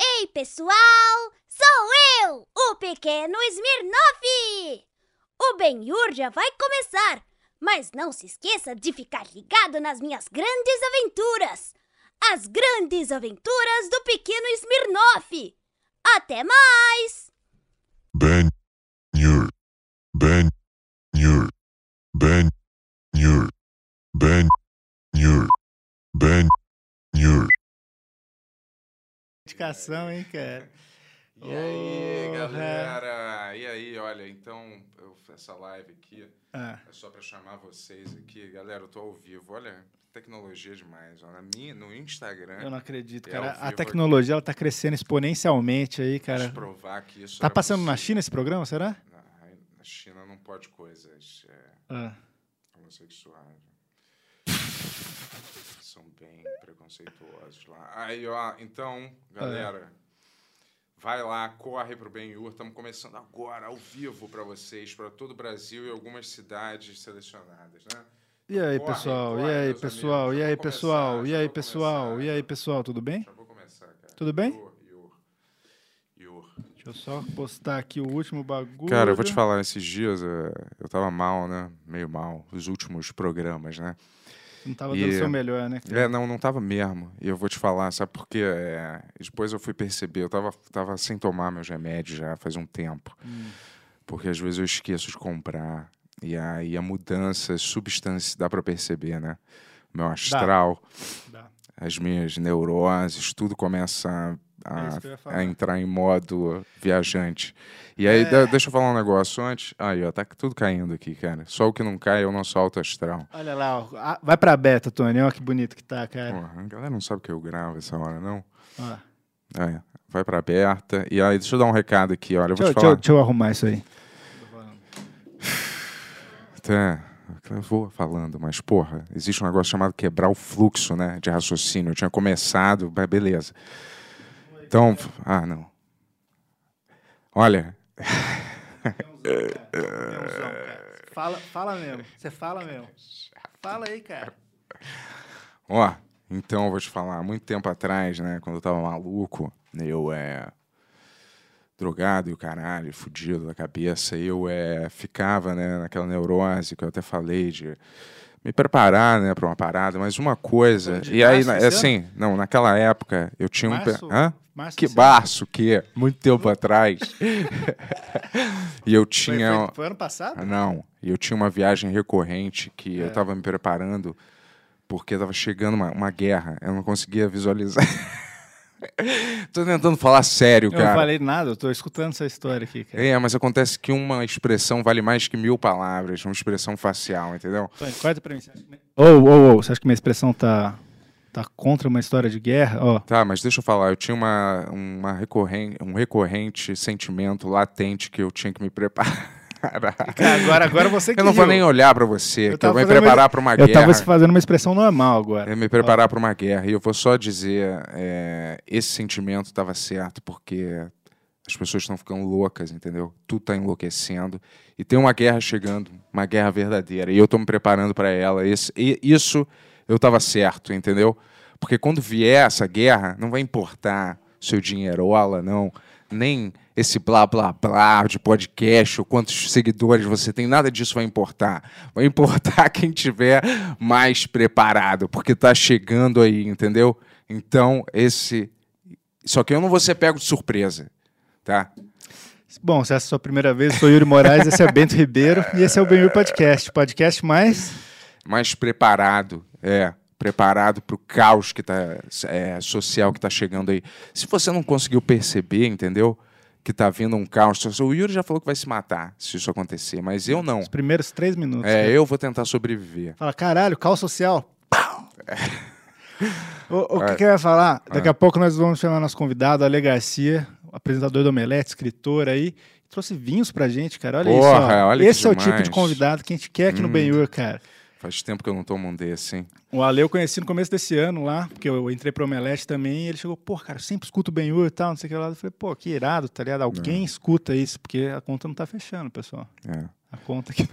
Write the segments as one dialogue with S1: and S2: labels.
S1: Oi, pessoal! Sou eu, o pequeno Smirnoff! O Benhur já vai começar, mas não se esqueça de ficar ligado nas minhas grandes aventuras! As grandes aventuras do pequeno Smirnoff! Até mais!
S2: Ben Nur. Ben Nur. Ben Nur. Ben Nur. Ben Nur.
S3: Dedicação, hein, cara?
S4: E aí,
S3: Porra.
S4: galera? E aí, olha, então, eu- essa live aqui
S3: Ah,
S4: é só pra chamar vocês aqui. Galera, eu tô ao vivo. Olha, tecnologia demais. ó. Na minha, no
S3: eu
S4: Instagram,
S3: não acredito,
S4: É
S3: cara.
S4: ao vivo
S3: A
S4: aqui.
S3: tecnologia ela tá crescendo exponencialmente aí,
S4: cara,
S3: cara.
S4: provar que isso
S3: Tá
S4: era
S3: passando na
S4: possível.
S3: China esse programa, será?
S4: Na, na China não pode coisas é,
S3: Ah.
S4: homossexuais. São bem preconceituosos lá. Aí, ó, então, galera, vai lá, corre pro Benhur. Estamos começando agora, ao vivo, pra vocês, pra todo o Brasil e algumas cidades selecionadas, né?
S3: E aí,
S4: Corre,
S3: pessoal? E
S4: corre,
S3: aí,
S4: meus
S3: pessoal?
S4: amigos.
S3: E
S4: Já
S3: aí,
S4: vou começar,
S3: pessoal?
S4: já
S3: E aí,
S4: vou
S3: pessoal?
S4: começar.
S3: E aí, pessoal? Tudo bem?
S4: Já vou começar, cara.
S3: Tudo bem?
S4: Ior, Ior, Ior.
S3: Deixa eu só postar aqui o último bagulho.
S4: Cara, eu vou te falar, esses dias eh, eu tava mal, né? Meio mal, os últimos programas, né?
S3: Não tava
S4: E-
S3: dando o seu melhor, né? cara?
S4: É, não, não tava mesmo. E eu vou te falar, sabe por quê? É, depois eu fui perceber, eu tava, tava sem tomar meus remédios já faz um tempo.
S3: Hum.
S4: Porque às vezes eu esqueço de comprar. E aí a mudança, substância, dá pra perceber, né? Meu astral,
S3: Dá.
S4: as minhas neuroses, tudo começa a,
S3: É isso que eu ia falar. É.
S4: a entrar em modo viajante. E aí, de- deixa eu falar um negócio antes. Aí, ó, tá tudo caindo aqui, cara. Só o que não cai é o nosso alto astral.
S3: Olha lá, ó. Ah, vai pra beta, Tony. Olha que bonito que tá, cara.
S4: Porra, a galera não sabe que eu gravo essa hora, não?
S3: Ó.
S4: É, vai pra aberta. E aí, deixa eu dar um recado aqui, olha. Eu vou
S3: Deixa, eu-
S4: te
S3: deixa eu-
S4: falar.
S3: deixa eu arrumar isso aí.
S4: Tá, eu vou falando, mas porra, existe um negócio chamado quebrar o fluxo, né? De raciocínio. Eu tinha começado, mas beleza. Então, f- ah, não. Olha,
S3: É, Leãozão, cara. Fala, fala mesmo. Você fala mesmo. Fala aí, cara.
S4: Ó, então eu vou te falar, muito tempo atrás, né, quando eu tava maluco, eu é drogado e o caralho, fudido da cabeça, eu é ficava, né, naquela neurose que eu até falei de me preparar, né, para uma parada, mas uma coisa,
S3: Foi de
S4: e aí
S3: março
S4: na-
S3: esse
S4: assim, não, naquela época eu tinha um
S3: Março?
S4: pe- Hã?
S3: Março
S4: que
S3: desse ano?
S4: barço que é, muito tempo atrás. e eu
S3: Foi,
S4: tinha
S3: foi- foi ano passado?
S4: ah, Não. E eu tinha uma viagem recorrente que
S3: É.
S4: eu tava me preparando porque tava chegando uma, uma guerra. Eu não conseguia visualizar. Tô tentando falar sério,
S3: Eu
S4: cara.
S3: não falei nada, eu tô escutando essa história aqui, cara.
S4: É, mas acontece que uma expressão vale mais que mil palavras, uma expressão facial, entendeu?
S3: Tony, corta pra mim. Você acha que... Ou, ou, ou, você acha que minha expressão tá, tá contra uma história de guerra? Ó,
S4: Tá, mas deixa eu falar, eu tinha uma, uma recorren- um recorrente sentimento latente que eu tinha que me preparar.
S3: cara, agora, agora você que
S4: Eu não vou
S3: riu.
S4: nem olhar pra você, que eu
S3: tava
S4: vou me
S3: fazendo
S4: preparar pra uma
S3: Eu
S4: guerra.
S3: tava se fazendo uma expressão normal agora.
S4: É me preparar para uma guerra. E eu vou só dizer, é, esse sentimento estava certo, porque as pessoas estão ficando loucas, entendeu? Tudo está enlouquecendo. E tem uma guerra chegando, uma guerra verdadeira. E eu estou me preparando para ela. Esse- e isso eu estava certo, entendeu? Porque quando vier essa guerra, não vai importar seu dinheirola, não. Nem esse blá blá blá de podcast, ou quantos seguidores você tem, nada disso vai importar. Vai importar quem tiver mais preparado, porque tá chegando aí, entendeu? Então, esse. Só que eu não vou ser pego de surpresa, tá?
S3: Bom, se essa é a sua primeira vez, eu sou Yuri Moraes, esse é Bento Ribeiro e esse é o Benhur Podcast. Podcast mais.
S4: mais preparado, é, preparado para o caos que tá, é, social que tá chegando aí. Se você não conseguiu perceber, entendeu? Que tá vindo um caos. O Yuri já falou que vai se matar se isso acontecer, mas eu não.
S3: Os primeiros três minutos. né?
S4: É, eu vou tentar sobreviver.
S3: Fala, caralho, cal social. Pau! o o
S4: É.
S3: que, que eu ia falar? Daqui a pouco nós vamos chamar nosso convidado, Ale Garcia, apresentador do Omelete, escritor aí. Trouxe vinhos pra gente, cara. Olha isso.
S4: Porra,
S3: ó.
S4: olha que
S3: Esse é o tipo de
S4: demais. Hum.
S3: convidado que a gente quer aqui no Benhur, cara.
S4: Faz tempo que eu não tomo um desse, hein?
S3: O Ale eu conheci no começo desse ano lá, porque eu entrei pro Omelete também, e ele chegou, pô, cara, eu sempre escuto o Benhur e tal, não sei o que lá. Eu falei, pô, que irado, tá ligado? Alguém escuta isso, porque a conta não tá fechando, pessoal.
S4: É.
S3: A conta que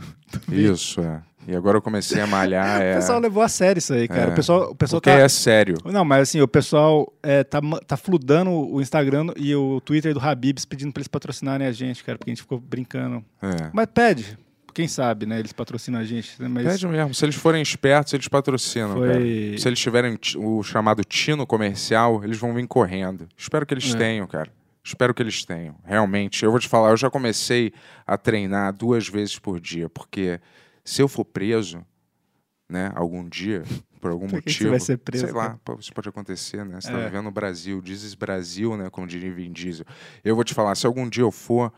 S4: Isso, é. E agora eu comecei a malhar. É...
S3: O pessoal levou a sério isso aí, cara.
S4: É.
S3: O pessoal, o pessoal
S4: Porque
S3: tá.
S4: é sério.
S3: Não, mas assim, o pessoal é, tá, ma- tá fludando o Instagram e o Twitter do Habibs pedindo pra eles patrocinarem a gente, cara, porque a gente ficou brincando.
S4: É.
S3: Mas pede, quem sabe, né? Eles patrocinam a gente, né? Mas
S4: Pede mesmo. Se eles forem espertos, eles patrocinam.
S3: Foi-
S4: cara. Se eles tiverem ti- o chamado tino comercial, eles vão vir correndo. Espero que
S3: É.
S4: eles tenham, cara. Espero que eles tenham. Realmente, eu vou te falar, eu já comecei a treinar duas vezes por dia, porque se eu for preso, né, algum dia, por algum
S3: Por que que
S4: motivo.
S3: você vai ser preso,
S4: Sei lá,
S3: cara?
S4: pô, isso pode acontecer, né? Você tá
S3: É.
S4: vivendo no Brasil, dizes Brasil, né? Como diria Vin Diesel. Eu vou te falar, se algum dia eu for,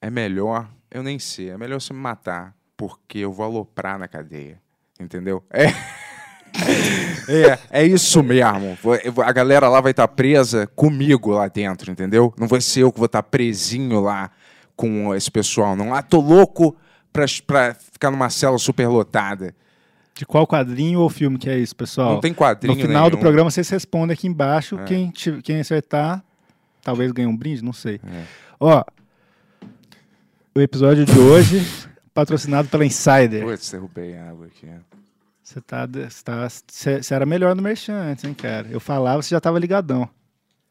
S4: é melhor, eu nem sei, é melhor você me matar, porque eu vou aloprar na cadeia. Entendeu? É. É, é isso mesmo. Vou- eu vou- A galera lá vai estar presa comigo lá dentro, entendeu? Não vai ser eu que vou estar presinho lá com esse pessoal, não. Ah, tô louco pra, pra ficar numa cela superlotada.
S3: de qual quadrinho ou filme que é isso, pessoal?
S4: Não tem quadrinho
S3: No final do
S4: nenhum. É.
S3: programa vocês respondem aqui embaixo. Quem, ti- quem acertar, talvez ganhe um brinde, não sei.
S4: É.
S3: Ó, o episódio de hoje, patrocinado pela Insider.
S4: Putz, derrubei a água aqui.
S3: Você tá, de- você tá, você você era melhor no merchan antes, hein, cara? Eu falava, você já tava ligadão.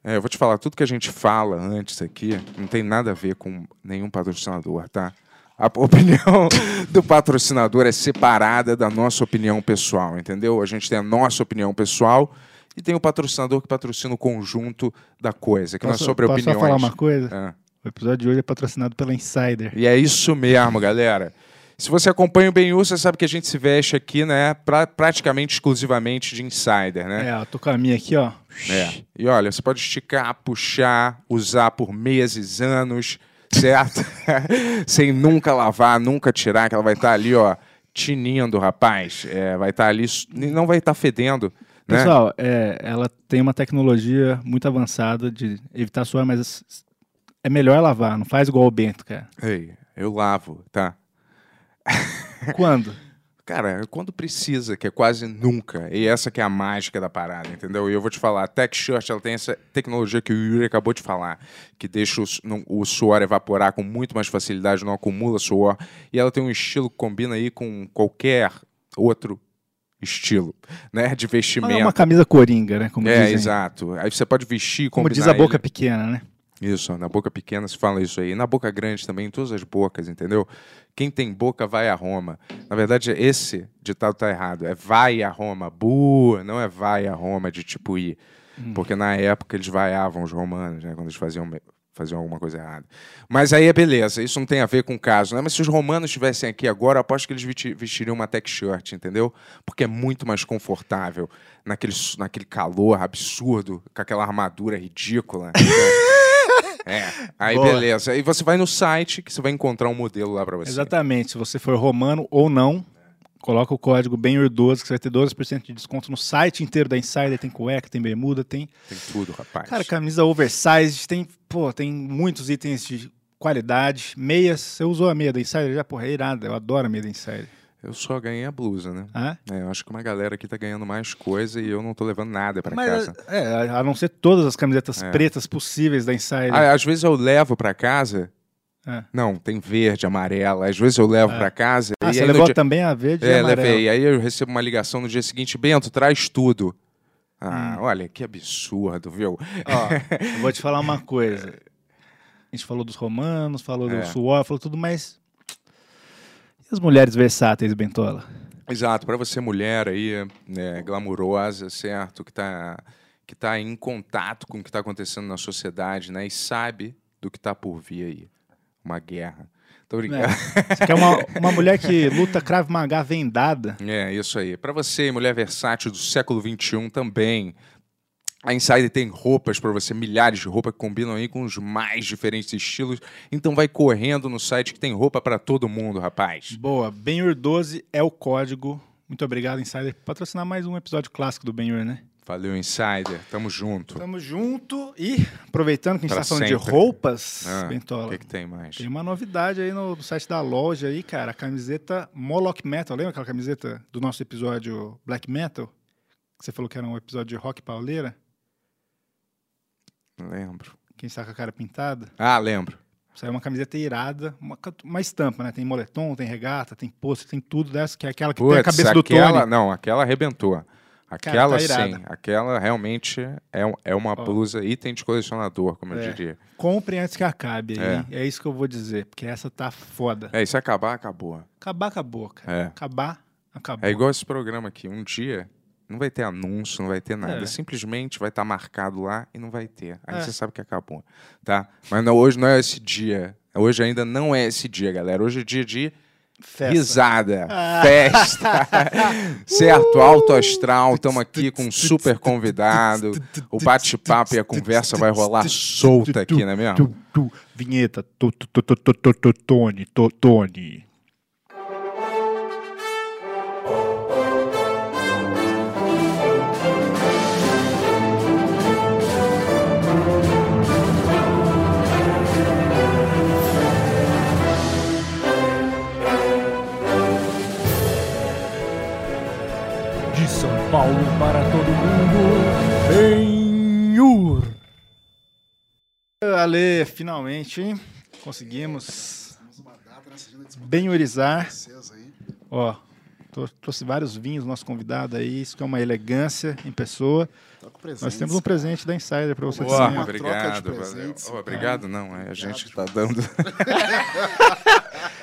S4: É, eu vou te falar, tudo que a gente fala antes aqui não tem nada a ver com nenhum patrocinador, tá? A p- opinião do patrocinador é separada da nossa opinião pessoal, entendeu? A gente tem a nossa opinião pessoal e tem o patrocinador que patrocina o conjunto da coisa, que não é sobre
S3: posso
S4: opiniões.
S3: só falar uma coisa?
S4: É.
S3: O episódio de hoje é patrocinado pela Insider.
S4: E é isso mesmo, galera. Se você acompanha o Benhu, você sabe que a gente se veste aqui, né, pra, praticamente exclusivamente de insider, né?
S3: É, ó, tô com a minha aqui, ó.
S4: É. E olha, você pode esticar, puxar, usar por meses, anos, certo? Sem nunca lavar, nunca tirar, que ela vai estar ali, ó, tinindo, rapaz. É, vai estar ali, s- não vai estar fedendo, né?
S3: Pessoal, é, ela tem uma tecnologia muito avançada de evitar suor, mas é melhor lavar, não faz igual o Bento, cara.
S4: Ei, eu lavo, tá?
S3: Quando?
S4: Cara, quando precisa, que é quase nunca. E essa que é a mágica da parada, entendeu? E eu vou te falar, a Tech Shirt, ela tem essa tecnologia que o Yuri acabou de falar, que deixa o, su- não- o suor evaporar com muito mais facilidade, não acumula suor. E ela tem um estilo que combina aí com qualquer outro estilo, né? De
S3: Mas
S4: vestimento.
S3: é uma camisa coringa, né? Como,
S4: é,
S3: dizem.
S4: exato. Aí você pode vestir e
S3: como
S4: combinar
S3: diz a boca
S4: ele.
S3: pequena, né?
S4: Isso, na boca pequena se fala isso aí. Na boca grande também, em todas as bocas, entendeu? Quem tem boca vai a Roma. Na verdade, esse ditado tá errado. É vai a Roma, bu, não é vai a Roma de tipo ir.
S3: Uhum.
S4: Porque na época eles vaiavam os romanos, né? Quando eles faziam, me- faziam alguma coisa errada. Mas aí é beleza, isso não tem a ver com o caso, né? Mas se os romanos estivessem aqui agora, eu aposto que eles vesti- vestiriam uma tech shirt, entendeu? Porque é muito mais confortável naquele, su- naquele calor absurdo, com aquela armadura ridícula. né? É, aí
S3: Boa.
S4: beleza. Aí você vai no site que você vai encontrar um modelo lá pra você.
S3: Exatamente. Se você for romano ou não, coloca o código bem urdoso, que você vai ter 12% de desconto no site inteiro da Insider. Tem cueca, tem bermuda, tem.
S4: Tem tudo, rapaz.
S3: Cara, camisa oversized, tem, pô, tem muitos itens de qualidade. Meias, você usou a meia da Insider? Já, porra, é irada. Eu adoro a meia da Insider.
S4: Eu só ganhei a blusa, né?
S3: Ah?
S4: É, eu acho que uma galera aqui tá ganhando mais coisa e eu não tô levando nada pra
S3: Mas,
S4: casa. É.
S3: é, a não ser todas as camisetas pretas possíveis da Insider.
S4: Ah, às vezes eu levo pra casa.
S3: É.
S4: Não, tem verde, amarela. Às vezes eu levo pra casa.
S3: Ah,
S4: e
S3: você
S4: aí no
S3: levou
S4: dia-
S3: também a verde e
S4: É,
S3: a amarela.
S4: levei. Aí eu recebo uma ligação no dia seguinte: Bento, traz tudo. Ah,
S3: Hum.
S4: olha, que absurdo, viu?
S3: Ó, eu vou te falar uma coisa. A gente falou dos romanos, falou
S4: É.
S3: do suor, falou tudo, mas. E as mulheres versáteis, Bentola?
S4: Exato, para você mulher aí, né, glamurosa, certo, que tá que tá em contato com o que tá acontecendo na sociedade, né, e sabe do que tá por vir aí, uma guerra. Tô
S3: É.
S4: brincando.
S3: Você quer uma, uma mulher que luta cravo magá vendada?
S4: É, isso aí. Para você, mulher versátil do século XXI também. A Insider tem roupas para você, milhares de roupas que combinam aí com os mais diferentes estilos. Então vai correndo no site que tem roupa para todo mundo, rapaz.
S3: Boa, Benhur 12 é o código. Muito obrigado, Insider, por patrocinar mais um episódio clássico do Benhur, né?
S4: Valeu, Insider. Tamo junto.
S3: Tamo junto e aproveitando que a gente
S4: Pra
S3: tá falando de
S4: sempre.
S3: roupas,
S4: Ah, O
S3: Bentola.
S4: que, que tem mais?
S3: Tem uma novidade aí no, no site da loja aí, cara. A camiseta Moloch Metal. Lembra aquela camiseta do nosso episódio Black Metal? Que você falou que era um episódio de rock pauleira?
S4: Lembro.
S3: um- Quem está com a cara pintada?
S4: Ah, lembro.
S3: Saiu uma camiseta irada, uma, uma estampa, né? Tem moletom, tem regata, tem pôster, tem tudo dessa, que é aquela que tem a
S4: Putz,
S3: cabeça do
S4: aquela,
S3: Tony.
S4: Não, aquela arrebentou. Aquela
S3: tá irada.
S4: sim, aquela realmente é, um- é uma blusa item de colecionador, como
S3: É.
S4: eu diria.
S3: Compre antes que acabe aí. É. isso que eu vou dizer, porque essa tá foda.
S4: É, e se acabar, acabou.
S3: Acabar, acabou, cara.
S4: É.
S3: Acabar, acabou.
S4: É igual esse programa aqui, um dia não vai ter anúncio, não vai ter nada.
S3: É.
S4: Simplesmente vai estar marcado lá e não vai ter. Aí
S3: É.
S4: você sabe que acabou, tá? Mas não, hoje não é esse dia. Hoje ainda não é esse dia, galera. Hoje é dia de
S3: Festa. Ah.
S4: risada, festa, certo?
S3: Uh!
S4: Alto astral, estamos aqui com um super convidado. O bate-papo e a conversa vai rolar solta aqui, não é mesmo?
S3: Tu, tu, vinheta. Tu, tu, tu, tu, tu, tu, tu, Tony, tu, Tony.
S5: De São Paulo para todo mundo, Benhur.
S3: Ale, finalmente, hein? Conseguimos benhorizar. Ó, trou- trouxe vários vinhos, nosso convidado aí. Isso que é uma elegância em pessoa.
S6: Tá com presente.
S3: Nós temos um presente da Insider pra você.
S4: Boa,
S3: também.
S6: uma troca de
S4: obrigado, valeu.
S6: presentes,
S4: Oh, obrigado, não, é a gente que tá dando.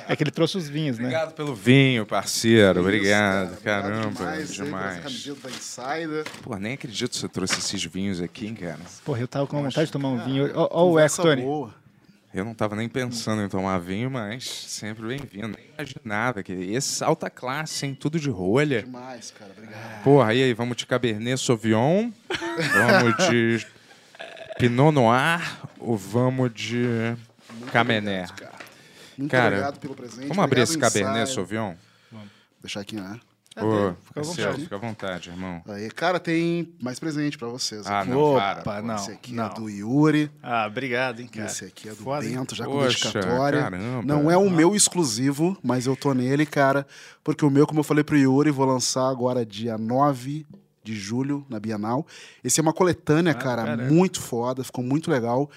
S3: É que ele trouxe os vinhos, né?
S4: Obrigado pelo vinho, parceiro. Obrigado,
S6: Isso, cara.
S4: caramba,
S6: Obrigado
S4: demais.
S6: demais. aí por essa camiseta da Insider.
S4: Pô, nem acredito que você trouxe esses vinhos aqui, hein, cara.
S3: Porra, eu tava com vontade de tomar um vinho. Ó, ó o eco,
S6: Conversa
S3: Tony.
S6: boa.
S4: Eu não tava nem pensando em tomar vinho, mas sempre bem-vindo. Nem imaginava que esse alta classe, hein, tudo de rolha.
S6: Demais, cara. Obrigado.
S4: Porra, e aí, vamos de Cabernet Sauvignon, vamos de Pinot Noir ou vamos de Camené?
S6: Muito
S4: Né. Cara,
S6: obrigado pelo presente.
S4: Vamos abrir
S6: obrigado,
S4: esse Cabernet
S6: Insider.
S4: Sauvignon?
S6: Deixar aqui, né?
S4: Ô,
S3: à
S4: Marcelo,
S3: vontade.
S4: fica à vontade, irmão.
S6: Aí, cara, tem mais presente pra vocês.
S4: Ah, não, para.
S3: Opa, não.
S6: esse aqui é
S3: não.
S6: do Yuri.
S3: Ah, obrigado, hein, cara.
S6: Esse aqui é do
S3: Foda, hein?
S6: Bento, já com
S4: Poxa,
S6: dedicatória.
S4: caramba.
S6: Não é o meu exclusivo, mas eu tô nele, cara. Porque o meu, como eu falei pro Yuri, vou lançar agora dia 9 de julho, na Bienal. Esse é uma coletânea, cara, muito foda, ficou muito legal.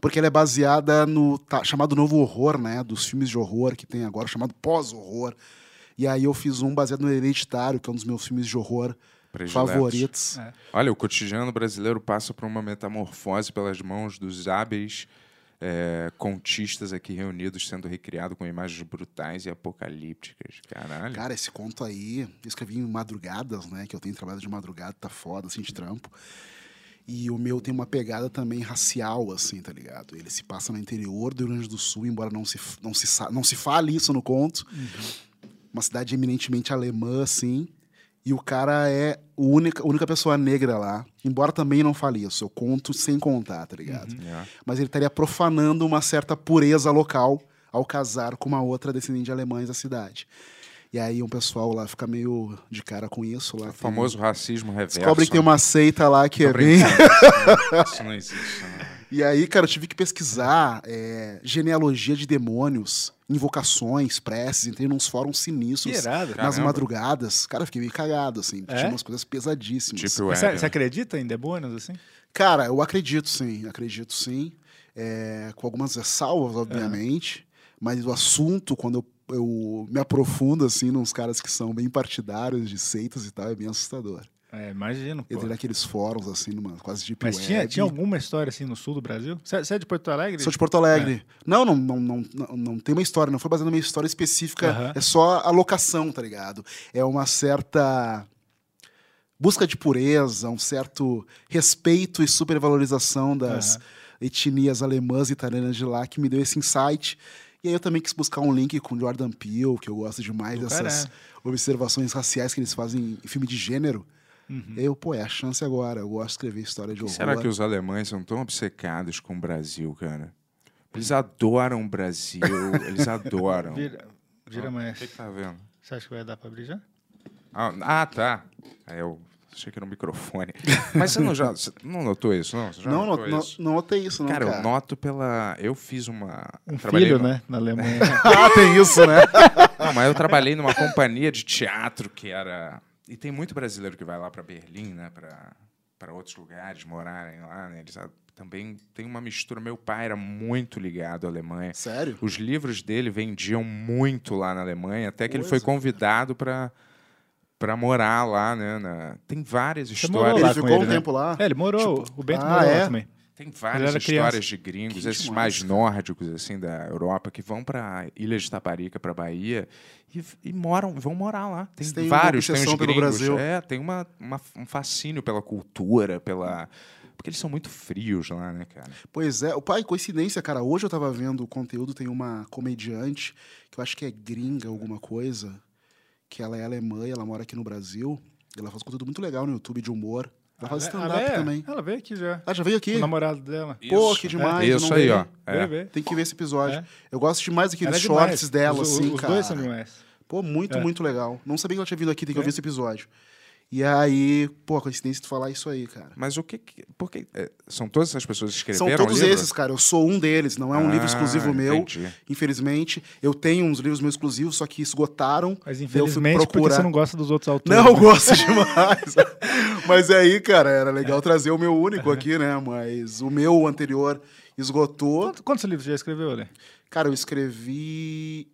S6: Porque ela é baseada no tá, chamado Novo Horror, né? Dos filmes de horror que tem agora, chamado Pós-Horror. E aí eu fiz um baseado no Hereditário, que é um dos meus filmes de horror
S4: Prediletos.
S6: favoritos.
S4: Olha, o cotidiano brasileiro passa por uma metamorfose pelas mãos dos hábeis é, contistas aqui reunidos, sendo recriado com imagens brutais e apocalípticas. Caralho.
S6: Cara, esse conto aí, eu escrevi em madrugadas, né? Que eu tenho trabalho de madrugada, tá foda, assim, de trampo. E o meu tem uma pegada também racial, assim, tá ligado? Ele se passa no interior do Rio Grande do Sul, embora não se, não se, sa- não se fale isso no conto. Uma cidade eminentemente alemã, assim. E o cara é a única, a única pessoa negra lá. Embora também não fale isso. Eu conto sem contar, tá ligado?
S4: É.
S6: mas ele estaria profanando uma certa pureza local ao casar com uma outra descendente de alemães da cidade. E aí um pessoal lá fica meio de cara com isso lá.
S4: É O
S6: Tem-
S4: famoso racismo reverso.
S6: Descobre que tem um- uma seita lá que
S4: Tô
S6: é bem.
S4: brincando. Isso não existe. Não.
S6: E aí, cara, eu tive que pesquisar é, genealogia de demônios, invocações, preces, entrei nos fóruns
S3: Que
S6: sinistros.
S3: irado.
S4: Cara,
S6: Nas
S4: Caramba.
S6: madrugadas, cara, eu fiquei meio cagado, assim.
S3: É?
S6: Tinha umas coisas pesadíssimas.
S4: Tipo,
S3: Mas
S4: é,
S3: Você, você acredita em demônios, assim?
S6: Cara, eu acredito sim, acredito sim. É, com algumas ressalvas, obviamente.
S3: É.
S6: Mas o assunto, quando eu, eu me aprofundo, assim, nos caras que são bem partidários de seitas e tal, é bem assustador.
S3: É, imagino, pô.
S6: Entrei naqueles fóruns, assim, numa quase deep
S3: Mas
S6: web.
S3: tinha, tinha alguma história assim no sul do Brasil? Você você é de Porto Alegre?
S6: Sou de Porto Alegre.
S3: É.
S6: Não, não, não, não, não, não tem uma história, não foi baseada numa história específica.
S3: Aham.
S6: É só a locação, tá ligado? É uma certa busca de pureza, um certo respeito e supervalorização das
S3: Aham.
S6: etnias alemãs e italianas de lá que me deu esse insight. E aí eu também quis buscar um link com Jordan Peele, que eu gosto demais
S3: Do
S6: dessas
S3: caralho.
S6: observações raciais que eles fazem em filme de gênero.
S3: Uhum.
S6: E aí Eu, pô, é a chance agora. Eu gosto de escrever história de horror.
S4: Será que os alemães são tão obcecados com o Brasil, cara? Eles adoram o Brasil. Eles adoram.
S3: Vira, vira
S4: O
S3: mais.
S4: que, que tá vendo?
S3: Você acha que vai dar pra abrir já?
S4: Ah, ah, tá. Aí eu achei que era um microfone. Mas você não já você não notou isso, não? Você já
S6: Não, não,
S4: notou
S6: não,
S4: isso?
S6: não notei isso, não,
S4: cara,
S6: cara.
S4: eu noto pela. Eu fiz uma.
S3: Um
S4: trabalhei
S3: filho,
S4: no-
S3: né? Na Alemanha.
S6: Ah, tem isso, né?
S4: Não, mas eu trabalhei numa companhia de teatro que era. E tem muito brasileiro que vai lá pra Berlim, né? Pra, pra outros lugares morarem lá, né? Eles a- também tem uma mistura. Meu pai era muito ligado à Alemanha.
S6: Sério?
S4: Os livros dele vendiam muito lá na Alemanha, até que ele foi
S6: Coisa, cara.
S4: convidado para para morar lá, né? na- Tem várias
S3: morou
S4: histórias.
S3: lá com
S6: Ele ficou
S3: ele,
S6: um
S3: né?
S6: tempo lá.
S3: É, ele morou,
S6: Tipo,
S3: o Bento
S6: ah,
S3: morou
S6: é?
S3: lá também.
S4: Tem
S3: Ele
S4: várias
S3: era
S4: histórias
S3: criança.
S4: de gringos,
S6: Que
S4: esses
S6: demais,
S4: mais
S6: cara.
S4: nórdicos, assim, da Europa, que vão para Ilhas de Taparica, para Bahia, e, e moram, vão morar lá. Tem,
S6: Você tem uma
S4: vários, tem os
S6: obsessão pelo
S4: gringos.
S6: Brasil.
S4: É, tem uma, uma- um fascínio pela cultura, pela. Porque eles são muito frios lá, né, cara?
S6: Pois é, o pai, coincidência, cara. Hoje eu tava vendo o conteúdo, tem uma comediante que eu acho que é gringa, alguma coisa, que ela é alemã e ela mora aqui no Brasil. Ela faz conteúdo muito legal no YouTube de humor. Ela faz
S3: Ela-
S6: stand-up
S3: ela é-
S6: também.
S3: Ela veio aqui já.
S6: Ah, já veio aqui?
S3: O namorado dela.
S6: Pô, que demais. eu
S4: Isso
S6: Ah, então não
S4: aí,
S6: vi.
S4: ó.
S3: Veio,
S4: É.
S3: veio.
S6: Tem que ver esse episódio.
S3: É.
S6: Eu gosto demais
S3: Ela
S6: daqueles
S3: é demais.
S6: shorts dela,
S3: Os-
S6: assim,
S3: os
S6: cara.
S3: dois são demais.
S6: Pô, muito,
S3: É.
S6: muito legal. Não sabia que ela tinha vindo aqui, tem que
S3: É.
S6: ouvir esse episódio. E aí, pô, coincidência tu falar isso aí, cara.
S4: Mas o que. que por que é, são todas essas pessoas que escreveram?
S6: São todos
S4: o É um livro?
S6: esses, cara. Eu sou um deles. Não é um livro
S4: Ah,
S6: exclusivo meu.
S4: entendi.
S6: Infelizmente, eu tenho uns livros meus exclusivos, só que esgotaram.
S3: Mas
S6: Daí eu fui
S3: infelizmente, porque
S6: procurar.
S3: você não gosta dos outros autores. né?
S6: Não, eu gosto demais. Mas é aí, cara, era legal trazer o meu único aqui, né? Mas o meu anterior esgotou.
S3: Quanto- Quantos livros você já escreveu, Lê?
S6: Cara, eu escrevi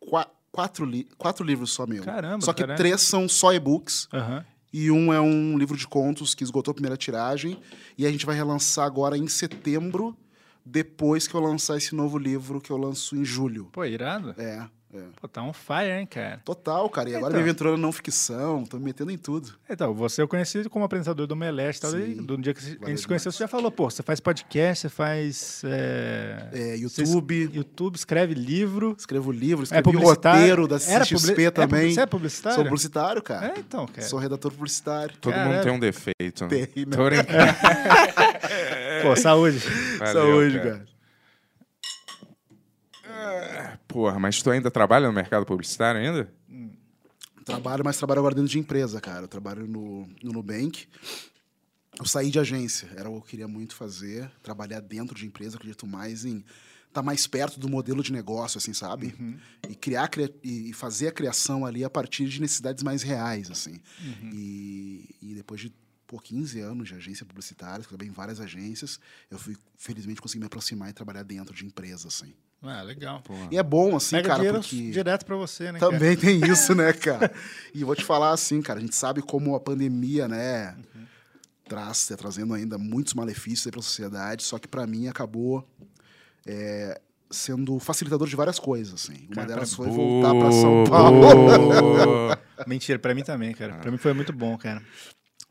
S6: qua- quatro, li- quatro livros só meu.
S3: Caramba,
S6: Só que
S3: caralho.
S6: três são só e-books.
S3: Aham.
S6: E um é um livro de contos que esgotou a primeira tiragem. E a gente vai relançar agora em setembro, depois que eu lançar esse novo livro que eu lanço em julho.
S3: Pô, irado.
S6: É, é.
S3: Pô, tá um fire, hein, cara.
S6: Total, cara. E agora
S3: Então.
S6: me aventurando na não ficção, tô me metendo em tudo.
S3: Então, você eu conheci como apresentador do Meleste e tal. E
S6: Sim,
S3: do dia que a gente
S6: valeu
S3: se conheceu,
S6: demais.
S3: você já falou, pô, você faz podcast, você faz. É...
S6: É,
S3: Vocês-
S6: YouTube,
S3: YouTube, escreve livro.
S6: escrevo livro,
S3: É
S6: escrevi um
S3: publicitário.
S6: roteiro da
S3: Era publi-
S6: CXP
S3: é publi-
S6: também.
S3: Você é publicitário?
S6: Sou publicitário, cara.
S3: É, então, cara.
S6: Sou redator publicitário.
S4: Todo
S3: Caralho.
S4: mundo tem um defeito. né?
S6: Tem, né?
S4: Tô brincando.
S3: Pô, saúde.
S4: Valeu,
S6: Saúde,
S4: cara. Ah,
S6: cara.
S4: Porra, mas tu ainda trabalha no mercado publicitário ainda?
S6: Trabalho, mas trabalho agora dentro de empresa, cara. Eu trabalho no, no Nubank. Eu saí de agência, era o que eu queria muito fazer. Trabalhar dentro de empresa, eu acredito mais em estar mais perto do modelo de negócio, assim, sabe?
S3: Uhum.
S6: E criar cria- e e fazer a criação ali a partir de necessidades mais reais, assim.
S3: Uhum.
S6: E, e depois de pô, 15 anos de agência publicitária, trabalhei em várias agências, eu fui, felizmente consegui me aproximar e trabalhar dentro de empresa, assim.
S3: Ah, legal.
S6: E é bom, assim,
S3: Pega
S6: cara,
S3: dinheiro
S6: porque...
S3: direto pra você, né? cara?
S6: Também tem isso, né, cara? E vou te falar assim, cara, a gente sabe como a pandemia, né, traz, tá trazendo ainda muitos malefícios para a sociedade, só que para mim acabou é, sendo facilitador de várias coisas, assim. Uma delas foi voltar para São Paulo.
S4: Paulo.
S3: Mentira, pra mim também, cara. Pra mim foi muito bom, cara.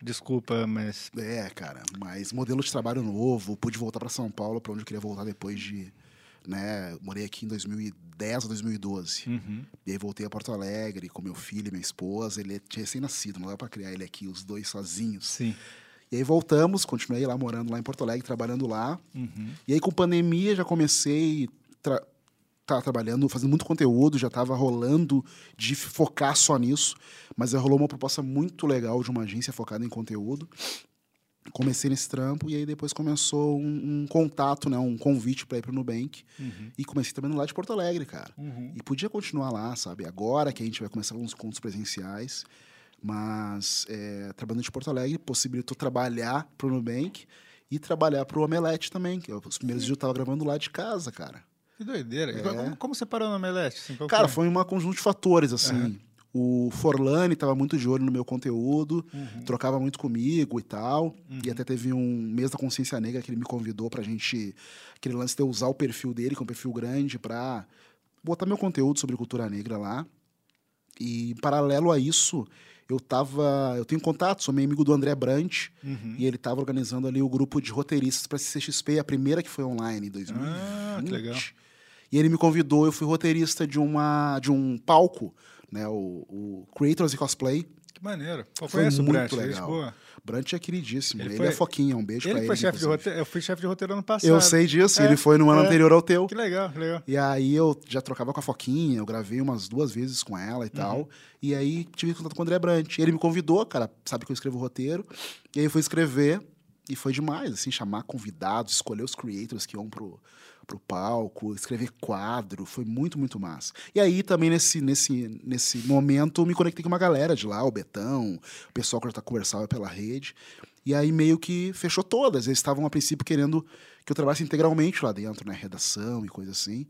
S3: Desculpa, mas.
S6: É, cara, mas modelo de trabalho novo, pude voltar para São Paulo, para onde eu queria voltar depois de, né, morei aqui em 2010 ou 2012.
S3: Hum. Uhum.
S6: E aí voltei a Porto Alegre com meu filho e minha esposa. Ele tinha recém-nascido, não dava pra criar ele aqui, os dois sozinhos.
S3: Sim.
S6: E aí voltamos, continuei lá morando lá em Porto Alegre, trabalhando lá. E aí com pandemia já comecei tra tá trabalhando, fazendo muito conteúdo, já tava rolando de focar só nisso, mas aí rolou uma proposta muito legal de uma agência focada em conteúdo. Comecei nesse trampo e aí depois começou um, um contato, né, um convite para ir pro Nubank.
S3: Uhum.
S6: E comecei trabalhando lá de Porto Alegre, cara. E podia continuar lá, sabe? Agora que a gente vai começar uns contos presenciais, mas é, trabalhando de Porto Alegre possibilitou trabalhar pro Nubank e trabalhar pro Omelete também, que é os primeiros dias eu tava gravando lá de casa, cara.
S3: Que doideira. E Como, como você parou no Omelete? assim? Qual
S6: É. Cara,
S3: foi?
S6: foi um conjunto de fatores, assim. O Forlani tava muito de olho no meu conteúdo,
S3: Uhum.
S6: trocava muito comigo e tal. E até teve um mês da consciência negra que ele me convidou pra gente. Aquele lance de eu usar o perfil dele, que é um perfil grande, pra botar meu conteúdo sobre cultura negra lá. E em paralelo a isso, eu tava. Eu tenho contato, sou meio amigo do André Brant.
S3: Uhum.
S6: E ele tava organizando ali o grupo de roteiristas pra CCXP, a primeira que foi online em 2020.
S3: Ah, que legal.
S6: E ele me convidou, eu fui roteirista de, uma, de um palco, né? O, o Creators e Cosplay.
S3: Que maneiro. Pô,
S6: Foi
S3: conheço o
S6: muito
S3: Brant, gente
S6: legal.
S3: boa.
S6: Brant é queridíssimo.
S3: Ele
S6: Ele,
S3: foi-
S6: é foquinha, um beijo pra
S3: Ele
S6: ele.
S3: foi chefe de
S6: inclusive.
S3: roteiro. Eu fui chefe de roteiro ano passado.
S6: Eu sei disso,
S3: É,
S6: ele foi no ano
S3: é.
S6: anterior ao teu.
S3: Que legal, que legal.
S6: E aí eu já trocava com a Foquinha, eu gravei umas duas vezes com ela e tal. E aí tive contato com o André Brant. Ele me convidou, cara, sabe que eu escrevo roteiro. E aí eu fui escrever e foi demais, assim, chamar convidados, escolher os creators que iam pro, pro palco, escrever quadro, foi muito, muito massa. E aí também nesse, nesse, nesse momento eu me conectei com uma galera de lá, o Betão, o pessoal que eu já conversava pela rede. E E aí meio que fechou todas. Eles estavam a princípio querendo que eu trabalhasse integralmente lá dentro, né? Redação e coisa assim.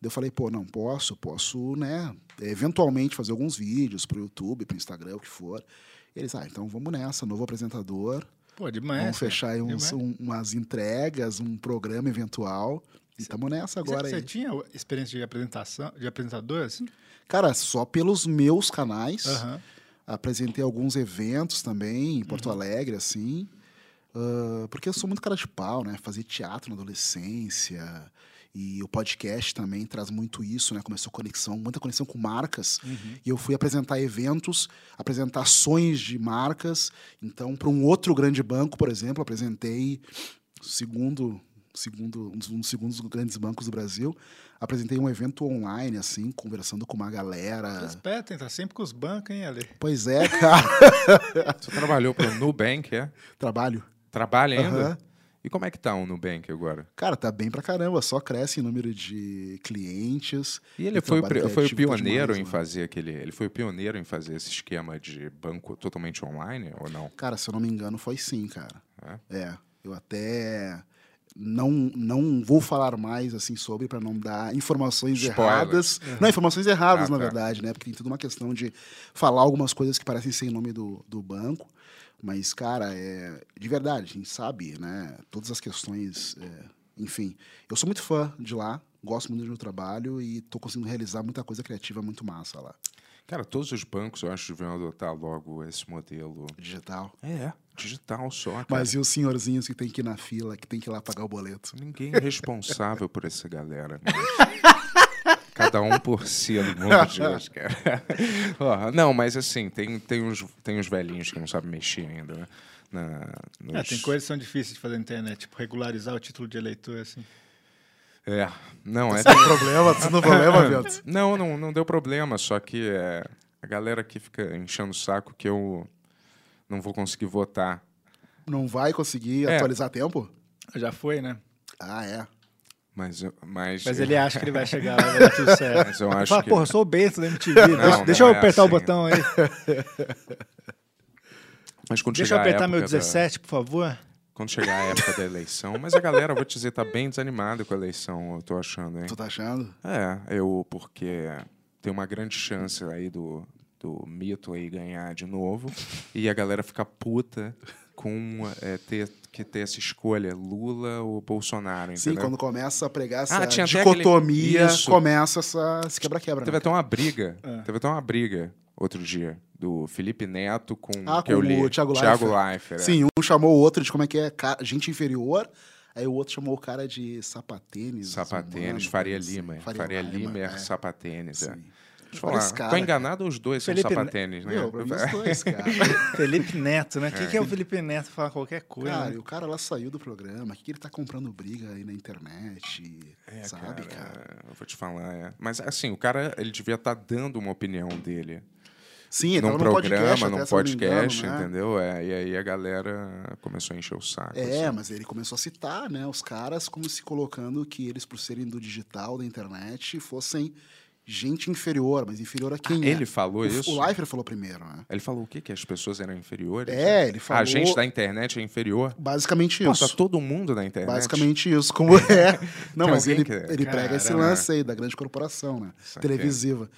S6: Daí eu falei, pô, não posso, posso, né? Eventualmente fazer alguns vídeos pro YouTube, pro Instagram, o que for. Eles, ah, então vamos nessa, novo apresentador.
S3: Pô, demais.
S6: vamos
S3: cara.
S6: fechar aí uns-
S3: demais.
S6: um- umas entregas, um programa eventual. E tamo nessa
S3: Você-
S6: agora
S3: Você
S6: aí.
S3: tinha experiência de apresentação, de apresentador, assim?
S6: Cara, só pelos meus canais.
S3: Aham.
S6: Apresentei alguns eventos também em Porto Alegre, assim. Ah, porque eu sou muito cara de pau, né? Fazer teatro na adolescência. E o podcast também traz muito isso, né? Começou conexão, muita conexão com marcas. E eu fui apresentar eventos, apresentar ações de marcas. Então, para um outro grande banco, por exemplo, apresentei o segundo segundo um dos, um dos segundos grandes bancos do Brasil apresentei um evento online assim conversando com uma galera
S3: Respetem, tá sempre com os bancos, hein, Ale?
S6: pois é cara
S4: Você trabalhou pro Nubank, é?
S6: trabalho
S4: Trabalha ainda?
S6: Aham.
S4: E como é que tá o Nubank agora?
S6: Cara, tá bem pra caramba, só cresce em número de clientes.
S4: E ele
S6: E
S4: foi, o
S6: trabalho
S4: pri- foi o
S6: criativo tá
S4: pioneiro
S6: demais,
S4: em
S6: né?
S4: fazer aquele. Ele foi o pioneiro em fazer esse esquema de banco totalmente online ou não?
S6: Cara, se eu não me engano, foi sim, cara.
S4: É?
S6: É, eu até não, não vou falar mais assim sobre pra não dar informações
S4: Spoiler.
S6: erradas. Não, informações erradas,
S4: Ah,
S6: na
S4: tá.
S6: verdade, né? Porque tem toda uma questão de falar algumas coisas que parecem ser em nome do, do banco. Mas, cara, é de verdade, a gente sabe, né? Todas as questões. é, enfim, eu sou muito fã de lá, gosto muito do meu trabalho e tô conseguindo realizar muita coisa criativa muito massa lá.
S4: Cara, todos os bancos, eu acho, deviam adotar logo esse modelo.
S6: Digital.
S4: É, digital só. Cara.
S6: Mas e os senhorzinhos que tem que ir na fila, que tem que ir lá pagar o boleto?
S4: Ninguém é responsável por essa galera. mas Cada um por si, no mundo de hoje, cara. Ó, não, mas assim, tem, tem, uns, tem uns velhinhos que não sabem mexer ainda, né? Na,
S3: É,
S4: nos-
S3: tem coisas que são difíceis de fazer na internet, tipo regularizar o título de eleitor, assim.
S4: É, não,
S3: Tá
S4: é...
S6: problema, tu não problema, Viantos.
S4: Não, não, não deu problema, só que é, a galera que fica enchendo o saco que eu não vou conseguir votar.
S6: Não vai conseguir
S4: É.
S6: atualizar a tempo?
S3: Já foi, né?
S6: Ah, é.
S4: Mas, eu- mas,
S3: Mas ele é acha que ele vai chegar lá, vai dar tudo certo.
S4: Mas eu
S3: Ele
S4: acho
S3: Fala,
S4: que-
S3: porra, eu sou o Bento da MTV, deixa,
S4: não
S3: deixa eu
S4: é
S3: apertar o
S4: assim.
S3: botão aí.
S4: mas quando
S3: Deixa eu
S4: chegar a
S3: apertar meu
S4: época da-
S3: 17, por favor.
S4: quando chegar a época da eleição. Mas a galera, eu vou te dizer, tá bem desanimada com a eleição, eu tô achando, hein?
S6: Tu tá achando?
S4: É, eu, porque tem uma grande chance aí do, do mito aí ganhar de novo e a galera fica puta com é, ter que ter essa escolha, Lula ou Bolsonaro,
S6: Sim,
S4: entendeu?
S6: quando começa a pregar essa
S4: Ah, tinha até aquele-
S6: dicotomia,
S4: Isso.
S6: começa essa esse quebra-quebra.
S4: Teve
S6: Né?
S4: até uma briga, teve até uma briga outro dia do Felipe Neto com,
S6: Ah,
S4: que
S6: com
S4: eu li,
S6: o Thiago Leifert.
S4: Thiago Leifert, é.
S6: Sim, um chamou o outro de como é que é ca- gente inferior, aí o outro chamou o cara de sapatênis.
S4: Sapatênis,
S6: humano,
S4: Faria
S6: assim.
S4: Lima. Faria Lima é sapatênis, é.
S6: Sim.
S4: Deixa eu
S6: Vários
S4: falar,
S6: caras,
S4: tô
S6: cara.
S4: enganado ou os dois
S3: Felipe
S4: são
S3: Ne-
S4: sapatênis, né?
S6: Meu, pra mim os dois, cara.
S3: Felipe Neto, né? O que, que é o Felipe Neto falar qualquer coisa?
S6: Cara, e
S3: né?
S6: o cara lá saiu do programa. O que, que ele tá comprando briga aí na internet?
S4: É,
S6: sabe, cara?
S4: Eu vou te falar, é. Mas assim, o cara, ele devia estar dando uma opinião dele.
S6: Sim, ele
S4: num
S6: tava num podcast,
S4: programa,
S6: até,
S4: num
S6: se eu não me engano,
S4: podcast,
S6: né?
S4: entendeu? É, e aí a galera começou a encher o saco.
S6: É,
S4: assim.
S6: mas ele começou a citar, né, os caras como se colocando que eles, por serem do digital, da internet, fossem gente inferior, mas inferior a quem? é?
S4: Ah, Ele falou
S6: o,
S4: isso?
S6: O Leifert falou primeiro, né?
S4: Ele falou o quê? Que as pessoas eram inferiores? né?
S6: É, ele falou.
S4: A gente da internet é inferior?
S6: Basicamente
S4: Pô, tá
S6: isso.
S4: todo mundo na internet.
S6: Basicamente isso, como é. Não,
S4: Tem
S6: mas ele,
S4: alguém que- é.
S6: ele prega esse
S4: Caramba.
S6: lance aí da grande corporação, né?
S4: Isso aqui. é. Ah.
S6: Televisiva.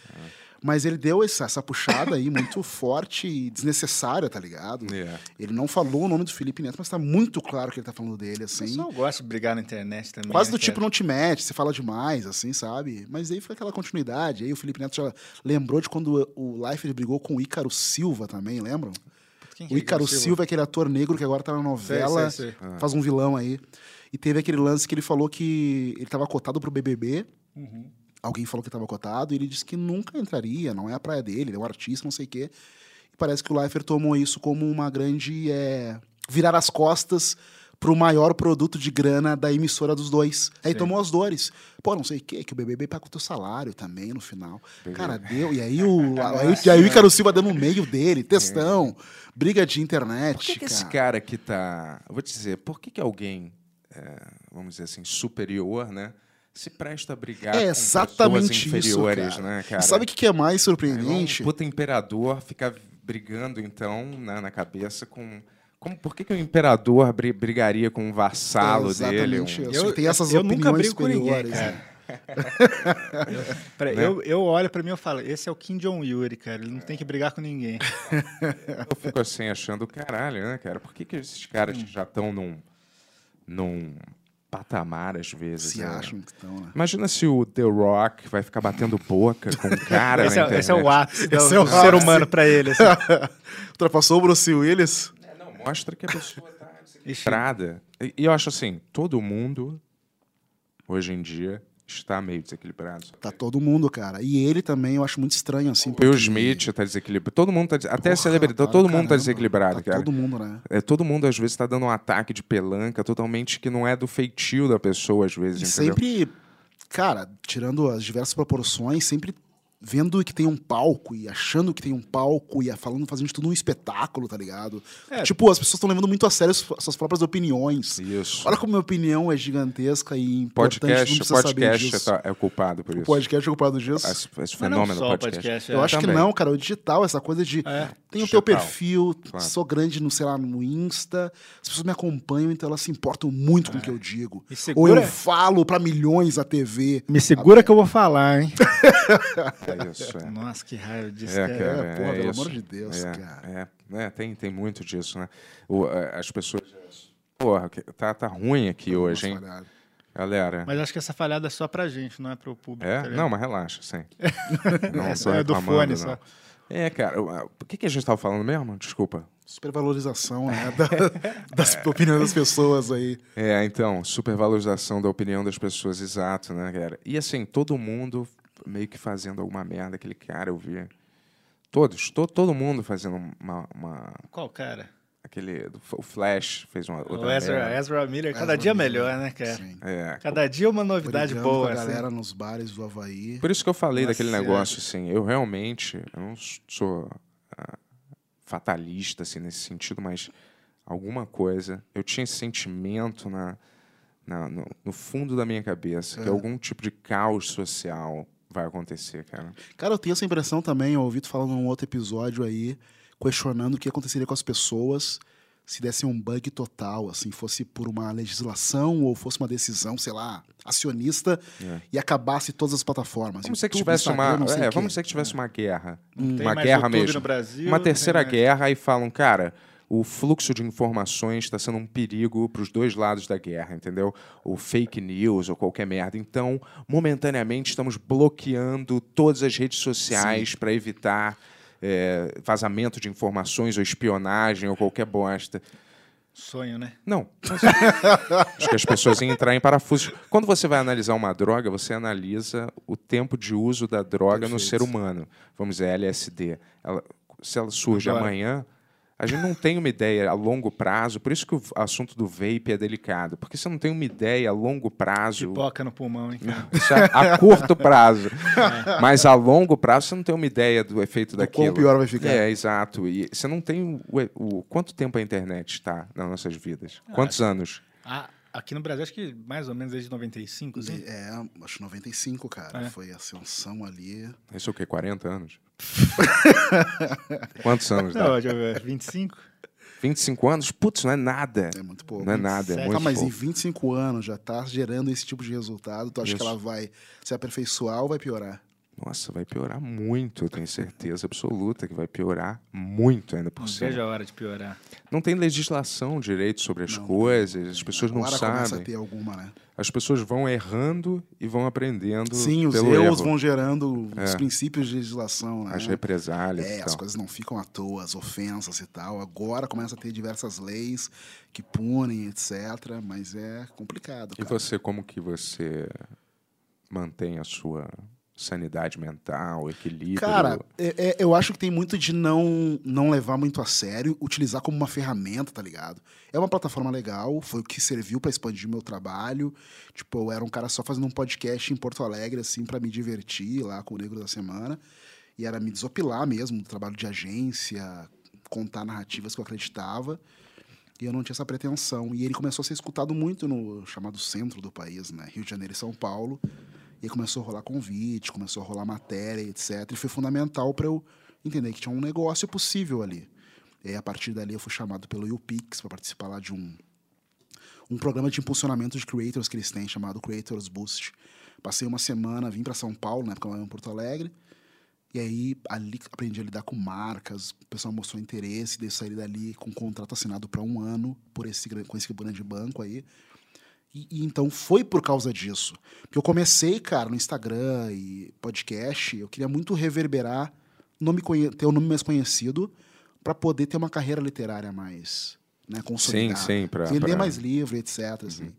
S6: Mas ele deu essa, essa puxada aí muito forte e desnecessária, tá ligado?
S4: É.
S6: Ele não falou o nome do Felipe Neto, mas tá muito claro que ele tá falando dele,
S3: O
S6: assim.
S3: pessoal gosta de brigar na internet também.
S6: Quase
S3: né,
S6: do
S3: cara?
S6: tipo não te mete, você fala demais, assim, sabe? Mas aí foi aquela continuidade. Aí o Felipe Neto já lembrou de quando o Life brigou com o Ícaro Silva também, lembram?
S3: Quem que
S6: O
S3: é
S6: Ícaro Silva é aquele ator negro que agora tá na novela,
S3: Sei, sei,
S4: É.
S6: faz um vilão aí. E teve aquele lance que ele falou que ele tava cotado pro BBB.
S4: Uhum.
S6: Alguém falou que tava cotado e ele disse que nunca entraria, não é a praia dele, ele é um artista, não sei o quê. E parece que o Leifert tomou isso como uma grande. é, virar as costas pro maior produto de grana da emissora dos dois. Aí tomou as dores. Pô, não sei o quê, que o BBB paga o teu salário também no final. Cara, deu. E aí o, aí, e aí o Ícaro Silva deu no meio dele, textão, briga de internet.
S4: Por que, que esse
S6: cara?
S4: cara que tá. Eu vou te dizer, por que, que alguém, é, vamos dizer assim, superior, né? Se presta a brigar
S6: É
S4: com pessoas
S6: exatamente isso,
S4: inferiores,
S6: cara.
S4: né, cara?
S6: E sabe o que, que é mais
S4: Aí vai
S6: surpreendente?
S4: Um puta imperador ficar brigando, então, né, na cabeça com, Como, por que, que o imperador bri- brigaria com um vassalo dele? Um-
S6: Exatamente isso.
S3: Eu-
S6: tem essas
S3: eu
S6: opiniões
S3: nunca brigo com ninguém,
S6: superiores.
S3: cara.
S6: né?
S3: Peraí, eu, eu olho pra mim e eu falo, esse é o Kim Jong-il, ele, cara. Ele não tem que brigar com ninguém.
S4: Eu fico assim achando, caralho, né, cara? Por que, que esses caras que já estão num, num patamar, às vezes?
S6: Se
S4: né?
S6: acham que estão, né?
S4: Imagina se o The Rock vai ficar batendo boca com um cara.
S3: esse,
S4: na
S3: é, esse é o
S4: internet.
S3: ápice do,
S6: Esse é o
S3: do ser
S6: ápice.
S3: humano pra ele. assim.
S6: Ultrapassou o Bruce Willis?
S4: É, não, mostra que a pessoa tá
S3: Ixi.
S4: estrada. E e eu acho assim, todo mundo, hoje em dia, está meio desequilibrado.
S6: Tá todo mundo, cara. E ele também eu acho muito estranho, assim.
S4: O Will
S6: porque-
S4: Smith tá desequilibrado. Todo mundo tá des- Até a
S6: Porra,
S4: celebridade,
S6: cara,
S4: todo mundo tá
S6: caramba.
S4: desequilibrado,
S6: Tá
S4: cara.
S6: Todo mundo, né?
S4: É, todo mundo, às vezes, tá dando um ataque de pelanca totalmente que não é do feitio da pessoa, às vezes,
S6: E
S4: entendeu?
S6: sempre, cara, tirando as diversas proporções, sempre vendo que tem um palco e achando que tem um palco e falando, fazendo de tudo um espetáculo, tá ligado?
S3: É.
S6: Tipo, as pessoas estão levando muito a sério as- suas próprias opiniões.
S4: Isso.
S6: Olha como minha opinião é gigantesca e é importante, não
S4: podcast,
S6: precisa saber
S4: podcast
S6: disso.
S4: é, tá- é culpado por isso.
S6: O podcast é ocupado disso.
S4: Esse, esse
S3: Mas não
S4: fenômeno
S3: só o
S4: podcast.
S3: podcast.
S6: Eu
S3: é.
S6: acho que
S4: também.
S6: não, cara. O digital, essa coisa de
S3: É.
S6: tem o
S4: Digital,
S6: teu perfil,
S4: claro.
S6: sou grande no, sei lá, no Insta, as pessoas me acompanham, então elas se importam muito com o que eu digo.
S3: Me
S6: Ou
S3: É. segura,
S6: eu falo pra milhões na TV.
S3: me segura que eu vou falar, hein?
S4: É isso, é.
S3: Nossa, que raio disso,
S4: É,
S3: cara.
S6: É,
S4: cara,
S6: porra,
S4: é
S6: pelo
S4: isso.
S6: amor de Deus,
S4: É,
S6: cara.
S4: é, né, tem, tem muito disso, né? O, a- as pessoas. Porra, que- tá, tá ruim aqui hoje, hein?
S6: Nossa, olha,
S4: Galera.
S3: Mas acho que essa falhada é só pra gente, não é pro público.
S4: É?
S3: tá ligado?
S4: Não, mas relaxa, sim. Não
S3: Essa
S4: só
S3: é do
S4: reclamando,
S3: fone,
S4: não.
S3: só.
S4: É, cara, o- a- o que, que a gente tava falando mesmo? Desculpa.
S6: Supervalorização, né? da- das opiniões das pessoas aí.
S4: É, então, supervalorização da opinião das pessoas, exato, né, cara? E assim, todo mundo meio que fazendo alguma merda, aquele cara, eu vi. Todos, to, todo mundo fazendo uma, uma-
S3: Qual cara?
S4: Aquele. do- O Flash fez uma.
S3: O
S4: outra merda.
S3: Ezra, Ezra Miller, cada
S6: Ezra
S3: dia
S6: Miller.
S3: melhor, né, cara?
S6: Sim.
S4: É.
S3: Cada dia uma novidade
S6: Brigando
S3: boa,
S6: com a
S3: assim.
S6: galera nos bares do Havaí.
S4: Por isso que eu falei
S3: Nossa,
S4: daquele
S3: é.
S4: negócio, assim. Eu realmente. Eu não sou ah, fatalista, assim, nesse sentido, mas alguma coisa. Eu tinha esse sentimento na, na- no, no fundo da minha cabeça que algum tipo de caos social vai acontecer, cara.
S6: Cara, eu tenho essa impressão também, eu ouvi tu falando num outro episódio aí, questionando o que aconteceria com as pessoas se desse um bug total, assim, fosse por uma legislação ou fosse uma decisão, sei lá, acionista
S4: É.
S6: e acabasse todas as plataformas.
S4: Vamos ser que
S6: YouTube,
S4: tivesse uma.
S6: Instagram, não sei
S4: é,
S6: o quê.
S4: vamos ser que tivesse uma guerra.
S3: Não tem
S4: uma
S3: mais
S4: guerra
S3: YouTube
S4: mesmo.
S3: No Brasil, né?
S4: uma
S3: não tem
S4: terceira
S3: mais-
S4: guerra e falam, cara, o fluxo de informações está sendo um perigo para os dois lados da guerra, entendeu? O fake news ou qualquer merda. Então, momentaneamente, estamos bloqueando todas as redes sociais para evitar é, vazamento de informações ou espionagem ou qualquer bosta.
S3: Sonho, né?
S4: Não. Acho que as pessoas iam entrar em parafuso. Quando você vai analisar uma droga, você analisa o tempo de uso da droga no
S6: Perfeito.
S4: ser humano. Vamos dizer, LSD. Ela- se ela surge
S3: Agora.
S4: amanhã, a gente não tem uma ideia a longo prazo. Por isso que o assunto do vape é delicado. Porque você não tem uma ideia a longo prazo.
S3: Pipoca no pulmão, hein? cara?
S4: Isso é a curto prazo. Mas a longo prazo você não tem uma ideia do efeito
S6: É. Do
S4: daquilo.
S6: quão pior vai ficar.
S4: É, exato. E você não tem o, o- quanto tempo a internet está nas nossas vidas? Quantos anos?
S3: Ah, aqui no Brasil, acho que mais ou menos desde 95, assim.
S6: É, acho 95, cara.
S3: É.
S6: Foi a ascensão ali.
S4: Isso é o quê? 40 anos? Quantos anos dá?
S3: Não,
S6: é-
S3: deixa eu ver, 25?
S4: 25 anos? Putz, não é nada.
S6: É muito pouco.
S4: Não é nada, é
S3: Tá,
S4: muito
S6: Tá, mas em
S4: pouco.
S6: 25 anos já tá gerando esse tipo de resultado. Tu acha que
S4: Isso.
S6: ela vai se aperfeiçoar ou vai piorar?
S4: Nossa, vai piorar muito, eu tenho certeza absoluta que vai piorar muito ainda por
S3: Não
S4: cima.
S3: seja a hora de piorar.
S4: Não tem legislação direito sobre as
S6: Não.
S4: coisas, as pessoas não
S6: Agora começa a
S4: sabem.
S6: ter alguma, né?
S4: As pessoas vão errando e vão aprendendo
S6: Sim, os
S4: pelo
S6: erros
S4: erro.
S6: vão gerando os
S4: É.
S6: princípios de legislação, né?
S4: As então. represálias e
S6: É, as
S4: tal.
S6: coisas não ficam à toa, as ofensas e tal. Agora começa a ter diversas leis que punem, etc. Mas é complicado,
S4: E
S6: cara.
S4: você, como que você mantém a sua sanidade mental, equilíbrio?
S6: Cara, é- é- eu acho que tem muito de não, não levar muito a sério, utilizar como uma ferramenta, tá ligado? É uma plataforma legal, foi o que serviu pra expandir meu trabalho. Tipo, eu era um cara só fazendo um podcast em Porto Alegre, assim, pra me divertir lá com o Negro da Semana. E era me desopilar mesmo do trabalho de agência, contar narrativas que eu acreditava. E eu não tinha essa pretensão. E ele começou a ser escutado muito no chamado centro do país, né? Rio de Janeiro e São Paulo. E aí começou a rolar convite, começou a rolar matéria, etc. E foi fundamental para eu entender que tinha um negócio possível ali. E aí, a partir dali, eu fui chamado pelo YouPix para participar lá de um, um programa de impulsionamento de creators que eles têm, chamado Creators Boost. Passei uma semana, vim para São Paulo, na época eu morava em Porto Alegre. E aí, ali aprendi a lidar com marcas, o pessoal mostrou interesse, daí eu saí dali com um contrato assinado para um ano por esse, gran- com esse grande banco aí. E, e então foi por causa disso. Porque eu comecei, cara, no Instagram e podcast, eu queria muito reverberar, nome conhe- ter o nome mais conhecido, para poder ter uma carreira literária mais né,
S4: Sim,
S6: consolidada.
S4: sim, pra.
S6: Vender
S4: pra- Uhum.
S6: mais livro, etc. Assim.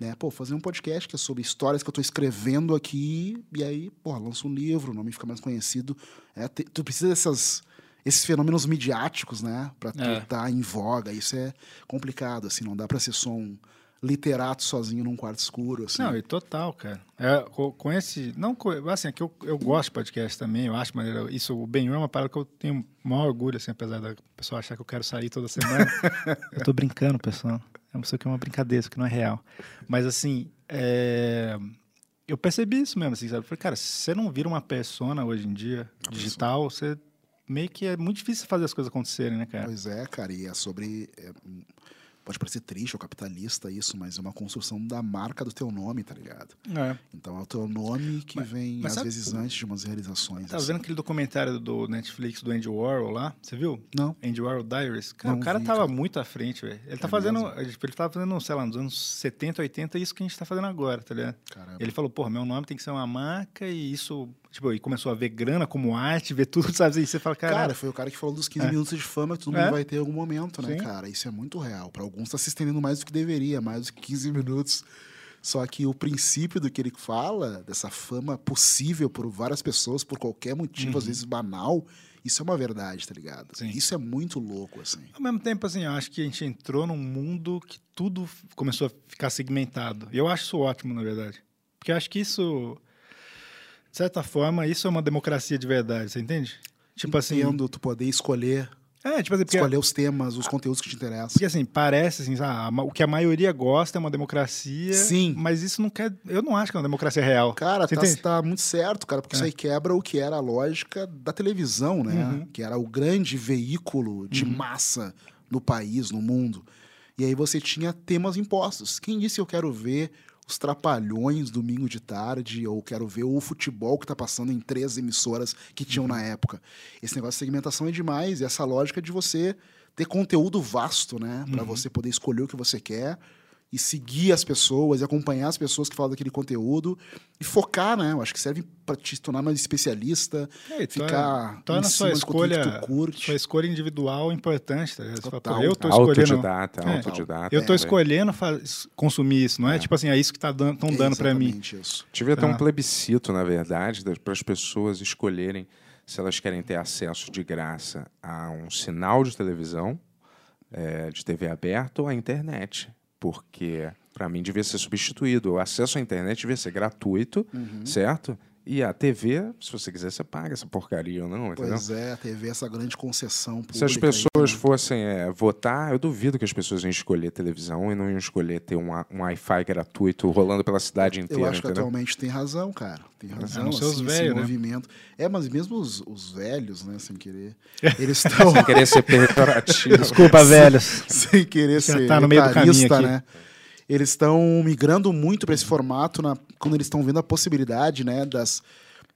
S6: Né? Pô, fazer um podcast que é sobre histórias que eu tô escrevendo aqui, e aí, porra, lança um livro, o nome fica mais conhecido. É, te- tu precisa dessas, esses fenômenos midiáticos, né? Pra tu
S3: É.
S6: tá em voga. Isso é complicado, assim, não dá pra ser só um literato sozinho num quarto escuro, assim.
S3: Não, e total, cara. É, co- com esse. Não, co- assim, é que eu, eu gosto de podcast também, eu acho maneiro. Isso, o Ben é uma parada que eu tenho o maior orgulho, assim, apesar da pessoa achar que eu quero sair toda semana. eu tô brincando, pessoal. É uma pessoa que é uma brincadeira, isso que não é real. Mas assim, é, eu percebi isso mesmo, assim, sabe? Eu Falei, cara, se você não vira uma persona hoje em dia, digital, você meio que é muito difícil fazer as coisas acontecerem, né, cara?
S6: Pois é, cara, e é sobre. é, hum, pode parecer triste ou capitalista isso, mas é uma construção da marca do teu nome, tá ligado?
S3: É.
S6: Então é o teu nome que vem,
S3: mas
S6: às
S3: sabe-
S6: vezes, antes de umas realizações.
S3: Tá
S6: assim.
S3: vendo aquele documentário do Netflix do Andy Warhol lá? Você viu?
S6: Não.
S3: Andy Warhol Diaries. Cara,
S6: Não
S3: o cara
S6: vi,
S3: tava
S6: cara.
S3: muito à frente, velho. Ele tá
S6: É
S3: fazendo.
S6: mesmo?
S3: Ele tava fazendo, sei lá, nos anos 70, 80, isso que a gente tá fazendo agora, tá ligado?
S6: Caramba.
S3: Ele falou, pô, meu nome tem que ser uma marca e isso. Tipo, e começou a ver grana como arte, ver tudo, sabe? E você fala, cara.
S6: Cara, foi o cara que falou dos 15
S3: É.
S6: minutos de fama que todo mundo
S3: É.
S6: vai ter em algum momento, né,
S3: Sim.
S6: cara? Isso é muito real. Pra alguns tá se estendendo mais do que deveria, mais do que 15 minutos. Só que o princípio do que ele fala, dessa fama possível por várias pessoas, por qualquer motivo, às vezes banal, isso é uma verdade, tá ligado?
S3: Uhum. Sim.
S6: Isso é muito louco, assim.
S3: Ao mesmo tempo, assim, eu acho que a gente entrou num mundo que tudo f- começou a ficar segmentado. E eu acho isso ótimo, na verdade. Porque eu acho que isso. De certa forma, isso é uma democracia de verdade, você entende? Tipo assim.
S6: Entendo tu poder escolher,
S3: É, tipo assim, porque
S6: escolher os temas, os conteúdos que te interessam.
S3: Porque assim, parece assim, ah, a ma- o que a maioria gosta é uma democracia.
S6: Sim.
S3: Mas isso não quer. Eu não acho que é uma democracia real.
S6: Cara,
S3: Você
S6: tá,
S3: entende? É.
S6: tá muito certo, cara, porque isso aí quebra o que era a lógica da televisão, né?
S3: Uhum.
S6: Que era o grande veículo de massa no país, no mundo. E aí você tinha temas impostos. Quem disse eu quero ver os trapalhões domingo de tarde, ou quero ver o futebol que tá passando em três emissoras que tinham
S3: Uhum.
S6: na época. Esse negócio de segmentação é demais, e essa lógica de você ter conteúdo vasto, né?
S3: Uhum.
S6: Pra você poder escolher o que você quer e seguir as pessoas e acompanhar as pessoas que falam daquele conteúdo e focar, né? Eu acho que serve pra te tornar mais especialista,
S3: É, e torna-
S6: ficar
S3: torna
S6: em
S3: a
S6: cima
S3: sua
S6: do conteúdo que
S3: escolha.
S6: tu curte.
S3: Sua escolha individual é importante, tá ligado? Você fala, pô,
S6: Total. né,
S3: eu tô escolhendo.
S4: Autodidata,
S3: É.
S4: autodidata.
S3: Eu tô
S4: também.
S3: escolhendo faz- consumir isso, não é? Tipo assim, é isso que tá dando, tão
S6: É
S3: dando pra mim.
S6: exatamente Isso.
S4: Tive até um
S3: Tá.
S4: plebiscito, na verdade, para as pessoas escolherem se elas querem ter acesso de graça a um sinal de televisão, eh, de TV aberta ou à internet. Porque, para mim, devia ser substituído. O acesso à internet devia ser gratuito,
S6: Uhum.
S3: Uhum.
S4: certo? E a TV, se você quiser, você paga essa porcaria ou não, entendeu?
S6: Pois é, a TV é essa grande concessão pública.
S4: Se as
S6: aí,
S4: pessoas
S6: né?
S4: fossem eh, votar, eu duvido que as pessoas iam escolher televisão e não iam escolher ter um, a- um Wi-Fi gratuito rolando pela cidade inteira,
S6: Eu acho que
S4: entendeu?
S6: atualmente tem razão, cara. Tem razão.
S3: não ser os
S6: assim,
S3: velhos,
S6: esse
S3: né?
S6: movimento. É, mas mesmo os, os velhos, né, sem querer, eles estão
S4: Sem querer ser pejorativo.
S3: Desculpa, velhos.
S6: sem querer
S3: Já
S6: ser
S3: tá no meio do caminho
S6: etarista,
S3: aqui.
S6: né? Eles estão migrando muito para esse formato na- quando eles estão vendo a possibilidade, né, das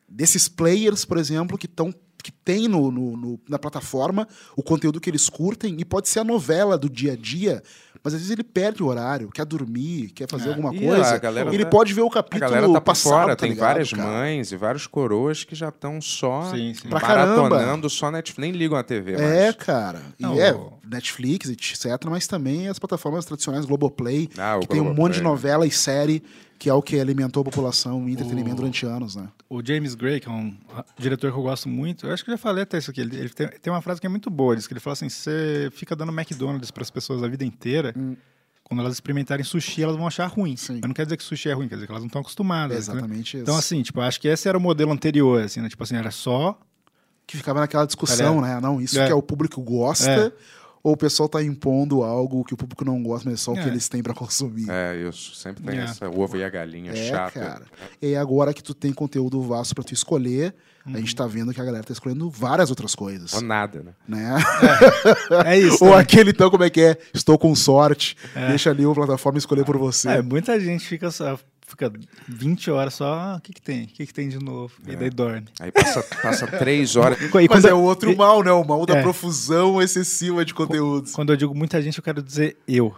S6: desses players, por exemplo, que estão que tem no, no- no- na plataforma o conteúdo que eles curtem e pode ser a novela do dia a dia, mas às vezes ele perde o horário, quer dormir, quer
S3: É.
S6: fazer alguma
S4: E
S6: coisa.
S4: a galera
S6: ele
S4: tá-
S6: pode ver o
S4: A
S6: capítulo
S4: galera tá por
S6: passado,
S4: fora,
S6: tá
S4: tem
S6: ligado,
S4: várias
S6: cara?
S4: mães e vários coroas que já estão só
S3: Sim, sim.
S6: Pra caramba.
S4: maratonando, só Netflix, nem ligam a TV
S6: É,
S4: mais.
S6: cara. E
S3: Não,
S6: é
S3: o-
S6: Netflix, etc., mas também as plataformas tradicionais Globoplay,
S4: Ah, o
S6: que tem um
S4: Globoplay,
S6: monte de
S4: né?
S6: novela e série, que é o que alimentou a população e entretenimento
S3: Oh.
S6: durante anos, né?
S3: O James Gray, que é um ra- diretor que eu gosto muito, eu acho que eu já falei até isso aqui. Ele, ele tem, tem uma frase que é muito boa: diz que ele fala assim, você fica dando McDonald's para as pessoas a vida inteira. Quando elas experimentarem sushi, elas vão achar ruim.
S6: Hum. Sim.
S3: Mas não quer dizer que sushi é ruim, quer dizer que elas não estão acostumadas.
S6: É
S3: entendeu?
S6: exatamente isso.
S3: Então, assim, tipo, eu acho que esse era o modelo anterior, assim, né? Tipo assim, era só.
S6: que ficava naquela discussão, né? Não, isso
S3: É.
S6: que é o público gosta.
S3: É.
S6: ou o pessoal tá impondo algo que o público não gosta, mas é só o
S3: É.
S6: que eles têm pra consumir.
S4: É isso, sempre tem
S3: É.
S4: essa o ovo e a galinha
S6: É,
S4: chata.
S6: cara. E agora que tu tem conteúdo vasto pra tu escolher, a
S3: Uhum.
S6: gente tá vendo que a galera tá escolhendo várias outras coisas,
S4: Ou nada, né?
S6: né?
S3: É isso.
S6: Ou
S3: né?
S6: aquele então, como é que é? Estou com sorte, deixa ali uma plataforma escolher por você.
S3: É, muita gente fica só. Fica 20 horas só, ah, o que, que tem? O que, que tem de novo? E daí dorme.
S4: Aí passa, passa três horas.
S3: E quando,
S6: É. Mas é
S3: eu,
S6: o outro mal, né? O mal da
S3: É.
S6: profusão excessiva de conteúdos.
S3: quando eu digo muita gente, eu quero dizer eu.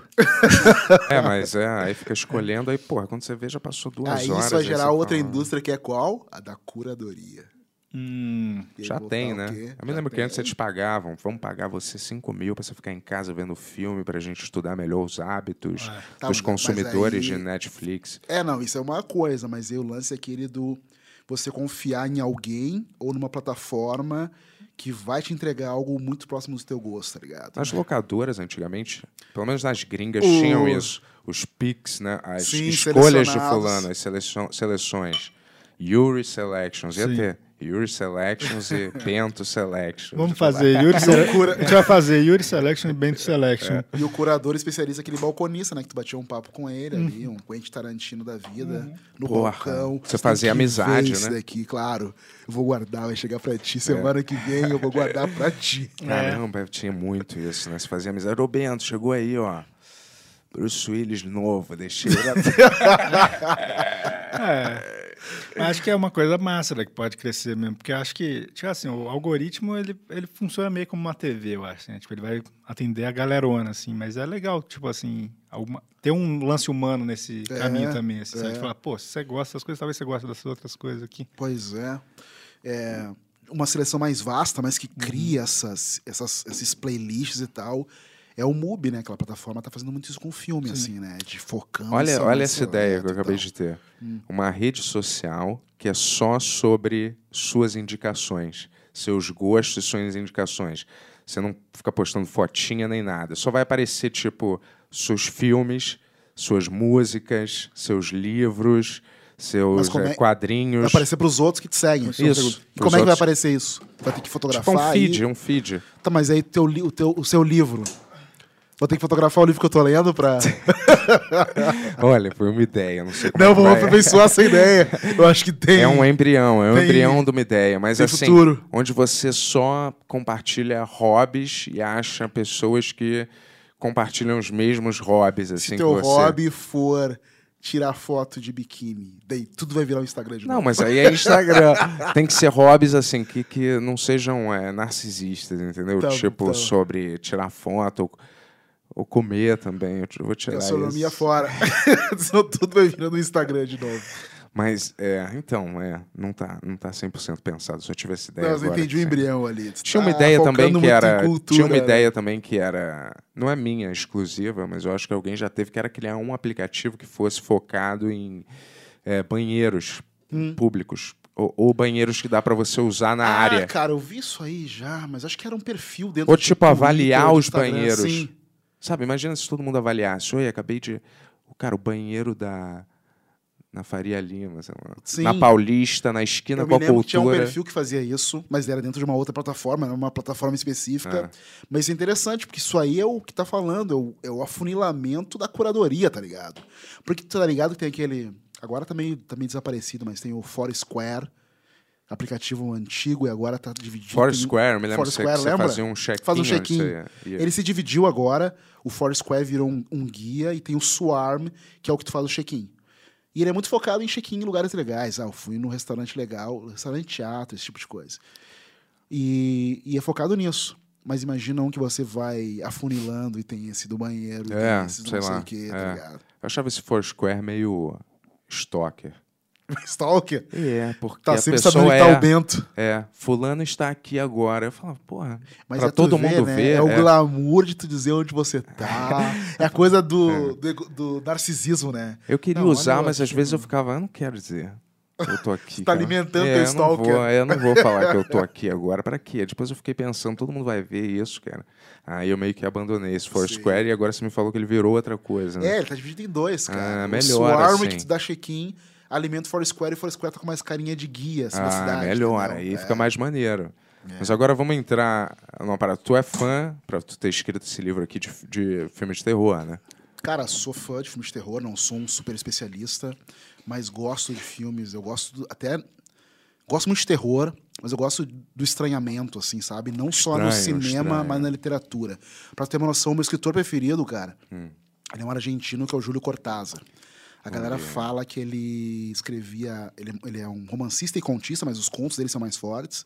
S4: É, mas é, aí fica escolhendo, aí, porra, quando você vê, já passou duas
S6: Aí
S4: horas.
S6: isso vai gerar
S4: você
S6: outra
S4: fala, "Ah,
S6: indústria que é qual? A da curadoria.
S3: Hum,
S6: E aí
S4: Já
S6: botar
S4: tem,
S6: o
S4: né?
S6: quê?
S4: Eu me
S6: Já
S4: lembro que
S6: tem.
S4: antes eles pagavam, vamos pagar você 5 mil pra você ficar em casa vendo filme, pra gente estudar melhor os hábitos
S6: Tá,
S4: dos
S6: mas
S4: consumidores de
S6: aí-
S4: Netflix.
S6: É, não, isso é uma coisa, mas aí o lance é aquele do você confiar em alguém ou numa plataforma que vai te entregar algo muito próximo do teu gosto, tá ligado?
S4: Nas locadoras, antigamente, pelo menos nas gringas,
S6: O-
S4: tinham isso. Os picks, né? As
S6: Sim,
S4: escolhas de
S6: selecionados.
S4: fulano, as seleção- seleções. Yuri Selections. Ia ter Yuri Selections e Bento Selections.
S3: vamos fazer Yuri Selection. A gente vai fazer Yuri Selection e
S6: É.
S3: Bento Selection.
S6: E o curador especialista, é aquele balconista, né? Que tu batia um papo com ele ali, um Quentin Tarantino da vida, no
S4: Porra,
S6: balcão.
S4: você
S6: Tem
S4: fazia
S6: que
S4: amizade,
S6: ver Isso
S4: né? É.
S6: daqui, claro. Eu vou guardar, vai chegar pra ti. Semana que vem eu vou guardar pra ti.
S4: Caramba, tinha muito isso, né? Se fazia amizade. Ô, Bento, chegou aí, ó. Bruce Willis novo, deixei ele atrás.
S6: É.
S3: Mas Acho que é uma coisa massa né, que pode crescer mesmo, porque eu acho que, tipo assim, o algoritmo ele, ele funciona meio como uma TV, eu acho, né? Tipo, ele vai atender a galerona, assim, mas é legal, tipo assim, alguma- ter um lance humano nesse
S6: É,
S3: caminho também, assim, sabe?
S6: é.
S3: De falar, pô, se você gosta dessas coisas, talvez você goste dessas outras coisas aqui.
S6: Pois é. É, Uma seleção mais vasta, mas que
S4: Uhum.
S6: cria essas, essas, esses playlists e tal. É o MUBI, né? Aquela plataforma tá fazendo muito isso com filme, assim, né? De focando.
S4: Olha, olha essa
S6: né,
S4: ideia que eu acabei de ter.
S6: Hum.
S4: Uma rede social que é só sobre suas indicações, seus gostos, suas indicações. Você não fica postando fotinha nem nada. Só vai aparecer, tipo, seus filmes, suas músicas, seus livros, seus
S6: como
S4: eh,
S6: é-
S4: quadrinhos.
S6: Vai aparecer pros outros que te seguem.
S4: Isso,
S6: E como
S4: pros
S6: é que vai
S4: outros.
S6: aparecer isso? Vai ter
S4: tipo
S6: que fotografar?
S4: um
S6: aí?
S4: feed, um feed.
S6: Tá, mas aí teu, li- o, teu, o seu livro. Vou ter que fotografar o livro que eu tô lendo pra.
S4: Olha, foi uma ideia, não sei como
S6: Não,
S4: é que
S6: vou
S4: vai-
S6: aperfeiçoar essa ideia. Eu acho que tem.
S4: É um embrião, é um
S6: tem-
S4: embrião de uma ideia, mas
S6: tem
S4: assim,
S6: futuro.
S4: onde você só compartilha hobbies e acha pessoas que compartilham os mesmos hobbies, assim,
S6: Se
S4: que
S6: teu
S4: você.
S6: hobby for tirar foto de biquíni, daí tudo vai virar um Instagram de
S4: Não,
S6: novo.
S4: mas aí é Instagram. Tem que ser hobbies, assim, que, que não sejam é, narcisistas, entendeu?
S6: Tá,
S4: tipo,
S6: tá.
S4: sobre tirar foto ou, ou comer também. Eu t- vou tirar
S6: Gastronomia
S4: isso.
S6: fora. Senão tudo vai virando um Instagram de novo.
S4: Mas, é, então, é, não tá, não tá 100% pensado. Se eu tivesse ideia
S6: Não,
S4: agora...
S6: eu entendi o
S4: assim.
S6: embrião ali. Tu
S4: Tinha uma
S6: tá
S4: ideia também
S6: focando
S4: que
S6: muito
S4: era.
S6: em cultura,
S4: tinha uma
S6: né?
S4: ideia também que era. Não é minha exclusiva, mas eu acho que alguém já teve que era criar um aplicativo que fosse focado em eh, banheiros públicos. Ou, ou banheiros que dá pra você usar na
S6: Hum. Ah,
S4: área.
S6: Cara, eu vi isso aí já, mas acho que era um perfil dentro
S4: Ou
S6: de
S4: tipo,
S6: Twitter,
S4: avaliar
S6: de
S4: os
S6: Instagram,
S4: banheiros.
S6: Sim.
S4: Sabe, imagina se todo mundo avaliasse. Oi, acabei de. o Cara, o banheiro da. Na Faria Lima, sei lá.
S6: Sim.
S4: Na Paulista, na esquina
S6: Eu
S4: com
S6: me
S4: a
S6: lembro que tinha um
S4: cultura.
S6: perfil que fazia isso, mas era dentro de uma outra plataforma, era uma plataforma específica. Mas isso é interessante, porque isso aí é o que tá falando, é o, é o afunilamento da curadoria, tá ligado? Porque tu tá ligado que tem aquele. Agora tá meio, tá meio desaparecido, mas tem o Foursquare, aplicativo antigo, e agora tá dividido.
S4: Foursquare, me lembro que você,
S6: Foursquare,
S4: que você
S6: lembra?
S4: fazia um check-in.
S6: Faz um
S4: onde
S6: check-in.
S4: você ia-
S6: Ele se dividiu agora, o Foursquare virou um, um guia e tem o Swarm, que é o que tu faz o check-in. E ele é muito focado em check-in em lugares legais. Ah, eu fui num restaurante legal, restaurante teatro, esse tipo de coisa. E, e é focado nisso. Mas imagina um que você vai afunilando e tem esse do banheiro,
S4: É,
S6: tem esse do
S4: sei
S6: não sei
S4: lá,
S6: o quê, tá
S4: é.
S6: ligado?
S4: Eu achava esse Foursquare meio stalker.
S6: Stalker.
S4: É, porque
S6: Tá
S4: a
S6: sempre
S4: pessoa
S6: sabendo que
S4: é,
S6: tá o Bento.
S4: é, fulano está aqui agora. Eu falava, porra,
S6: Mas
S4: pra
S6: é tu
S4: todo
S6: ver,
S4: mundo
S6: né?
S4: ver.
S6: É o
S4: é.
S6: glamour de tu dizer onde você tá. é a coisa do, do, do narcisismo, né?
S4: Eu queria
S3: Não, olha
S4: usar,
S3: eu
S4: mas às
S3: aqui,
S4: vezes eu
S3: mano.
S4: ficava, eu não quero dizer. que Eu tô aqui.
S6: Você tá
S4: cara." é,
S6: alimentando teu
S4: eu não
S6: stalker.
S4: Vou, é, eu não vou falar que eu tô aqui agora. Pra quê? Depois eu fiquei pensando, todo mundo vai ver isso, cara. Aí eu meio que abandonei esse Foursquare e agora você me falou que ele virou outra coisa. Né?
S6: É, ele tá dividido em dois, cara.
S4: Ah,
S6: O
S4: melhor
S6: Swarm
S4: assim.
S6: que tu dá check-in, alimenta o Foursquare e o Foursquare tá com mais carinha de guia assim,
S4: ah,
S6: na cidade.
S4: melhor.
S6: entendeu?
S4: Aí fica mais maneiro.
S6: É.
S4: Mas agora vamos entrar numa parada. Tu é fã, pra tu ter escrito esse livro aqui, de, de filme de terror, né?
S6: Cara, sou fã de filmes de terror, não sou um super especialista, mas gosto de filmes. Eu gosto do- até. Gosto muito de terror, mas eu gosto do estranhamento, assim, sabe? Não só no
S4: Estranho,
S6: cinema,
S4: estranho.
S6: mas na literatura. Pra ter uma noção, meu escritor preferido, cara,
S4: Hum.
S6: ele é um argentino que é o Júlio Cortázar. A galera fala que ele escrevia. Ele, ele é um romancista e contista, mas os contos dele são mais fortes.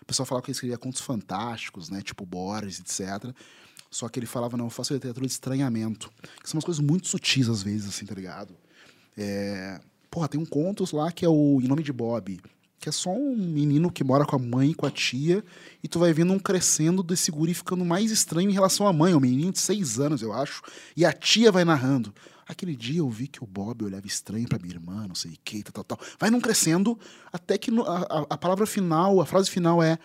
S6: O pessoal falava que ele escrevia contos fantásticos, né? Tipo Borges, etc. Só que ele falava, não, eu faço literatura de estranhamento. Que são umas coisas muito sutis, às vezes, assim, tá ligado? É... Porra, tem um contos lá que é o Em Nome de Bob, que é só um menino que mora com a mãe e com a tia, e tu vai vendo um crescendo desse guri ficando mais estranho em relação à mãe, um menino de seis anos, eu acho, e a tia vai narrando. Aquele dia eu vi que o Bob olhava estranho pra minha irmã, não sei o que, tal, tal, tal. Vai num crescendo, até que no- a, a- a palavra final, a frase final é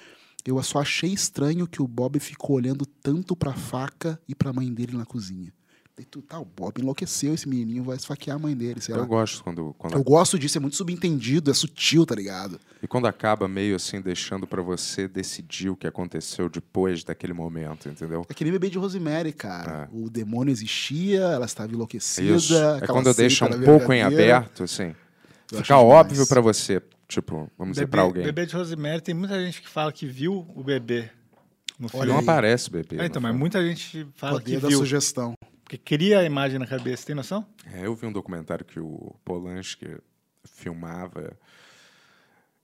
S6: eu só achei estranho que o Bob ficou olhando tanto pra faca e pra mãe dele na cozinha. Daí tu, tá, o Bob enlouqueceu, esse menininho vai esfaquear a mãe dele, sei
S4: Eu
S6: lá.
S4: gosto quando, quando
S6: Eu gosto disso, é muito subentendido, é sutil, tá ligado?
S4: E quando acaba meio assim, deixando pra você decidir o que aconteceu depois daquele momento, entendeu?
S6: É que nem bebê de Rosemary, cara. O demônio existia, ela estava
S4: É
S6: enlouquecida.
S4: isso. É
S6: aquela
S4: quando eu deixo
S6: seita
S4: um
S6: era
S4: pouco em
S6: verdadeira.
S4: aberto, assim.
S6: Eu
S4: Fica
S6: acho demais.
S4: óbvio pra você, tipo, vamos dizer, pra alguém.
S3: Bebê de Rosemary, tem muita gente que fala que viu o bebê no filme.
S4: não
S6: aí.
S4: aparece, bebê.
S3: É, então,
S4: no
S3: mas
S4: filme.
S3: muita gente fala
S6: Poder
S3: que
S6: da
S3: viu,
S6: sugestão.
S3: porque cria a imagem na cabeça, tem noção?
S4: É, eu vi um documentário que o Polanski filmava.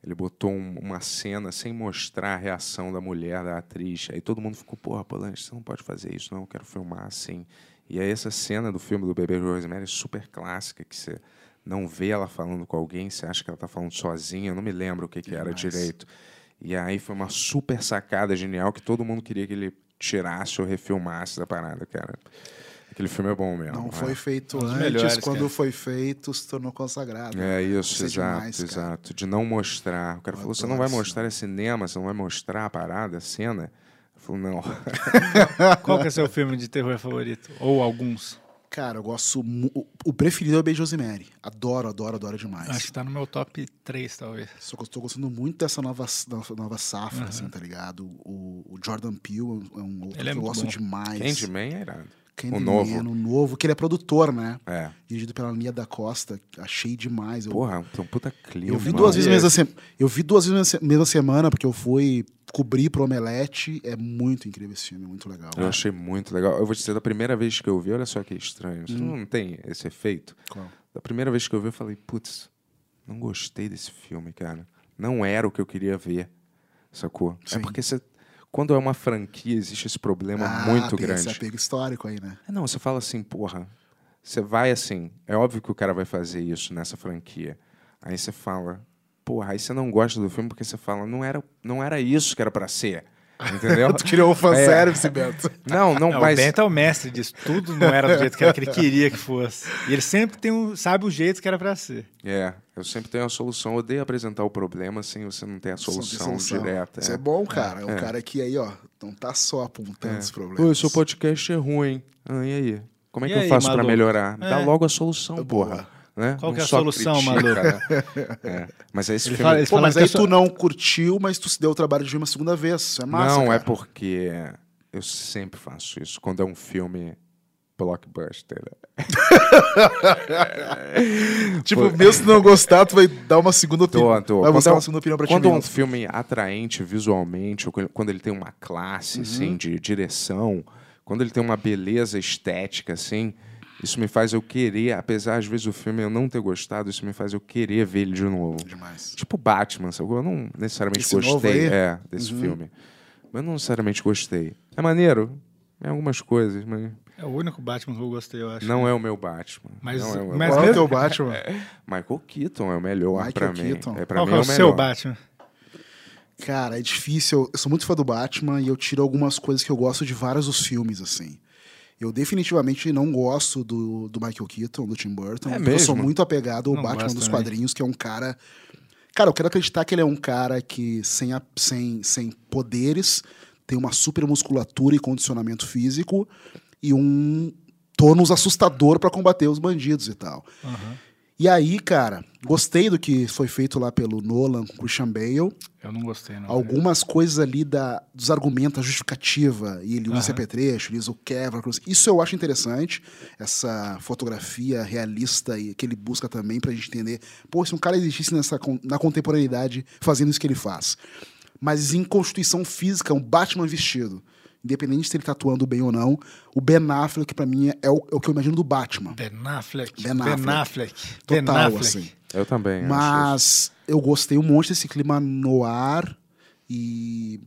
S4: Ele botou um- uma cena sem mostrar a reação da mulher, da atriz. Aí todo mundo ficou, porra, Polanski, você não pode fazer isso, não, eu quero filmar assim. E aí essa cena do filme do Bebê de Rosemary é super clássica, que você não vê ela falando com alguém, você acha que ela tá falando sozinha, eu não me lembro o que, que era direito. E aí foi uma super sacada genial que todo mundo queria que ele tirasse ou refilmasse da parada, cara. Aquele filme é bom mesmo.
S6: Não
S4: né?
S6: foi feito
S3: Um dos
S6: antes,
S3: melhores,
S6: quando
S3: cara.
S6: foi feito, se tornou consagrado.
S4: É isso,
S6: é
S4: exato,
S6: demais, cara.
S4: exato. De não mostrar. O cara
S6: Eu
S4: falou: você
S6: adoro
S4: não vai
S6: isso.
S4: mostrar é cinema, você não vai mostrar a parada, a cena. Eu falo, não.
S3: Qual que é seu filme de terror favorito? Ou alguns?
S6: Cara, eu gosto. mu- o- O preferido é o Beijo de Rosemary. Adoro, adoro, adoro demais.
S3: Acho que tá no meu top 3, talvez.
S6: Só que eu tô gostando muito dessa nova, da nova safra, assim, tá ligado? O, o Jordan Peele é um- é um outro
S3: Ele é
S6: que
S3: muito
S6: eu gosto
S3: bom.
S6: demais.
S4: Candyman é irado.
S6: Candyman,
S4: o novo.
S6: o novo, que ele é produtor, né?
S4: É.
S6: Dirigido pela Nia da Costa. Achei demais. Eu,
S4: Porra, é um puta clima.
S6: eu vi duas vezes
S3: é.
S6: mesma semana. Eu vi duas vezes mesma se- mesma semana, porque eu fui cobrir pro Omelete. É muito incrível esse filme, muito legal.
S4: Eu achei muito legal. Eu vou te dizer, da primeira vez que eu vi, olha só que estranho. Você não tem esse efeito?
S6: Hum. Qual?
S4: Da primeira vez que eu vi, eu falei, putz, não gostei desse filme, cara. Não era o que eu queria ver. Sacou? É
S6: Sim.
S4: porque você. Quando é uma franquia, existe esse problema
S6: Ah,
S4: um muito
S6: tem
S4: grande.
S6: Esse apego histórico aí, né?
S4: É, Não, você fala assim, porra. Você vai assim, é óbvio que o cara vai fazer isso nessa franquia. Aí você fala, porra, aí você não gosta do filme porque você fala, não era, não era isso que era pra ser. Entendeu? É,
S6: Tu criou o fanservice, Beto.
S4: Não, não,
S3: Não,
S4: mas.
S3: O Bento é o mestre disso. Tudo não era do jeito que, era, que ele queria que fosse. E ele sempre tem um, sabe o jeito que era pra ser.
S4: É, eu sempre tenho a solução. Eu odeio apresentar o problema sem você não ter a solução, direta.
S6: Isso
S4: é.
S6: é bom, cara. É um cara que aí, ó, não tá só apontando os problemas.
S4: Pô, seu podcast é ruim. Ah, e aí? Como é
S3: E
S4: que eu
S3: aí,
S4: faço pra
S3: maluco?
S4: melhorar? Me Dá
S3: É.
S4: logo a solução,
S6: Boa.
S4: porra. Né?
S3: Qual
S4: Não
S3: que é a
S4: só
S3: solução, maluco?
S4: né? É, Mas é esse
S3: Ele
S4: filme.
S3: fala- ele
S6: Pô,
S3: Falaram
S6: mas
S3: que
S6: aí
S3: eu sou-
S6: tu não curtiu, mas tu se deu o trabalho de ver uma segunda vez. Isso é massa.
S4: não, é
S6: cara.
S4: porque eu sempre faço isso quando é um filme blockbuster.
S6: Tipo, mesmo se não gostar, tu vai dar uma segunda
S4: Tô,
S6: opinião.
S4: tô.
S6: Vai
S4: Quando,
S6: buscar
S4: é um-
S6: uma segunda opinião pra ti
S4: quando é um
S6: mesmo.
S4: filme atraente visualmente, ou quando- quando ele tem uma classe
S6: Uhum.
S4: assim, de direção, quando ele tem uma beleza estética, assim, isso me faz eu querer, apesar às vezes o filme eu não ter gostado, isso me faz eu querer ver ele de novo.
S6: Demais.
S4: Tipo Batman, sacou? Eu não necessariamente
S6: Esse novo
S4: gostei
S6: aí? Uhum.
S4: é, desse filme. Mas eu não necessariamente gostei. É maneiro, em algumas coisas, mas
S3: É o único Batman que eu gostei, eu acho.
S4: não é o meu Batman.
S3: Mas-
S4: não é o meu
S3: mas
S4: Batman.
S6: Qual é o
S3: mesmo-
S6: teu Batman?
S4: Michael Keaton é o melhor
S6: Michael
S4: pra mim.
S6: Keaton.
S4: É pra
S3: Qual
S4: mim
S3: que é
S4: é
S3: o
S4: o melhor.
S3: seu Batman?
S6: Cara, é difícil. Eu sou muito fã do Batman e eu tiro algumas coisas que eu gosto de vários dos filmes, assim. Eu definitivamente não gosto do, do Michael Keaton, do Tim Burton.
S4: É
S6: porque Eu sou
S4: mesmo?
S6: muito apegado ao
S3: Não
S6: Batman
S3: gosto
S6: dos
S3: também.
S6: quadrinhos, que é um cara. Cara, eu quero acreditar que ele é um cara que, sem, a- sem, sem poderes, tem uma super musculatura e condicionamento físico e um tônus assustador pra combater os bandidos e tal. E aí, cara, gostei do que foi feito lá pelo Nolan com o Christian Bale.
S3: Eu não gostei,
S5: Uhum.
S3: não.
S6: Algumas coisas ali da, dos argumentos, a justificativa, e ele usa
S3: Aham.
S6: esse apetrecho, ele usa o quebra. cruz. Isso eu acho interessante, essa fotografia realista e que ele busca também pra gente entender. Pô, se um cara existisse nessa, con- na contemporaneidade fazendo isso que ele faz. Mas em constituição física, um Batman vestido. Independente se ele tá atuando bem ou não, o Ben Affleck, que pra mim, é o, é o que eu imagino do Batman.
S5: Ben Affleck.
S6: Ben Affleck.
S5: Ben Affleck.
S6: Total,
S5: Ben Affleck.
S6: assim.
S4: Eu também. acho É, isso.
S6: Mas eu gostei um monte desse clima no ar e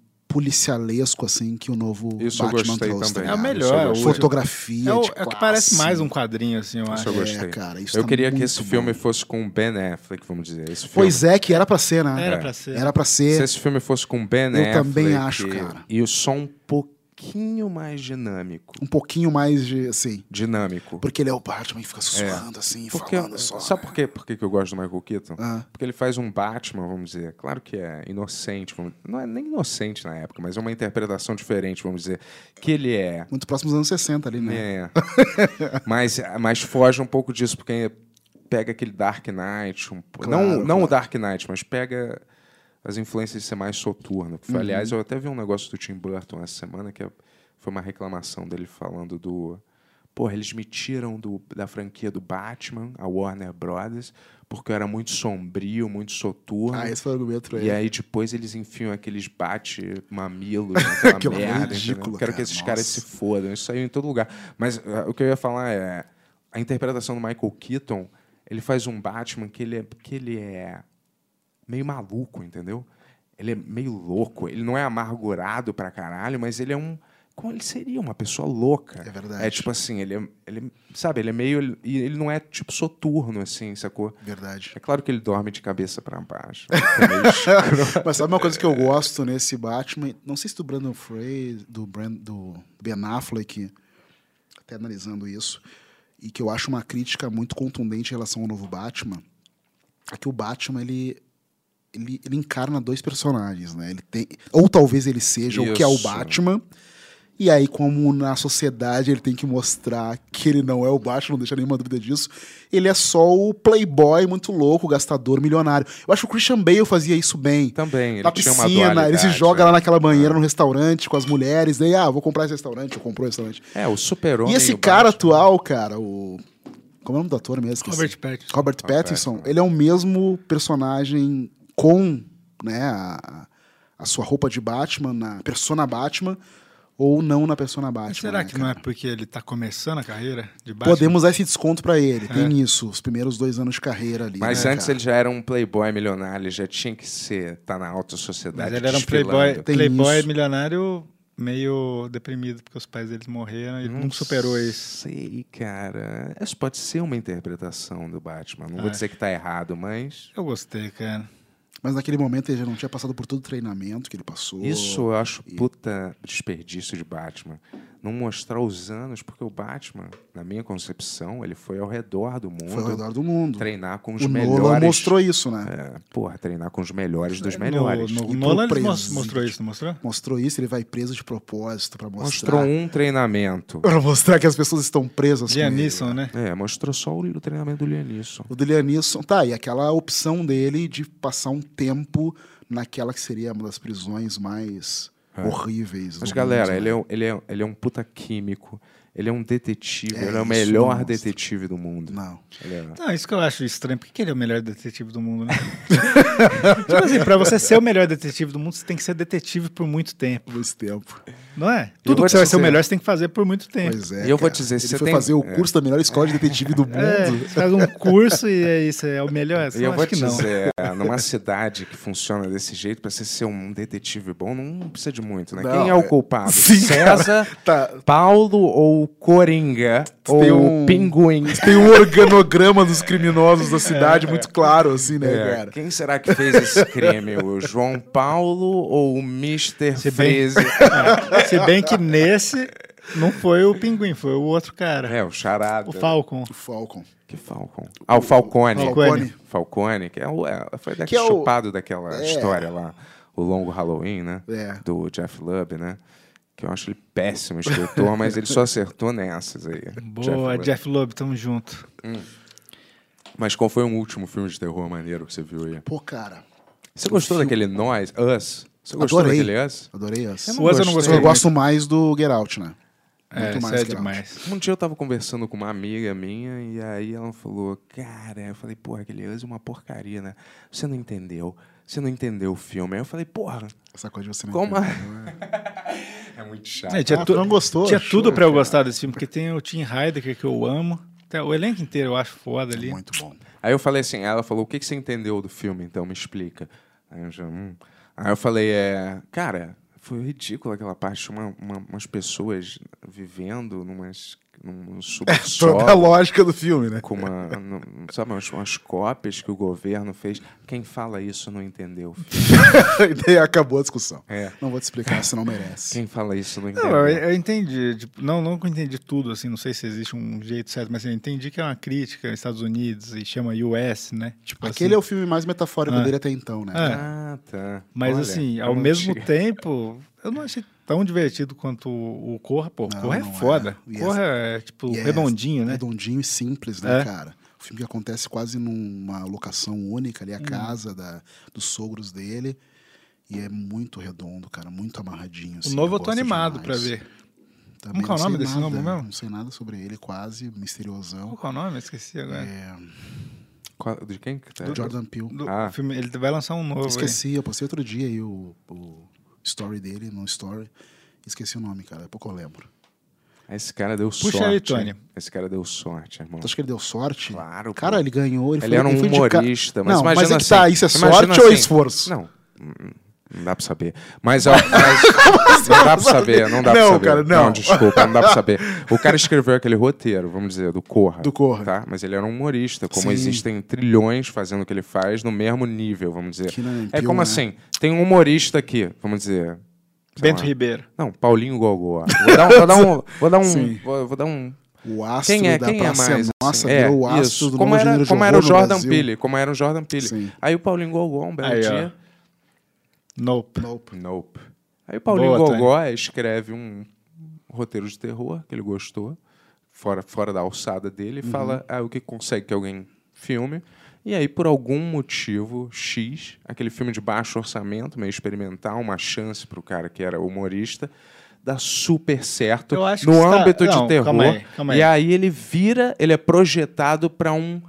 S6: policialesco, assim, que o novo
S4: Isso eu
S6: Batman
S4: gostei
S6: trouxe.
S4: também.
S3: É
S6: tá
S3: o
S6: ligado?
S3: melhor,
S4: Isso eu
S3: hoje.
S4: gostei.
S6: Fotografia,
S3: É o,
S6: de
S3: é o que
S6: classe.
S3: parece mais um quadrinho, assim, eu
S4: Isso
S3: acho.
S4: eu gostei.
S6: É, cara, isso
S4: eu
S6: tá
S4: queria que
S6: muito
S4: esse
S6: bom.
S4: filme fosse com Ben Affleck, vamos dizer. Esse filme.
S6: Pois é, que era pra ser, né?
S3: Era pra ser.
S6: Era pra
S4: Se
S6: ser.
S4: esse filme fosse com Ben
S6: Eu
S4: Affleck...
S6: também acho, cara.
S4: E o som um pouquinho mais dinâmico.
S6: Um pouquinho mais de, assim...
S4: Dinâmico.
S6: Porque ele é o Batman e fica sussurrando, assim,
S4: Tipo- Porque,
S6: falando só.
S4: sabe
S6: né?
S4: por quê? Por que que eu gosto do Michael Keaton?
S6: Ah.
S4: Porque ele faz um Batman, vamos dizer. Claro que é inocente. vamos- Não é nem inocente na época, mas é uma interpretação diferente, vamos dizer. Que ele é...
S6: Muito próximo dos anos 60 ali, né?
S4: É. mas, mas foge um pouco disso, porque pega aquele Dark Knight. um po-
S6: Claro,
S4: não não
S6: claro.
S4: o Dark Knight, mas pega as influências de ser mais soturno.
S6: Uhum.
S4: Foi, Aliás, eu até vi um negócio do Tim Burton essa semana que é- foi uma reclamação dele falando do. Porra, eles me tiram do- da franquia do Batman, a Warner Brothers, porque eu era muito sombrio, muito soturno.
S6: Ah, esse foi o argumento pra ele.
S4: E é. aí depois eles enfiam aqueles bate-mamilos naquela
S6: Que horror,
S4: merda.
S6: ridículo,
S4: entendeu? Quero
S6: cara,
S4: que esses
S6: nossa.
S4: caras se fodam. Isso saiu em todo lugar. Mas ah, o que eu ia falar é... A interpretação do Michael Keaton, ele faz um Batman que ele é, que ele é meio maluco, entendeu? Ele é meio louco. Ele não é amargurado pra caralho, mas ele é um... Como ele seria uma pessoa louca.
S6: É verdade.
S4: É tipo assim, ele, é- ele sabe, ele é meio... e Ele não é tipo soturno, assim, sacou?
S6: Verdade.
S4: É claro que ele dorme de cabeça pra baixo. É meio escroto.
S6: Mas sabe uma coisa que eu gosto nesse Batman? Não sei se do Brandon Fraser, do, Brand, do Ben Affleck, até analisando isso, e que eu acho uma crítica muito contundente em relação ao novo Batman, é que o Batman, ele, ele, ele encarna dois personagens, né? Ele tem, ou talvez ele seja o que é o
S4: Isso.
S6: Batman, e aí, como na sociedade ele tem que mostrar que ele não é o Batman, não deixa nenhuma dúvida disso, ele é só o playboy muito louco, gastador, milionário. Eu acho que o Christian Bale fazia isso bem
S4: Também, ele
S6: na
S4: tinha uma
S6: piscina, ele se
S4: dualidade,
S6: joga
S4: né?
S6: lá naquela banheira no restaurante com as mulheres, daí, ah, vou comprar esse restaurante, eu compro esse restaurante.
S4: É, o super-homem.
S6: e esse
S4: o
S6: cara
S4: Batman.
S6: atual, cara, o. Como é o nome do ator mesmo? Esqueci.
S5: Robert Pattinson.
S6: Robert Pattinson, ele é o mesmo personagem com né, a, a sua roupa de Batman, na persona Batman, ou não na persona Batman.
S5: Mas será
S6: né,
S5: que não é
S6: cara?
S5: porque ele tá começando a carreira de Batman? É.
S6: Podemos dar esse desconto pra ele, tem isso, os primeiros dois anos de carreira ali.
S4: Mas
S6: né,
S4: antes
S6: cara?
S4: ele já era um playboy milionário, ele já tinha que ser, tá na alta sociedade.
S3: Mas ele era um
S4: desfilando.
S3: playboy,
S6: Tem
S3: playboy
S6: isso.
S3: milionário meio deprimido porque os pais dele morreram e
S4: Não
S3: nunca superou isso.
S4: sei, cara. Essa pode ser uma interpretação do Batman.
S3: É.
S4: Não vou dizer que tá errado, mas.
S3: Eu gostei, cara.
S6: Mas naquele momento ele já não tinha passado por todo o treinamento que ele passou.
S4: Isso eu acho puta desperdício de Batman. Não mostrar os anos, porque o Batman, na minha concepção, ele foi ao redor do mundo.
S6: Foi ao redor do mundo.
S4: Treinar com os
S6: o
S4: melhores.
S6: Nolan mostrou isso, né?
S4: É, porra, treinar com os melhores dos melhores.
S3: No, no,
S6: E
S3: é Nolan
S6: pro
S3: ele mos-
S6: presídio.
S3: mostrou isso, não mostrou?
S6: Mostrou isso, ele vai preso de propósito pra mostrar.
S4: Mostrou um treinamento.
S6: Pra mostrar que as pessoas estão presas. com ele,
S3: Giannisson,
S6: né?
S3: né?
S4: É, mostrou só o, o treinamento do Lianisson.
S6: O do Lianisson, tá, e aquela opção dele de passar um tempo naquela que seria uma das prisões mais horríveis.
S4: É. Mas
S6: do mundo,
S4: galera,
S6: né?
S4: ele é, um- ele, é, ele é um puta químico, ele é um detetive,
S6: É,
S4: ele é o
S6: isso
S4: melhor
S6: mostra.
S4: detetive do mundo.
S6: Não.
S4: Ele é-
S3: Não, isso que eu acho estranho. Por que que ele é o melhor detetive do mundo, né? tipo assim, pra você ser o melhor detetive do mundo, você tem que ser detetive por muito tempo,
S6: Por esse tempo.
S3: não é?
S4: vou
S3: Tudo que
S4: te
S3: você vai ser o
S4: dizer-
S3: melhor, você tem que fazer por muito tempo.
S6: Pois é.
S4: E eu vou
S6: cara.
S4: dizer, se
S6: ele
S4: você
S6: foi
S4: tem-
S6: fazer o
S4: é.
S6: curso da melhor escola de detetive do mundo.
S3: É, você faz um curso e é isso, é o melhor.
S4: E
S3: Você
S4: eu vou
S3: acho
S4: te
S3: que não.
S4: dizer, é, numa cidade que funciona desse jeito, pra você ser um detetive bom, não precisa de muito, né?
S6: Não,
S4: Quem é o
S6: é-
S4: culpado?
S6: Sim, cara.
S4: César,
S6: Tá.
S4: Paulo ou Coringa?
S6: tem
S4: ou
S6: um-
S4: Pinguim?
S6: Tem um organograma dos criminosos da cidade muito claro, assim, né,
S4: É,
S6: cara?
S4: quem será que fez esse crime? O João Paulo ou o Mr.
S3: Se bem- É.
S4: Freeze?
S3: Se bem que nesse não foi o pinguim, foi o outro cara.
S4: É, o Charada.
S3: o Falcon.
S6: O Falcon.
S4: Que Falcon? Ah, o Falcone.
S3: Falcone.
S4: Falcone, que é o, é, foi daqui
S6: Que é o-
S4: chupado daquela
S6: É.
S4: história lá, o longo Halloween, né?
S6: É.
S4: Do Jeff Lubb, né? Que eu acho ele péssimo escritor, mas ele só acertou nessas aí.
S3: Boa,
S4: Lubb.
S3: Jeff Loeb, tamo junto.
S4: Mas qual foi o último filme de terror maneiro que você viu aí?
S6: Pô, cara,
S4: Você gostou daquele Nós? Us? Você gostou
S6: Adorei.
S4: daquele Us?
S6: adorei essa.
S3: Eu não Us eu não gostei. gostei
S6: Eu gosto mais do Get Out, né?
S5: É, isso é demais.
S4: Um dia eu tava conversando com uma amiga minha e aí ela falou, cara, eu falei, porra, aquele Us é uma porcaria, né? Você não entendeu. Você não entendeu o filme. Aí eu falei, porra,
S6: Essa coisa de você não
S4: como.
S6: entender.
S4: é muito chato.
S3: É, tinha
S6: Ah,
S3: tu-
S6: não gostou?
S3: tinha
S6: Show,
S3: tudo pra eu
S6: cara.
S3: gostar desse filme, porque tem o Tim Heidecker que eu amo. Até O elenco inteiro eu acho
S5: É
S3: foda ali.
S6: Muito bom.
S4: Aí eu falei assim, ela falou, o que, que você entendeu do filme, então? Me explica. Aí eu, já, hum. Aí eu falei, é, cara, foi ridículo aquela parte, uma, uma- umas pessoas vivendo numas, num
S3: É,
S6: Toda a
S4: subsolo.
S6: lógica do filme, né?
S4: Com uma, num- sabe, umas, umas cópias que o governo fez. Quem fala isso não entendeu. filho.
S6: e daí acabou a discussão.
S4: É.
S6: Não vou te explicar, você não merece.
S4: Quem fala isso não entendeu.
S3: Não, é, eu, eu entendi. tipo, não, não que eu entendi tudo, assim, não sei se existe um jeito certo, mas eu entendi que é uma crítica aos Estados Unidos e chama US, né? Tipo
S6: Aquele é o filme mais metafórico
S3: Ah.
S6: dele até então, né?
S3: É.
S4: Ah, tá.
S3: Mas
S4: Olha,
S3: assim,
S4: eu
S3: ao
S4: não
S3: mesmo
S4: tinha-
S3: tempo, eu não achei tão divertido quanto o o Corra, pô.
S6: Não,
S3: Corra é
S6: não é.
S3: foda.
S6: Yes.
S3: Corra é, tipo,
S6: Yes,
S3: redondinho, né?
S6: É Redondinho e simples, né,
S3: É.
S6: cara? O filme que acontece quase numa locação única
S3: Hum.
S6: ali, a casa da, dos sogros dele. E é muito redondo, cara, muito amarradinho.
S3: O
S6: assim,
S3: novo eu tô
S6: gosto
S3: animado
S6: demais.
S3: pra ver.
S6: Também
S3: Como que é o
S6: não sei
S3: nome desse
S6: nada,
S3: novo mesmo?
S6: Não sei nada sobre ele, quase misteriosão.
S3: Qual que é o nome? Eu esqueci agora.
S4: Qual- De quem que tá?
S6: Jordan Peele.
S3: Do-
S4: Ah.
S3: o filme, ele vai lançar um novo. aí.
S6: Esqueci, eu postei outro dia aí o, o story dele, no story. Esqueci o nome, cara, daqui a pouco eu lembro.
S4: Esse cara deu sorte.
S3: Puxa aí,
S4: hein?
S3: Tony.
S4: Esse cara deu sorte, irmão.
S6: Tu acha que ele deu sorte?
S4: Claro, pô.
S6: Cara, ele ganhou. Ele,
S4: Ele
S6: foi,
S4: era um
S6: foi indicado-
S4: humorista, mas
S6: não,
S4: imagina
S6: mas é que
S4: assim,
S6: tá, isso é
S4: imagina
S6: sorte ou
S4: assim,
S6: esforço?
S4: Não, hum, não dá pra saber. Mas, ó, mas não dá pra saber, não dá pra
S6: Não,
S4: saber.
S6: cara, não.
S4: desculpa, não dá pra saber. O cara escreveu aquele roteiro, vamos dizer, do Corra.
S6: Do Corra.
S4: Tá? Mas ele era um humorista, como
S6: Sim.
S4: existem trilhões fazendo o que ele faz no mesmo nível, vamos dizer.
S6: Que não é
S4: é
S6: pio,
S4: como
S6: né?
S4: assim, tem um humorista aqui, vamos dizer... sei
S3: Bento
S4: lá.
S3: Ribeiro.
S4: Não, Paulinho Gogó. Vou dar um... Vou dar um... Vou dar um,
S6: Sim.
S4: vou- vou dar um
S6: O astro
S4: quem é,
S6: da
S4: quem é
S6: Praça é
S4: mais?
S6: Nossa
S4: assim?
S6: virou o
S4: É,
S6: astro
S4: isso.
S6: do
S4: como
S6: novo
S4: era,
S6: gênero de
S4: como era o
S6: horror no
S4: Jordan
S6: Brasil.
S4: Peele, como era o Jordan Peele.
S6: Sim.
S4: Aí o Paulinho Gogó, um belo
S3: Aí, ó.
S4: dia...
S3: Nope.
S6: Nope.
S4: Nope. Aí o Paulinho
S3: Boa,
S4: Gogó escreve um roteiro de terror que ele gostou, fora, fora da alçada dele,
S3: Uhum.
S4: e fala ah, o que consegue que alguém filme. E aí, por algum motivo X, aquele filme de baixo orçamento, meio experimental, uma chance pro cara que era humorista, dá super certo
S3: Eu acho
S4: no
S3: que está-
S4: âmbito de
S3: Não,
S4: terror.
S3: calma aí, calma
S4: E
S3: aí.
S4: aí ele vira, ele é projetado para um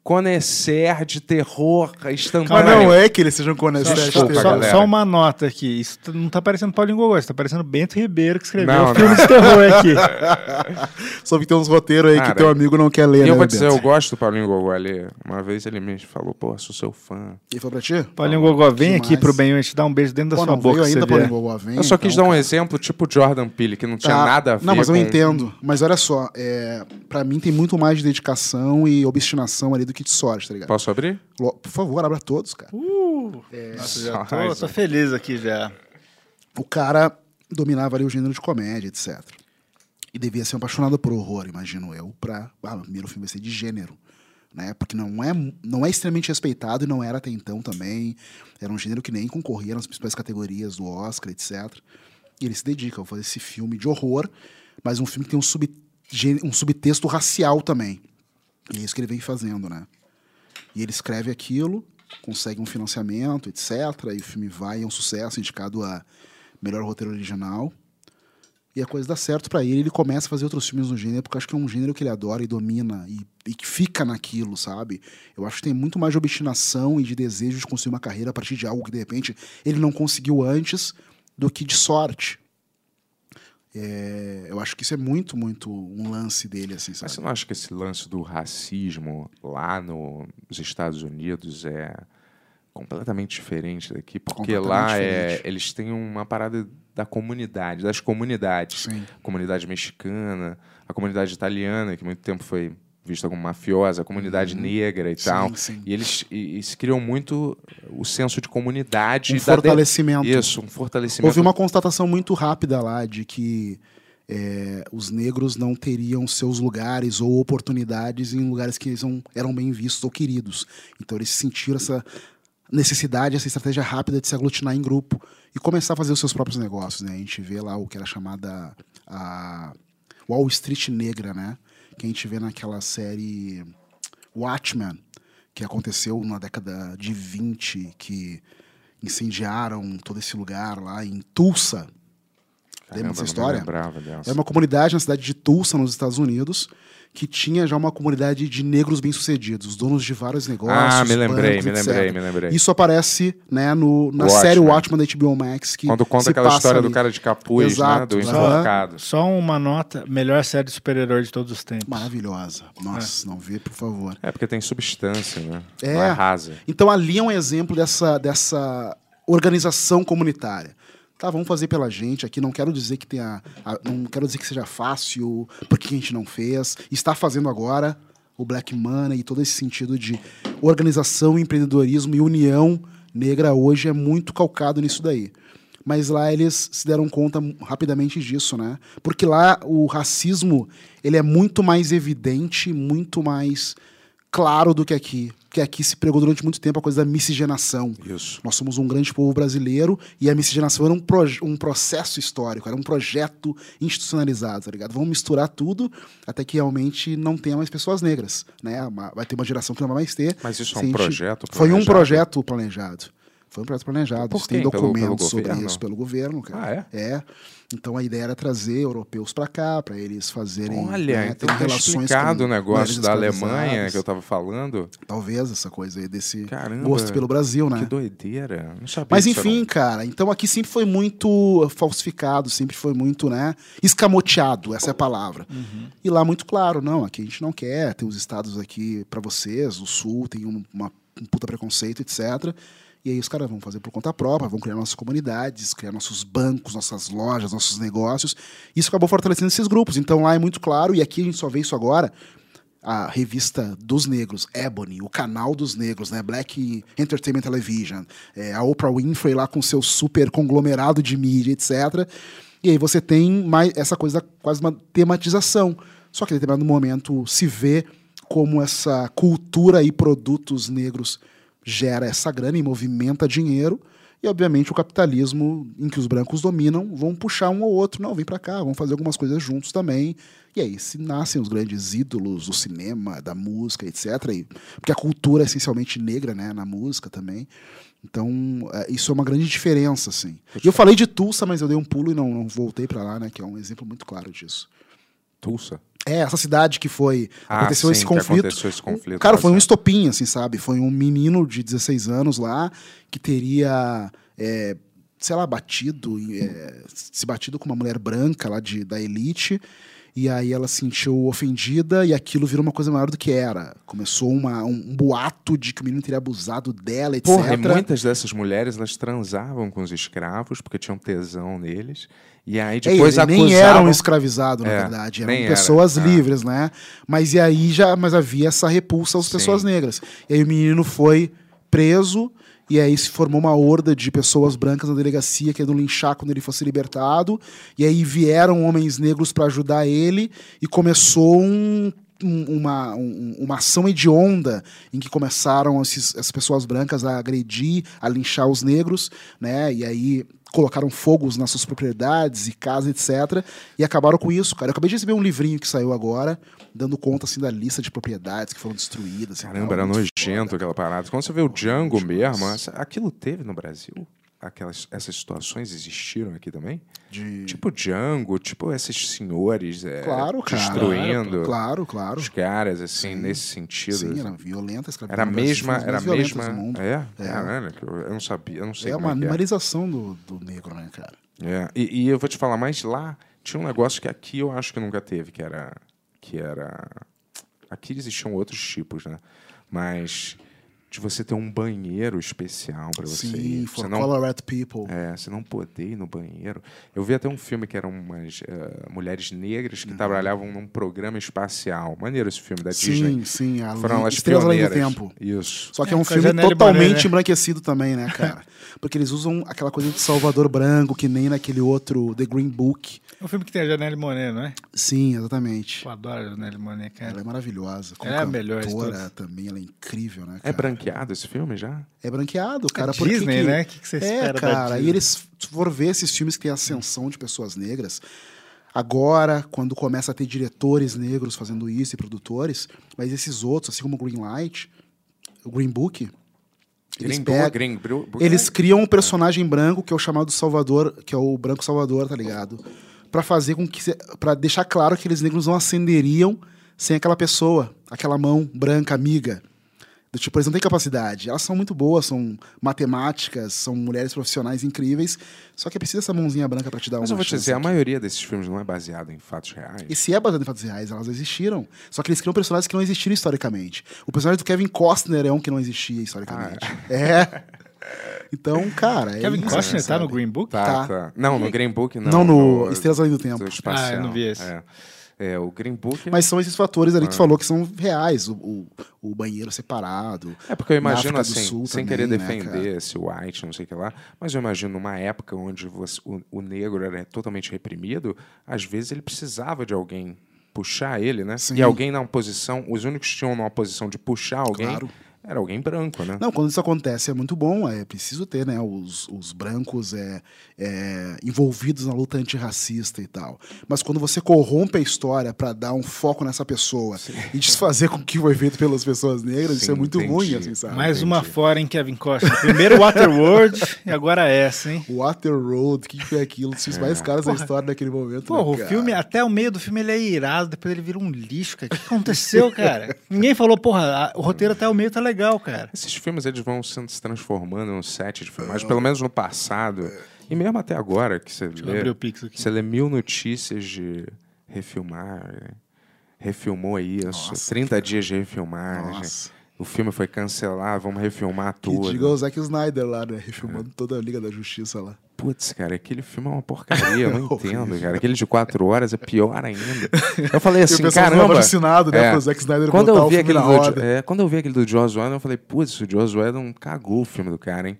S4: conhecer de terror
S6: Mas
S4: instantâneo.
S6: não é que eles sejam conhecidos.
S3: Só,
S4: Desculpa,
S3: só-
S4: galera.
S3: só uma nota aqui. Isso t- não tá parecendo Paulinho Gogó, isso tá parecendo Bento Ribeiro que escreveu
S4: Não,
S3: o filme de terror aqui.
S6: Só que tem uns roteiros aí
S4: Cara,
S6: que teu amigo não quer ler,
S4: E
S6: né,
S4: eu vou
S6: Beto?
S4: dizer, eu gosto do Paulinho Gogó. Ele, uma vez ele me falou, pô, sou seu fã.
S6: Ele falou pra ti?
S3: Paulinho Gogó, vem
S6: Demais.
S3: aqui pro Benhur te dar um beijo dentro da
S6: Pô,
S3: sua
S6: não,
S3: boca.
S6: veio
S3: pra Você
S6: ainda
S3: ver.
S6: pra Boa Vem.
S4: eu só quis
S6: então,
S4: dar um exemplo, tipo Jordan Peele, que não tinha
S6: Tá.
S4: nada a ver
S6: Não, mas eu
S4: com-
S6: entendo. Mas olha só, é, pra mim tem muito mais de dedicação e obstinação ali do que de sorte, tá ligado?
S4: Posso abrir?
S6: Lo- Por favor, abra todos, cara. É.
S3: Nossa, já
S4: Ai,
S3: tô, tô
S4: gente.
S3: feliz aqui já.
S6: O cara dominava ali o gênero de comédia, etc. E devia ser um apaixonado por horror, imagino eu, pra. Ah, o primeiro filme vai ser de gênero. Né? Porque não é, não é extremamente respeitado e não era até então também. Era um gênero que nem concorria nas principais categorias do Oscar, etc. E ele se dedica a fazer esse filme de horror, mas um filme que tem um, subgê- um subtexto racial também. E é isso que ele vem fazendo, né? E ele escreve aquilo, consegue um financiamento, etc. E o filme vai, é um sucesso, indicado a melhor roteiro original. E a coisa dá certo pra ele, ele começa a fazer outros filmes no gênero, porque eu acho que é um gênero que ele adora e domina, e, e que fica naquilo, sabe? Eu acho que tem muito mais de obstinação e de desejo de construir uma carreira a partir de algo que, de repente, ele não conseguiu antes do que de sorte. É, eu acho que isso é muito, muito um lance dele, assim,
S4: Mas
S6: sabe?
S4: você não acha que esse lance do racismo lá no- nos Estados Unidos é completamente diferente daqui? Porque
S6: Completamente
S4: lá é,
S6: diferente.
S4: eles têm uma parada da comunidade, das comunidades.
S6: Sim.
S4: comunidade mexicana, a comunidade italiana, que muito tempo foi vista como mafiosa, a comunidade negra e
S6: Uhum. Sim,
S4: tal.
S6: sim.
S4: E eles e, e se criam muito o senso de comunidade.
S6: Um
S4: e da de-
S6: fortalecimento.
S4: Isso, um fortalecimento.
S6: Houve uma constatação muito rápida lá de que é, os negros não teriam seus lugares ou oportunidades em lugares que eles não eram bem vistos ou queridos. Então eles sentiram essa necessidade, essa estratégia rápida de se aglutinar em grupo e começar a fazer os seus próprios negócios. Né? A gente vê lá o que era chamada a Wall Street Negra, né? Que a gente vê naquela série Watchmen, que aconteceu na década de 20, que incendiaram todo esse lugar lá em Tulsa. Lembra dessa história? É uma comunidade na cidade de Tulsa, nos Estados Unidos, que tinha já uma comunidade de negros bem-sucedidos, donos de vários negócios.
S4: Ah, me lembrei,
S6: bancos,
S4: me
S6: etc.
S4: lembrei, me lembrei.
S6: Isso aparece né, no, na
S4: Watchmen.
S6: série Watchmen da HBO Max. Que
S4: Quando conta
S6: se
S4: aquela
S6: passa
S4: história do
S6: ali.
S4: cara de capuz, né?
S6: Exato,
S4: Do
S6: aham.
S4: enforcado.
S3: Só uma nota: melhor série de super-herói de todos os tempos.
S6: Maravilhosa. Nossa, não vê, por favor.
S4: É porque tem substância, né?
S6: É.
S4: Não é rasa.
S6: Então ali é um exemplo dessa, dessa organização comunitária. Tá, vamos fazer pela gente aqui. Não quero dizer que tenha. a- não quero dizer que seja fácil, porque a gente não fez. Está fazendo agora o Black Money e todo esse sentido de organização, empreendedorismo e união negra hoje é muito calcado nisso daí. Mas lá eles se deram conta mu- rapidamente disso, né? Porque lá o racismo ele é muito mais evidente, muito mais claro do que aqui. Porque aqui se pregou durante muito tempo a coisa da miscigenação.
S4: Isso.
S6: Nós somos um grande povo brasileiro e a miscigenação era um, proje- um processo histórico, era um projeto institucionalizado, tá ligado? Vamos misturar tudo até que realmente não tenha mais pessoas negras, né? Uma- Vai ter uma geração que não vai mais ter.
S4: Mas isso é
S6: Se
S4: um
S6: a gente-
S4: projeto
S6: Foi um
S4: planejado?
S6: projeto planejado. Foi um projeto planejado.
S4: Por
S6: Isso tem
S4: quem? Pelo-
S6: documentos
S4: pelo
S6: sobre
S4: governo?
S6: isso pelo governo,
S4: Ah,
S6: cara. é? Então a ideia era trazer europeus pra cá, pra eles fazerem
S4: Olha,
S6: né,
S4: então
S6: terem
S4: tá explicado o negócio
S6: mulheres
S4: da Alemanha
S6: escravizadas.
S4: que eu tava falando.
S6: Talvez essa coisa aí desse
S4: Caramba.
S6: gosto pelo Brasil, né?
S4: Que doideira. Não sabia
S6: Mas
S4: disso,
S6: enfim, cara, então aqui sempre foi muito falsificado, sempre foi muito, né, escamoteado, essa é a palavra. E lá muito claro, não, aqui a gente não quer ter os estados aqui pra vocês, o sul tem um, uma- um puta preconceito, etc. E aí os caras vão fazer por conta própria, vão criar nossas comunidades, criar nossos bancos, nossas lojas, nossos negócios. Isso acabou fortalecendo esses grupos. Então lá é muito claro, e aqui a gente só vê isso agora, a revista dos negros, Ebony, o canal dos negros, né? Black Entertainment Television, é, a Oprah Winfrey lá com seu super conglomerado de mídia, etc. E aí você tem mais essa coisa, quase uma tematização. Só que em determinado momento se vê como essa cultura e produtos negros gera essa grana e movimenta dinheiro. E, obviamente, o capitalismo em que os brancos dominam vão puxar um ao outro. Não, vem pra cá, vamos fazer algumas coisas juntos também. E aí se nascem os grandes ídolos do cinema, da música, etc. E- porque a cultura é essencialmente negra, né? Na música também. Então, é, isso é uma grande diferença, assim. E eu falei de Tulsa, mas eu dei um pulo e não, não voltei pra lá, né? Que é um exemplo muito claro disso.
S4: um Tulsa.
S6: É, essa cidade que foi.
S4: Ah,
S6: aconteceu
S4: sim,
S6: esse
S4: que
S6: conflito.
S4: aconteceu esse conflito,
S6: Cara,
S4: tá
S6: foi um
S4: certo.
S6: estopim, assim, sabe? Foi um menino de 16 anos lá que teria. é, sei lá, batido, é, se batido com uma mulher branca lá de, da elite. E aí ela se sentiu ofendida e aquilo virou uma coisa maior do que era. Começou uma, um, um boato de que o menino teria abusado dela, É, etc.
S4: Porra, é e muitas dessas mulheres, elas transavam com os escravos porque tinham tesão neles. E aí
S6: É,
S4: depois
S6: eles
S4: acusavam...
S6: nem eram escravizados, na
S4: É,
S6: verdade. Eram
S4: nem era,
S6: pessoas
S4: é.
S6: livres, né? Mas e aí já mas havia essa repulsa às
S4: Sim.
S6: pessoas negras. E aí o menino foi preso, e aí se formou uma horda de pessoas brancas na delegacia querendo linchar quando ele fosse libertado. E aí vieram homens negros para ajudar ele, e começou um- um- Uma, um- uma ação hedionda em que começaram esses- as pessoas brancas a agredir, a linchar os negros, né? E aí colocaram fogos nas suas propriedades e casa, etc. E acabaram com isso, cara. Eu acabei de receber um livrinho que saiu agora, dando conta assim da lista de propriedades que foram destruídas. assim, e
S4: Caramba,
S6: tal.
S4: era
S6: Muito
S4: nojento
S6: foda.
S4: aquela parada. Quando você vê o Django
S6: demais.
S4: mesmo, essa- aquilo teve no Brasil? Aquelas, essas situações existiram aqui também?
S6: De-
S4: Tipo Django, tipo esses senhores é,
S6: Claro, cara.
S4: destruindo
S6: Claro, claro.
S4: os caras, assim, nesse sentido. assim.
S6: Sim, era violenta a escravidão.
S4: Era a
S6: no Brasil,
S4: mesma,
S6: foi uma das
S4: era a
S6: mais violentas
S4: mesma.
S6: do mundo.
S4: É?
S6: É.
S4: Caralho, que eu eu não sabia, eu não sei
S6: É
S4: como
S6: uma
S4: é que é.
S6: animalização do, do negro, né, cara?
S4: É, E, e eu vou te falar, mas lá tinha um negócio que aqui eu acho que nunca teve, que era. Que era. Aqui existiam outros tipos, né? Mas de você ter um banheiro especial pra você
S6: Sim,
S4: ir.
S6: for
S4: Você não,
S6: colored people.
S4: é, você não poder ir no banheiro. Eu vi até um filme que eram umas eh, mulheres negras que trabalhavam num programa espacial. Maneiro esse filme da Disney.
S6: Uhum. sim, sim. A
S4: Foram elas
S6: Estrelas Além do
S4: pioneiras.
S6: Tempo.
S4: Isso.
S6: Só que
S3: É,
S6: é, um
S3: com a
S6: filme
S3: Janelle
S6: totalmente
S3: Monáe, né?
S6: embranquecido também, né, cara? Porque eles usam aquela coisa de Salvador Branco, que nem naquele outro The Green Book.
S3: É um filme que tem a Janelle Monáe, não é?
S6: Sim, exatamente.
S3: Eu adoro a Janelle Monáe,
S6: Ela
S3: cara.
S6: é maravilhosa. Como
S3: Ela é a melhor de
S6: cantora
S3: todas.
S6: também, ela é incrível, né, cara?
S4: É branqueado esse filme já?
S6: É branqueado, cara.
S3: É
S6: por que
S3: Disney,
S6: que...
S3: né? O que que você
S6: é,
S3: espera da
S6: cara,
S3: Disney?
S6: e eles, se for ver esses filmes que têm ascensão de pessoas negras, Agora, quando começa a ter diretores negros fazendo isso e produtores, mas esses outros, assim como o Greenlight, o Green Book, eles,
S4: Green
S6: pegam-
S4: Book, Green Book.
S6: eles criam um personagem branco que é o chamado Salvador, que é o branco Salvador, tá ligado? Pra fazer com que para deixar claro que eles negros não acenderiam sem aquela pessoa, aquela mão branca amiga. Do tipo, eles não têm capacidade. Elas são muito boas, são matemáticas, são mulheres profissionais incríveis. Só que precisa essa mãozinha branca pra te dar
S4: Mas
S6: uma
S4: eu vou te
S6: chance
S4: dizer, é a
S6: aqui.
S4: maioria desses filmes não é baseada em fatos reais.
S6: E se é baseado em fatos reais, elas existiram. Só que eles criam personagens que não existiram historicamente. O personagem do Kevin Costner é um que não existia historicamente.
S4: Ah.
S6: é. Então, cara. é
S3: Kevin
S6: isso,
S3: Costner tá
S6: sabe?
S3: no Green Book?
S4: Tá,
S6: Tá.
S4: tá, Não, no Green Book não. é
S6: Não, no Estrelas Além do Tempo.
S4: Espacial.
S3: Ah, eu não vi esse.
S4: É, É, o Green Book.
S6: Mas são esses fatores ali que
S4: É.
S6: tu falou que são reais. O, o- o banheiro separado.
S4: É porque eu
S6: Na
S4: imagino
S6: África do
S4: assim,
S6: Sul
S4: sem
S6: também,
S4: querer
S6: né, cara?
S4: defender esse white, não sei o que lá, mas eu imagino uma época onde você- o, o negro era totalmente reprimido, às vezes ele precisava de alguém puxar ele, né?
S6: Sim.
S4: E alguém na posição, os únicos que tinham uma posição de puxar alguém
S6: Claro.
S4: era alguém branco, né?
S6: Não, quando isso acontece é muito bom. É preciso ter, né? Os, os brancos é, é, envolvidos na luta antirracista e tal. Mas quando você corrompe a história pra dar um foco nessa pessoa e desfazer com o que foi feito pelas pessoas negras, isso
S4: Sim,
S6: é muito
S4: entendi.
S6: ruim, assim, sabe?
S3: Mais uma
S4: entendi.
S3: fora, hein, Kevin Costner. Primeiro Waterworld e agora essa, hein?
S6: Water Road, o que que foi aquilo? Os filmes
S4: É.
S6: mais caros da história naquele momento.
S3: Porra,
S6: né,
S3: o
S6: cara?
S3: filme, até o meio do filme ele é irado, depois ele vira um lixo, cara. O que aconteceu, cara? Ninguém falou, porra, a- o roteiro até o meio tá legal, cara.
S4: Esses filmes eles vão sendo se transformando num set de filmagens,
S6: É.
S4: pelo menos no passado, e mesmo até agora, que você
S3: Vou abrir
S4: lê,
S3: o Pix aqui.
S4: você lê mil notícias de refilmar, né? refilmou isso,
S6: Nossa,
S4: 30 dias de refilmagem,
S6: Nossa.
S4: o filme foi cancelado, vamos refilmar
S6: Que
S4: tudo.
S6: diga o Zack Snyder lá, né?
S4: É.
S6: Refilmando toda a Liga da Justiça lá.
S4: Putz, cara, aquele filme é uma porcaria, eu não
S6: Horrível.
S4: entendo, cara. Aquele de quatro horas é pior ainda. Eu falei
S6: E o
S4: assim,
S6: pessoal ficava
S4: caramba. É.
S6: alucinado, né, pro Zack Snyder
S4: quando
S6: botar
S4: eu
S6: o
S4: vi
S6: filme
S4: aquele
S6: na
S4: do, Jo-
S6: ordem.
S4: é, Quando eu vi aquele do Joss Whedon, eu falei, putz, o Joss Whedon cagou o filme do cara, hein?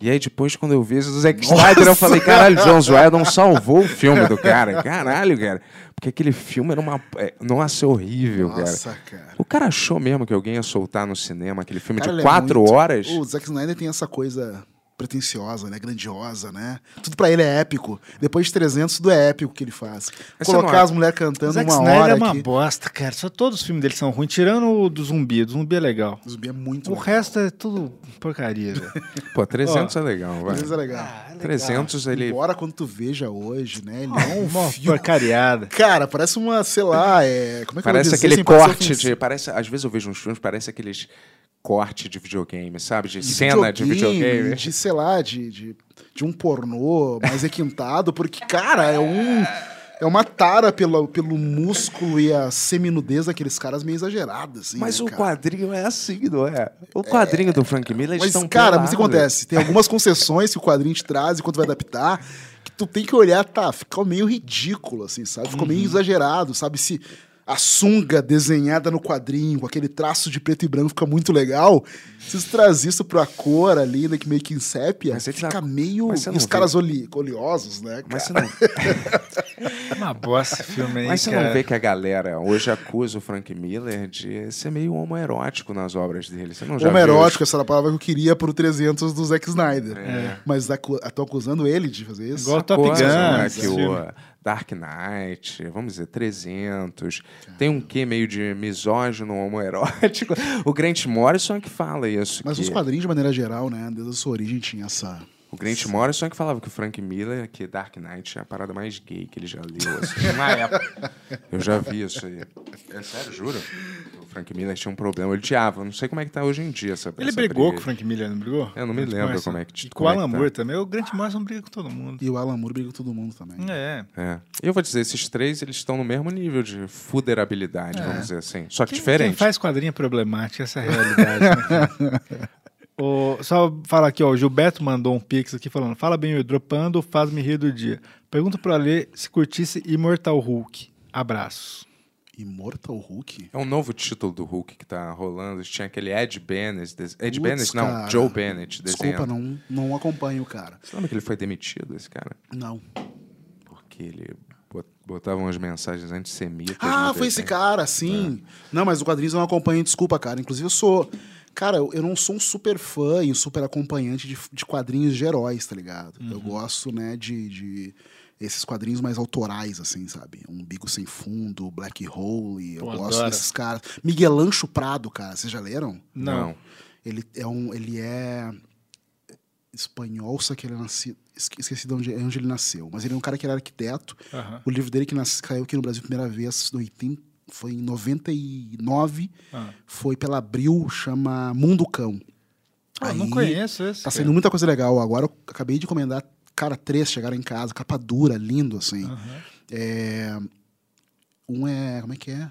S4: E aí depois, quando eu vi esse do Zack Snyder, eu falei, caralho, o Joss Whedon salvou o filme do cara. Caralho, cara. Porque aquele filme era uma... é, nossa, é horrível, cara.
S6: Nossa, cara.
S4: O cara é achou mesmo que alguém ia soltar no cinema aquele filme
S6: Cara,
S4: de
S6: ele é
S4: quatro
S6: muito-
S4: horas?
S6: O Zack Snyder tem essa coisa pretensiosa, né? Grandiosa, né? Tudo pra ele é épico. Depois de 300, tudo é épico que ele faz.
S4: Mas você não é-
S6: Colocar
S4: acha-
S6: as mulheres cantando
S3: Zack
S6: uma
S3: Snyder
S6: hora
S3: é uma
S6: aqui.
S3: bosta, cara. Só todos os filmes dele são ruins, tirando o do zumbi. O do zumbi é legal.
S6: O zumbi é muito
S3: O
S6: legal.
S3: resto é tudo porcaria, velho.
S4: Pô, 300 é legal, vai.
S6: Às vezes é legal.
S4: 300 ele
S6: Embora quando tu veja hoje, né? Ele é um
S3: Uma
S6: filme...
S3: porcariada.
S6: Cara, parece uma, sei lá, é... Como é que eu vou
S4: Parece
S6: dizer
S4: aquele
S6: sem parecer
S4: corte
S6: ofensivo?
S4: de. Parece, às vezes eu vejo uns filmes, parece aqueles corte de videogame, sabe? De,
S6: de
S4: cena de videogame.
S6: De, sei lá, de, de, de um pornô mais requintado, porque, cara, é um. É uma tara pelo, pelo músculo e a seminudez daqueles caras meio exagerada, assim.
S4: Mas
S6: né,
S4: o
S6: cara?
S4: quadrinho é assim, não é? O quadrinho do Frank Miller eles
S6: Mas,
S4: estão
S6: cara, mas
S4: pelados.
S6: o que acontece? Tem algumas concessões que o quadrinho te traz enquanto vai adaptar, que tu tem que olhar, tá, ficou meio ridículo, assim, sabe? Ficou
S4: Uhum.
S6: meio exagerado, sabe? Se a sunga desenhada no quadrinho, com aquele traço de preto e branco, fica muito legal. Se você traz isso pra cor ali, né, que meio que em sépia,
S4: Mas ele
S6: fica
S4: tá-
S6: meio...
S4: mas você
S6: E
S4: não
S6: os
S4: vê.
S6: caras oli- oleosos, né,
S4: Mas você
S6: cara?
S4: não,
S3: É Uma bosta esse filme aí,
S4: mas você
S3: cara.
S4: não vê que a galera hoje acusa o Frank Miller de ser meio homoerótico nas obras dele. Você não já viu
S6: Homoerótico, essa era a palavra que eu queria pro 300 do Zack Snyder.
S4: É.
S6: Mas acu- tô acusando ele de fazer isso.
S3: Igual
S4: essa
S3: Top Gun.
S4: coisa, né,
S3: esse
S4: que o
S3: filme.
S4: Dark Knight, vamos dizer, 300.
S6: Tá.
S4: Tem um quê meio de misógino, homoerótico. O Grant Morrison é que fala isso.
S6: Mas
S4: que...
S6: os quadrinhos, de maneira geral, né, desde a sua origem tinha essa...
S4: O Grant Morrison é que falava que o Frank Miller, que Dark Knight é a parada mais gay que ele já leu, assim, na época. Eu já vi isso aí. É sério, juro. O Frank Miller tinha um problema, ele odiava. Não sei como é que tá hoje em dia essa
S3: Ele
S4: essa
S3: brigou
S4: briga.
S3: com o Frank Miller, não brigou?
S4: Eu não me
S3: Grant
S4: lembro
S3: Morrison.
S4: como é que-
S3: E com o
S4: como é que
S3: Alan
S4: tá.
S3: Moore também. O Grant Morrison briga com todo mundo.
S6: E o Alan Moore briga com todo mundo também.
S3: É.
S4: É. E eu vou dizer, esses três, eles estão no mesmo nível de fuderabilidade, vamos dizer assim. Só
S3: É.
S4: que
S3: Quem-
S4: diferente.
S3: Quem faz quadrinha problemática, essa é a realidade. né? O- só falar aqui, ó, o Gilberto mandou um pix aqui falando: fala bem, eu dropando, faz-me rir do dia. Pergunta pro Alê se curtisse Immortal Hulk. Abraços.
S6: Immortal Hulk?
S4: É um novo título do Hulk que tá rolando. Tinha aquele Ed Bennett... des- Ed
S6: Putz,
S4: Bennett, não.
S6: cara.
S4: Joe Bennett desenhando.
S6: Desculpa, não, não acompanho o cara.
S4: Você lembra que ele foi demitido, esse cara?
S6: Não.
S4: Porque ele bot- botava umas mensagens antissemitas.
S6: Ah,
S4: no
S6: foi esse
S4: desenho.
S6: cara, sim.
S4: É.
S6: Não, mas o quadrinhos eu não acompanho, desculpa, cara. Inclusive eu sou. Cara, eu eu não sou um super fã
S4: Uhum.
S6: e um super acompanhante de, de quadrinhos de heróis, tá ligado? Eu gosto, né, de. de esses quadrinhos mais autorais, assim, sabe? Umbigo Sem Fundo, Black Hole, eu
S3: Pô,
S6: gosto
S3: adoro.
S6: desses caras. Miguel Ancho Prado, cara, vocês já leram?
S3: Não.
S6: Ele é um. Ele é espanhol, só que ele é nascido. esque- Esqueci de onde, onde ele nasceu. Mas ele é um cara que era arquiteto.
S3: Aham.
S6: O livro dele que nas- caiu aqui no Brasil a primeira vez no 80, foi em 99.
S3: Ah.
S6: Foi pela Abril, chama Mundo Cão.
S3: Ah, não
S6: Aí-
S3: conheço esse.
S6: Tá
S3: cara.
S6: saindo muita coisa legal. Agora eu acabei de encomendar, cara, três chegaram em casa, capa dura, lindo, assim.
S4: um
S3: Aham.
S6: É, Um é. Como é que é?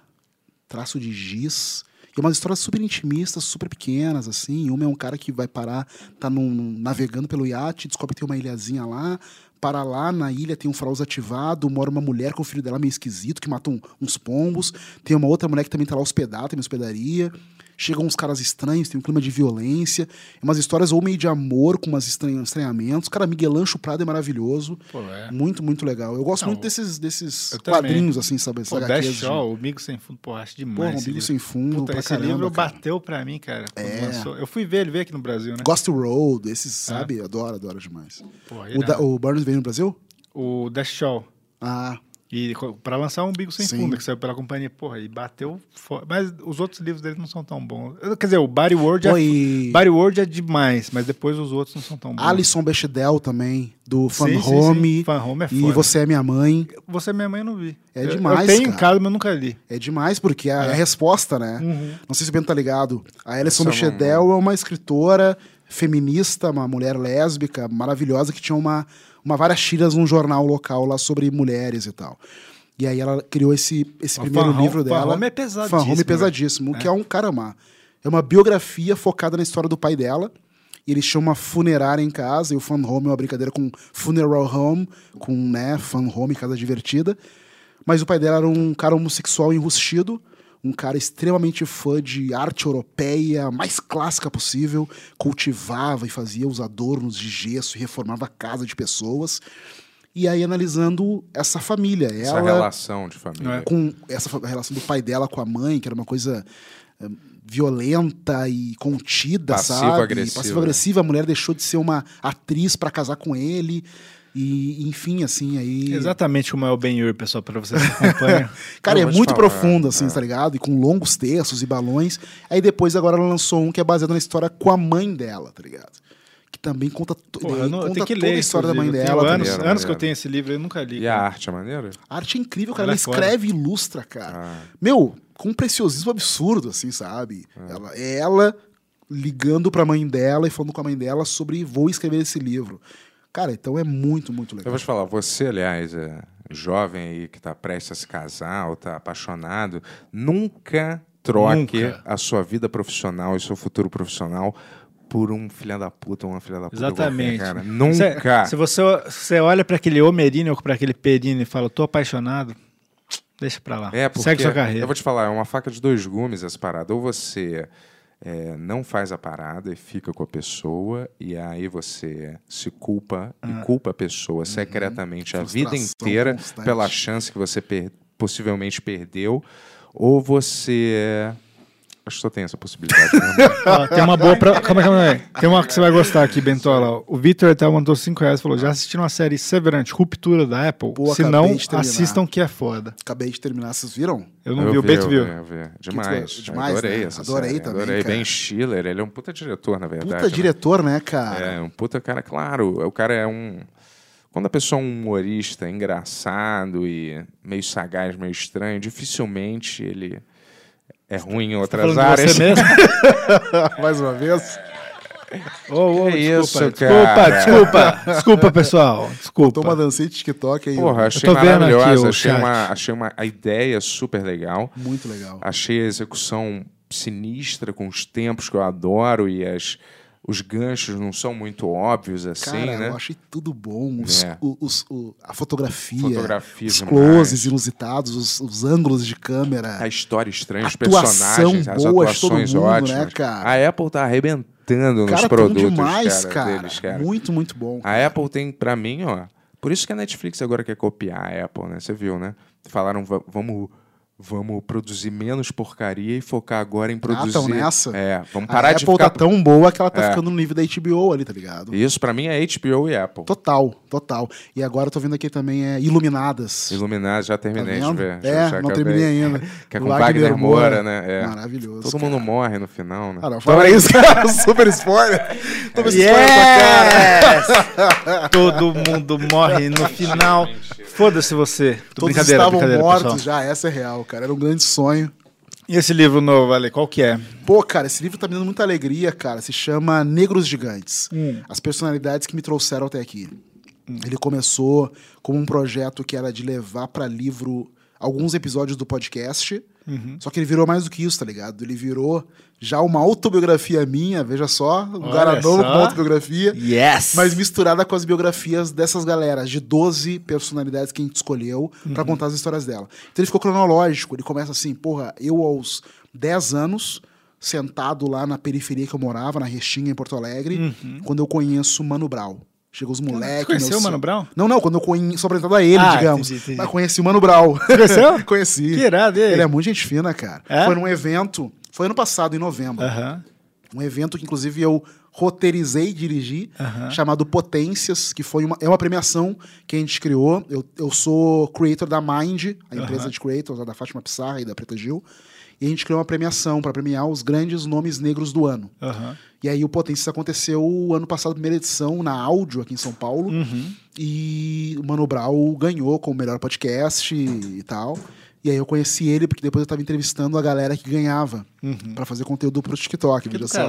S6: Traço de giz. E é umas histórias super intimistas, super pequenas, assim. Uma é um cara que vai parar, tá num- num- navegando pelo iate, descobre que tem uma ilhazinha lá. Para lá, na ilha tem um farol desativado, mora uma mulher com o filho dela meio esquisito, que matam uns pombos. Tem uma outra mulher que também tá lá hospedada, tem uma hospedaria. Chegam uns caras estranhos, tem um clima de violência. É Umas histórias ou meio de amor, com umas estran- estranhamentos. Cara, Miguel Ancho Prado é maravilhoso.
S3: Pô, é.
S6: Muito, muito legal. Eu gosto
S3: Não,
S6: muito desses, desses
S3: eu também.
S6: quadrinhos, assim, sabe? Essas
S3: Pô,
S6: HQs
S3: Dash
S6: de-
S3: Shaw, o Migo Sem Fundo, pô, acho
S6: Pô,
S3: demais.
S6: um
S3: esse
S6: Bigo
S3: livro.
S6: Sem Fundo,
S3: Puta,
S6: pra
S3: esse
S6: caramba,
S3: livro
S6: cara.
S3: bateu pra mim, cara. quando
S6: É.
S3: lançou. Eu fui ver ele veio aqui no Brasil, né? É.
S6: Ghost Road, esses, sabe? Adoro, adoro demais.
S3: Pô,
S6: O, da,
S3: irado.
S6: o Burns veio no Brasil?
S3: o Dash Shaw.
S6: Ah,
S3: E co- pra lançar um Bigo Sem
S6: Sim.
S3: Fundo, que saiu pela companhia, porra, e bateu fo- Mas os outros livros dele não são tão bons. Eu- Quer dizer, o Body World, é,
S6: foi
S3: Body World é demais, mas depois os outros não são tão bons.
S6: Alison Bechdel também, do Fan
S3: Sim, sim,
S6: Home.
S3: sim. Fan Home é
S6: E
S3: foda.
S6: Você é Minha Mãe.
S3: Você é minha mãe, eu não vi.
S6: É
S3: Eu-
S6: demais,
S3: Eu tenho em
S6: cara.
S3: casa, mas eu nunca li.
S6: É demais, porque é a, é a resposta, né? Não sei se o Bento tá ligado. A Alison Bechdel é uma escritora feminista, uma mulher lésbica maravilhosa que tinha uma, uma várias tiras num jornal local lá sobre mulheres e tal. E aí ela criou esse, esse
S3: Ó,
S6: primeiro
S3: Fan
S6: livro
S3: Home- Fan
S6: dela.
S3: Home é pesadíssimo,
S6: Fan Home é
S3: né?
S6: pesadíssimo, que é um caramba. É uma biografia focada na história do pai dela. E eles tinham uma funerária em casa, e o fan home é uma brincadeira com funeral home, com né, fan home, casa divertida. Mas o pai dela era um cara homossexual enrustido, um cara extremamente fã de arte europeia, a mais clássica possível, cultivava e fazia os adornos de gesso e reformava a casa de pessoas. E aí analisando essa família,
S4: Essa
S6: ela é.
S4: relação de família.
S6: com essa fa- relação do pai dela com a mãe, que era uma coisa eh, violenta e contida,
S4: Passivo-agressiva,
S6: sabe?
S4: né?
S6: Passiva-agressiva. A mulher deixou de ser uma atriz pra casar com ele. E, enfim, assim, aí...
S3: Exatamente como é o Ben Yur, pessoal, pra vocês que acompanham.
S6: Cara,
S4: Eu
S6: é
S4: vou te
S6: muito
S4: falar, é.
S6: profundo, assim, tá ligado? E com longos textos e balões. Aí depois, agora, ela lançou um que é baseado na história com a mãe dela, tá ligado? Que também conta, to-
S3: Porra, eu,
S6: ele
S3: não, eu
S6: conta
S3: tenho que
S6: toda
S3: ler.
S6: a história da mãe
S3: inclusive. Eu
S6: dela.
S3: tenho
S6: tá
S3: anos,
S6: ligado?
S4: ligado?
S3: anos que eu tenho esse livro, eu nunca li.
S4: E a arte é maneira?
S6: A arte é incrível, cara.
S3: Ela
S6: Ela,
S3: é foda.
S6: escreve e ilustra, cara.
S4: Ah.
S6: Meu, com um preciosismo absurdo, assim, sabe? Ela, é ela ligando pra mãe dela e falando com a mãe dela sobre vou escrever esse livro. Cara, então é muito, muito
S4: Eu
S6: legal.
S4: vou te falar, você, aliás, é jovem aí que tá prestes a se casar ou tá apaixonado, nunca troque
S3: Nunca.
S4: a sua vida profissional e seu futuro profissional por um filha da puta ou uma filha da puta.
S3: Exatamente.
S4: qualquer, cara.
S6: é-
S3: Se-
S4: Nunca.
S3: Se, você, se você olha pra aquele Homerino ou pra aquele Perino e fala, tô apaixonado, deixa pra lá.
S4: É, porque
S3: Segue sua carreira.
S4: Eu vou te falar, é uma faca de dois gumes essa parada. Ou você é, não faz a parada e fica com a pessoa, e aí você se culpa e culpa a pessoa secretamente a vida
S6: Frustração
S4: inteira
S6: constante.
S4: pela chance que você per- possivelmente perdeu. Ou você. Acho que só tem essa possibilidade. né?
S3: Ó, tem uma boa pra... Calma, calma, calma. Tem uma que você vai gostar aqui, Bentola. O Vitor até mandou 5 reais e falou, já assistiram a série Severante, Ruptura da Apple?
S6: Pô,
S3: se
S6: acabei
S3: não,
S6: de terminar.
S3: assistam que é foda.
S6: Acabei de terminar, vocês viram?
S3: Eu não vi, o Beto viu.
S4: eu vi, eu vi. Demais.
S6: viu? Demais,
S4: adorei
S6: né?
S4: essa
S6: Adorei
S4: série,
S6: também,
S4: Adorei.
S6: cara.
S4: Ben Schiller, ele é um puta diretor, na verdade.
S6: Puta
S4: né?
S6: diretor, né, cara?
S4: É, um puta cara, claro. O cara é um. Quando a pessoa é um humorista engraçado e meio sagaz, meio estranho, dificilmente ele é ruim em
S3: tá
S4: outras
S3: Falando de
S4: áreas.
S3: você mesmo?
S6: Mais uma vez.
S3: Ô, ô, desculpa,
S4: Que isso,
S3: desculpa,
S4: cara.
S3: desculpa, desculpa, pessoal, desculpa.
S6: Toma dancinha de TikTok aí.
S4: Porra, achei
S3: tô vendo aqui
S4: maravilhosa.
S3: o
S4: Achei,
S3: chat.
S4: uma, achei uma a ideia super legal.
S6: Muito legal.
S4: Achei a execução sinistra com os tempos que eu adoro e as, os ganchos não são muito óbvios assim,
S6: Cara,
S4: né?
S6: eu achei tudo bom. Os-
S4: É.
S6: o- os- o- a fotografia,
S4: Fotografia
S6: os
S4: demais.
S6: closes
S4: né?
S6: inusitados, os, os ângulos de câmera.
S4: A história estranha, os
S6: Atuação
S4: personagens, as
S6: boa de todo
S4: atuações
S6: mundo,
S4: ótimas.
S6: né, cara?
S4: A Apple tá arrebentando nos
S6: Cara, tão
S4: produtos
S6: demais,
S4: cara,
S6: cara.
S4: deles, cara. Ah,
S6: Muito, muito bom.
S4: A Apple tem, pra mim, ó. Por isso que a Netflix agora quer copiar a Apple, né? Você viu, né? Falaram, "Va- vamos Vamos produzir menos porcaria e focar agora em produzir.
S6: Ah, tão nessa?
S4: É, vamos parar
S6: a
S4: de
S6: Apple
S4: ficar...
S6: tá tão boa que ela tá
S4: É.
S6: ficando no nível da HBO ali, tá ligado?
S4: Isso pra mim é HBO e Apple.
S6: Total, total. E agora eu tô vendo aqui também é Iluminadas.
S4: Iluminar, já terminei
S6: Tá
S4: de
S6: vendo?
S4: ver.
S6: É,
S4: já, já
S6: não
S4: acabei.
S6: terminei ainda.
S4: Que é
S6: Do
S4: com
S6: Wagner
S4: Wagner Moura,
S6: Moura.
S4: né? É.
S6: Maravilhoso.
S4: Todo
S6: cara.
S4: mundo morre no final, né?
S6: Ah, não,
S4: Então
S6: fala
S4: é
S6: isso,
S4: cara. Super spoiler. Toma esse spoiler na tua cara.
S3: Todo mundo morre no final. Foda-se você. Tô
S6: Todos
S3: brincadeira,
S6: estavam
S3: brincadeira,
S6: mortos
S3: pessoal.
S6: já, essa é real, cara. Era um grande sonho.
S3: E esse livro novo, Ale, qual que é?
S6: Pô, cara, esse livro tá me dando muita alegria, cara. Se chama Negros Gigantes.
S3: Hum.
S6: As personalidades que me trouxeram até aqui. Ele começou como um projeto que era de levar pra livro alguns episódios do podcast.
S3: Uhum.
S6: Só que ele virou mais do que isso, tá ligado? Ele virou já uma autobiografia minha, veja só, um
S3: Olha
S6: cara novo com
S3: só.
S6: autobiografia.
S3: Yes!
S6: Mas misturada com as biografias dessas galeras, de 12 personalidades que a gente escolheu pra
S3: Uhum.
S6: contar as histórias dela. Então ele ficou cronológico, ele começa assim, porra, eu aos 10 anos, sentado lá na periferia que eu morava, na Restinga, em Porto Alegre, quando eu conheço Mano Brau. Chegou os moleques.
S3: Uhum. conheceu
S6: meu
S3: o Mano
S6: so-
S3: Brown?
S6: Não, não, quando eu conhe... sou apresentado a ele,
S3: Ah,
S6: digamos.
S3: entendi, entendi.
S6: Mas conheci o Mano Brau.
S3: Conheceu?
S6: conheci.
S3: Que irado, e aí?
S6: Ele é muito gente fina, cara.
S3: É?
S6: Foi num evento, foi ano passado, em novembro
S3: Aham.
S6: um evento que inclusive eu roteirizei e dirigi,
S3: Aham.
S6: chamado Potências, que foi uma, é uma premiação que a gente criou. Eu, eu sou creator da Mind, a empresa de creators lá da Fátima Pissarra e da Preta Gil, e a gente criou uma premiação para premiar os grandes nomes negros do ano.
S3: Aham.
S6: E aí o Potências aconteceu o ano passado, primeira edição, na áudio aqui em São Paulo. E o Mano Brown ganhou com o melhor podcast e tal. E aí eu conheci ele, porque depois eu tava entrevistando a galera que ganhava pra fazer conteúdo pro TikTok, veja só.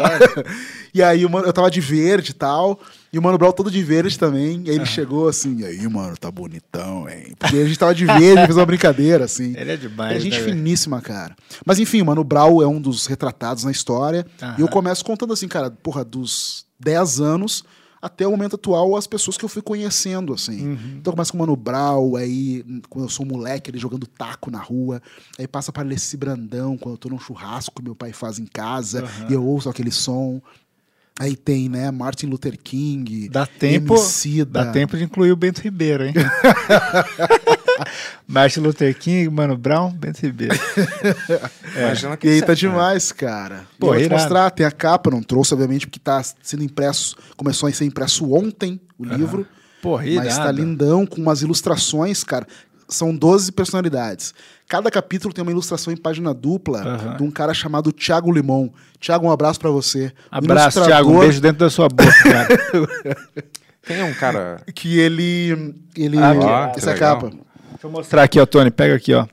S6: e aí o Mano- eu tava de verde e tal. E o Mano Brown todo de verde também. E aí ele chegou assim, e aí, mano, tá bonitão, hein? Porque a gente tava de verde, fez uma brincadeira, assim.
S3: Ele é demais,
S6: É gente
S3: né, velho?
S6: finíssima, cara. Mas enfim, mano, o Brau é um dos retratados na história.
S3: Aham.
S6: E eu começo contando assim, cara, porra, dos 10 anos até o momento atual, as pessoas que eu fui conhecendo, assim.
S3: Uhum.
S6: Então começa com o Mano Brau, aí, hum, quando eu sou moleque, ele jogando taco na rua. Aí passa para Leci Brandão, quando eu tô num churrasco que meu pai faz em casa, e eu ouço aquele som. Aí tem, né, Martin Luther King.
S3: Dá tempo,
S6: Emicida.
S3: dá tempo de incluir o Bento Ribeiro, hein? Martin Luther King, Mano Brown, Bento Ribeiro.
S4: Imagina que
S6: E aí
S4: você-
S6: tá demais, cara.
S3: Pô,
S6: Pô, eu vou te
S3: irado.
S6: mostrar, tem a capa, não trouxe, obviamente, porque tá sendo impresso, começou a ser impresso ontem o livro.
S3: Porra,
S6: mas tá
S3: irado.
S6: lindão, com umas ilustrações, cara. São 12 personalidades. Cada capítulo tem uma ilustração em página dupla
S3: Aham.
S6: de um cara chamado Thiago Limon. Thiago, um abraço pra você. Um
S3: Abraço,
S6: ilustrador
S3: Thiago. Um beijo dentro da sua boca, cara.
S4: Tem um cara.
S6: Que ele. ele
S3: Ah,
S4: que
S6: essa é a
S4: legal.
S6: capa.
S3: Deixa eu mostrar aqui, ó, Tony. Pega aqui, ó.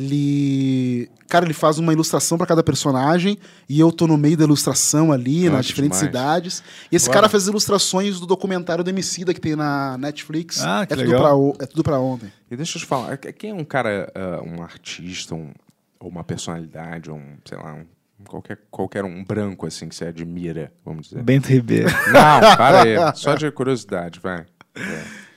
S6: ele. Cara, ele faz uma ilustração pra cada personagem e eu tô no meio da ilustração ali,
S4: Nossa,
S6: nas diferentes
S4: demais.
S6: cidades. E esse
S4: Uau.
S6: cara fez ilustrações do documentário do Emicida que tem na Netflix.
S3: Ah, que
S6: é,
S3: legal.
S6: Tudo pra, o- é tudo pra ontem.
S4: E deixa eu te falar, que- quem é um cara, ah, um artista, um- ou uma personalidade, ou um, sei lá, um- qualquer, qualquer um branco assim que você admira, vamos dizer.
S3: Bento Ribeiro.
S4: Não, para aí. Só de curiosidade, vai.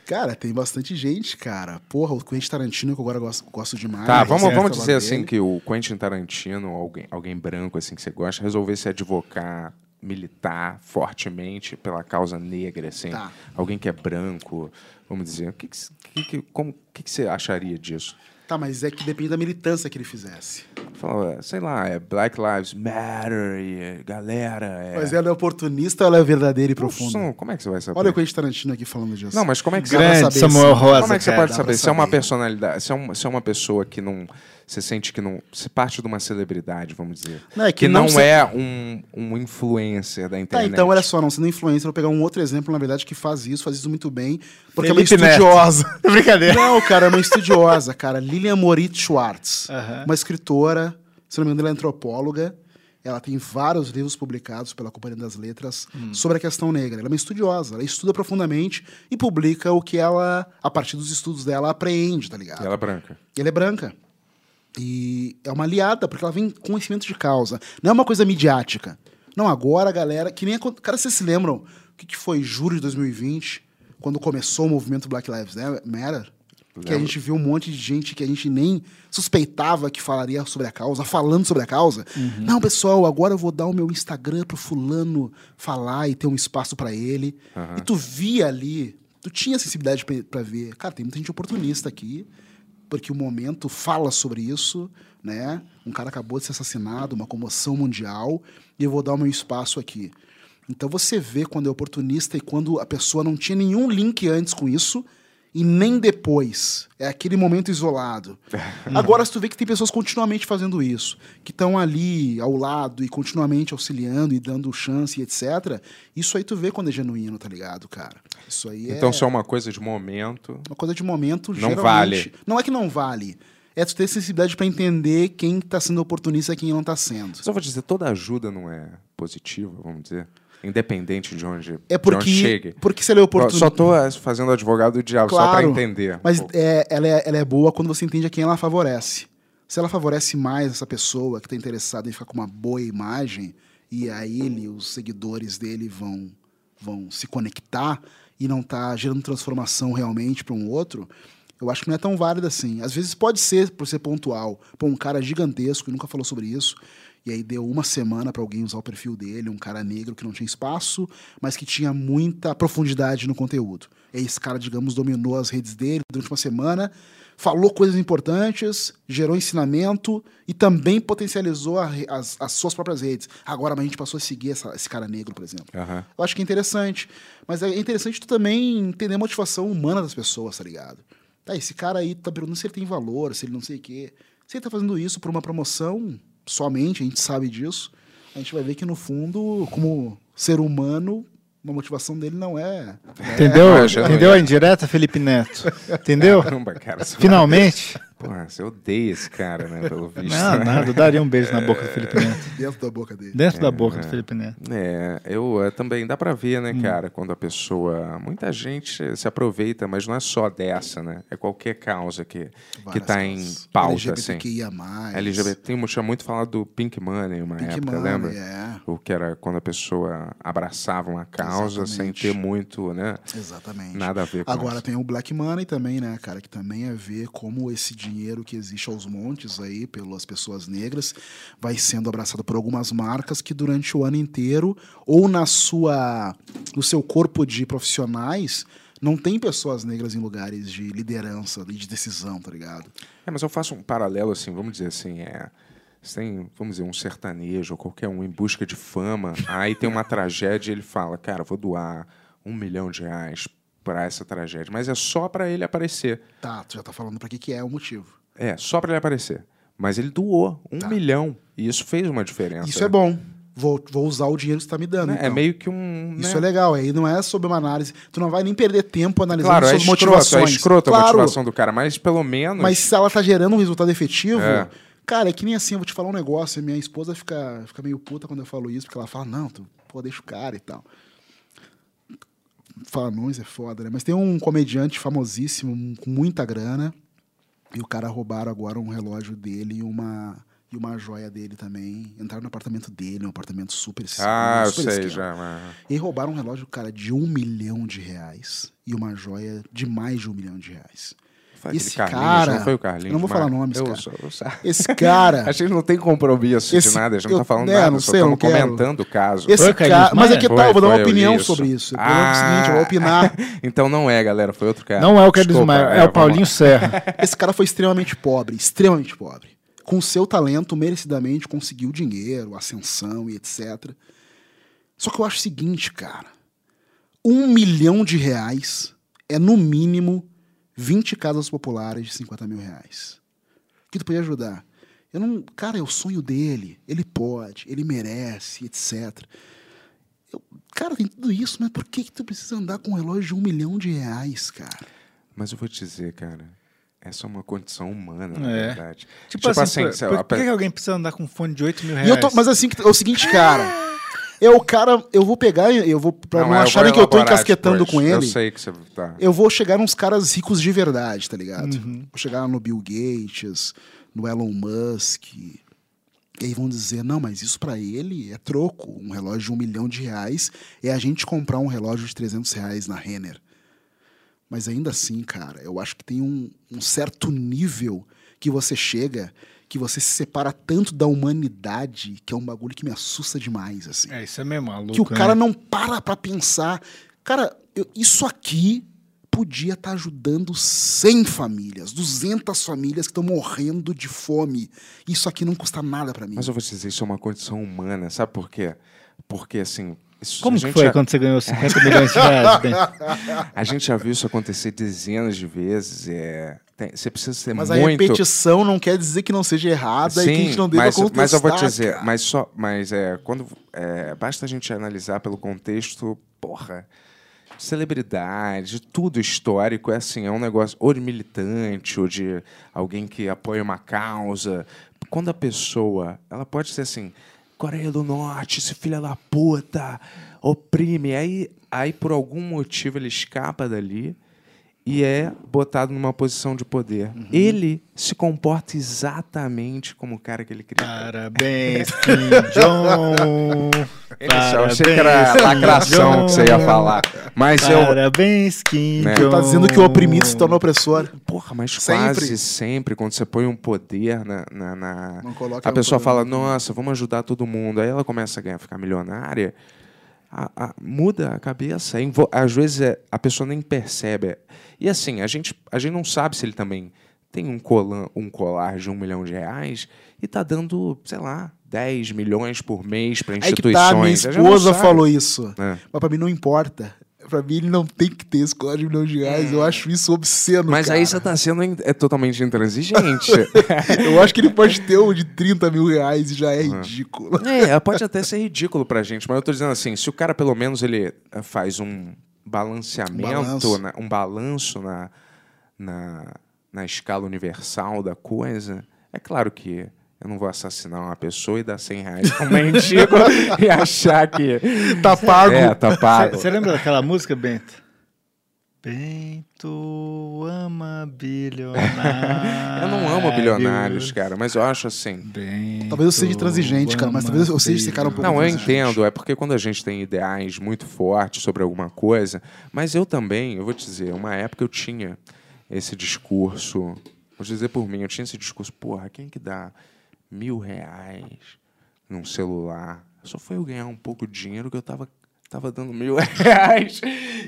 S6: Cara, tem bastante gente, cara. Porra, o Quentin Tarantino, que eu agora gosto, gosto demais.
S4: Tá,
S6: Eu
S4: vamos,
S6: gosto
S4: vamos
S6: do
S4: dizer
S6: trabalho
S4: assim
S6: é dele.
S4: que o Quentin Tarantino, alguém, alguém branco assim que você gosta, resolver se advocar, militar fortemente pela causa negra, assim.
S6: Tá.
S4: Alguém que é branco, vamos dizer. O que, que, que- que- como, o que, que você acharia disso?
S6: Tá, mas é que depende da militância que ele fizesse.
S4: Fala, sei lá, é Black Lives Matter, e, é, galera. É...
S6: Mas ela é oportunista ou ela é verdadeira e
S4: Poxa,
S6: profunda?
S4: como é que você vai saber?
S6: Olha o Quentin Tarantino aqui falando disso.
S4: Não, mas como é que
S6: Grande
S4: você
S3: Grande
S6: saber,
S3: Samuel
S6: sim.
S3: Rosa.
S4: Como é que você
S3: cara.
S4: pode
S6: dá
S4: saber?
S6: pra
S4: Se é uma
S6: saber.
S4: personalidade, se é uma, se é uma pessoa que não. Você sente que não. Você parte de uma celebridade, vamos dizer.
S6: Não, é
S4: que,
S6: que
S4: não,
S6: não se-
S4: é um, um influencer da
S6: Tá,
S4: internet.
S6: então olha só, não sendo influencer, eu vou pegar um outro exemplo, na verdade, que faz isso, faz isso muito bem, porque
S3: Felipe
S6: ela é
S3: Neto.
S6: estudiosa.
S3: Brincadeira.
S6: Não, cara, é uma estudiosa, cara. Lilian Moritz Schwartz,
S3: Aham.
S6: uma escritora, se não me engano, ela é antropóloga. Ela tem vários livros publicados pela Companhia das Letras sobre a questão negra. Ela é uma estudiosa, ela estuda profundamente e publica o que ela, a partir dos estudos dela, apreende, tá ligado?
S4: Ela é branca.
S6: E ela é branca. E é uma aliada, porque ela vem com conhecimento de causa. Não é uma coisa midiática. Não, agora a galera. Que nem. a co- Cara, vocês se lembram o que, que foi julho de 2020, quando começou o movimento Black Lives Matter? Que a gente viu um monte de gente que a gente nem suspeitava que falaria sobre a causa, falando sobre a causa. Não, pessoal, agora eu vou dar o meu Instagram pro fulano falar e ter um espaço pra ele. E tu via ali, tu tinha sensibilidade pra pra ver. Cara, tem muita gente oportunista aqui porque o momento fala sobre isso, né? Um cara acabou de ser assassinado, uma comoção mundial, e eu vou dar o meu espaço aqui. Então você vê quando é oportunista e quando a pessoa não tinha nenhum link antes com isso e nem depois. É aquele momento isolado. Agora, se tu vê que tem pessoas continuamente fazendo isso, que estão ali ao lado e continuamente auxiliando e dando chance e etc., isso aí tu vê quando é genuíno, tá ligado, cara? Isso aí é
S4: Então, só uma coisa de momento.
S6: uma coisa de momento.
S4: Não
S6: geralmente-
S4: vale.
S6: Não é que não vale. É tu ter sensibilidade pra entender quem tá sendo oportunista e quem não tá sendo.
S4: Só vou dizer, toda ajuda não é positiva, vamos dizer. Independente de onde,
S6: É
S4: de onde chegue.
S6: porque, porque se ele é oportunista.
S4: Só tô eh, fazendo advogado do diabo, só pra
S6: Claro,
S4: entender. um
S6: Mas
S4: pouco.
S6: é, ela, é, ela é boa quando você entende a quem ela favorece. Se ela favorece mais essa pessoa que está interessada em ficar com uma boa imagem, e a ele, os seguidores dele vão, vão se conectar e não tá gerando transformação realmente para um outro, eu acho que não é tão válida assim. Às vezes pode ser por ser pontual. Pô, um cara gigantesco que nunca falou sobre isso, e aí deu uma semana para alguém usar o perfil dele, um cara negro que não tinha espaço, mas que tinha muita profundidade no conteúdo. E aí esse cara, digamos, dominou as redes dele durante uma semana, falou coisas importantes, gerou ensinamento e também potencializou a re- as, as suas próprias redes. Agora a gente passou a seguir essa- esse cara negro, por exemplo.
S4: Aham.
S6: Eu acho que é interessante. Mas é interessante tu também entender a motivação humana das pessoas, tá ligado? Tá, esse cara aí tá perguntando se ele tem valor, se ele não sei o quê. Se ele tá fazendo isso por uma promoção, somente, a gente sabe disso. A gente vai ver que, no fundo, como ser humano, uma motivação dele não é.
S3: Entendeu?
S4: Ah, já
S3: Entendeu
S4: não
S3: a indireta, Felipe Neto? Entendeu?
S4: Caramba, cara. você-
S3: Finalmente.
S4: Porra, você odeia esse cara, né? Pelo visto.
S3: Não,
S4: né?
S3: nada. Eu daria um beijo na boca do Felipe Neto.
S6: Dentro da boca dele.
S3: Dentro da boca do Felipe Neto.
S4: É, eu eh, também dá pra ver, né,
S6: Hum.
S4: cara, quando a pessoa. Muita gente se aproveita, mas não é só dessa, né? É qualquer causa que, que
S6: Várias
S4: tá em
S6: coisas.
S4: pauta, assim.
S6: LGBTQIA+.
S4: LGBT tinha um muito falado do Pink Money uma
S6: Pink
S4: época,
S6: Money,
S4: lembra?
S6: é.
S4: O que era quando a pessoa abraçava uma causa sem
S6: Exatamente.
S4: ter muito, né?
S6: Exatamente.
S4: Nada a ver com
S6: Agora
S4: isso.
S6: tem o Black Money também, né, cara? Que também é ver como esse dinheiro que existe aos montes aí pelas pessoas negras vai sendo abraçado por algumas marcas que durante o ano inteiro ou na sua no seu corpo de profissionais não tem pessoas negras em lugares de liderança e de decisão, tá ligado?
S4: É, mas eu faço um paralelo assim, vamos dizer assim, é. Você tem, vamos dizer, um sertanejo ou qualquer um em busca de fama, aí tem uma tragédia e ele fala, cara, vou doar um milhão de reais pra essa tragédia, mas é só pra ele aparecer.
S6: Tá, tu já tá falando pra que que é o motivo.
S4: É, só pra ele aparecer. Mas ele doou um milhão e isso fez uma diferença.
S6: Tá. Isso é bom. Vou, vou usar o dinheiro que tu tá me dando.
S4: Né? É
S6: então.
S4: meio que um.
S6: Isso
S4: né?
S6: é legal, aí não é sobre uma análise. Tu não vai nem perder tempo analisando
S4: Claro, é
S6: suas
S4: escroto,
S6: motivações.
S4: é escroto a
S6: Claro,
S4: motivação do cara, mas pelo menos.
S6: Mas se ela tá gerando um resultado efetivo,
S4: É.
S6: cara, é que nem assim, eu vou te falar um negócio, minha esposa fica, fica meio puta quando eu falo isso, porque ela fala, não, tu, pô, deixa o cara e tal. Fala, não, isso é foda, né? Mas tem um comediante famosíssimo, um, com muita grana, e o cara roubaram agora um relógio dele e uma, e uma joia dele também. Entraram no apartamento dele, um apartamento super
S4: Ah, eu
S6: super
S4: sei
S6: esquema.
S4: já. mas-
S6: E roubaram um relógio, cara, de um milhão de reais e uma joia de mais de um milhão de reais.
S4: Aquele
S6: Esse
S4: Carlinhos,
S6: cara-
S4: Não foi o Carlinhos.
S6: eu não vou
S4: mas-
S6: falar nomes,
S4: eu
S6: cara.
S4: sou- eu sa-
S6: Esse
S4: A
S6: cara.
S4: gente não tem compromisso
S6: É. Esse-
S4: de nada, a gente não
S6: eu-
S4: tá falando
S6: né,
S4: nada,
S6: não
S4: só
S6: sei, eu
S4: estamos
S6: não quero.
S4: comentando o caso.
S6: esse
S3: Foi, Carlinhos
S6: cara. Mas é
S3: Maia?
S6: que tal, eu vou
S4: Foi,
S6: dar uma
S4: foi, eu
S6: opinião
S4: li isso.
S6: sobre isso. O problema é o
S4: Ah,
S6: seguinte, eu vou opinar.
S4: Então não é, galera, foi outro cara.
S3: Não é o Carlos
S4: Desculpa,
S3: Maia, é o
S4: vamos lá.
S3: Paulinho Serra.
S6: Esse cara foi extremamente pobre, extremamente pobre. Com seu talento, merecidamente conseguiu dinheiro, ascensão e etc. Só que eu acho o seguinte, cara. Um milhão de reais é, no mínimo, 20 casas populares de 50 mil reais. O que tu podia ajudar? Eu não. Cara, é o sonho dele. Ele pode, ele merece, etc. Eu- cara, tem tudo isso, mas por que, que tu precisa andar com um relógio de um milhão de reais, cara?
S4: Mas eu vou te dizer, cara, essa é uma condição humana, na
S3: É.
S4: verdade.
S3: Tipo, assim,
S4: sei
S3: por,
S4: lá,
S3: por
S4: pe-
S3: que alguém precisa andar com um fone de 8 mil
S6: E
S3: reais?
S6: eu tô- mas assim, é o seguinte, cara. É o cara, eu vou pegar, e eu vou. Pra não,
S4: mas é, eu
S6: acharem
S4: vou
S6: que eu tô
S4: elaborar
S6: encasquetando
S4: depois.
S6: com ele.
S4: Eu sei que você tá.
S6: eu vou chegar nos caras ricos de verdade, tá ligado? Vou chegar no Bill Gates, no Elon Musk. E aí vão dizer, não, mas isso pra ele é troco. Um relógio de um milhão de reais é a gente comprar um relógio de 300 reais na Renner. Mas ainda assim, cara, eu acho que tem um, um certo nível que você chega, que você se separa tanto da humanidade, que é um bagulho que me assusta demais, assim
S3: É, isso é meio maluco.
S6: que o cara
S3: né?
S6: não para pra pensar. Cara, eu- isso aqui podia estar tá ajudando 100 famílias, 200 famílias que estão morrendo de fome. Isso aqui não custa nada para mim.
S4: Mas eu vou te dizer, isso é uma condição humana, sabe por quê? Porque assim. Isso,
S3: Como que foi
S4: já...
S3: quando você ganhou 50 milhões de reais? Ben?
S4: A gente já viu isso acontecer dezenas de vezes. É... Tem- Você precisa ser
S6: Mas é
S4: muito.
S6: a repetição não quer dizer que não seja errada e que a gente não deva
S4: mas,
S6: contestar.
S4: mas eu vou te dizer,
S6: cara.
S4: mas só, mas é quando é, basta a gente analisar pelo contexto, porra, celebridade, tudo histórico é assim, é um negócio ou de militante ou de alguém que apoia uma causa. Quando a pessoa, ela pode ser assim, Coreia do Norte, esse filho da puta, oprime, aí aí por algum motivo ele escapa dali e é botado numa posição de poder. Ele se comporta exatamente como o cara que ele critica.
S3: Parabéns, Kim Jong.
S4: Esse, eu achei que era
S3: Ah, Parabéns,
S4: lacração
S3: Kim
S4: que você ia
S3: Jong.
S4: falar. Mas eu.
S3: Parabéns, Kim
S4: é Né?
S3: Jong.
S6: Tá dizendo que o oprimido se torna opressor.
S4: Porra, mas
S6: Sempre.
S4: quase sempre, quando você põe um poder na. na- na-
S6: Não coloca
S4: a pessoa fala,
S6: problema.
S4: nossa, vamos ajudar todo mundo. Aí ela começa a ganhar, ficar milionária. A- a- muda a cabeça. É invo- Às vezes é- a pessoa nem percebe. E assim, a gente, a gente não sabe se ele também tem um, colan, um colar de um milhão de reais e tá dando, sei lá, 10 milhões por mês para
S6: Aí que tá, minha
S4: instituições. A gente não
S6: esposa
S4: sabe.
S6: falou isso.
S4: É.
S6: Mas pra mim não importa. Pra mim ele não tem que ter esse colar de milhões de reais. Eu acho isso obsceno,
S4: É. Mas
S6: cara.
S4: aí você tá sendo in- é totalmente intransigente.
S6: Eu acho que ele pode ter um de 30 mil reais e já
S4: Ah,
S6: é ridículo.
S4: é, pode até ser ridículo pra gente, mas eu tô dizendo assim, se o cara pelo menos ele eh, faz um balanceamento, na- um balanço,
S6: Balanço.
S4: na, na, na, escala universal da coisa, é claro que eu não vou assassinar uma pessoa e dar 100 reais pra um mendigo e achar que...
S6: Tá pago.
S4: É, tá pago.
S3: Você lembra daquela música, Bento? Bento ama bilionários.
S4: Eu
S6: Ah,
S4: não amo bilionários, cara, mas eu acho assim...
S3: Bento
S6: Talvez eu seja transigente, cara, mas talvez eu
S3: ama
S6: seja esse cara um pouco
S4: Não, eu
S6: mais
S4: entendo. É porque quando a gente tem ideais muito fortes sobre alguma coisa, mas eu também, eu vou te dizer, uma época eu tinha esse discurso. Vou dizer por mim, eu tinha esse discurso, porra, quem que dá mil reais num celular? Só foi eu ganhar um pouco de dinheiro que eu tava, tava dando mil reais.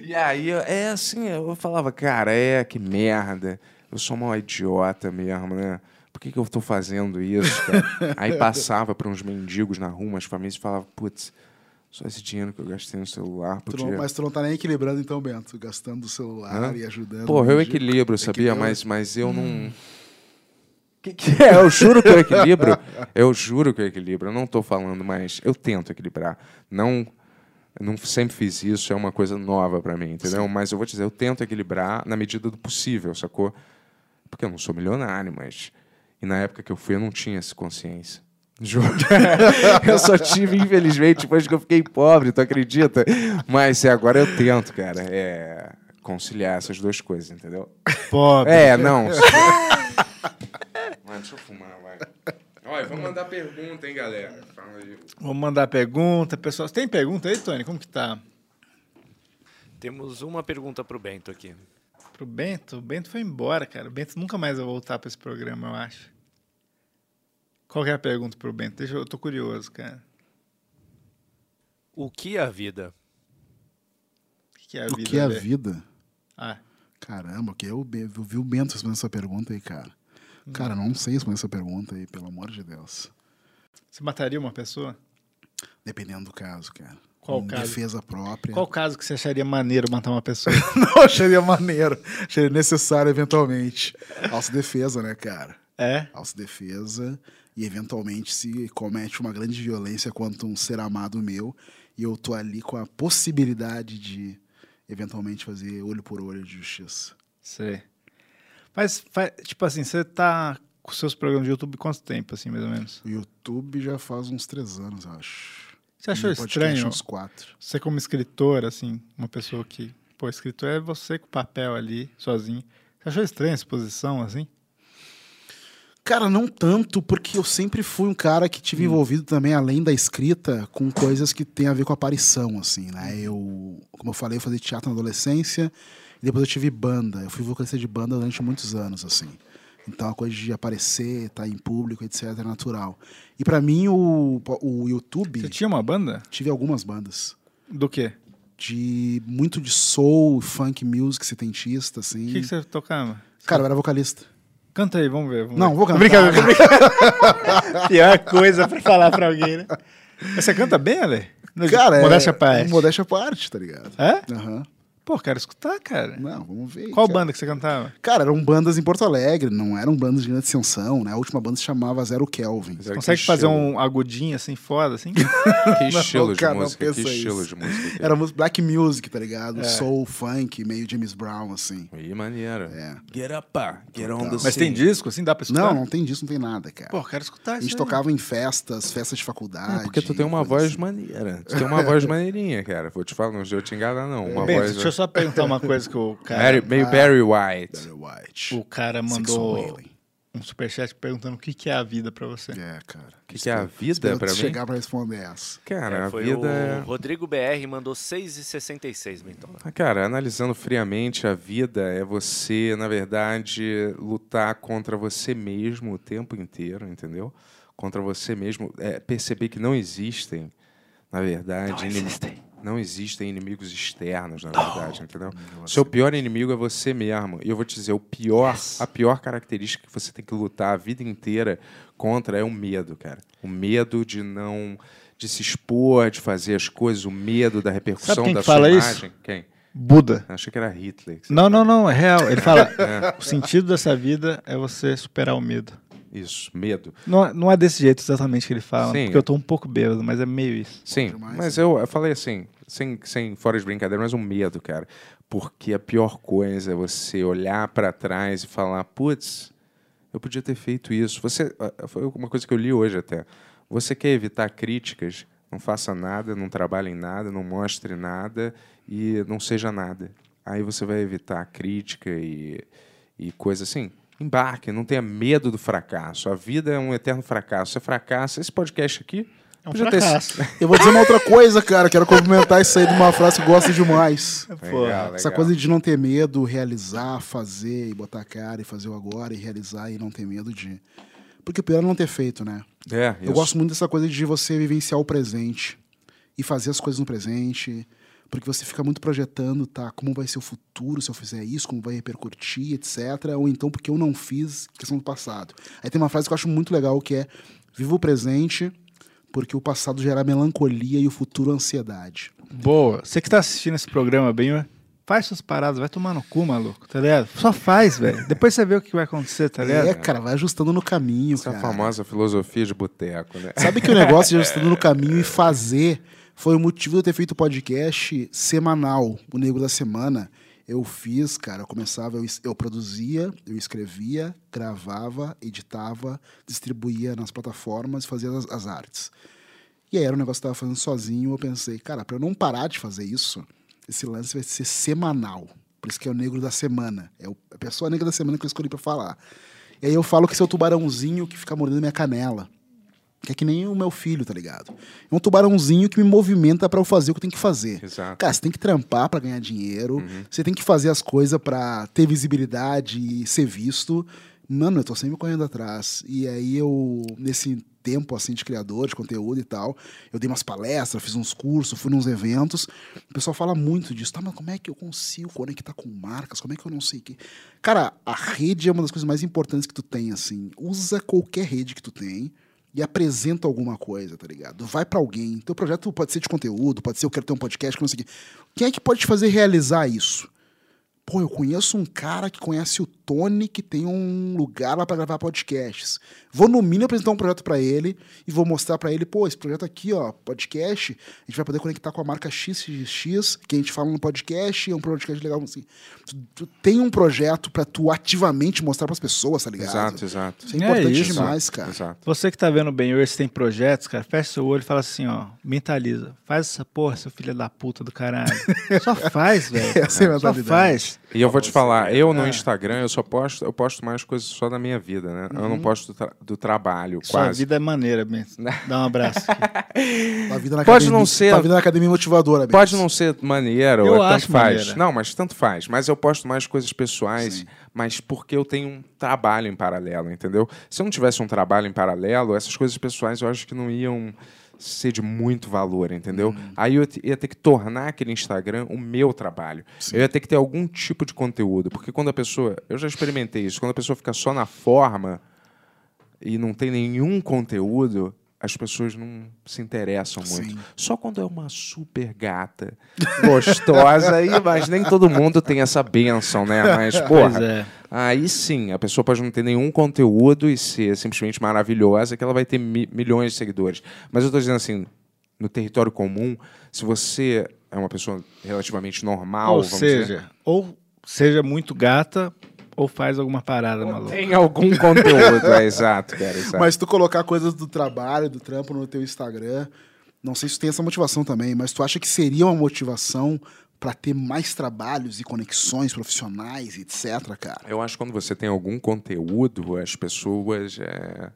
S4: E aí, eu- é assim, eu falava, cara, é, que merda. Eu sou uma idiota mesmo, né? Por que, que eu tô fazendo isso, cara? aí passava para uns mendigos na rua, as famílias, e falava, putz, só esse dinheiro que eu gastei no celular
S6: Tu
S4: podia...
S6: não, mas tu não tá nem equilibrando então, Bento. Gastando o celular
S4: Hã?
S6: e ajudando.
S4: Porra, eu
S6: mendigo.
S4: equilibro, sabia?
S6: Equilibra.
S4: Mas, mas eu não. Que que é? Eu juro que eu equilibro. Eu juro que eu equilibro. Eu não tô falando, mas eu tento equilibrar. Não. eu Não sempre fiz isso, é uma coisa nova pra mim, entendeu? Mas eu vou te dizer, eu tento equilibrar na medida do possível, sacou? Porque eu não sou milionário, mas. E na época que eu fui, eu não tinha essa consciência. Juro. eu só tive, infelizmente, depois que eu fiquei pobre, tu acredita? Mas é, agora eu tento, cara, é conciliar essas duas coisas, entendeu?
S3: Pobre.
S4: É, não. Mas deixa eu fumar, vai. Olha, vamos mandar pergunta, hein, galera. Fala aí.
S3: Vou mandar pergunta, pessoal. Tem pergunta aí, Tony? Como que tá?
S7: Temos uma pergunta pro Bento aqui.
S3: Pro Bento? O Bento foi embora, cara. O Bento nunca mais vai voltar pra esse programa, eu acho. Qual que é a pergunta pro Bento? Deixa eu, eu tô curioso, cara.
S7: O que é a vida?
S3: O que que é a
S6: O
S3: vida?
S6: que é a
S3: Bê?
S6: vida?
S3: Ah,
S6: Caramba, que eu, be- eu vi o Bento respondendo essa pergunta aí, cara. Cara, eu não sei responder essa pergunta aí, pelo amor de Deus.
S3: você mataria uma pessoa?
S6: Dependendo do caso, cara.
S3: Qual
S6: Com
S3: caso?
S6: Defesa própria.
S3: Qual caso que você acharia maneiro matar uma pessoa?
S6: Não, acharia maneiro. Acharia necessário, eventualmente. Autodefesa, né, cara?
S3: é?
S6: Autodefesa. E, eventualmente, se comete uma grande violência contra um ser amado meu, e eu tô ali com a possibilidade de, eventualmente, fazer olho por olho de justiça.
S3: Sei. Mas, fa- tipo assim, você tá com seus programas de YouTube quanto tempo, assim, mais ou menos?
S6: O YouTube já faz uns três anos, eu acho.
S3: Você achou
S6: E o Um podcast,
S3: estranho
S6: Uns quatro.
S3: você como escritor, assim, uma pessoa que... Pô, escritor é você com o papel ali, sozinho. Você achou estranha essa posição, assim?
S6: Cara, não tanto, porque eu sempre fui um cara que
S3: Hum.
S6: tive envolvido também, além da escrita, com coisas que tem a ver com aparição, assim,
S3: Hum.
S6: né? Eu, como eu falei, eu fazia teatro na adolescência e depois eu tive banda. Eu fui vocalista de banda durante muitos anos, assim. Então a coisa de aparecer, estar em público, etc, é natural. E pra mim, o, o YouTube,
S3: Você tinha uma banda?
S6: tive algumas bandas.
S3: Do quê?
S6: de muito de soul, funk music setentista, assim.
S3: O que, que você tocava?
S6: Cara, eu era vocalista.
S3: Canta aí, vamos ver. vamos
S6: Não,
S3: ver.
S6: vou cantar.
S3: Brincadeira, brincadeira. Pior coisa pra falar pra alguém, né? Mas Você canta bem, Ale? No-
S6: Cara,
S3: Modéstia
S6: é,
S3: à parte.
S6: Modéstia à parte, tá ligado?
S3: É?
S6: Aham.
S3: Pô, quero escutar, cara.
S6: Não, vamos ver.
S3: Qual
S6: cara.
S3: banda que você cantava?
S6: Cara, eram bandas em Porto Alegre, não eram bandas de grande ascensão, né? A última banda se chamava Zero Kelvin.
S4: Mas era
S3: Consegue
S4: que
S3: fazer
S4: estilo-
S3: um agudinho assim, foda, assim?
S4: Que estilo de
S6: cara, não
S4: música, que
S6: pensa
S4: estilo
S6: isso.
S4: de música. que
S6: Era música black music, tá ligado? Soul, funk, meio James Brown, assim.
S4: Ih, maneiro.
S6: É.
S4: Get up, ah, get on the
S3: Mas tem
S4: scene.
S3: disco, assim, dá pra escutar?
S6: Não, não tem disso, não tem nada, cara.
S3: Pô, quero escutar
S6: a
S3: isso
S6: gente
S3: aí.
S6: tocava em festas, festas de faculdade.
S4: É, porque tu tem uma
S6: coisa
S4: voz
S6: assim.
S4: maneira. Tu tem uma voz maneirinha, cara. Vou te falar, não vou te enganar, não. Uma
S3: Bem,
S4: voz.
S6: né?
S3: deixa eu só perguntar uma coisa que o
S4: Barry-
S3: cara,
S4: meio Barry White.
S6: assim. Barry White.
S3: o cara
S6: Sexual
S3: mandou
S6: Healing.
S3: um superchat perguntando o que, que é a vida pra você.
S6: É, cara.
S4: O que, que é a
S6: Espero
S4: vida
S6: tu
S4: pra mim?
S6: chegar pra responder essa.
S4: Cara,
S7: É,
S4: a
S7: foi
S4: vida
S7: o
S4: é.
S7: Rodrigo BR mandou 6,66, Bentola.
S4: Ah, Cara, analisando friamente, a vida é você, na verdade, lutar contra você mesmo o tempo inteiro, entendeu? Contra você mesmo. É, perceber que não existem, na verdade. Não existem. Não existem inimigos externos, na
S3: Oh,
S4: verdade, entendeu? Seu pior inimigo é você mesmo. E eu vou te dizer, o pior, a pior característica que você tem que lutar a vida inteira contra é o medo, cara. O medo de não. de se expor, de fazer as coisas, o medo da repercussão
S3: quem
S4: da
S3: que fala
S4: sua
S3: isso?
S4: imagem. Quem?
S3: Buda.
S4: Achei que era Hitler. que você-
S3: Não, não, não, é real. Ele fala, o sentido dessa vida é você superar o medo.
S4: Isso, medo.
S3: Não, não é desse jeito exatamente que ele fala,
S4: Sim.
S3: porque eu tô um pouco bêbado, mas é meio isso.
S4: Sim,
S6: demais,
S4: mas
S3: né?
S4: eu, eu falei assim, sem, sem fora de brincadeira, mas um medo, cara. Porque a pior coisa é você olhar pra trás e falar, putz, eu podia ter feito isso. Você ah, foi uma coisa que eu li hoje até. Você quer evitar críticas? Não faça nada, não trabalhe em nada, não mostre nada e não seja nada. Aí você vai evitar crítica e, e coisa assim. Embarque, não tenha medo do fracasso. A vida é um eterno fracasso. Você fracassa. Esse podcast aqui
S3: É um
S4: podia ter-
S3: fracasso.
S6: Eu vou dizer uma outra coisa, cara. Quero complementar isso aí de uma frase que eu gosto demais.
S4: É Legal,
S6: Essa
S4: Tá legal.
S6: coisa de não ter medo, realizar, fazer e botar a cara e fazer o agora e realizar e não ter medo de. Porque o pior é não ter feito, né?
S4: É,
S6: Eu gosto muito dessa coisa de você vivenciar o presente e fazer as coisas no presente, porque você fica muito projetando, tá? Como vai ser o futuro se eu fizer isso, como vai repercutir, etc. Ou então porque eu não fiz questão do passado. Aí tem uma frase que eu acho muito legal que é: viva o presente, porque o passado gera melancolia e o futuro ansiedade.
S3: Boa. Você que tá assistindo esse programa bem, ué, faz suas paradas, vai tomar no cu, maluco, tá ligado? Só faz, velho. Depois você vê o que vai acontecer, tá ligado?
S6: É, cara, vai ajustando no caminho,
S4: Essa é
S6: cara.
S4: famosa filosofia de boteco, né?
S6: Sabe que o negócio de ajustando no caminho e fazer foi o motivo de eu ter feito o podcast semanal, o Negro da Semana. Eu fiz, cara, eu começava, eu, es- eu produzia, eu escrevia, gravava, editava, distribuía nas plataformas, fazia as, as artes. E aí era um negócio que eu tava fazendo sozinho, eu pensei, cara, pra eu não parar de fazer isso, esse lance vai ser semanal. Por isso que é o Negro da Semana. É o- a pessoa negra da semana que eu escolhi pra falar. E aí eu falo que esse é o tubarãozinho que fica mordendo minha canela. Que é que nem o meu filho, tá ligado? É um tubarãozinho que me movimenta pra eu fazer o que eu tenho que fazer.
S4: Exato.
S6: Cara, você tem que trampar pra ganhar dinheiro, você tem que fazer as coisas pra ter visibilidade e ser visto. Mano, eu tô sempre correndo atrás. E aí eu, nesse tempo assim de criador, de conteúdo e tal, eu dei umas palestras, fiz uns cursos, fui nos eventos. O pessoal fala muito disso. Tá, mas como é que eu consigo conectar com marcas? Como é que eu não sei o quê? Cara, a rede é uma das coisas mais importantes que tu tem, assim. Usa qualquer rede que tu tem e apresenta alguma coisa, tá ligado? Vai pra alguém. Teu projeto pode ser de conteúdo, pode ser eu quero ter um podcast, que não sei o quê. Quem é que pode te fazer realizar isso? Pô, eu conheço um cara que conhece o Tony, que tem um lugar lá pra gravar podcasts. Vou no mínimo apresentar um projeto pra ele e vou mostrar pra ele, pô, esse projeto aqui, ó, podcast, a gente vai poder conectar com a marca XXX, que a gente fala no podcast, é um podcast legal assim. Tu, tu tem um projeto pra tu ativamente mostrar pras pessoas, tá ligado?
S4: Exato, exato.
S6: Isso é importante
S3: isso.
S6: demais, cara.
S4: Exato.
S3: Você que tá vendo bem hoje, você tem projetos, cara, fecha seu olho e fala assim, ó, mentaliza. Faz essa porra, seu filho da puta do caralho. Só faz, velho.
S6: Essa é a
S3: Só
S6: mentalidade.
S3: faz.
S4: E eu vou te falar,
S6: né?
S4: eu
S6: É.
S4: no Instagram, eu só posto, eu posto mais coisas só da minha vida, né? Eu
S6: Uhum.
S4: não posto do, tra- do trabalho,
S3: Sua
S4: quase.
S3: vida é maneira, Bento. Dá um abraço. aqui.
S6: Tua vida na
S4: Pode
S6: academia-
S4: não ser-
S6: Tua vida na academia motivadora. Bento.
S4: Pode não ser maneira,
S3: Eu
S4: ou é
S3: acho
S4: tanto faz.
S3: maneira.
S4: Não, mas tanto faz. Mas eu posto mais coisas pessoais, mas porque eu tenho um trabalho em paralelo, entendeu? Se eu não tivesse um trabalho em paralelo, essas coisas pessoais eu acho que não iam ser de muito valor, entendeu?
S3: Hum.
S4: Aí eu ia te- ia ter que tornar aquele Instagram o meu trabalho. Eu ia ter que ter algum tipo de conteúdo, porque quando a pessoa, eu já experimentei isso, quando a pessoa fica só na forma e não tem nenhum conteúdo, as pessoas não se interessam muito.
S6: Sim.
S4: Só quando é uma super gata, gostosa aí, mas nem todo mundo tem essa benção, né? Mas
S3: Pois
S4: porra,
S3: é.
S4: Aí sim, a pessoa pode não ter nenhum conteúdo e ser simplesmente maravilhosa, que ela vai ter mi- milhões de seguidores. Mas eu estou dizendo assim, no território comum, se você é uma pessoa relativamente normal,
S3: ou
S4: vamos dizer,
S3: seja, ou seja muito gata, ou faz alguma parada maluca.
S4: tem algum conteúdo, é exato, cara, exato.
S6: Mas tu colocar coisas do trabalho, do trampo no teu Instagram, não sei se tu tem essa motivação também, mas tu acha que seria uma motivação pra ter mais trabalhos e conexões profissionais, etc, cara?
S4: Eu acho que quando você tem algum conteúdo, as pessoas, é,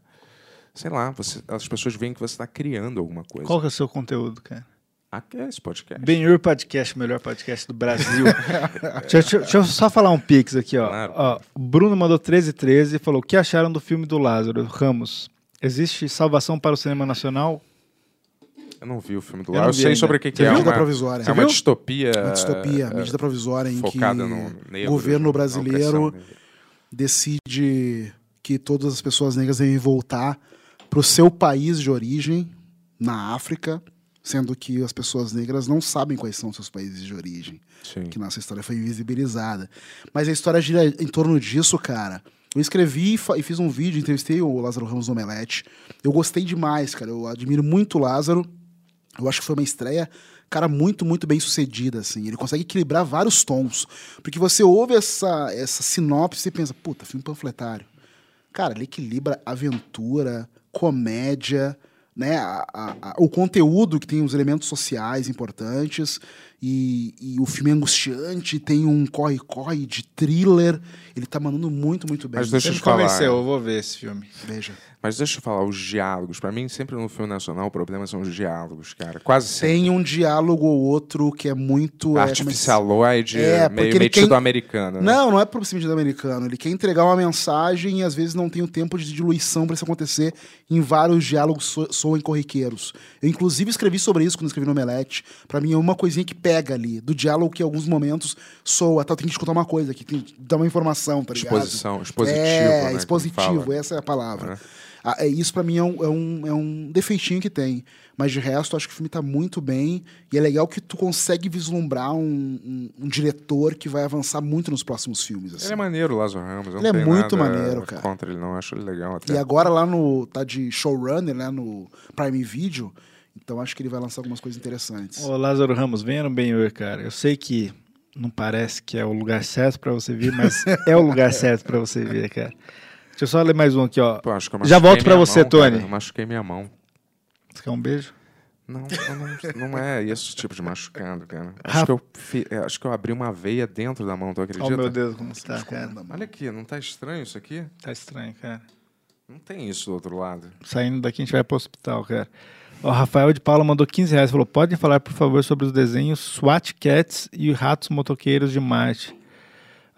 S4: sei lá, você- as pessoas veem que você está criando alguma coisa.
S3: Qual que é o seu conteúdo, cara?
S4: Aqui é esse podcast.
S3: Ben Ur Podcast, melhor podcast do Brasil. deixa, deixa- deixa eu só falar um pix aqui, ó.
S4: Claro.
S3: Ó, o Bruno mandou 1313 e falou: O que acharam do filme do Lázaro Ramos? Existe salvação para o cinema nacional?
S4: Eu não vi o filme do
S3: Eu não
S4: Lar, eu
S3: vi
S4: sei
S3: ainda.
S4: sobre o que, que
S6: Você
S4: é.
S6: viu?
S4: Uma,
S6: Medida provisória.
S4: é
S6: Você
S4: uma
S6: viu?
S4: distopia.
S6: Uma distopia, medida provisória em que
S4: É, focada no negro, né?
S6: o governo
S4: na
S6: brasileiro
S4: opressão negra.
S6: decide que todas as pessoas negras devem voltar pro seu país de origem, na África, sendo que as pessoas negras não sabem quais são seus países de origem.
S4: Sim.
S6: que nossa história foi invisibilizada. Mas a história gira em torno disso, cara. Eu escrevi e fa- e fiz um vídeo, entrevistei o Lázaro Ramos no Omelete. Eu gostei demais, cara. Eu admiro muito o Lázaro. Eu acho que foi uma estreia, cara, muito, muito bem sucedida, assim. Ele consegue equilibrar vários tons. Porque você ouve essa, essa sinopse e pensa, puta, filme panfletário. Cara, ele equilibra aventura, comédia, né? a- a- a- o conteúdo que tem os elementos sociais importantes e, e o filme é angustiante, tem um corre-corre de thriller. Ele tá mandando muito, muito bem.
S4: Mas deixa eu
S3: Você
S4: te
S3: me convenceu,
S4: falar.
S3: eu vou ver esse filme.
S6: Veja.
S4: Mas deixa eu falar, os diálogos. Pra mim, sempre no filme nacional, o problema são os diálogos, cara. Quase sempre.
S6: Tem um diálogo ou outro que é muito... é, como é que se-
S4: Artificialoide,
S6: É, porque
S4: meio
S6: ele
S4: metido
S6: tem-
S4: americano. Né?
S6: Não, não é pro sentido americano. Ele quer entregar uma mensagem e às vezes não tem o tempo de diluição pra isso acontecer. Em vários diálogos so soam corriqueiros. Eu, inclusive, escrevi sobre isso quando escrevi no Omelete. Pra mim é uma coisinha que pega ali. Do diálogo que em alguns momentos soa. Tá, tem que te contar uma coisa aqui, tem que dar uma informação, tá
S4: Tipo,
S6: ligado?
S4: Exposição, expositivo.
S6: É,
S4: né, que
S6: expositivo,
S4: fala.
S6: essa é a palavra.
S4: É.
S6: Ah, é, isso pra mim é um, é um- é um defeitinho que tem. Mas de resto, acho que o filme tá muito bem. E é legal que tu consegue vislumbrar um, um- um diretor que vai avançar muito nos próximos filmes. assim.
S4: Ele é maneiro, o Lázaro Ramos. eu não
S6: Ele é
S4: tenho
S6: muito
S4: nada
S6: maneiro, cara.
S4: Contra ele, não. Eu acho ele legal até.
S6: E agora lá no. tá de showrunner, né? No Prime Video. Então acho que ele vai lançar algumas coisas interessantes.
S3: Ô, Lázaro Ramos, venha no Ben Ur, cara. Eu sei que não parece que é o lugar certo pra você vir, mas é o lugar certo pra você vir, cara. Deixa eu só ler mais um aqui, ó.
S4: Pô, acho que eu
S3: Já
S4: machuquei
S3: volto pra
S4: minha
S3: você,
S4: mão, cara,
S3: Tony.
S4: Eu machuquei minha mão.
S3: Você quer um beijo?
S4: Não, eu não, não é esse tipo de machucado, cara. Acho que, eu fi- é, acho que eu abri uma veia dentro da mão, tu acredita?
S3: Oh, meu Deus, como está, cara.
S4: Olha aqui, não tá estranho isso aqui?
S3: Tá estranho, cara.
S4: Não tem isso do outro lado.
S3: Saindo daqui, a gente vai pro hospital, cara. O Rafael de Paula mandou 15 reais. Falou: Podem falar, por favor, sobre os desenhos SWAT Cats e Ratos Motoqueiros de Marte.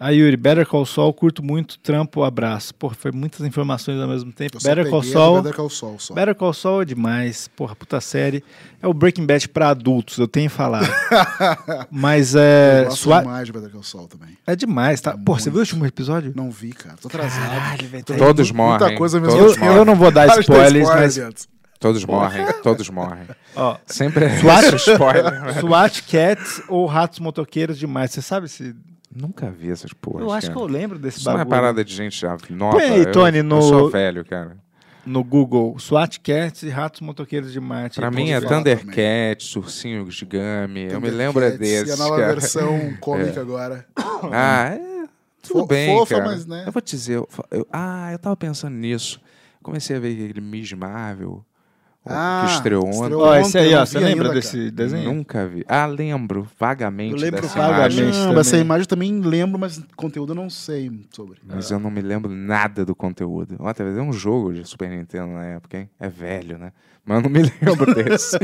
S3: A Yuri, Better Call Saul, curto muito, trampo, abraço. Porra, foi muitas informações ao mesmo tempo.
S6: Eu só
S3: Better
S6: peguei
S3: Call
S6: a do
S3: Saul.
S6: Better Call Saul só.
S3: Better Call Saul é demais. Porra, puta série. É o Breaking Bad pra adultos, eu tenho falado. Mas
S6: Eu
S3: é.
S6: gosto
S3: SWAT
S6: demais de Better Call Saul também.
S3: é demais, tá? Porra, você viu o último episódio? tá
S6: Não vi, cara. Tô atrasado. Tô-
S4: Todos
S6: mu-
S4: morrem.
S6: Muita coisa mesmo.
S4: todos
S3: Eu,
S4: morrem.
S3: eu não vou dar
S6: Para de dar
S3: spoilers,
S6: spoiler,
S3: mas.
S6: Beto.
S4: Todos morrem, todos morrem.
S3: Ó,
S4: Sempre é
S3: Swat-
S4: esse spoiler. né?
S3: SWAT Cats ou Ratos Motoqueiros demais. Você sabe se.
S4: Nunca vi essas porras.
S3: eu acho que eu
S4: cara.
S3: lembro desse
S4: Isso não é
S3: bagulho.
S4: parada de gente já nova.
S3: Põe aí,
S4: eu,
S3: Tony,
S4: eu
S3: no-
S4: sou velho, cara.
S3: No Google, SWAT Cats e Ratos Motoqueiros Então, de
S6: Tipo,
S3: Marte.
S4: Pra
S3: E
S4: mim
S3: todos
S4: é
S3: falam.
S4: Thundercat, Sursinho de Gummy. Eu me lembro
S6: Thundercats
S4: desses.
S6: E é a nova
S4: cara. É.
S6: versão cômica agora.
S4: Ah, é. Tudo
S6: Fo-
S4: bem,
S6: fofa,
S4: cara.
S6: mas, né?
S4: Eu vou te dizer. eu fa- eu- ah, eu tava pensando nisso. Comecei a ver aquele Miss Marvel o-
S6: Ah,
S4: que estreou ontem.
S6: estreou
S3: Ó, esse aí,
S6: Ontem eu
S3: ó.
S6: não
S3: Você
S6: vi
S3: lembra
S6: ainda,
S3: desse desenho?
S4: Nunca vi. Ah, lembro vagamente
S3: Eu lembro
S4: dessa
S3: vagamente.
S4: imagem.
S6: Caramba,
S3: também.
S6: essa imagem eu também lembro, mas conteúdo eu não sei sobre.
S4: Mas eu não me lembro nada do conteúdo. Ó, talvez é um jogo de Super Nintendo na época, hein? É velho, né? Mas eu não me lembro desse.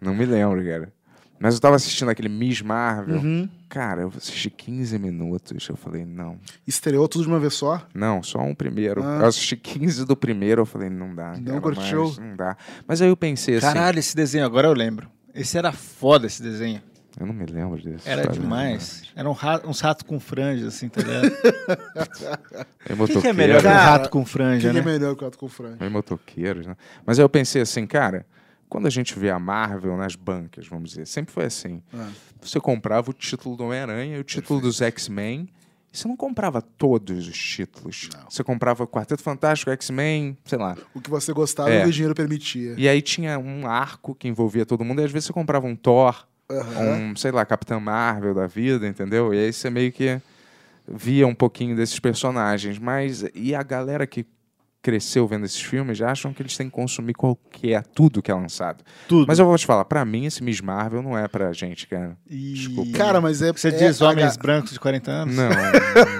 S4: não me lembro, cara. Mas eu tava assistindo aquele Miss Marvel.
S6: Uhum.
S4: Cara, eu assisti 15 minutos. Eu falei, não.
S6: Estreou tudo de uma vez só?
S4: Não, só um primeiro.
S6: Ah.
S4: Eu assisti 15 do primeiro. Eu falei, não dá. cara,
S6: Não curtiu?
S4: mas Não dá. Mas aí eu pensei assim.
S3: Caralho, esse desenho, agora eu lembro. Esse era foda, esse desenho.
S4: Eu não me lembro disso.
S3: Era
S4: tá vendo?
S3: demais. Eram ra- uns ratos com franja, assim, tá ligado? O que,
S4: Meio
S3: que é
S4: motoqueiro,
S3: melhor que um
S6: Cara,
S3: rato com
S6: O que,
S3: franja,
S6: que é
S3: né?
S6: melhor que o Ato com o Frank?
S4: meio motoqueiros, né? Mas aí eu pensei assim, cara, quando a gente vê a Marvel nas bancas, vamos dizer, sempre foi assim.
S6: Ah.
S4: Você comprava o título do Homem-Aranha e o título dos X-Men. e Você não comprava todos os títulos. Você comprava Quarteto Fantástico, X-Men, sei lá.
S6: O que você gostava
S4: É.
S6: e o dinheiro permitia.
S4: E aí tinha um arco que envolvia todo mundo. E às vezes você comprava um Thor,
S6: Aham.
S4: um, sei lá, Capitão Marvel da vida, entendeu? E aí você meio que via um pouquinho desses personagens. Mas e a galera que cresceu vendo esses filmes já acham que eles têm que consumir qualquer, tudo que é lançado.
S8: Tudo.
S4: Mas eu vou te falar, pra mim esse Miss Marvel não é pra gente, cara. Desculpa.
S6: Cara, mas é.
S3: Você
S6: é
S3: diz
S6: a-
S3: homens brancos de 40 anos?
S4: Não, não, não,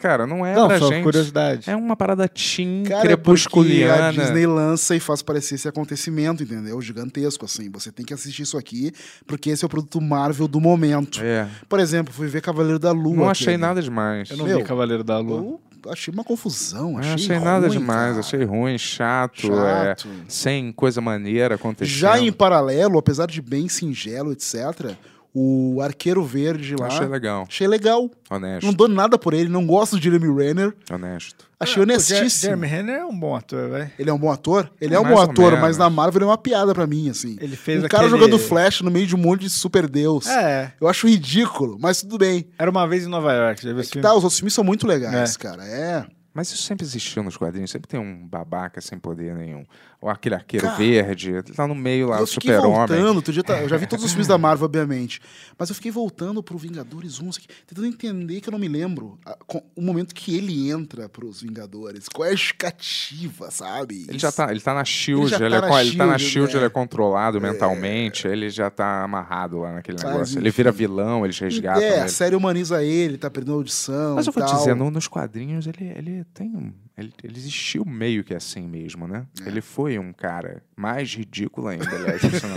S4: cara, não é
S3: Não,
S4: pra
S3: só
S4: gente.
S3: curiosidade.
S4: É uma parada teen
S6: Cara, é porque
S4: crepusculiana.
S6: a Disney lança e faz parecer esse acontecimento, entendeu? Gigantesco, assim. Você tem que assistir isso aqui, porque esse é o produto Marvel do momento.
S4: É.
S6: Por exemplo, fui ver Cavaleiro da Lua.
S4: Não achei
S6: aquele.
S4: nada demais.
S3: Eu não vi
S6: Meu,
S3: Cavaleiro da Lua.
S6: Eu achei uma confusão,
S4: Ah,
S6: achei.
S4: achei nada
S6: ruim,
S4: demais,
S6: cara.
S4: achei ruim, chato, é,
S6: Chato.
S4: sem coisa maneira acontecendo.
S6: Já em paralelo, apesar de bem singelo, etc., o Arqueiro Verde lá.
S4: Achei legal,
S6: achei legal.
S4: honesto,
S6: ah? Não dou nada por ele, não gosto do Jeremy Renner.
S4: honesto.
S3: Ah,
S6: Achei
S3: O
S6: honestíssimo.
S3: Jeremy Renner é um bom ator, velho.
S6: Ele é um bom ator? Ele é um
S4: Mais
S6: bom
S4: ou
S6: ator,
S4: menos.
S6: mas na Marvel ele é uma piada pra mim, assim.
S3: Ele fez
S6: um cara
S3: aquele-
S6: jogando Flash no meio de um monte de super deus.
S3: É,
S6: Eu acho ridículo, mas tudo bem.
S3: era uma vez em Nova York, já viu
S6: É
S3: esse
S6: que
S3: filme?
S6: tá, os outros filmes são muito legais, cara. É.
S4: Mas isso sempre existiu nos quadrinhos, sempre tem um babaca sem poder nenhum. Ou aquele arqueiro
S6: Cara,
S4: verde, ele tá no meio lá,
S6: eu
S4: o
S6: fiquei
S4: super-homem.
S6: voltando, outro dia tá- eu já vi todos os filmes da Marvel, obviamente. Mas eu fiquei voltando pro Vingadores 1, não sei o quê, tentando entender que eu não me lembro a- com- o momento que ele entra pros Vingadores. Qual é a justificativa, sabe?
S4: Ele já tá, ele tá na
S6: Ele
S4: shield,
S6: já
S4: ele,
S6: tá
S4: é,
S6: na
S4: co- ele tá na
S6: Shield,
S4: shield,
S6: né? É.
S4: ele é controlado mentalmente, ele já tá amarrado lá naquele
S6: Mas,
S4: negócio. Ele
S6: enfim.
S4: vira vilão, eles resgatam
S6: É, a
S4: ele.
S6: série humaniza ele, tá perdendo audição.
S4: Mas eu vou
S6: e
S4: te
S6: tal.
S4: dizer, no- nos quadrinhos ele, ele tem. um- Ele, ele existiu meio que assim mesmo, né?
S6: É.
S4: Ele foi um cara mais ridículo ainda, aliás. isso não.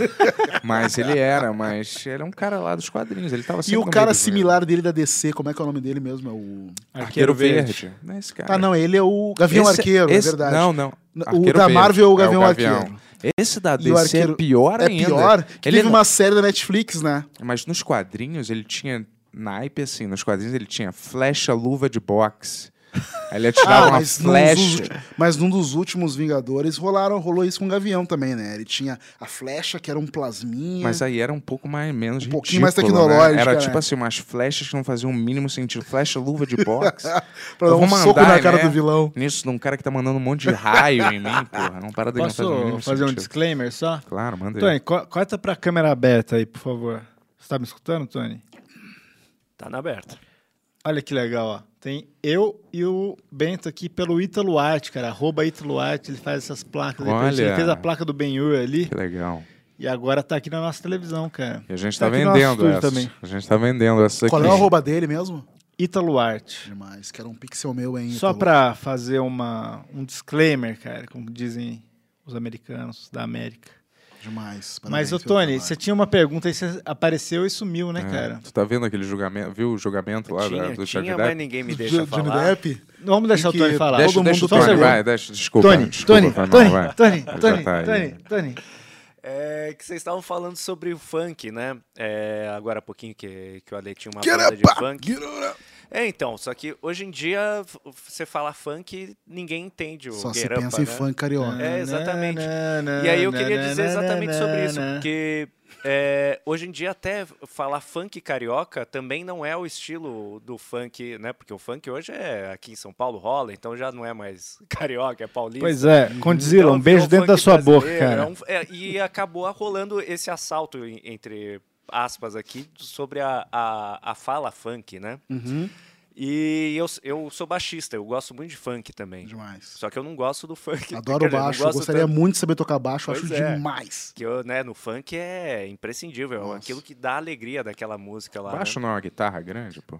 S4: mas ele era, mas ele é um cara lá dos quadrinhos. Ele tava sempre
S6: E
S4: no
S6: o
S4: meio
S6: cara
S4: dos
S6: similar dele da DC, como é que é o nome dele mesmo? É o.
S4: vilões. Arqueiro Verde. Não é esse cara.
S6: Ah, não, ele é o Gavião
S4: Esse-
S6: Arqueiro,
S4: esse-
S6: é verdade.
S4: Não, não.
S6: N- o
S4: Arqueiro
S6: da
S4: Verde.
S6: Marvel é o Gavião Arqueiro.
S4: Esse da
S6: E
S4: DC
S6: o
S4: é
S6: Arqueiro-
S4: pior
S6: É
S4: ainda.
S6: pior que
S4: Ele
S6: teve
S4: é-
S6: uma série da Netflix, né?
S4: Mas nos quadrinhos ele tinha naipe assim, nos quadrinhos ele tinha flecha, luva de boxe. Aí ele atirava uma
S6: Ah, mas, num dos,
S4: flecha.
S6: ulti- mas num dos últimos Vingadores rolaram, rolou isso com o Gavião também, né? Ele tinha a flecha, que era um plasminha.
S4: Mas aí era um pouco mais menos
S6: Um pouquinho mais
S4: ridículo, né?
S6: tecnológica,
S4: Era
S6: né?
S4: tipo assim, umas flechas que não faziam o mínimo sentido. Flecha, luva de boxe.
S6: pra dar
S4: Eu
S6: um
S4: vou
S6: soco
S4: mandar,
S6: na cara
S4: né?
S6: do vilão.
S4: Nisso, de um cara que tá mandando um monte de raio em mim, porra. Não parada que não faz tipo o
S3: Posso
S4: mínimo
S3: fazer um
S4: sentido.
S3: disclaimer só?
S4: Claro, manda aí.
S3: Tony, co- corta pra câmera aberta aí, por favor. Você tá me escutando, Tony?
S7: Tá na aberta.
S3: Olha que legal, ó. Tem eu e o Bento aqui pelo Ítalo Arte, cara. Arroba Ítalo Arte, ele faz essas placas. aí pra gente.
S4: Olha.
S3: Ele fez a placa do Benhur ali
S4: Que legal.
S3: e agora tá aqui na nossa televisão, cara.
S4: E a gente tá,
S3: Aqui no nosso
S4: vendendo
S3: estúdio
S4: essas.
S3: também.
S4: A gente tá vendendo essas aqui.
S6: Qual é o arroba dele mesmo?
S3: Ítalo Arte.
S6: Demais, que era um pixel meu, hein?
S3: Só
S6: Ítalo?
S3: pra fazer uma, um disclaimer, cara, como dizem os americanos da América.
S6: Demais. parabéns
S3: Mas, ô
S6: pelo
S3: Tony,
S6: trabalho.
S3: você tinha uma pergunta e você apareceu e sumiu, né,
S4: É.
S3: cara?
S4: Tu tá vendo aquele julgamento? Viu o julgamento lá da-
S6: é,
S7: tinha,
S4: do
S7: tinha,
S4: Jack
S7: mas
S4: Depp?
S7: ninguém me
S6: Do
S7: deixa
S6: Jo- Johnny
S7: falar.
S6: Depp?
S3: Vamos deixar o
S6: que
S3: Tony falar.
S4: Deixa,
S6: Todo
S4: deixa o
S6: mundo
S3: só um
S4: Tony,
S3: segundo.
S4: vai. Deixa, desculpa.
S3: Tony,
S4: desculpa,
S3: Tony,
S4: foi mal,
S3: Tony,
S4: vai.
S3: Tony,
S4: Já
S3: Tony,
S4: tá aí.
S3: Tony, Tony.
S7: É que vocês estavam falando sobre o funk, né? É, agora há pouquinho que, que o Ale tinha uma
S6: Get
S7: banda
S6: up,
S7: de
S6: pá!
S7: funk.
S6: Get up.
S7: É, então, só que hoje em dia f- você fala funk ninguém entende o
S6: Só se
S7: get up,
S6: pensa em
S7: né?
S6: funk carioca.
S7: É, exatamente.
S3: Na, na,
S7: E aí eu
S3: na,
S7: queria
S3: na,
S7: dizer
S3: na,
S7: exatamente
S3: na,
S7: sobre isso,
S3: na.
S7: porque é, hoje em dia até falar funk carioca também não é o estilo do funk, né? Porque o funk hoje é aqui em São Paulo rola, então já não é mais carioca, é paulista.
S3: Pois é, Condzilla,
S7: Então
S3: um beijo dentro
S7: virou
S3: da
S7: funk
S3: sua
S7: brasileiro,
S3: boca,
S7: é
S3: cara.
S7: um- é, e acabou rolando esse assalto em- entre aspas aqui sobre a, a, a fala funk, né?
S6: Uhum.
S7: E eu, eu sou baixista, eu gosto muito de funk também.
S6: Demais.
S7: Só que eu não gosto do funk.
S6: Adoro
S7: Quer dizer, não
S6: baixo,
S7: gosto
S6: gostaria
S7: tanto.
S6: muito de saber tocar baixo,
S7: Pois
S6: acho
S7: é.
S6: demais.
S7: Que eu, né, no funk é imprescindível, é
S6: Nossa.
S7: aquilo que dá alegria daquela música lá. né?
S4: Baixo não é uma guitarra grande, pô.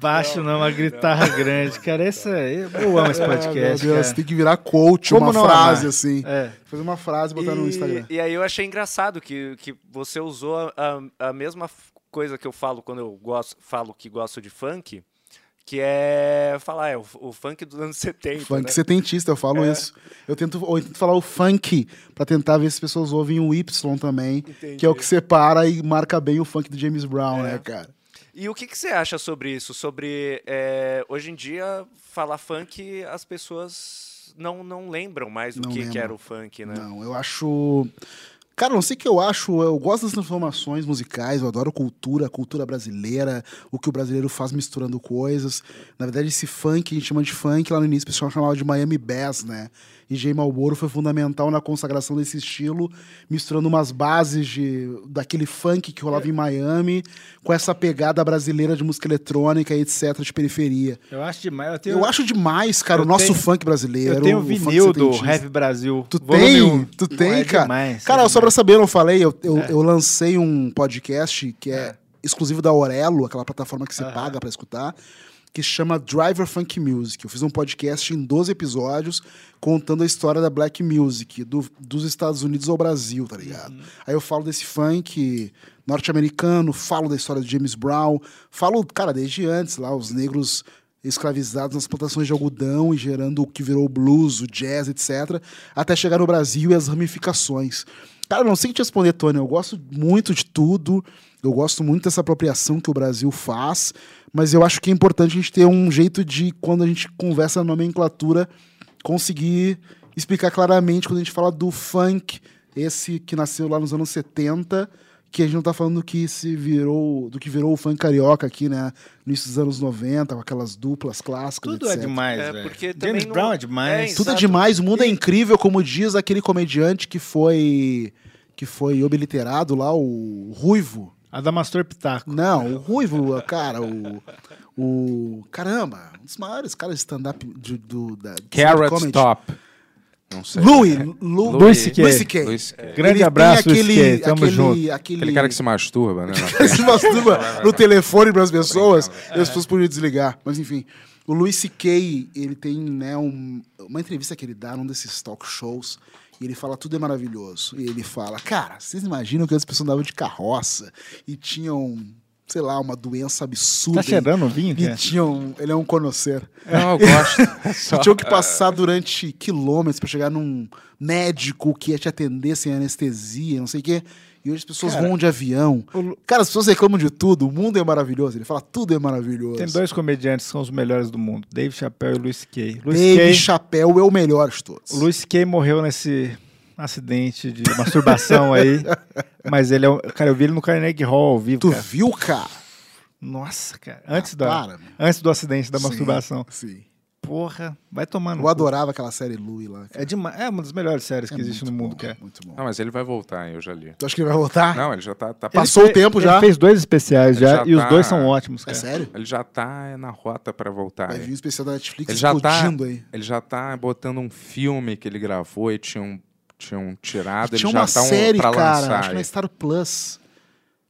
S5: Baixo não,
S7: né?
S5: uma guitarra grande. Cara, essa é... Eu amo
S7: Ah,
S5: esse podcast,
S6: Meu Deus,
S5: cara.
S6: tem que virar coach,
S5: Como
S6: uma
S5: não
S6: frase
S5: amar?
S6: assim.
S5: É.
S6: Fazer uma frase e botar no Instagram.
S7: E aí eu achei engraçado que, que você usou a, a- a mesma f- coisa que eu falo quando eu gosto, falo que gosto de funk, que é falar, é o, f- o funk dos anos 70.
S6: funk
S7: né?
S6: setentista, eu falo
S7: É.
S6: isso. Eu tento, ou eu tento falar o funk pra tentar ver se as pessoas ouvem o Y também, que é o que separa e marca bem o funk do James Brown, né, cara?
S7: E o que, que você acha sobre isso? Sobre é, hoje em dia falar funk, as pessoas não, não lembram mais o
S6: Não
S7: que, que
S6: lembram.
S7: era o funk, né?
S6: Não, eu acho. Cara, não sei o que eu acho, eu gosto das transformações musicais, eu adoro cultura, a cultura brasileira, o que o brasileiro faz misturando coisas. Na verdade, esse funk, a gente chama de funk, lá no início o pessoal chamava de Miami Bass, né? E Jay Malboro foi fundamental na consagração desse estilo, misturando umas bases de, daquele funk que
S5: É.
S6: rolava em Miami com essa pegada brasileira de música eletrônica e etc, de periferia.
S5: Eu acho demais. Eu, tenho,
S6: Eu acho demais, cara,
S5: um eu
S6: o nosso
S5: tenho-
S6: funk brasileiro.
S5: eu tenho
S6: o funk
S5: vinil do
S6: setentista.
S5: Rap Brasil.
S6: Tu
S5: volume
S6: tem?
S5: um.
S6: Tu
S5: Pô,
S6: tem,
S5: é
S6: cara?
S5: demais,
S6: Cara,
S5: é
S6: só pra
S5: demais.
S6: saber, eu não falei, eu, eu, eu lancei um podcast que é, exclusivo da Orelo, aquela plataforma que você paga pra escutar, que chama Driver Funk Music. Eu fiz um podcast em 12 episódios contando a história da Black Music, do- dos Estados Unidos ao Brasil, tá ligado? Aí eu falo desse funk norte-americano, falo da história do James Brown, falo, cara, desde antes lá, os negros escravizados nas plantações de algodão e gerando o que virou o blues, o jazz, etc., até chegar no Brasil e as ramificações. Cara, eu não sei te responder, Tony. Eu gosto muito de tudo. Eu gosto muito dessa apropriação que o Brasil faz, mas eu acho que é importante a gente ter um jeito de, quando a gente conversa na nomenclatura, conseguir explicar claramente quando a gente fala do funk, esse que nasceu lá nos anos 70, que a gente não tá falando do que se virou, do que virou o funk carioca aqui, né? No início dos anos 90, com aquelas duplas clássicas.
S5: Tudo é
S6: etc.
S5: demais,
S7: É,
S5: velho.
S7: porque também
S5: James
S7: não-
S5: Brown é demais.
S7: É,
S6: Tudo é
S7: Exato.
S6: demais, o mundo é incrível, como diz aquele comediante que foi que foi obliterado lá, o Ruivo.
S3: Adamastor Pitaco.
S6: Não, o Ruivo, cara, o. O. Caramba, um dos maiores caras de stand-up de- do. Da, de
S4: Carrot
S6: comedy.
S4: Top. Não sei. É.
S6: Louis, Lu,
S4: Louis
S3: C.K.
S6: Louis C.K.
S4: Luiz, é.
S3: Grande
S6: Ele
S3: abraço,
S6: tem aquele,
S3: Skate. Tamo
S6: aquele,
S3: junto.
S6: Aquele,
S4: Aquele cara que se masturba, né? na
S6: se masturba no telefone para as pessoas, e
S4: é.
S6: as pessoas podiam desligar. Mas enfim, o Louis C.K., ele tem né, um- uma entrevista que ele dá num desses talk shows, e ele fala tudo é maravilhoso. E ele fala, cara, vocês imaginam que as pessoas andavam de carroça e tinham, sei lá, uma doença absurda.
S3: Tá cheirando o vinho,
S6: E
S3: cara?
S6: tinham, ele é um conhecer.
S4: Não, eu gosto.
S6: Tu tinha que passar durante quilômetros pra chegar num médico que ia te atender sem anestesia, não sei o quê. E hoje as pessoas vão de avião. Cara, as pessoas reclamam de tudo. O mundo é maravilhoso. Ele fala, tudo é maravilhoso.
S3: Tem dois comediantes que são os melhores do mundo, Dave Chappelle e Luis Kay.
S6: Dave
S3: Luis Kay,
S6: Chapéu é o melhor de todos.
S3: Luis Kay morreu nesse acidente de masturbação aí, mas ele é um... Cara, eu vi ele no Carnegie Hall ao vivo,
S6: Tu
S3: cara.
S6: viu, cara?
S3: Nossa, cara. é Antes, da...
S6: Para, meu.
S3: Antes do acidente da
S6: Sim,
S3: masturbação.
S6: Sim.
S3: Porra, vai tomando.
S6: Eu adorava aquela série Louie lá. cara.
S3: É, demais. é uma das melhores séries
S6: É
S3: que existe
S6: muito
S3: no mundo,
S6: bom,
S3: cara.
S6: Muito bom.
S4: Não, mas ele vai voltar, hein, eu já li.
S6: Tu acha que ele vai voltar?
S4: Não, ele já tá, tá
S6: Ah. Ele- Passou o tempo
S3: ele
S6: já?
S3: fez dois especiais
S4: Ele
S3: já,
S4: já
S3: e os
S4: tá-
S3: dois são ótimos,
S6: É
S3: cara.
S6: sério?
S4: Ele já tá na rota pra voltar.
S6: Vai
S4: hein?
S6: vir um especial da Netflix
S4: Ele já tá,
S6: explodindo aí.
S4: ele já tá botando um filme que ele gravou e tinha um, tinha um tirado,
S6: Tinha
S4: ele já
S6: uma
S4: tá um,
S6: série,
S4: pra
S6: cara,
S4: lançar.
S6: acho que
S4: aí.
S6: na Star Plus,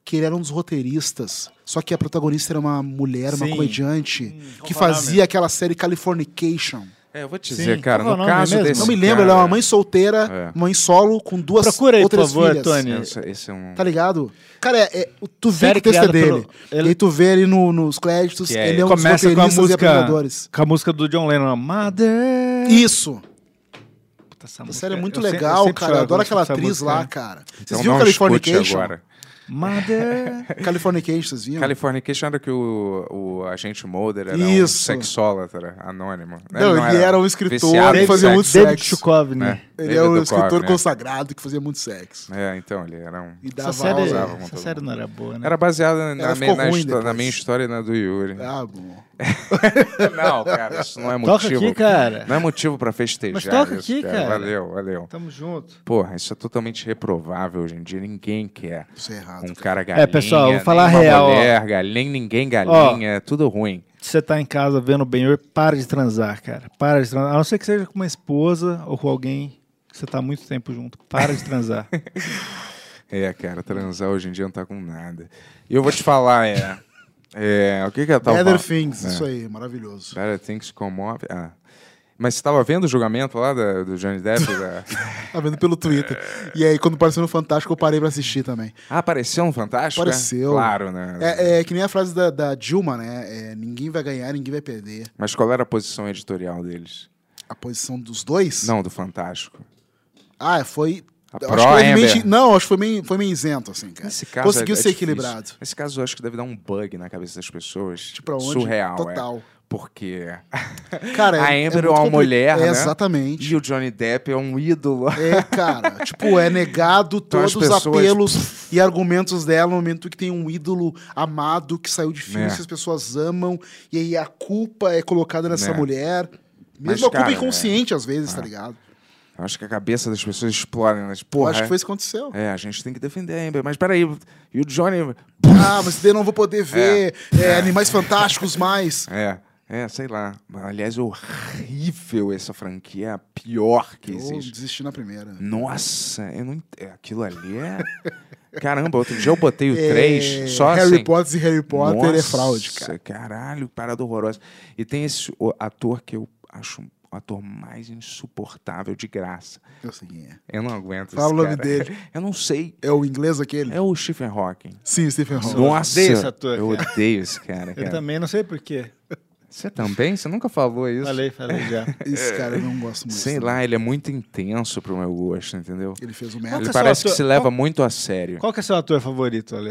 S6: que ele era um dos roteiristas. Só que a protagonista era uma mulher, uma
S3: Sim.
S6: comediante,
S5: qual
S6: que
S5: o nome?
S6: fazia aquela série Californication.
S4: É, eu vou te dizer,
S3: Sim,
S4: cara,
S3: qual
S4: no
S3: é o nome
S4: caso
S3: mesmo?
S4: desse
S6: Não me lembro,
S4: cara,
S6: ela é uma mãe solteira,
S4: É.
S6: mãe solo, com duas
S5: Procura aí, por
S6: outras
S5: favor,
S6: filhas.
S5: Tony.
S4: Esse, esse é um...
S6: Tá ligado? Cara, é- é- o- tu vê
S5: Série
S6: que o texto é
S5: criada
S6: dele.
S5: pelo- ele-
S6: E aí tu vê ele no- nos créditos,
S4: Que é-
S6: ele é um dos
S3: começa com a
S6: roteiristas e
S3: música-
S6: apresentadores.
S3: Com a música do John Lennon, Mother.
S6: Isso.
S3: Puta, essa
S6: A
S3: música-
S6: série é muito
S3: eu sempre-
S6: legal,
S3: eu sempre
S6: cara.
S3: choro
S6: Eu adoro
S3: quando
S6: aquela
S3: escuto essa
S6: atriz
S3: música,
S6: lá,
S3: né?
S6: cara. Vocês
S4: Então
S6: viram
S4: não escute
S6: Californication?
S4: agora.
S3: Mother.
S6: Californication, vocês viram?
S4: Californication era que o, o agente Mulder era um
S6: Isso.
S4: sexólatra anônimo.
S6: Não, ele era um escritor
S4: viciado
S6: que
S4: em
S6: fazia muito
S4: sexo.
S5: David
S6: sexo.
S5: Chukovny.
S4: É,
S6: Ele
S4: David
S6: é um
S4: Duchovny,
S6: escritor
S4: né?
S6: consagrado que fazia muito sexo.
S4: É, então, ele era um...
S6: E dava
S5: Essa
S3: é-
S5: série,
S6: aula.
S4: usava muito.
S5: essa série não era boa, né?
S4: Era baseada na,
S6: Ela
S4: me-
S6: ficou
S4: na,
S6: ruim
S4: histo- na
S6: depois.
S5: é-
S4: minha história e na do Yuri.
S6: Ah, bom.
S4: Não, cara, isso não é
S3: Toca
S4: motivo.
S3: aqui, cara.
S4: Não é motivo pra festejar.
S3: Mas toca
S4: isso,
S3: aqui, cara.
S4: Valeu, valeu.
S3: Tamo junto.
S4: Porra, isso é totalmente reprovável hoje em dia. Ninguém quer
S6: Isso é errado.
S4: um cara
S6: cara.
S4: galinha.
S3: pessoal, vou
S4: nem
S3: falar
S4: uma
S3: real, ó.
S4: Mulher, galinha, ninguém galinha, é tudo ruim.
S3: Se você tá em casa vendo o Benhor, para de transar, cara. Para de transar. A não ser que seja com uma esposa ou com alguém que você tá há muito tempo junto. Para de transar.
S4: É, cara, transar hoje em dia não tá com nada. E eu vou te falar, é. é o que que eu tava
S6: Better
S4: falando?
S6: Things,
S4: É.
S6: isso aí, maravilhoso.
S4: Better Things comove. Ah. Mas você tava vendo o julgamento lá da- do Johnny Depp? da-
S6: Tá vendo pelo Twitter. E aí, quando apareceu no Fantástico, eu parei pra assistir também.
S4: Ah, apareceu um Fantástico? é?
S6: Apareceu.
S4: Claro, né?
S6: É, é que nem a frase da, da Dilma, né? É, ninguém vai ganhar, ninguém vai perder.
S4: Mas qual era a posição editorial deles?
S6: A posição dos dois?
S4: Não, do Fantástico.
S6: Ah, foi.
S4: A
S6: eu
S4: pró,
S6: foi
S4: hein,
S6: meio-
S4: Beto?
S6: Não, acho que foi meio, foi meio isento, assim, cara.
S4: Nesse caso
S6: Conseguiu
S4: é- é
S6: ser
S4: difícil.
S6: equilibrado.
S4: Nesse caso, eu acho que deve dar um bug na cabeça das pessoas.
S6: Tipo, pra onde?
S4: Surreal, é.
S6: Total.
S4: Porque
S6: Cara, é-
S4: a
S6: é
S4: Amber é,
S6: muito
S4: uma
S6: compli-
S4: mulher,
S6: É,
S4: né?
S6: Exatamente.
S4: E o Johnny Depp é um ídolo.
S6: É, cara. tipo, é negado
S4: Então as
S6: todos os
S4: pessoas-
S6: apelos e argumentos dela no momento que tem um ídolo amado que saiu de filme
S4: Né.
S6: que as pessoas amam. E aí a culpa é colocada nessa
S4: Né.
S6: mulher.
S4: Mas,
S6: Mesmo a culpa
S4: cara, é.
S6: inconsciente, às vezes, tá ligado?
S4: Eu acho que a cabeça das pessoas explora, né? Mas,
S6: Eu
S4: Porra,
S6: acho que foi isso que aconteceu.
S4: é, a gente tem que defender a Amber. Mas peraí, e o Johnny...
S6: Ah, mas daí eu não vou poder ver é, Animais Fantásticos mais.
S4: É, é, sei lá. Aliás, é horrível essa franquia. É a pior que
S6: Eu
S4: existe.
S6: desisti na primeira.
S4: Nossa, eu não ent- é, Aquilo ali é... Caramba, outro dia eu botei o
S6: É,
S4: 3, só
S6: Harry
S4: assim.
S6: Potter e Harry Potter é
S4: Nossa,
S6: fraude, cara.
S4: Caralho, parada horrorosa. E tem esse o- ator que eu acho o ator mais insuportável de graça.
S6: Eu sei quem é.
S4: Eu não aguento
S6: Fala
S4: esse
S6: o nome
S4: cara.
S6: dele.
S4: Eu não sei.
S6: É o inglês aquele?
S4: É o Stephen Hawking.
S6: Sim, Stephen Hawking.
S4: Nossa,
S3: odeio esse ator,
S4: eu
S3: cara.
S4: odeio esse cara.
S3: Eu
S4: cara.
S3: também não sei porquê.
S4: Você também? Você nunca falou isso?
S3: Falei, falei já.
S6: Esse cara eu não gosto muito.
S4: Sei lá, ele é muito intenso pro meu gosto, entendeu?
S6: Ele fez o
S3: Qual
S6: merda.
S3: que
S4: Ele
S3: é seu
S4: parece que
S3: ator-
S4: se leva
S3: qual-
S4: muito a sério.
S3: Qual que é seu ator favorito, Ale?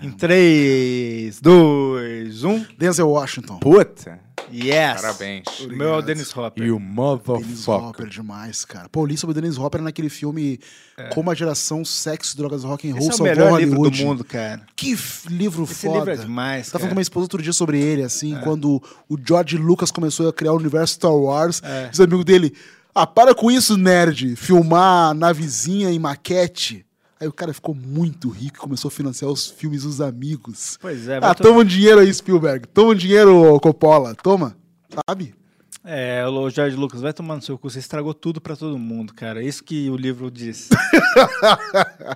S3: Em um.
S6: Cara.
S3: 3, 2, 1.
S6: Denzel Washington.
S4: Puta!
S3: Yes!
S4: Parabéns.
S3: O meu é o Dennis Hopper.
S4: E o
S6: Dennis
S4: motherfucker.
S6: Hopper demais, cara. Pô, eu li sobre o Dennis Hopper é naquele filme Como a Geração Sexo, Drogas, Rock and Roll
S3: É. Esse é o
S6: Salvou
S3: melhor livro
S6: Hollywood.
S3: do mundo, cara.
S6: Que f- livro
S3: Esse
S6: foda.
S3: livro é demais,
S6: Tava falando
S3: cara. É.
S6: com minha esposa outro dia sobre ele, assim, quando o George Lucas começou a criar o universo Star Wars,
S3: É.
S6: os amigos dele, ah, para com isso, nerd, filmar navezinha em maquete. Aí o cara ficou muito rico e começou a financiar os filmes dos amigos.
S3: Pois é,
S6: ah,
S3: muito-
S6: toma um dinheiro aí, Spielberg. Toma um dinheiro, ô Coppola. Toma. Sabe?
S3: É, o Jorge Lucas, vai tomar no seu cu, você estragou tudo pra todo mundo, cara. É Isso que o livro diz.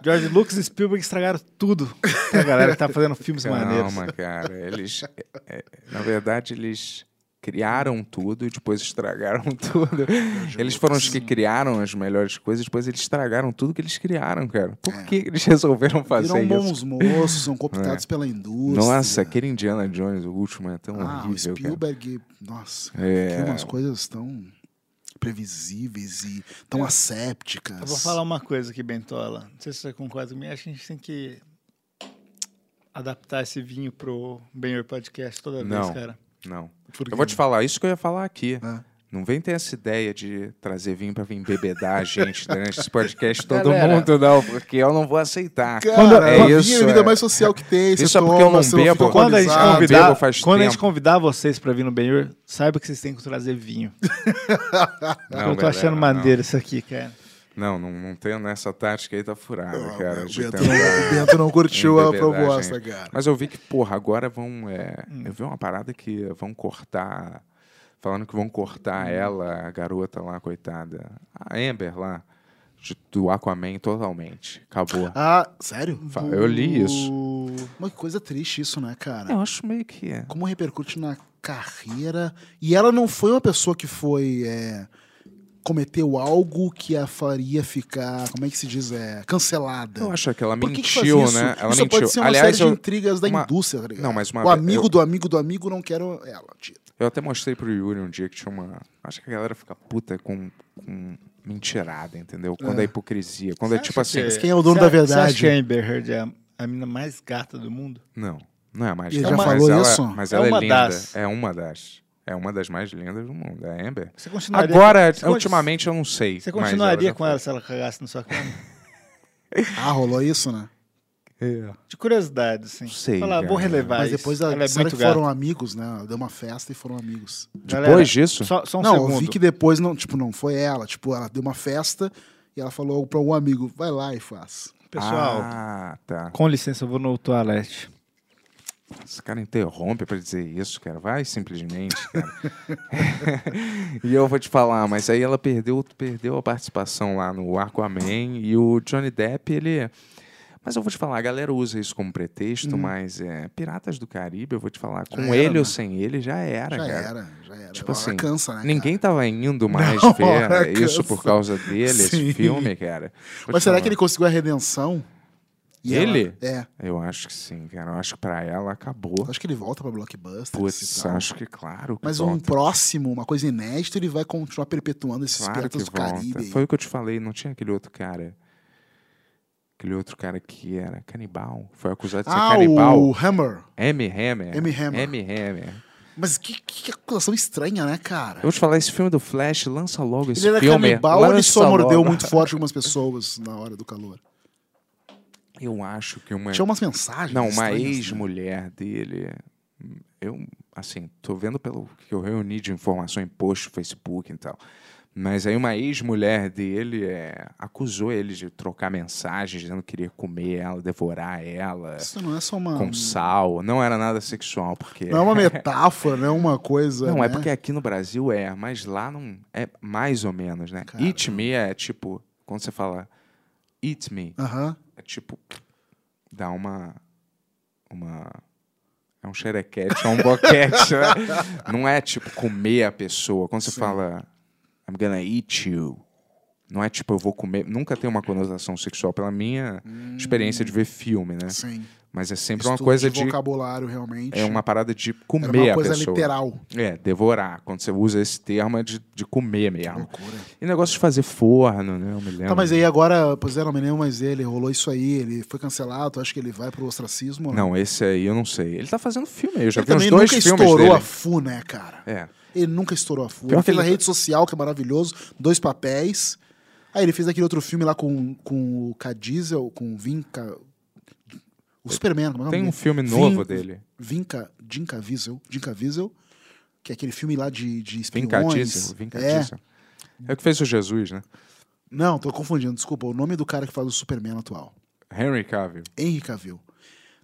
S3: George Lucas e Spielberg estragaram tudo pra galera que tá fazendo filmes maneiros.
S4: Calma, cara. Eles. é, é, na verdade, eles criaram tudo e depois estragaram tudo. Eles foram os que criaram as melhores coisas, depois eles estragaram tudo que eles criaram, cara.
S6: É.
S4: Por que eles resolveram fazer
S6: Viram
S4: isso?
S6: bons moços, são cooptados pela indústria.
S4: É. Nossa, aquele Indiana Jones, o último, é tão
S6: né? Ah, o
S4: horrível, cara.
S6: Spielberg, nossa, cara,
S4: É.
S6: que umas coisas tão previsíveis e tão assépticas.
S3: É. Eu vou falar um uma coisa aqui, Bentola. Não sei se você concorda comigo. Acho que a gente tem que adaptar esse vinho pro Benhor Podcast toda vez,
S4: Não.
S3: cara.
S4: Não.
S6: Por quê?
S4: Eu vou te falar isso que eu ia falar aqui.
S6: Ah.
S4: Não vem ter essa ideia de trazer vinho pra vir bebedar a gente durante esse podcast todo
S3: Galera.
S4: mundo, não, porque eu não vou aceitar.
S6: Cara,
S3: Quando-
S4: é
S6: é
S4: isso,
S6: a bebida
S4: é.
S6: mais social que tem.
S4: Isso
S6: você
S4: é porque eu
S6: toma,
S4: não
S6: você fica
S4: bebo,
S3: Quando a gente
S6: alcoolizado.
S4: convida-
S3: convidar,
S4: bebo faz
S3: quando a gente
S4: tempo.
S3: convidar vocês pra vir no Benhor, saiba que vocês têm que trazer vinho.
S4: Não,
S3: eu tô
S4: galera,
S3: achando
S4: não.
S3: maneiro isso aqui, cara.
S4: Não, não, não tem nessa tática aí, tá furada,
S6: Ah,
S4: cara.
S6: o,
S4: de
S6: Bento
S4: tentar
S6: não, o Bento não curtiu a
S4: embebedar
S6: proposta,
S4: gente.
S6: cara.
S4: Mas eu vi que, porra, agora vão. é,
S3: Hum.
S4: Eu vi uma parada que vão cortar. Falando que vão
S3: Hum.
S4: cortar ela, a garota lá, coitada. A Amber lá, de- do Aquaman, totalmente. Acabou.
S6: Ah, sério?
S4: Fa- eu li isso.
S6: Uma coisa triste isso, né, cara?
S4: Eu acho meio que. é.
S6: Como repercute na carreira. E ela não foi uma pessoa que foi... é, cometeu algo que a faria ficar... Como é que se diz? É, cancelada.
S4: Eu acho que ela
S6: Por que que faz
S4: mentiu,
S6: isso?
S4: né? Ela
S6: isso
S4: mentiu.
S6: pode ser uma
S4: Aliás, eu,
S6: série de intrigas da
S4: uma-
S6: indústria, tá ligado?
S4: Não, mas uma
S6: o
S4: vez-
S6: amigo
S4: eu-
S6: do amigo do amigo não quero ela, tita.
S4: eu até mostrei pro Yuri um dia que tinha uma. Acho que a galera fica puta com. com mentirada, entendeu? Quando é, hipocrisia. Quando é tipo assim.
S6: Mas quem é o dono da
S3: Você acha
S6: verdade?
S3: que a Amber Heard é a, a mina mais gata do mundo?
S4: Não, não é a mais
S6: Ele
S4: linda.
S6: já
S4: mas
S6: falou
S4: ela,
S6: isso?
S4: Mas
S3: É
S4: ela é,
S3: uma
S4: linda.
S3: das.
S4: É uma das. É uma das mais lindas do mundo, é a Amber.
S3: Você continuaria,
S4: Agora,
S3: você con-
S4: ultimamente, eu não sei.
S3: Você
S4: mas
S3: continuaria
S4: já
S3: com ela se ela cagasse na sua cama?
S6: Ah, rolou isso, né?
S4: foi. É.
S5: De curiosidade, assim.
S4: Sei,
S5: Falar, vou
S4: cara.
S5: relevar
S6: Mas
S5: isso.
S6: depois da,
S5: Ela é
S6: disseram
S5: muito
S6: que
S5: gata.
S6: foram amigos, né? Deu uma festa e foram amigos.
S4: Depois
S5: Galera,
S4: disso?
S5: Só, só um
S6: não,
S5: segundo.
S6: eu vi que depois não, tipo, não foi ela. Tipo, ela deu uma festa e ela falou pra um amigo, vai lá e faz.
S5: Pessoal,
S4: Ah, tá.
S5: com licença, eu vou no toalete.
S4: Esse cara interrompe pra dizer isso, cara. Vai simplesmente, cara. e eu vou te falar, mas aí ela perdeu, perdeu a participação lá no Aquaman e o Johnny Depp, ele. é, Mas eu vou te falar, a galera usa isso como pretexto, mas é, Piratas do Caribe, eu vou te falar, com
S6: Uhum. era,
S4: ele
S6: né?
S4: ou sem ele, já era,
S6: já
S4: cara.
S6: era, né, já era.
S4: Tipo
S6: Ela
S4: assim,
S6: cansa, né?
S4: Ninguém tava indo mais
S6: Não, ela
S4: ver né, isso por
S6: cansa.
S4: causa dele,
S6: Sim.
S4: esse filme, cara. Vou
S6: cara? Mas
S4: te
S6: será
S4: falar.
S6: que ele conseguiu a redenção?
S4: Ele?
S6: ela-
S4: Eu acho que sim, cara. Eu acho que pra ela acabou.
S6: é. Acho que ele volta pra Blockbuster. assim,
S4: Putz, acho que claro. Que
S6: Mas um
S4: volta.
S6: próximo, uma coisa inédita, ele vai continuar perpetuando esses
S4: Claro que
S6: piratas do Caribe.
S4: volta.
S6: aí.
S4: Foi o que eu te falei, não tinha aquele outro cara. Aquele outro cara que era canibal. Foi acusado de ser
S6: Ah,
S4: canibal.
S6: o Hammer.
S4: M. Hammer.
S6: M. Hammer.
S4: M. Hammer.
S6: Mas que, que acusação estranha, né, cara?
S4: Eu vou te falar, esse filme do Flash, lança logo esse
S6: Ele era
S4: filme.
S6: canibal ou ele
S4: lança
S6: só mordeu
S4: logo.
S6: muito forte algumas pessoas na hora do calor?
S4: Eu acho que uma...
S6: Tinha umas mensagens.
S4: Não, uma
S6: estranhas, né?
S4: ex-mulher dele. Eu, assim, tô vendo pelo que eu reuni de informação em post, Facebook e tal. Mas aí uma ex-mulher dele é, acusou ele de trocar mensagens, dizendo que queria comer ela, devorar ela
S6: Isso não é só uma.
S4: com sal. Não era nada sexual, porque...
S6: Não é uma metáfora, não é uma coisa.
S4: Não,
S6: né?
S4: é porque aqui no Brasil é, mas lá não é mais ou menos, né?
S6: Cara.
S4: Eat me é tipo, quando você fala eat me,
S6: Aham.
S4: é tipo. Dá uma. Uma. É um xerequete, é um boquete. né? Não é tipo comer a pessoa. Quando você fala I'm gonna eat you. Não é tipo eu vou comer. Nunca tem uma conotação sexual pela minha experiência de ver filme, né?
S6: Sim.
S4: Mas é sempre uma
S6: Hum. Estudo
S4: coisa
S6: de
S4: de.
S6: vocabulário, realmente.
S4: É uma parada de
S6: Era
S4: comer
S6: uma
S4: a
S6: coisa
S4: pessoa.
S6: literal.
S4: É, devorar. Quando você usa esse termo é de, de comer
S6: Que
S4: mesmo.
S6: loucura.
S4: E negócio de fazer forno, né? Eu me lembro.
S6: Tá, mas aí agora, pois é, não me lembro mais dele. Rolou isso aí, ele foi cancelado. Acho que ele vai pro ostracismo. né?
S4: Não, esse aí eu não sei. Ele tá fazendo filme aí. Eu já
S6: ele
S4: vi uns
S6: também
S4: dois
S6: nunca
S4: filmes
S6: estourou
S4: dele.
S6: a FU, né, cara?
S4: É.
S6: Ele nunca estourou a FU.
S4: Pior
S6: ele
S4: que
S6: fez a
S4: ele-
S6: rede social, que é maravilhoso, dois papéis. Aí ele fez aquele outro filme lá com, com o Cadizel, com o Vinca. O Superman, como é o
S4: Tem
S6: nome
S4: um
S6: dele?
S4: filme novo
S6: Vin-
S4: dele.
S6: Vinca. Dinka Diesel. Dinka Diesel. Que é aquele filme lá de, de espiões.
S4: Vinca Diesel. Vinca Diesel. É o que fez o Jesus, né?
S6: É. Não, tô confundindo, desculpa. O nome do cara que faz o Superman atual.
S4: Henry Cavill.
S6: Henry Cavill.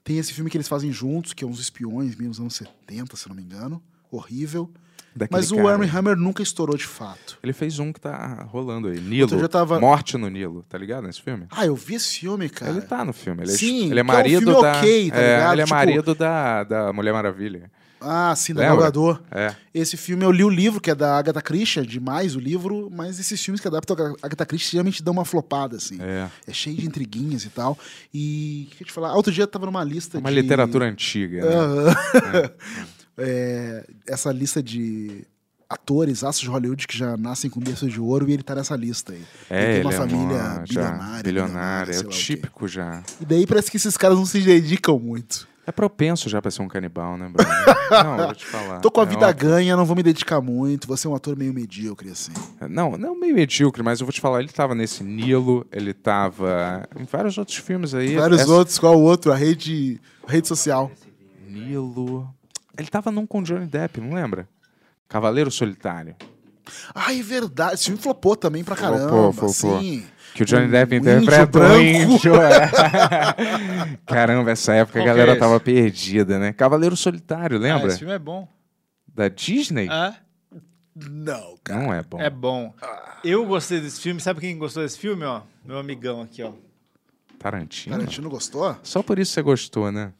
S6: Tem esse filme que eles fazem juntos, que é uns espiões, meio nos anos 70, se não me engano. Horrível.
S4: Daquele
S6: Mas o
S4: cara.
S6: Armie Hammer nunca estourou de fato.
S4: Ele fez um que tá rolando aí. Nilo.
S6: dia eu tava-
S4: Morte no Nilo. Tá ligado nesse filme?
S6: Ah, eu vi esse filme, cara.
S4: Ele tá no filme. Ele é,
S6: Sim,
S4: ele é
S6: que é um
S4: marido
S6: filme
S4: da.
S6: ok, tá
S4: é,
S6: ligado?
S4: Ele é
S6: Tipo-
S4: marido da, da Mulher Maravilha.
S6: Ah, sim, da
S4: Lembra?
S6: Galgador.
S4: É.
S6: Esse filme, eu li o livro, que é da Agatha Christie, é demais o livro, mas esses filmes que adaptam a Agatha Christie geralmente dão uma flopada, assim.
S4: É.
S6: cheio de intriguinhas e tal. E, o que eu ia te falar? Outro dia eu tava numa lista
S4: É Uma
S6: de...
S4: literatura antiga. né?
S6: Ah, Aham. É, essa lista de atores, astros de Hollywood que já nascem com berço de ouro e ele tá nessa lista aí.
S4: É,
S6: ele tem uma
S4: ele
S6: família
S4: é uma,
S6: bilionária.
S4: já, bilionária. É
S6: sei
S4: o
S6: lá quê.
S4: típico já.
S6: E daí parece que esses caras não se dedicam muito.
S4: É propenso já pra ser um canibal, né, Bruno? não, eu vou te falar.
S6: Tô com a
S4: É
S6: vida
S4: óbvio.
S6: ganha, não vou me dedicar muito. Você é um ator meio medíocre, assim.
S4: Não, não meio medíocre, mas eu vou te falar, ele tava nesse Nilo, ele tava em vários outros filmes aí.
S6: Vários
S4: Essa-
S6: outros, qual o outro? A rede, a rede social.
S4: Nilo. Ele tava num com o Johnny Depp, não lembra? Cavaleiro Solitário.
S6: Ah, é verdade. Esse filme flopou também pra
S4: Flopou,
S6: caramba.
S4: flopou.
S6: Sim.
S4: Que o Johnny
S6: Um
S4: Depp
S6: índio
S4: interpreta um
S6: branco.
S4: índio. é. Caramba, essa época
S5: Qual
S4: a
S5: que é
S4: galera
S5: esse?
S4: tava perdida, né? Cavaleiro Solitário,
S5: Ah,
S4: lembra?
S5: esse filme é bom.
S4: da Disney?
S5: Ah,
S6: Não, cara.
S4: não é bom.
S5: é bom. Eu gostei desse filme. Sabe quem gostou desse filme, ó? Meu amigão aqui, ó.
S4: Tarantino?
S6: Tarantino gostou?
S4: Só por isso você gostou, né?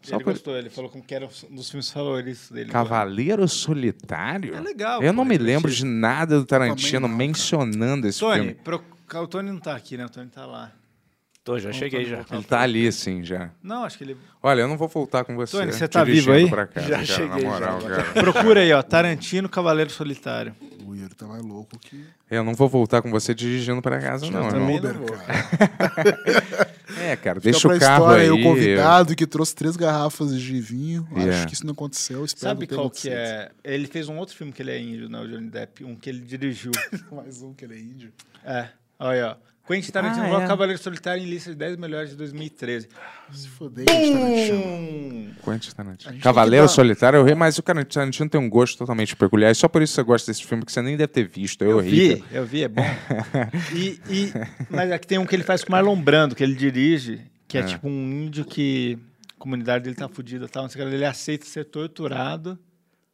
S4: Só
S5: ele
S4: por-
S5: gostou, ele falou como que era um dos filmes favoritos dele.
S4: Cavaleiro Solitário?
S5: É legal,
S4: Eu não
S5: pô,
S4: me
S5: é
S4: lembro de
S5: divertido.
S4: nada do Tarantino
S6: Também não,
S4: mencionando esse
S5: Tony,
S4: filme.
S5: pro- o Tony não tá aqui, né? O Tony tá lá.
S7: Tô, já cheguei já.
S4: Ele tá ali, assim, já.
S5: Não, acho que ele.
S4: Olha, eu não vou voltar com você.
S5: Tony, você tá
S4: dirigindo
S5: vivo aí?
S4: Pra cá,
S5: Já
S4: cara,
S5: cheguei,
S4: Na moral, cara.
S5: Procura aí, ó. Tarantino Cavaleiro Solitário.
S6: O Yuri tá mais louco que.
S4: Eu não vou voltar com você dirigindo pra casa, não.
S5: Eu
S4: irmão.
S5: também não vou.
S4: É, cara,
S6: Fica
S4: deixa
S6: pra
S4: o carro
S6: história
S4: aí. É.
S6: o convidado que trouxe três garrafas de vinho. Acho
S4: Yeah.
S6: que isso não aconteceu. Espero
S5: Sabe
S6: não ter
S5: qual que
S6: acontecido.
S5: é? Ele fez um outro filme que ele é índio, né? O Johnny Depp. Um que ele dirigiu.
S6: Mais um que ele é índio.
S5: é. Olha, aí, ó. Quentin Tarantino coloca Cavaleiro Solitário em lista de 10 melhores de 2013.
S6: Se foder, Tarantino.
S5: Hum.
S4: Quentin
S6: A gente
S4: Tarantino.
S6: tem
S4: Cavaleiro
S6: que dar-
S4: Solitário é o rei, mas o cara- Tarantino tem um gosto totalmente peculiar. E só por isso você gosta desse filme, que você nem deve ter visto. É
S5: Eu
S4: horrível.
S5: vi, eu vi, é bom. E, e- mas aqui tem um que ele faz com o Marlon Brando, que ele dirige,
S4: Ah.
S5: que é, tipo um índio que a comunidade dele tá fudida e tal. não sei o que lá. Ele aceita ser torturado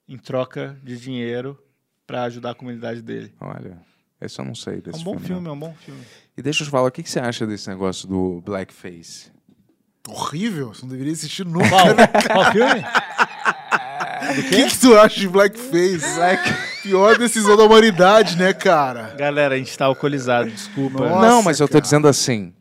S5: em troca de dinheiro pra ajudar a comunidade dele.
S4: Olha, esse eu não sei
S5: É
S4: desse
S5: um bom
S4: filme.
S5: filme,
S4: não.
S5: é um bom filme.
S4: E deixa eu te falar, o que que você acha desse negócio do blackface?
S6: Horrível, você não deveria assistir nunca.
S5: Qual? Qual filme?
S6: O que, que tu acha de blackface?
S5: É.
S6: Pior decisão da humanidade, né, cara?
S5: Galera, a gente tá alcoolizado, desculpa.
S6: Nossa,
S4: não, mas eu tô
S6: cara.
S4: dizendo assim.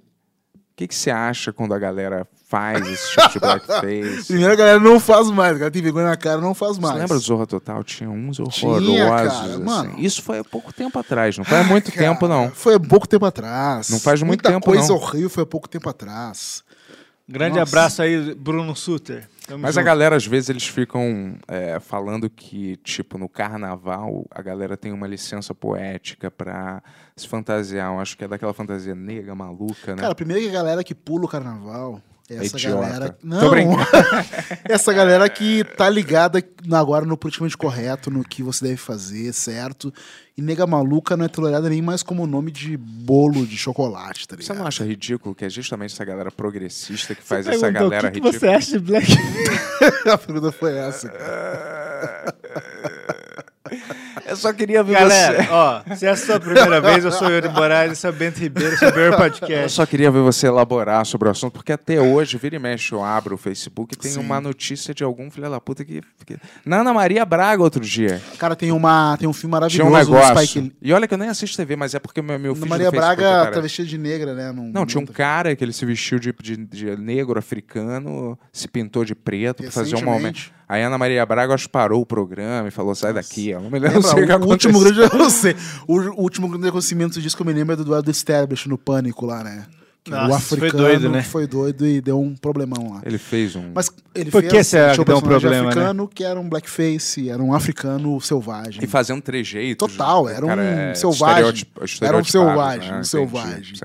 S4: O que, que você acha quando a galera faz esse tipo de blackface?
S6: Primeiro, a galera não faz mais. A galera tem vergonha na cara, não faz
S4: Você
S6: mais.
S4: lembra do Zorra Total? Tinha uns
S6: Tinha,
S4: horrorosos.
S6: cara,
S4: assim.
S6: mano.
S4: Isso foi há pouco tempo atrás, não foi há muito
S6: Cara,
S4: tempo, não.
S6: Foi há pouco tempo atrás.
S4: Não faz muito
S6: Muita
S4: tempo,
S6: coisa
S4: não.
S6: horrível foi há pouco tempo atrás.
S5: Grande
S6: Nossa.
S5: abraço aí, Bruno Suter. Tamo
S4: Mas a
S5: junto.
S4: galera, às vezes, eles ficam é, falando que, tipo, no carnaval, a galera tem uma licença poética pra se fantasiar. Eu acho que é daquela fantasia negra, maluca, né? É
S6: Cara, primeiro que a galera que pula o carnaval. é Essa
S4: idiota.
S6: galera.
S4: Tô
S6: Não,
S4: brincando.
S6: essa galera que tá ligada na- agora no politicamente correto, no que você deve fazer, certo? E nega maluca não é tolerada nem mais como nome de bolo de chocolate, tá ligado?
S4: Você não acha ridículo que é justamente essa galera progressista que faz
S5: Perguntou,
S4: essa galera tipo
S5: o que, que
S4: ridícula?
S5: você acha de Black?
S6: A pergunta foi essa, cara.
S4: Eu só queria ver
S5: Galera,
S4: você.
S5: ó, se essa é a sua primeira vez, eu sou o Yuri Moraes, esse é o Bento Ribeiro, esse é o Bear
S4: Eu
S5: Podcast.
S4: só queria ver você elaborar sobre o assunto, porque até hoje, vira e mexe, eu abro o Facebook e tem uma notícia de algum filho da puta que. que- Na Ana Maria Braga outro dia.
S6: Cara, tem, uma, tem um filme
S4: Tinha um
S6: maravilhoso do
S4: negócio.
S6: Spike Lee.
S4: E olha que eu nem assisto TV, mas é porque meu, meu filho.
S6: No Maria
S4: no Facebook
S6: Braga
S4: aparece.
S6: tá vestida de negra, né? Num-
S4: Não, tinha um
S6: num-
S4: cara que ele se vestiu de, de- de negro africano, se pintou de preto pra fazer um momento.
S6: Recentemente.
S4: Aí a Ana Maria Braga acho, que parou o programa e falou: sai daqui. Eu não me lembro
S6: Lembra,
S4: não sei o que
S6: o, último
S4: aconteceu.
S6: grande, eu não sei. O, o último grande acontecimento disso que eu me lembro é do Eduardo Establish no Pânico lá, né? Que
S5: Nossa,
S6: o
S5: isso foi
S6: africano
S5: doido, né?
S6: foi doido e deu um problemão lá.
S4: Ele fez um.
S6: Mas ele
S5: Por
S6: fez,
S5: que será
S6: tinha
S5: que deu um
S6: personagem
S5: problema, né?
S6: africano que era um blackface, era um africano selvagem.
S4: E um fazendo trejeitos.
S6: Total, era um
S4: é
S6: selvagem. Era um selvagem,
S4: né?
S6: um selvagem.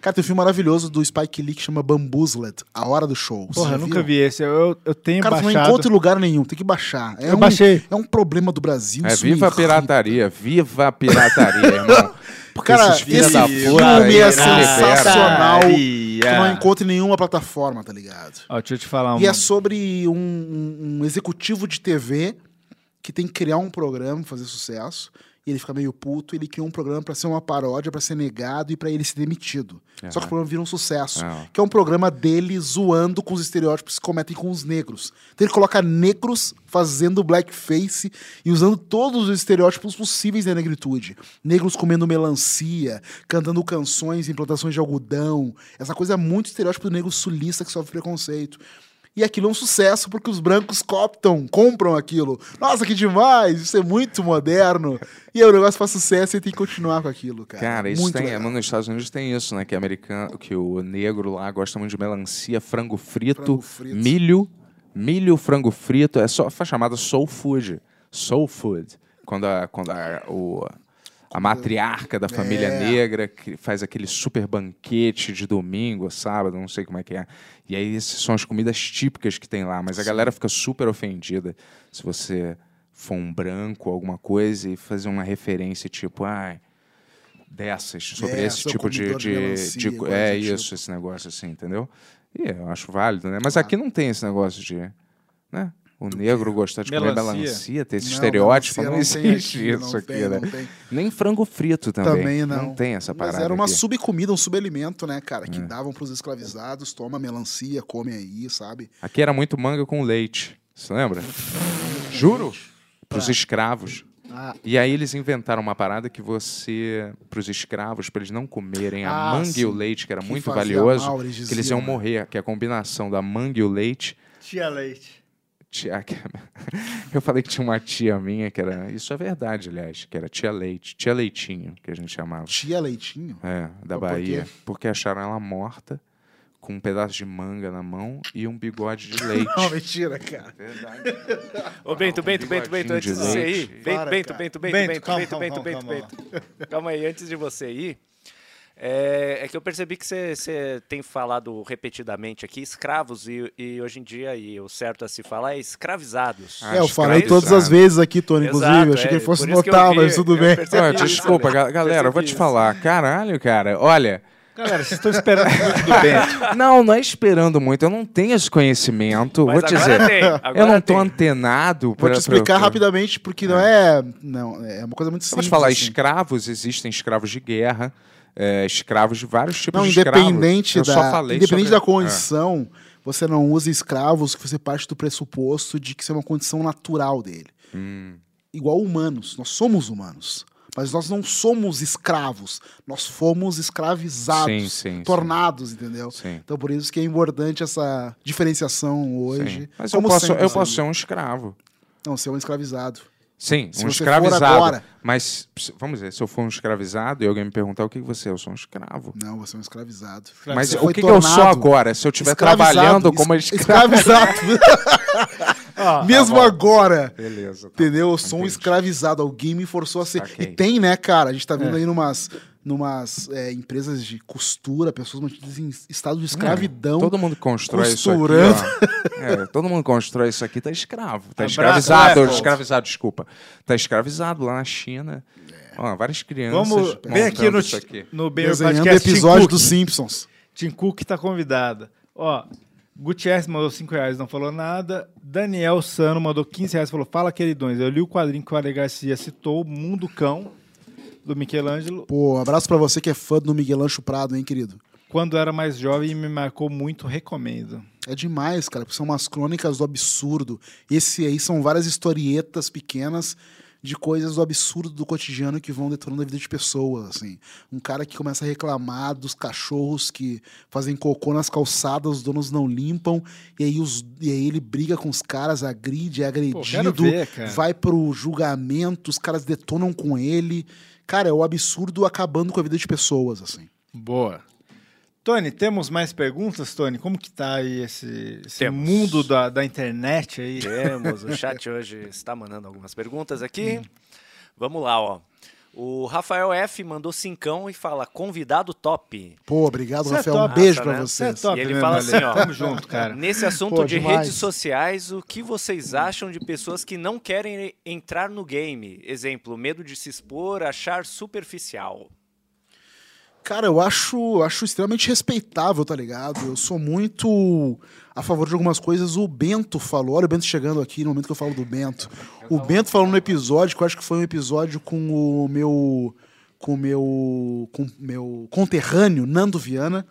S6: Cara, tem um filme maravilhoso do Spike Lee que chama Bambuzlet, A Hora do Show. Você
S5: Porra,
S6: já
S5: eu nunca
S6: viu?
S5: vi esse. Eu, eu tenho
S6: Cara, um tu não
S5: baixado.
S6: encontra em lugar nenhum, tem que baixar. É
S5: Eu
S6: um,
S5: baixei.
S6: É um problema do Brasil.
S4: É,
S6: isso
S4: viva a
S6: me irrita.
S4: pirataria, viva a pirataria, irmão. Porque
S6: Cara,
S4: esses filhos
S6: esse
S4: da
S6: filme
S4: puta aí, né? é.
S6: é
S4: se liberam.
S6: sensacional. Tu não
S5: Pirataria.
S6: encontra em nenhuma plataforma, tá ligado?
S5: Ó, deixa eu te falar
S6: E
S5: uma.
S6: é sobre um, um- um executivo de TV que tem que criar um programa pra fazer sucesso. E ele fica meio puto, ele cria um programa pra ser uma paródia, pra ser negado e pra ele ser demitido. Só que o programa vira um sucesso.
S4: Aham.
S6: Que é um programa dele zoando com os estereótipos que cometem com os negros. Então ele coloca negros fazendo blackface e usando todos os estereótipos possíveis da negritude. Negros comendo melancia, cantando canções em plantações de algodão. Essa coisa é muito estereótipo do negro sulista que sofre preconceito. E aquilo é um sucesso porque os brancos cooptam, compram aquilo. Nossa, que demais! Isso é muito moderno. E aí o negócio faz sucesso e tem que continuar com aquilo, cara.
S4: Cara, isso
S6: muito
S4: tem.
S6: legal.
S4: Mano, nos Estados Unidos tem isso, né? Que, americano, que o negro lá gosta muito de melancia, frango frito,
S6: Frango frito.
S4: milho, milho, frango frito. É só faz chamada soul food. Soul food. Quando a, quando a, o- a matriarca da família
S6: É.
S4: negra que faz aquele super banquete de domingo, sábado, não sei como é que é. E aí essas são as comidas típicas que tem lá. Mas a galera fica super ofendida se você for um branco, alguma coisa, e fazer uma referência tipo, ai dessas, sobre
S6: É,
S4: esse
S6: sou
S4: tipo de.
S6: comedor de
S4: de-
S6: melancia,
S4: de-
S6: coisa
S4: é
S6: do tipo.
S4: isso, esse negócio assim, entendeu? E eu acho válido, né?
S6: Ah.
S4: Mas aqui não tem esse negócio de. Né? O negro gostar de comer
S5: Melancia?
S4: melancia, ter esse
S6: Não,
S4: estereótipo, não,
S6: melancia não tem
S4: existe
S6: aqui,
S4: isso
S6: não
S4: aqui,
S6: tem,
S4: né?
S6: não tem.
S4: Nem frango frito também.
S6: Também não.
S4: tem essa parada.
S6: Mas era uma
S4: aqui. É.
S6: subcomida, um subalimento, né, cara? Que davam pros escravizados, toma melancia, come aí, sabe?
S4: Aqui era muito manga com leite. Você lembra? Juro? Para os escravos.
S6: Ah.
S4: E aí eles inventaram uma parada que você, para os escravos, para eles não comerem a
S6: Ah,
S4: manga e o
S6: sim.
S4: leite, que era
S6: Que
S4: muito
S6: fazia
S4: valioso,
S6: mal, eles
S4: que eles iam
S6: diziam, né?
S4: morrer, que a combinação da manga e o leite.
S5: Tia Leite.
S4: Tia- que- Eu falei que tinha uma tia minha que era. Isso é verdade, aliás, que era tia leite, tia leitinho, que a gente chamava.
S6: Tia Leitinho.
S4: É, da
S6: Por
S4: Bahia.
S6: quê?
S4: Porque acharam ela morta, com um pedaço de manga na mão e um bigode de leite.
S6: Não, mentira, cara.
S7: Ô, Bento, Bento, Bento, Bento,
S4: bigodinho de
S7: antes de você
S4: leite.
S7: ir. Bento,
S5: Para,
S7: Bento,
S5: cara.
S7: Bento, Bento,
S5: Bento,
S7: Bento,
S5: calma,
S7: Bento,
S5: calma,
S7: Bento,
S5: calma,
S7: Bento, Bento. Calma aí, antes de você ir. É, é que eu percebi que você tem falado repetidamente aqui escravos e, e hoje em dia e o certo a se falar é escravizados.
S4: Ah,
S6: É, eu falei
S4: escravizados.
S6: todas as vezes aqui, Tony,
S7: Exato,
S6: inclusive. Eu achei
S7: é,
S6: que ele fosse
S7: por isso que eu
S6: notar,
S7: vi,
S6: mas tudo
S7: eu
S6: bem.
S7: percebi
S4: Ah,
S7: isso,
S4: desculpa,
S7: né?
S4: ga- galera, eu vou
S7: Percebi
S4: te
S7: isso.
S4: falar. Caralho, cara, olha.
S5: Galera, vocês estão esperando muito do Bento.
S4: Não, não é esperando muito. Eu não tenho esse conhecimento.
S7: Mas
S4: vou te
S7: agora
S4: dizer.
S7: tem,
S4: eu
S7: agora
S4: não tô
S7: tem.
S4: antenado.
S6: Vou
S4: pra-
S6: te explicar
S4: pra-
S6: rapidamente, porque não é. Não, é uma coisa muito
S4: Vamos
S6: simples.
S4: falar,
S6: assim.
S4: escravos, existem escravos de guerra, é, escravos de vários tipos
S6: Não,
S4: Tipo de escravos.
S6: independente
S4: Eu
S6: da,
S4: só falei
S6: independente
S4: sobre-
S6: da condição, você não usa escravos que você parte do pressuposto de que isso é uma condição natural dele.
S4: É. Hum,
S6: Igual humanos, nós somos humanos. Mas nós não somos escravos, nós fomos escravizados,
S4: Sim, sim, sim.
S6: tornados, entendeu?
S4: sim.
S6: Então por isso que é importante essa diferenciação hoje.
S4: sim. Mas eu
S6: Como
S4: posso,
S6: sempre,
S4: eu posso
S6: né?
S4: ser um escravo.
S6: Não, ser um escravizado.
S4: Sim,
S6: Se
S4: um
S6: você for
S4: escravizado.
S6: agora-
S4: Mas, se- vamos dizer, se eu for um escravizado e alguém me perguntar o que que você é, eu sou um escravo.
S6: Não, você é um escravizado.
S4: Mas
S6: Você
S4: o
S6: foi
S4: que, que eu sou
S6: tornado
S4: agora? Se eu estiver
S6: escravizado,
S4: trabalhando
S6: es-
S4: como escravo.
S6: Escravizado. Mesmo
S4: Tá bom.
S6: agora.
S4: Beleza. tá.
S6: Entendeu? Eu sou um
S4: Entendi.
S6: escravizado. Alguém me forçou a ser.
S4: Saquei. É.
S6: E tem, né, cara? A gente tá vendo aí numas, numas é, empresas de costura, pessoas mantidas em estado de escravidão.
S4: Hum, Todo mundo constrói
S6: costurando.
S4: isso aqui. ó. É, todo mundo constrói isso aqui, tá escravo.
S5: Abraço,
S4: Tá
S5: né,
S4: escravizado,
S5: Apple.
S4: escravizado, desculpa. Tá escravizado lá na China. Ó, várias crianças.
S5: É. Vamos, vem aqui
S4: montando
S5: no,
S4: isso aqui.
S5: no Bem Meu
S6: Desenhando
S5: Podcast
S6: episódio
S5: Tim Cook.
S6: dos Simpsons.
S5: Tim Cook tá convidada. Ó, Gutierrez mandou 5 reais, não falou nada. Daniel Sano mandou 15 reais, falou, fala queridões, eu li o quadrinho que o Ale Garcia citou, Mundo Cão, do Michelangelo,
S6: Pô, abraço pra você que é fã do Miguel Ancho Prado, hein, querido?
S5: quando era mais jovem e me marcou muito, recomendo.
S6: É demais, cara, porque são umas crônicas do absurdo. Esse aí são várias historietas pequenas de coisas do absurdo do cotidiano que vão detonando a vida de pessoas, assim. Um cara que começa a reclamar dos cachorros que fazem cocô nas calçadas, os donos não limpam, e aí, os, e aí ele briga com os caras, agride, é agredido,
S5: Pô, quero ver, cara.
S6: vai pro julgamento, os caras detonam com ele. Cara, é o absurdo acabando com a vida de pessoas, assim.
S5: Boa. Tony, temos mais perguntas, Tony? Como que tá aí esse, esse
S7: Temos.
S5: mundo da, da internet aí?
S7: Temos, o chat hoje está mandando algumas perguntas
S6: Hum.
S7: aqui. Vamos lá, ó. O Rafael F mandou cincão e fala convidado top.
S6: Pô, obrigado,
S5: Isso é
S6: Rafael. um
S5: top.
S6: beijo
S7: Massa,
S6: pra
S7: né?
S5: Você é
S6: vocês.
S5: top
S7: E ele
S5: mesmo,
S7: fala
S5: Ale.
S7: assim, ó.
S5: Tamo junto, cara.
S7: Nesse assunto
S6: Pô,
S7: de
S6: demais.
S7: redes sociais, o que vocês acham de pessoas que não querem entrar no game? Exemplo, medo de se expor, achar superficial.
S6: Cara, eu acho, eu acho extremamente respeitável, tá ligado? Eu sou muito a favor de algumas coisas. O Bento falou, olha o Bento chegando aqui no momento que eu falo do Bento. O Bento falou no episódio, que eu acho que foi um episódio com o meu com o meu com o meu conterrâneo Nando Viana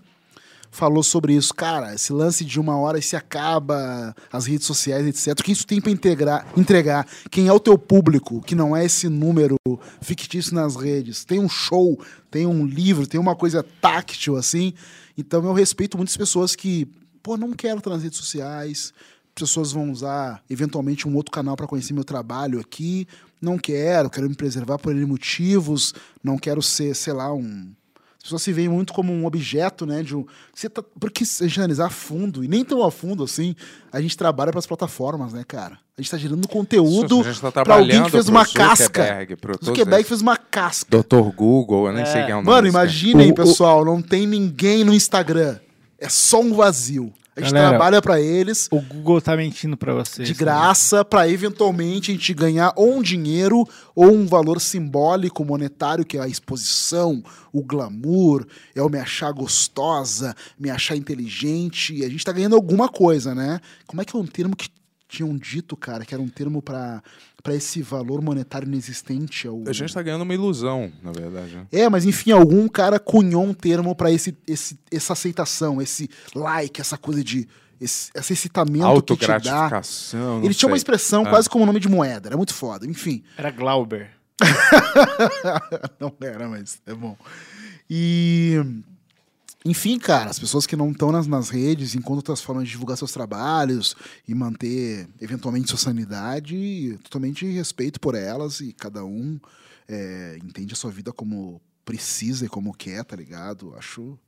S6: falou sobre isso, cara, esse lance de uma hora e se acaba, as redes sociais, etc. O que isso tem pra integrar, entregar? Quem é o teu público, que não é esse número fictício nas redes? Tem um show, tem um livro, tem uma coisa táctil, assim. Então eu respeito muitas pessoas que, pô, não quero estar nas redes sociais, pessoas vão usar eventualmente um outro canal para conhecer meu trabalho aqui. Não quero, quero me preservar por N motivos, não quero ser, sei lá, um as pessoas se veem muito como um objeto, né? De um, você tá, porque se a gente analisar a fundo, e nem tão a fundo assim, a gente trabalha para as plataformas, né, cara? A gente está gerando conteúdo
S4: Isso, a gente tá
S6: para alguém
S4: trabalhando
S6: que fez
S4: pro
S6: uma casca.
S4: Zuckerberg, pro
S6: O
S4: todos
S6: Zuckerberg
S4: esses.
S6: fez uma casca.
S4: Doutor Google, eu nem sei quem é o nome.
S6: Mano,
S4: desse cara.
S6: imaginem,
S4: O- o-
S6: pessoal, não tem ninguém no Instagram. É só um vazio. A gente
S5: Galera,
S6: trabalha para eles
S5: O Google tá mentindo pra vocês.
S6: de
S4: né?
S6: graça para eventualmente a gente ganhar ou um dinheiro ou um valor simbólico monetário que é a exposição, o glamour, é o me achar gostosa, me achar inteligente, e a gente tá ganhando alguma coisa, né? Como é que é um termo que tinham dito, cara, que era um termo para para esse valor monetário inexistente, é o-
S4: A gente tá ganhando uma ilusão, na verdade. né?
S6: é, mas enfim, algum cara cunhou um termo pra esse, esse- essa aceitação, esse like, essa coisa de esse, esse excitamento que te dá.
S4: Autogratificação. não
S6: Ele tinha uma
S4: sei.
S6: expressão
S4: Ah.
S6: quase como o nome de moeda, era muito foda, enfim.
S5: Era Glauber.
S6: não era, mas é bom. E. Enfim, cara, as pessoas que não estão nas, nas redes encontram outras formas de divulgar seus trabalhos e manter, eventualmente, sua sanidade. e Totalmente respeito por elas e cada um é, entende a sua vida como precisa e como quer, tá ligado? Acho.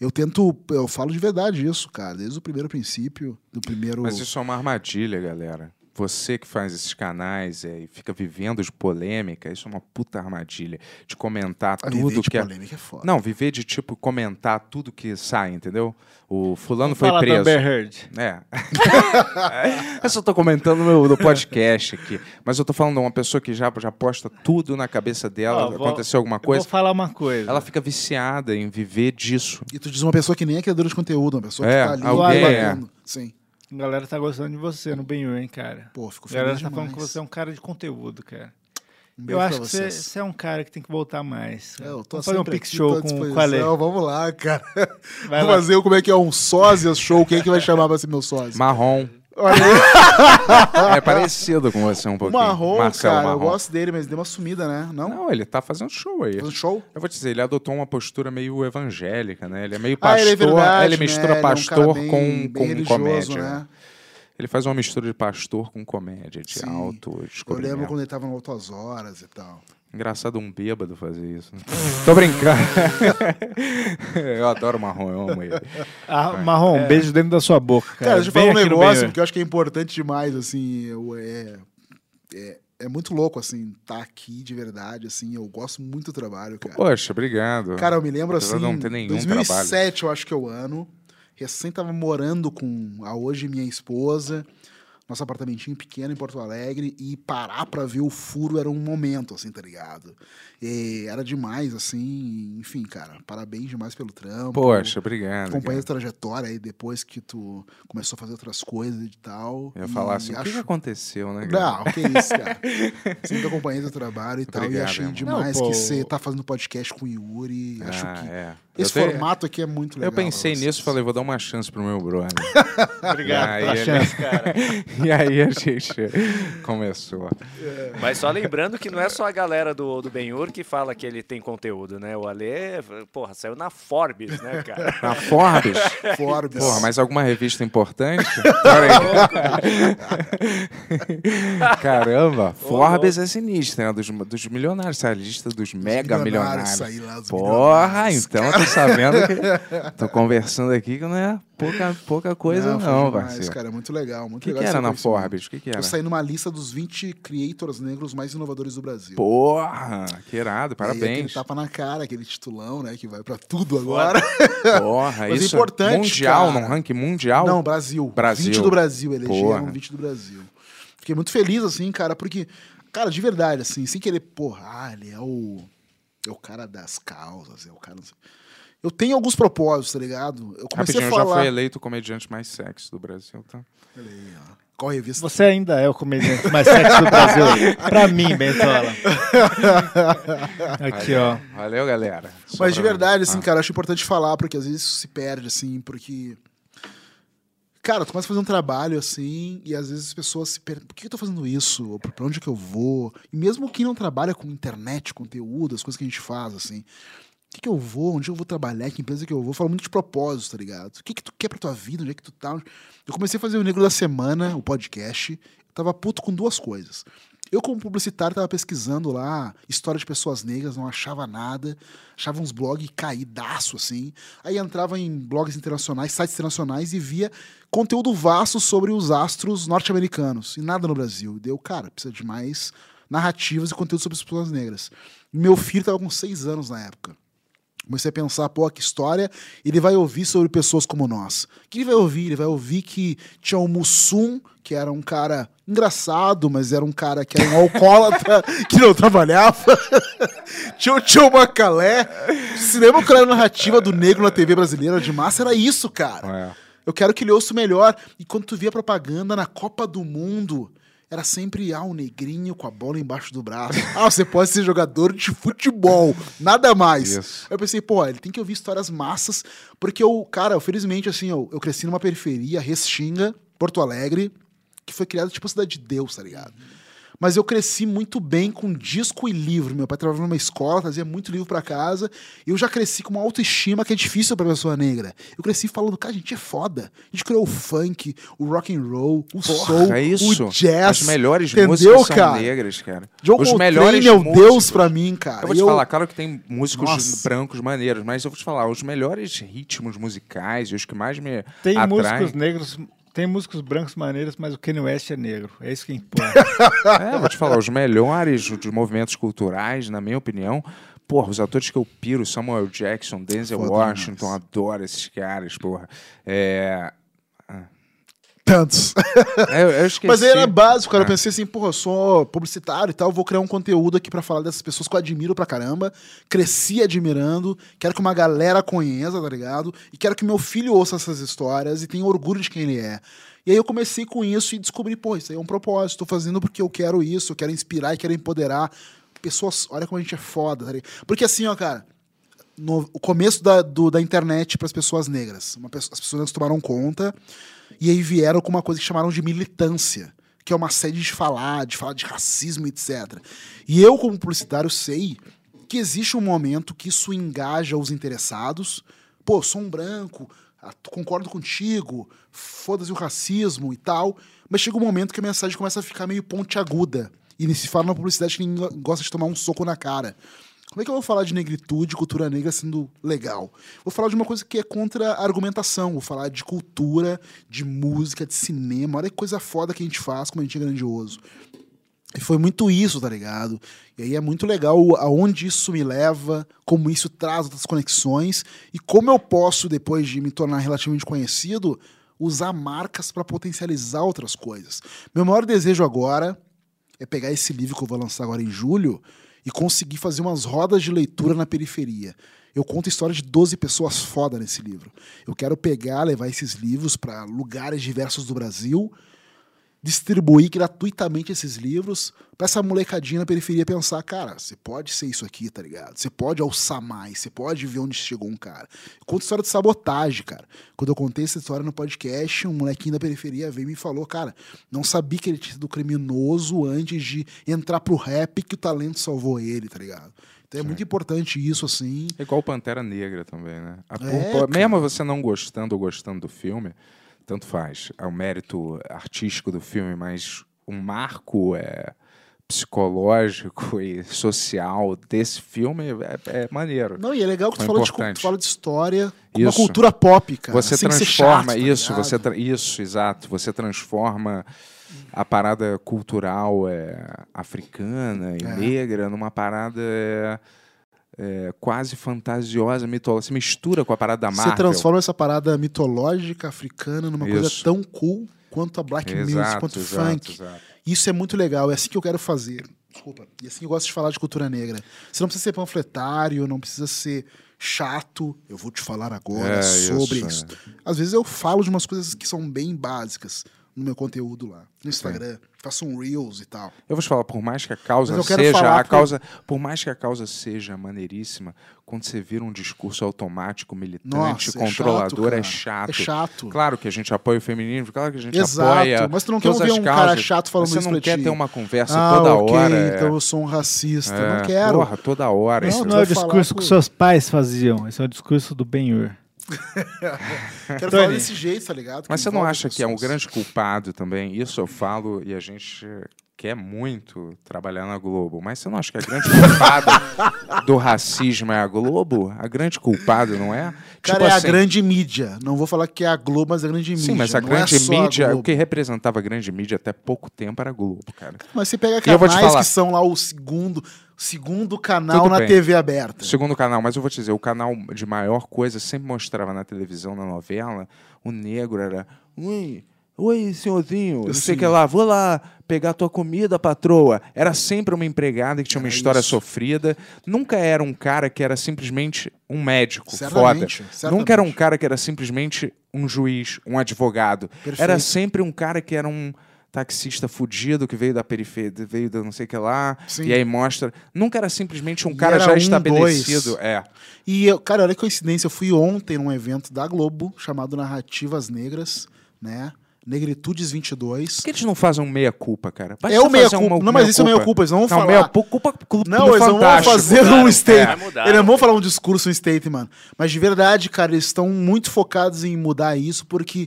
S6: Eu tento. Eu falo de verdade isso, cara, desde o primeiro princípio, do primeiro.
S4: Mas isso é uma armadilha, galera. Você que faz esses canais é, e fica vivendo de polêmica, isso é uma puta armadilha. De comentar
S6: Ah,
S4: tudo
S6: viver de
S4: que é.
S6: polêmica é foda.
S4: Não, viver de tipo comentar tudo que sai, entendeu? O fulano foi
S5: Fala da
S4: preso.
S5: Amber Heard.
S4: É. eu só tô comentando no, no podcast aqui. Mas eu tô falando de uma pessoa que já, já posta tudo na cabeça dela.
S5: Ó, vou-
S4: aconteceu alguma
S5: Eu
S4: coisa.
S5: vou falar uma coisa.
S4: Ela fica viciada em viver disso.
S6: E tu diz uma pessoa que nem é criadora de conteúdo, uma pessoa
S4: É,
S6: que tá ali
S4: alguém,
S6: batendo. Sim.
S5: A galera tá gostando de você no Benhur, hein, cara.
S6: Pô, fico
S5: A galera
S6: feliz
S5: tá
S6: demais.
S5: falando que você é um cara de conteúdo, cara.
S6: Um
S5: Eu
S6: beijo
S5: acho
S6: pra
S5: que você,
S6: vocês.
S5: você é um cara que tem que voltar mais.
S6: É, eu tô
S5: Vamos fazer um
S6: sempre
S5: pick
S6: aqui,
S5: show
S6: tô à
S5: com, com a Lê.
S6: disposição. Vamos lá, cara.
S5: Vai
S6: Vou
S5: lá.
S6: fazer o- como é que é um sósias show. Quem é que vai chamar pra ser meu sósia?
S4: Marrom.
S6: Olha aí.
S4: É parecido com você um
S6: O
S4: pouquinho.
S6: Marrom,
S4: Marcelo
S6: cara, eu
S4: Marrom.
S6: gosto dele, mas deu uma sumida, né? Não?
S4: Não, ele tá fazendo show aí.
S6: Fazendo show?
S4: Eu vou te dizer, ele adotou uma postura meio evangélica, né? Ele é meio
S6: Ah,
S4: pastor,
S6: ele é verdade,
S4: ele
S6: né?
S4: mistura
S6: Ele é um
S4: pastor
S6: cara bem-
S4: com,
S6: bem
S4: com
S6: religioso,
S4: comédia.
S6: né?
S4: Ele faz uma mistura de pastor com comédia, de
S6: Sim.
S4: alto
S6: Eu lembro
S4: descobrimento.
S6: quando ele tava no Altas Horas e tal.
S4: Engraçado um bêbado fazer isso. né? Tô brincando. eu adoro o marrom, eu amo ele.
S5: Ah, Marrom, um beijo dentro da sua boca, cara.
S6: Cara, deixa eu
S5: Vem
S6: falar um
S5: aqui no
S6: negócio,
S5: Benhur.
S6: porque eu acho que é importante demais, assim, eu, é, é, é muito louco, assim, tá aqui de verdade, assim, eu gosto muito do trabalho, cara.
S4: Poxa, obrigado.
S6: Cara, eu me lembro,
S4: Apesar
S6: assim,
S4: de não ter nenhum
S6: 2007
S4: trabalho.
S6: eu acho que é o ano, recém tava morando com a hoje minha esposa, nosso apartamentinho pequeno em Porto Alegre, e parar pra ver o furo era um momento, assim, tá ligado? E era demais, assim, enfim, cara, parabéns demais pelo trampo.
S4: Poxa, obrigado.
S6: acompanhei a
S4: cara.
S6: trajetória aí depois que tu começou a fazer outras coisas e tal.
S4: Eu ia
S6: e
S4: falar assim, o que que
S6: acho-
S4: aconteceu, né? cara?
S6: Não, que isso, cara. Sempre acompanhei teu trabalho e tal. e
S4: Obrigado,
S6: achei
S4: irmão.
S6: demais
S5: Não, pô.
S6: que você tá fazendo podcast com o Yuri.
S4: Ah,
S6: acho que
S4: é.
S6: esse
S4: eu tenho-
S6: formato aqui é muito legal.
S4: Eu pensei
S6: pra vocês.
S4: nisso e falei, vou dar uma chance pro meu brother.
S5: Obrigado
S4: Aí
S5: pela
S4: ele-
S5: chance, cara.
S4: e aí a gente começou.
S7: Mas só lembrando que não é só a galera do, do Benhur que fala que ele tem conteúdo, né? O Ale, porra, saiu na Forbes, né, cara?
S4: Na Forbes?
S6: Forbes.
S4: Porra, mas alguma revista importante? Olha aí. Caramba, Forbes é sinistra, né? Dos, dos milionários, essa lista dos mega milionários.
S6: saí lá dos
S4: Porra,
S6: milionários.
S4: então eu tô sabendo que. Tô conversando aqui que não é pouca, pouca coisa, não,
S6: foi demais,
S4: parceiro.
S6: cara, é muito legal.
S4: O
S6: Muito
S4: que,
S6: legal
S4: que
S6: esse
S4: era na
S6: reconhecimento.
S4: Forbes? O que, que era?
S6: Eu saí numa lista dos 20 creators negros mais inovadores do Brasil.
S4: Porra, que irado,
S6: E aí, aquele
S4: parabéns.
S6: tapa na cara, aquele titulão, né? Que vai pra tudo agora.
S4: Porra,
S6: Mas é
S4: isso
S6: importante,
S4: mundial,
S6: cara.
S4: num ranking mundial?
S6: Não, Brasil.
S4: Brasil.
S6: 20 do Brasil, elegeram
S4: Porra.
S6: 20 do Brasil. Fiquei muito feliz, assim, cara, porque, cara, de verdade, assim, sem querer, porra, ah, ele é o. É o cara das causas, é o cara. não sei- Eu tenho alguns propósitos, tá ligado? Eu comecei
S4: Rapidinho,
S6: a
S4: já foi
S6: falar.
S4: eleito o comediante mais sexy do Brasil, tá?
S6: Qual revista?
S5: Você ainda é o comediante mais sexy do Brasil. pra mim, Bentola. Aqui, ó.
S4: Valeu, galera. Só
S6: Mas de
S4: pra-
S6: verdade, assim,
S4: Ah,
S6: cara, eu acho importante falar, porque às vezes isso se perde, assim, porque. Cara, tu começa a fazer um trabalho assim, e às vezes as pessoas se perdem. Por que eu tô fazendo isso? Ou Pra onde que eu vou? E mesmo quem não trabalha com internet, conteúdo, as coisas que a gente faz, assim. O que, que eu vou? Onde eu vou trabalhar? Que empresa que eu vou? Fala muito de propósito, tá ligado? O que, que tu quer pra tua vida? Onde é que tu tá? Eu comecei a fazer o Negro da Semana, o podcast. Eu tava puto com duas coisas. Eu, como publicitário, tava pesquisando lá história de pessoas negras, não achava nada. Achava uns blogs caídaço, assim. Aí entrava em blogs internacionais, sites internacionais e via conteúdo vasto sobre os astros norte-americanos. E nada no Brasil. Deu, cara, precisa de mais narrativas e conteúdo sobre as pessoas negras. Meu filho tava com seis anos na época. Comecei a pensar, pô, que história ele vai ouvir sobre pessoas como nós. O que ele vai ouvir? Ele vai ouvir que tinha o Mussum, que era um cara engraçado, mas era um cara que era um alcoólatra, que não trabalhava. tinha o Tio Macalé. Cinema que era narrativa do negro na TV brasileira de massa era isso, cara.
S4: É.
S6: Eu quero que ele ouça o melhor. E quando tu via propaganda na Copa do Mundo, era sempre, ah, um negrinho com a bola embaixo do braço. ah, você pode ser jogador de futebol, nada mais.
S4: Isso.
S6: Aí eu pensei, pô, ele tem que ouvir histórias massas, porque eu, cara, eu, felizmente, assim, eu, eu cresci numa periferia, Restinga, Porto Alegre, que foi criada tipo Cidade de Deus, tá ligado? Mas eu cresci muito bem com disco e livro. Meu pai trabalhava numa escola, trazia muito livro pra casa. E eu já cresci com uma autoestima que é difícil pra pessoa negra. Eu cresci falando, cara, a gente é foda. A gente criou o funk, o rock and roll, o soul,
S4: Porra, é isso.
S6: o jazz.
S4: As melhores
S6: entendeu,
S4: músicas são
S6: cara?
S4: negras, cara.
S6: John
S4: Os
S6: Coltrane
S4: melhores
S6: é o
S4: músicos-
S6: Deus pra mim, cara.
S4: Eu vou te
S6: E
S4: falar, claro que tem músicos
S6: Nossa.
S4: brancos maneiros, mas eu vou te falar, os melhores ritmos musicais e os que mais me
S5: Tem
S4: atraem...
S5: músicos negros Tem músicos brancos maneiros, mas o Kanye West é negro. É isso que importa.
S4: É, vou te falar, os melhores de movimentos culturais, na minha opinião. Porra, os atores que eu piro, Samuel Jackson, Denzel
S6: Foda
S4: Washington,
S6: demais.
S4: adoro esses caras, porra. É.
S6: Tantos.
S4: Eu, eu esqueci.
S6: Mas é aí era básico, cara. Eu pensei assim, porra, eu sou publicitário e tal, vou criar um conteúdo aqui pra falar dessas pessoas que eu admiro pra caramba. Cresci admirando, quero que uma galera conheça, tá ligado? E quero que meu filho ouça essas histórias e tenha orgulho de quem ele é. E aí eu comecei com isso e descobri, pô, isso aí é um propósito, tô fazendo porque eu quero isso, eu quero inspirar e quero empoderar. Pessoas, olha como a gente é foda, tá ligado? Porque assim, ó, cara, no, o começo da, do- da internet para as pessoas negras. Uma pessoa- as pessoas negras tomaram conta e aí vieram com uma coisa que chamaram de militância, que é uma sede de falar, de falar de racismo, etc. E eu, como publicitário, sei que existe um momento que isso engaja os interessados. Pô, sou um branco, ah, t- concordo contigo, foda-se o racismo e tal. Mas chega um momento que a mensagem começa a ficar meio pontiaguda. E se fala na publicidade que ninguém gosta de tomar um soco na cara. Como é que eu vou falar de negritude, cultura negra sendo legal? Vou falar de uma coisa que é contra a argumentação. Vou falar de cultura, de música, de cinema. Olha que coisa foda que a gente faz, como a gente é grandioso. E foi muito isso, tá ligado? E aí é muito legal o- aonde isso me leva, como isso traz outras conexões e como eu posso, depois de me tornar relativamente conhecido, usar marcas para potencializar outras coisas. Meu maior desejo agora é pegar esse livro que eu vou lançar agora em julho e conseguir fazer umas rodas de leitura na periferia. Eu conto histórias de 12 pessoas foda nesse livro. Eu quero pegar, levar esses livros para lugares diversos do Brasil distribuir gratuitamente esses livros pra essa molecadinha na periferia pensar, cara, você pode ser isso aqui, tá ligado? Você pode alçar mais, você pode ver onde chegou um cara. Eu conto história de sabotagem, cara. Quando eu contei essa história no podcast, um molequinho da periferia veio e me falou, cara, não sabia que ele tinha sido criminoso antes de entrar pro rap que o talento salvou ele, tá ligado? Então é muito importante isso, assim.
S4: É igual Pantera Negra também, né? A
S6: É,
S4: culpa-
S6: cara.
S4: mesmo você não gostando ou gostando do filme, tanto faz. É o mérito artístico do filme, mas o marco é psicológico e social desse filme é, é maneiro.
S6: Não, e é legal que tu
S4: É
S6: fala, de,
S4: importante.
S6: tu fala de história, uma
S4: Isso.
S6: cultura pop, cara.
S4: você
S6: sem ser
S4: transforma
S6: chato, tá
S4: isso,
S6: ligado?
S4: você tra- isso, exato. Você transforma a parada cultural é, africana e
S6: É.
S4: negra numa parada é, é, quase fantasiosa, mitológica. Você mistura com a parada da Marvel.
S6: Você transforma essa parada mitológica africana numa
S4: Isso.
S6: coisa tão cool quanto a black music, quanto o funk.
S4: exato.
S6: Isso é muito legal, é assim que eu quero fazer. Desculpa. E assim eu gosto de falar de cultura negra. Você não precisa ser panfletário, não precisa ser chato. Eu vou te falar agora
S4: É,
S6: sobre
S4: isso, é.
S6: isso. Às vezes eu falo de umas coisas que são bem básicas no meu conteúdo lá, no Instagram. Faço um Reels e tal.
S4: Eu vou te falar, por mais que a causa
S6: Mas eu quero
S4: seja
S6: falar
S4: a
S6: pro-
S4: causa, por mais que a causa seja maneiríssima, quando você vira um discurso automático, militante,
S6: Nossa, é
S4: controlador, é
S6: chato,
S4: chato.
S6: cara. É chato.
S4: Claro que a gente apoia o feminismo, claro que a gente
S6: Exato,
S4: apoia.
S6: mas tu não quer
S4: todas
S6: ouvir
S4: as
S6: um cara
S4: causas.
S6: chato falando
S4: Você
S6: isso
S4: não
S6: pra
S4: quer
S6: ti.
S4: ter uma conversa
S6: ah,
S4: toda
S6: ok,
S4: hora. é-
S6: então eu sou um racista.
S4: é,
S6: não quero.
S4: Porra, toda hora.
S6: Não,
S4: isso.
S5: Esse
S6: eu
S5: não é
S6: vou
S5: o discurso
S6: falar com-
S5: que seus pais faziam. Esse é o discurso do Ben-Hur. Tony.
S6: Quero falar desse jeito, tá ligado?
S4: Mas você não
S6: envolve
S4: acha que é um
S6: pessoas.
S4: grande culpado também? Isso eu falo e a gente quer muito trabalhar na Globo, mas você não acha que a grande culpada do racismo é a Globo? A grande culpada não é?
S6: Cara,
S4: Tipo
S6: é
S4: assim,
S6: a grande mídia. Não vou falar que é a Globo, mas é a grande mídia.
S4: Sim, mas a
S6: não
S4: grande
S6: é só a
S4: mídia,
S6: Globo.
S4: o que representava a grande mídia até pouco tempo era a Globo, cara.
S6: Mas você pega
S4: E eu vou te
S6: canais
S4: falar.
S6: que são lá o segundo, segundo canal
S4: Tudo
S6: na
S4: bem.
S6: TV aberta.
S4: Segundo canal, mas eu vou te dizer, o canal de maior coisa sempre mostrava na televisão, na novela, o negro era. Ui, oi, senhorzinho, não sei o que lá, vou lá pegar tua comida, patroa. Era sempre uma empregada que tinha uma história sofrida. Nunca era um cara que era simplesmente um médico, foda.
S6: Certamente,
S4: Nunca era um
S6: certamente.
S4: cara que era simplesmente um juiz, um advogado. Era
S6: Perfeito.
S4: sempre um cara que era um taxista fudido que veio da periferia, veio da não sei o que lá,
S6: Sim.
S4: e aí mostra. Nunca era simplesmente um
S6: E
S4: cara
S6: era
S4: já
S6: um,
S4: estabelecido. É.
S6: E, eu, cara, olha que coincidência. Eu fui ontem num evento da Globo chamado Narrativas Negras, né? Negritudes 22.
S4: Por que eles não fazem um meia-culpa, cara? Basta
S6: É o
S4: fazer
S6: meia-culpa.
S4: uma-
S6: Não, mas isso é meia-culpa. Eles não
S4: Não,
S6: vão falar.
S4: meia-culpa culpa
S6: Não,
S4: do
S6: eles não vão
S4: Fantástico.
S6: fazer
S7: Mudaram,
S6: um statement.
S7: é, mudaram.
S6: Eles não vão falar um discurso, um statement. Mas de verdade, cara, eles estão muito focados em mudar isso porque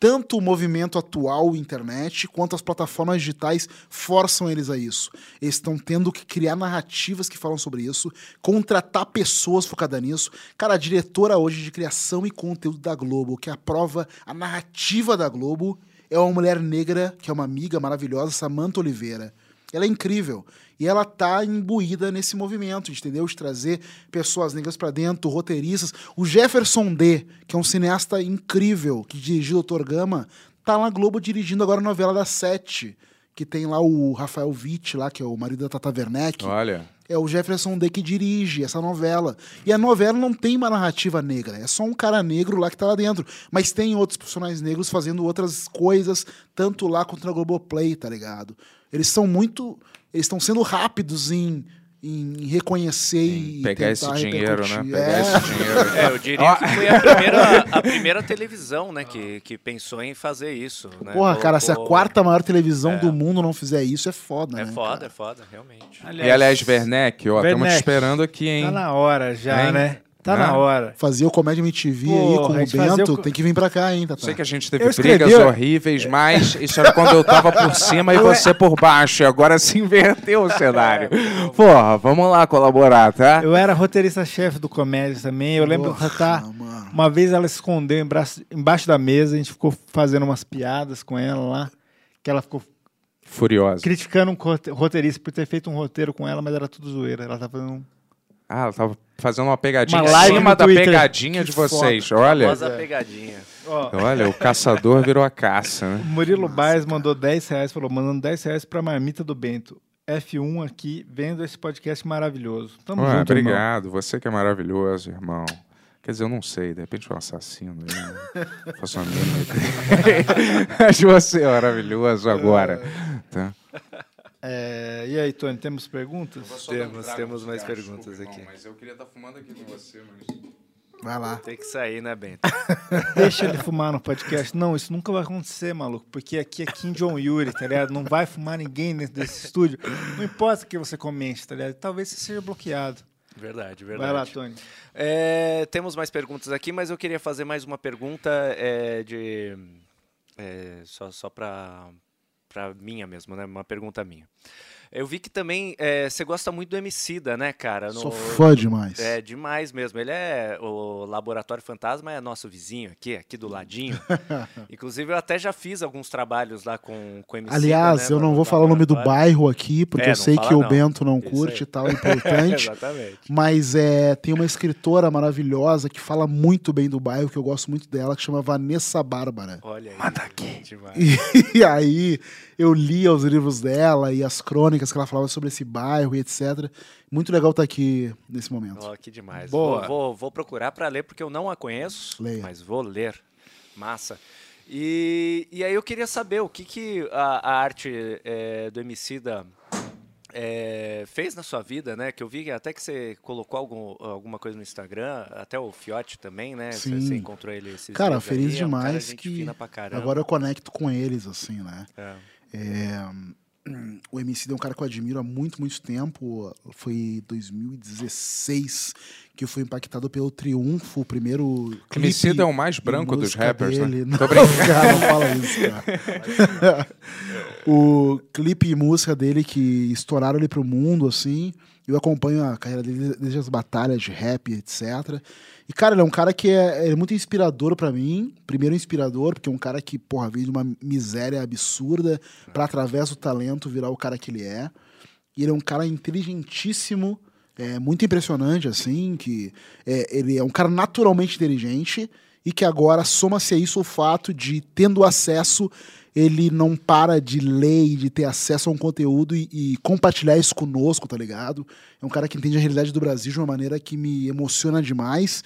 S6: Tanto o movimento atual internet quanto as plataformas digitais forçam eles a isso. Eles estão tendo que criar narrativas que falam sobre isso, contratar pessoas focadas nisso. Cara, a diretora hoje de criação e conteúdo da Globo, que aprova a narrativa da Globo, é uma mulher negra, que é uma amiga maravilhosa, Samantha Oliveira. Ela é incrível. E ela tá imbuída nesse movimento, entendeu? De trazer pessoas negras para dentro, roteiristas. O Jefferson D, que é um cineasta incrível, que dirigiu Doutor Gama, tá na Globo dirigindo agora a novela da Sete, que tem lá o Rafael Witt, lá, que é o marido da Tata Werneck.
S4: Olha.
S6: É o Jefferson D que dirige essa novela. E a novela não tem uma narrativa negra, é só um cara negro lá que tá lá dentro. Mas tem outros profissionais negros fazendo outras coisas, tanto lá quanto na Globoplay, tá ligado? Eles são muito. Eles estão sendo rápidos em, em reconhecer e.
S4: Pegar esse
S6: tentar
S4: dinheiro, né?
S6: repercutir.
S4: Pegar
S6: É.
S4: esse dinheiro.
S7: É, eu diria que foi a primeira, a primeira televisão, né, que, que pensou em fazer isso. Né?
S6: Porra, cara, se a
S7: Colocou-
S6: quarta maior televisão do mundo não fizer isso, é foda,
S7: É
S6: né?
S7: foda, é
S6: cara?
S7: foda, realmente.
S4: E aliás, Werneck, ó, estamos te
S5: Werneck.
S4: esperando aqui, hein?
S5: Tá na hora já,
S4: Hein?
S5: né? Tá
S4: Né?
S5: na hora.
S6: Fazer o Comédia MTV aí
S5: Porra,
S6: com
S5: a
S6: o
S5: gente fazer
S6: Bento,
S5: o co-
S6: tem que vir pra cá, hein,
S4: Eu Sei
S6: Tata?
S4: que a gente teve
S5: Ah. Eu escrevi- é-
S4: brigas horríveis, mas isso era quando eu tava por cima e você por baixo. E agora se inverteu o cenário. Porra, vamos lá colaborar, tá?
S5: É, Eu era roteirista-chefe do comédia também. Eu lembro que
S6: Porra, tá.
S5: a Tatá,
S6: mano.
S5: uma vez ela se escondeu embaixo, embaixo da mesa, a gente ficou fazendo umas piadas com ela lá, que ela ficou
S4: Furiosa.
S5: criticando um rote- roteirista por ter feito um roteiro com ela, mas era tudo zoeira. Ela tava fazendo um...
S4: Ah, ela tava fazendo uma pegadinha
S5: Uma
S4: em
S5: live
S4: cima
S5: no
S4: da
S5: Twitter.
S4: pegadinha de vocês. Olha,
S7: Famosa pegadinha.
S4: olha, o caçador virou a caça, né?
S5: O Murilo Baez mandou 10 reais, falou, mandando 10 reais pra marmita do Bento. F1 aqui, vendo esse podcast maravilhoso. Tamo
S4: Ué,
S5: junto, irmão.
S4: obrigado, você que é maravilhoso, irmão. Quer dizer, eu não sei, de repente eu assassino. aí, né? Faço uma mínima ideia. Mas você é maravilhoso agora. Tá?
S5: É, e aí, Tony, temos perguntas?
S4: um
S7: Temos, temos mais perguntas aqui.
S4: Mas eu queria estar fumando aqui com você,
S6: Vai lá.
S7: Tem que sair, né, Bento?
S5: Deixa ele fumar no podcast. Não, isso nunca vai acontecer, maluco. Porque aqui é Kim Jong Yuri, tá ligado? Não vai fumar ninguém dentro desse estúdio. Não importa o que você comente, tá ligado? Talvez você seja bloqueado.
S7: Verdade,
S5: Vai lá,
S7: verdade.
S5: Tony.
S7: É, temos mais perguntas aqui, mas eu queria fazer mais uma pergunta é, de é, só, só para para minha mesmo, né? Uma pergunta minha. Eu vi que também é, você gosta muito do Emicida, né, cara? No-
S6: Sou fã demais.
S7: É demais mesmo. Ele é o Laboratório Fantasma é nosso vizinho aqui, aqui do ladinho. Inclusive eu até já fiz alguns trabalhos lá com com o Emicida,
S6: Aliás,
S7: né,
S6: eu
S7: no
S6: não vou falar o nome do
S7: laboratório.
S6: bairro aqui, porque
S7: É,
S6: eu
S7: não
S6: sei que
S7: fala
S6: o
S7: não.
S6: Bento não
S7: Isso
S6: curte
S7: aí.
S6: e tal, é importante.
S7: Exatamente.
S6: Mas é, tem uma escritora maravilhosa que fala muito bem do bairro, que eu gosto muito dela, que chama Vanessa Bárbara.
S7: Olha aí. Manda aqui. Demais.
S6: E aí eu lia os livros dela e as crônicas que ela falava sobre esse bairro e etc. Muito legal estar aqui nesse momento.
S7: Ó, que demais.
S5: Boa.
S7: Vou, vou- vou procurar para ler, porque eu não a conheço,
S6: Leia.
S7: mas vou ler. Massa. E, e aí eu queria saber o que, que a, a arte eh, do Emicida eh, fez na sua vida, né? Que eu vi até que você colocou algum- alguma coisa no Instagram, até o Fiote também, né? Você-
S6: Sim.
S7: Você encontrou ele esses
S6: Cara,
S7: dias
S6: feliz
S7: aí, é um cara
S6: demais
S7: gente
S6: que
S7: fina pra caramba.
S6: Agora eu conecto com eles, assim, né?
S7: É.
S6: O MC é um cara que eu admiro há muito, muito tempo. Foi 2016 que eu fui impactado pelo Triunfo, o primeiro clipe.
S4: Emicida é o mais
S6: e
S4: branco dos
S6: música
S4: rappers, né?
S6: dele.
S4: Tô
S6: Não, cara, não fala isso, cara. o clipe e música dele que estouraram ele pro mundo, assim. Eu acompanho a carreira dele desde as batalhas de rap, etc. E, cara, ele é um cara que é, é muito inspirador pra mim. Primeiro inspirador, porque é um cara que, porra, veio de uma miséria absurda pra, através do talento, virar o cara que ele é. E ele é um cara inteligentíssimo, é muito impressionante, assim, que é, ele é um cara naturalmente inteligente e que agora soma-se a isso o fato de, tendo acesso, ele não para de ler e de ter acesso a um conteúdo e, e compartilhar isso conosco, tá ligado? É um cara que entende a realidade do Brasil de uma maneira que me emociona demais.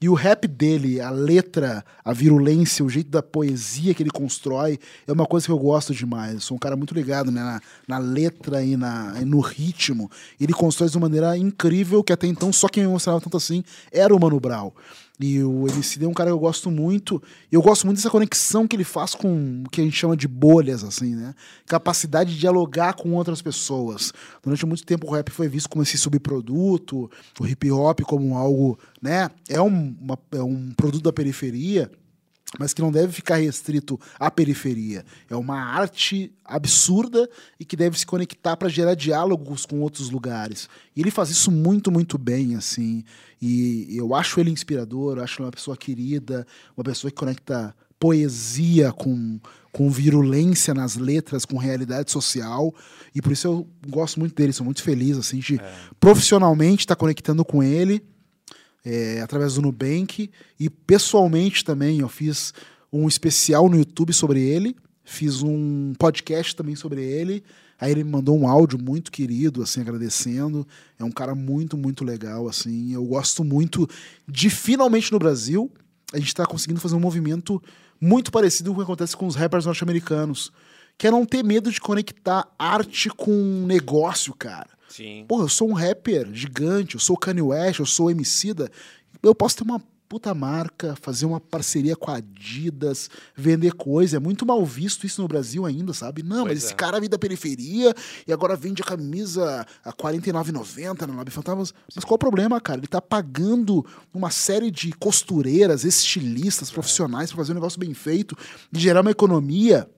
S6: E o rap dele, a letra, a virulência, o jeito da poesia que ele constrói, é uma coisa que eu gosto demais. Eu sou um cara muito ligado né, na, na letra e, na, e no ritmo. Ele constrói de uma maneira incrível que até então só quem me emocionava tanto assim era o Mano Brown. E o MC é um cara que eu gosto muito. E eu gosto muito dessa conexão que ele faz com o que a gente chama de bolhas, assim, né? Capacidade de dialogar com outras pessoas. Durante muito tempo o rap foi visto como esse subproduto, o hip hop como algo, né? É um, uma- é um produto da periferia. mas que não deve ficar restrito à periferia. É uma arte absurda e que deve se conectar para gerar diálogos com outros lugares. E ele faz isso muito, muito bem, assim. E eu acho ele inspirador, eu acho ele uma pessoa querida, uma pessoa que conecta poesia com, com virulência nas letras, com realidade social. E por isso eu gosto muito dele, sou muito feliz, assim, de profissionalmente estar conectando com ele. é, através do Nubank e pessoalmente também eu fiz um especial no YouTube sobre ele, fiz um podcast também sobre ele. Aí ele me mandou um áudio muito querido, assim, agradecendo. É um cara muito, muito legal, assim. Eu gosto muito de finalmente no Brasil a gente tá conseguindo fazer um movimento muito parecido com o que acontece com os rappers norte-americanos, que é não ter medo de conectar arte com negócio, cara.
S7: Sim.
S6: Porra, eu sou um rapper gigante, eu sou Kanye West, eu sou Emicida. Eu posso ter uma puta marca, fazer uma parceria com a Adidas, vender coisa. É muito mal visto isso no Brasil ainda, sabe? Não,
S7: Pois
S6: mas esse
S7: é.
S6: cara vem da periferia e agora vende a camisa a R$ 49,90 na Lab Fantasmas. Mas qual o problema, cara? Ele tá pagando uma série de costureiras,
S4: É.
S6: estilistas, profissionais pra fazer um negócio bem feito e gerar uma economia.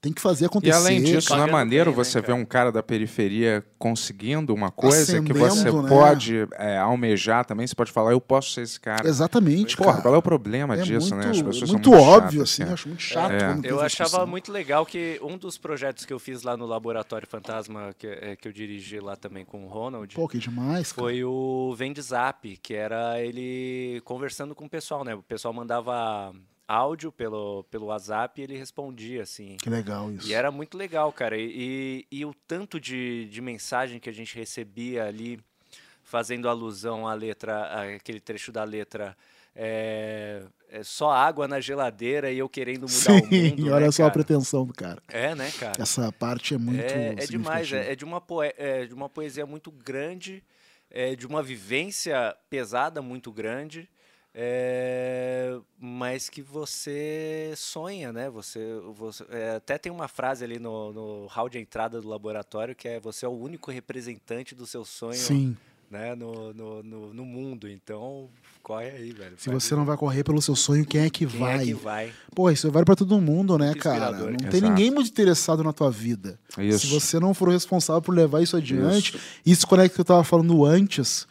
S6: Tem que
S4: E
S6: fazer acontecer.
S4: além disso, não é
S7: pagando
S4: maneiro
S7: bem, né,
S4: você ver
S7: cara?
S4: um cara da periferia conseguindo uma coisa que
S6: Ascendendo,
S4: você
S6: né?
S4: pode é, almejar também. Você pode falar, eu posso ser esse cara.
S6: Exatamente,
S4: Porra,
S6: cara.
S4: qual é o problema
S6: É
S4: disso,
S6: muito,
S4: né? As pessoas
S6: muito
S4: são muito
S6: óbvio,
S4: chatas,
S6: assim,
S4: né?
S6: eu acho muito chato.
S4: É.
S6: quando tem
S7: Eu
S6: essa
S7: achava
S6: discussão.
S7: muito legal que um dos projetos que eu fiz lá no Laboratório Fantasma, que, é, que eu dirigi lá também com o Ronald,
S6: Pô, que demais, cara.
S7: foi o Vendizap, que era ele conversando com o pessoal, né? O pessoal mandava áudio pelo, pelo WhatsApp e ele respondia, assim.
S6: Que legal isso.
S7: E era muito legal, cara. E, e- e o tanto de, de mensagem que a gente recebia ali, fazendo alusão à letra, aquele trecho da letra. É, é só água na geladeira e eu querendo mudar
S6: Sim,
S7: o mundo.
S6: olha
S7: né,
S6: só a
S7: cara?
S6: pretensão do cara.
S7: É, né, cara?
S6: Essa parte é muito.
S7: é, é demais.
S6: significativa.
S7: É, é de uma poe- é de uma poesia muito grande, é de uma vivência pesada muito grande, é, mas que você sonha, né? Você, você- é, até tem uma frase ali no, no hall de entrada do laboratório que é você é o único representante do seu é sonho,
S6: Sim.
S7: né? No, no, no, no mundo. Então corre aí, velho.
S6: Se
S7: Faz
S6: você
S7: isso.
S6: não vai correr pelo seu sonho, quem é que
S7: Quem
S6: vai?
S7: é que vai?
S6: Pô, isso vale pra todo mundo, né,
S7: Muito
S6: cara? Não
S7: inspirador,
S6: tem
S4: Exato.
S6: ninguém muito interessado na tua vida.
S4: Isso.
S6: Se você não for o responsável por levar isso adiante, isso conecta o que eu tava falando antes.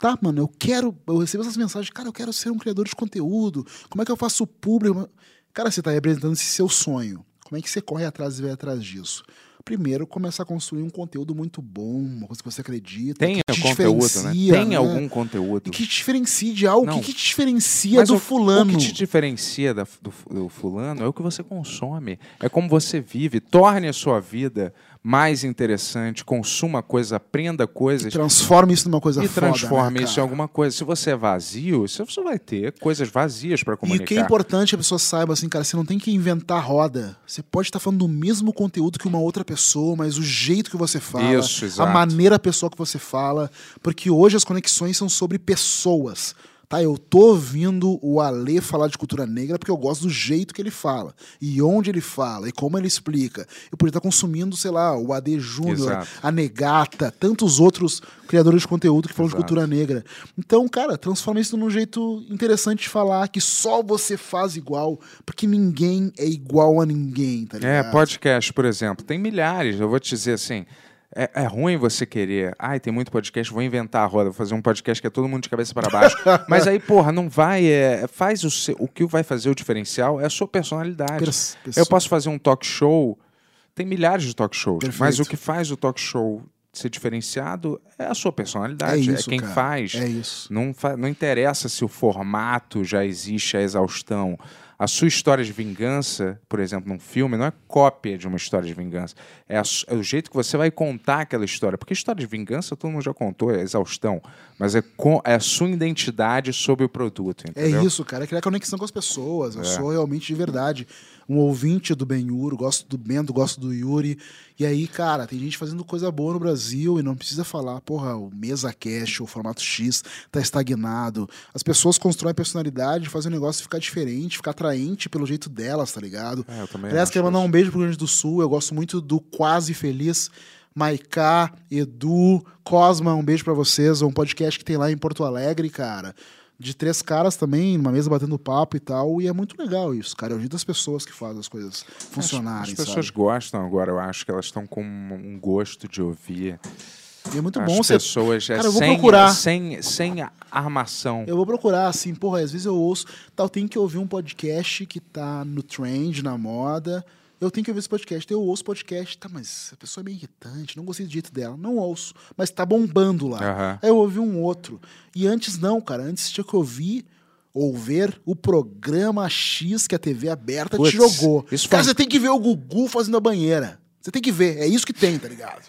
S6: Tá, mano, eu quero. Eu recebo essas mensagens, cara, eu quero ser um criador de conteúdo. Como é que eu faço público? Cara, você tá representando esse seu sonho. Como é que você corre atrás e vai atrás disso? Primeiro, começar a construir um conteúdo muito bom, uma coisa que você acredita.
S4: Tenha
S6: é que te
S4: conteúdo, né?
S6: diferencia,
S4: Tenha
S6: né?
S4: algum conteúdo.
S6: E que te diferencie de algo.
S4: Não.
S6: O que, que te diferencia
S4: Mas
S6: do
S4: o-
S6: fulano?
S4: O que te diferencia da- do, do fulano é o que você consome. É como você vive. Torne a sua vida mais interessante. Consuma coisas, aprenda coisas.
S6: Transforma isso numa coisa
S4: E
S6: foda, né,
S4: transforme isso em
S6: cara?
S4: alguma coisa. Se você é vazio, você só vai ter coisas vazias para
S6: E
S4: comunicar.
S6: o que é importante a pessoa saiba, assim, cara, você não tem que inventar roda. Você pode estar falando do mesmo conteúdo que uma outra pessoa, mas o jeito que você fala,
S4: Isso,
S6: a
S4: exato.
S6: maneira pessoal que você fala, porque hoje as conexões são sobre pessoas. Tá, eu tô ouvindo o Ale falar de cultura negra porque eu gosto do jeito que ele fala, e onde ele fala, e como ele explica. Eu podia estar consumindo, sei lá, o AD Júnior,
S4: Exato.
S6: a Negata, tantos outros criadores de conteúdo que falam de
S4: Exato.
S6: cultura negra. Então, cara, transforma isso num jeito interessante de falar, que só você faz igual, porque ninguém é igual a ninguém, tá
S4: É,
S6: ligado?
S4: podcast, por exemplo, tem milhares. Eu vou te dizer assim. É, é ruim você querer. Ai, tem muito podcast, vou inventar a roda, vou fazer um podcast que é todo mundo de cabeça para baixo. Mas aí, porra, não vai. é, faz o, seu, o que vai fazer o diferencial é a sua personalidade.
S6: Pers-
S4: Eu
S6: pessoa.
S4: posso fazer um talk show. Tem milhares de talk shows,
S6: Perfeito.
S4: mas o que faz o talk show ser diferenciado é a sua
S6: É
S4: personalidade, é,
S6: isso,
S4: quem
S6: cara.
S4: faz.
S6: É isso.
S4: Não, fa- não interessa se o formato já existe a exaustão. A sua história de vingança, por exemplo, num filme, não é cópia de uma história de vingança. É, a su- é o jeito que você vai contar aquela história. Porque história de vingança todo mundo já contou, é exaustão. Mas é, co- é a sua identidade sobre o produto,
S6: É
S4: entendeu?
S6: isso, cara. É criar conexão com as pessoas. Eu sou realmente de verdade um ouvinte do Benhur, gosto do Bento, gosto do Yuri. E aí, cara, tem gente fazendo coisa boa no Brasil e não precisa falar, porra, o mesa cash, o formato X tá estagnado. As pessoas constroem personalidade, fazem o negócio ficar diferente, ficar atraente pelo jeito delas, tá ligado?
S4: É, eu também
S6: Aliás,
S4: acho
S6: quero mandar
S4: isso.
S6: um beijo pro Rio Grande do Sul. Eu gosto muito do Quase Feliz. Maiká, Edu, Cosma, um beijo pra vocês. É um podcast que tem lá em Porto Alegre, cara. de três caras também, numa mesa batendo papo e tal, e é muito legal isso, cara. Eu ajudo as pessoas que fazem as coisas funcionarem,
S4: As pessoas
S6: sabe?
S4: gostam agora, eu acho que elas estão com um gosto de ouvir.
S6: E é muito
S4: As
S6: bom você
S4: pessoas é,
S6: Cara, eu vou
S4: sem,
S6: procurar.
S4: sem, sem a- armação.
S6: Eu vou procurar, assim, porra, às vezes eu ouço, tal, tem que ouvir um podcast que tá no trend, na moda. Eu tenho que ouvir esse podcast. Eu ouço podcast, tá, mas a pessoa é meio irritante, não gostei do jeito dela, não ouço, mas tá bombando lá.
S4: Aham.
S6: Aí eu ouvi um outro. E antes não, cara, antes tinha que ouvir ou ver o programa X que a TV aberta
S4: Putz,
S6: te jogou.
S4: isso
S6: cara,
S4: faz-
S6: você tem que ver o Gugu fazendo a banheira. Você tem que ver, é isso que tem, tá ligado?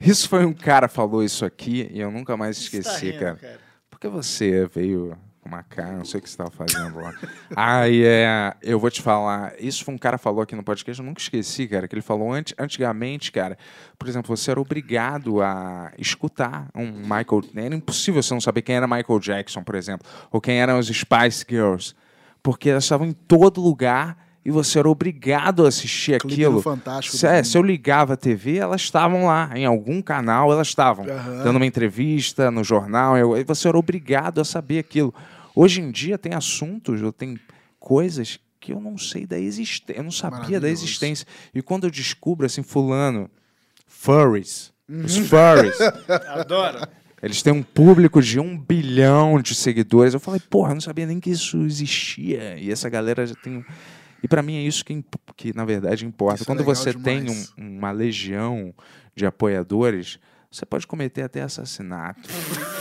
S4: Isso foi um cara falou isso aqui e eu nunca mais
S5: Você tá
S4: esqueci,
S5: rindo,
S4: cara. Por que você veio com uma cara? Não sei o que você estava fazendo lá. Aí é, eu vou te falar. Isso foi um cara que falou aqui no podcast, eu nunca esqueci, cara, que ele falou anti- antigamente, cara. Por exemplo, você era obrigado a escutar um Michael. Era impossível você não saber quem era Michael Jackson, por exemplo, ou quem eram os Spice Girls, porque elas estavam em todo lugar. E você era obrigado a assistir
S6: Clipe do
S4: aquilo.
S6: Fantástico
S4: Se-
S6: do
S4: é,
S6: Mundo.
S4: se eu ligava a TV, elas estavam lá, em algum canal elas estavam,
S6: Aham.
S4: dando uma entrevista no jornal, eu- e você era obrigado a saber aquilo. Hoje em dia tem assuntos, ou tem coisas que eu não sei da existência, eu não sabia da
S6: Maravilhoso.
S4: existência. E quando eu descubro, assim, fulano, furries, os
S6: Uhum.
S4: furries,
S5: Adoro.
S4: eles têm um público de um bilhão de seguidores. Eu falei, porra, eu não sabia nem que isso existia. E essa galera já tem. um- E pra mim é isso que, imp- que na verdade importa.
S6: Isso é
S4: Quando
S6: legal
S4: você tem um-
S6: demais.
S4: uma legião de apoiadores, você pode cometer até assassinato.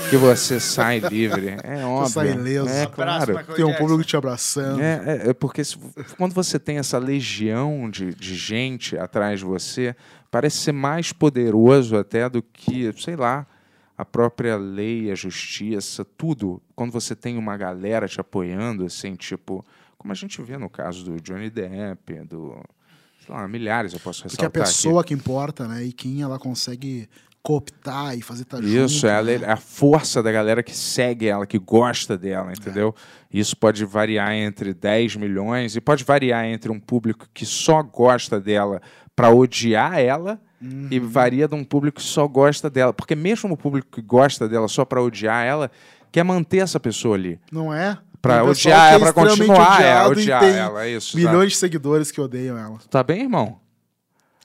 S4: que você sai livre. É óbvio.
S6: sai ileso.
S4: É
S6: Abraço
S4: claro.
S5: Michael
S6: Tem um
S5: Jackson.
S6: público te abraçando.
S4: É, é, é porque se- quando você tem essa legião de, de gente atrás de você, parece ser mais poderoso até do que, sei lá, a própria lei, a justiça, tudo. Quando você tem uma galera te apoiando, assim, tipo, como a gente vê no caso do Johnny Depp, do. Sei lá, milhares eu posso
S6: Porque
S4: ressaltar
S6: a pessoa que importa, né? E quem ela consegue cooptar e fazer tá
S4: aqui. Isso,
S6: junto,
S4: é a,
S6: né?
S4: le- é a força da galera que segue ela, que gosta
S6: É.
S4: dela, entendeu? Isso pode variar entre 10 milhões e pode variar entre um público que só gosta dela pra odiar ela
S6: Uhum.
S4: e varia de um público que só gosta dela. Porque mesmo o público que gosta dela só pra odiar ela quer manter essa pessoa ali.
S6: Não é?
S4: Pra
S6: Tem um pessoal
S4: odiar
S6: que
S4: ela, pra
S6: extremamente
S4: continuar ela,
S6: odiado e
S4: odiar
S6: tem
S4: ela, é isso.
S6: Milhões de seguidores que odeiam ela.
S4: sabe? Tá bem, irmão?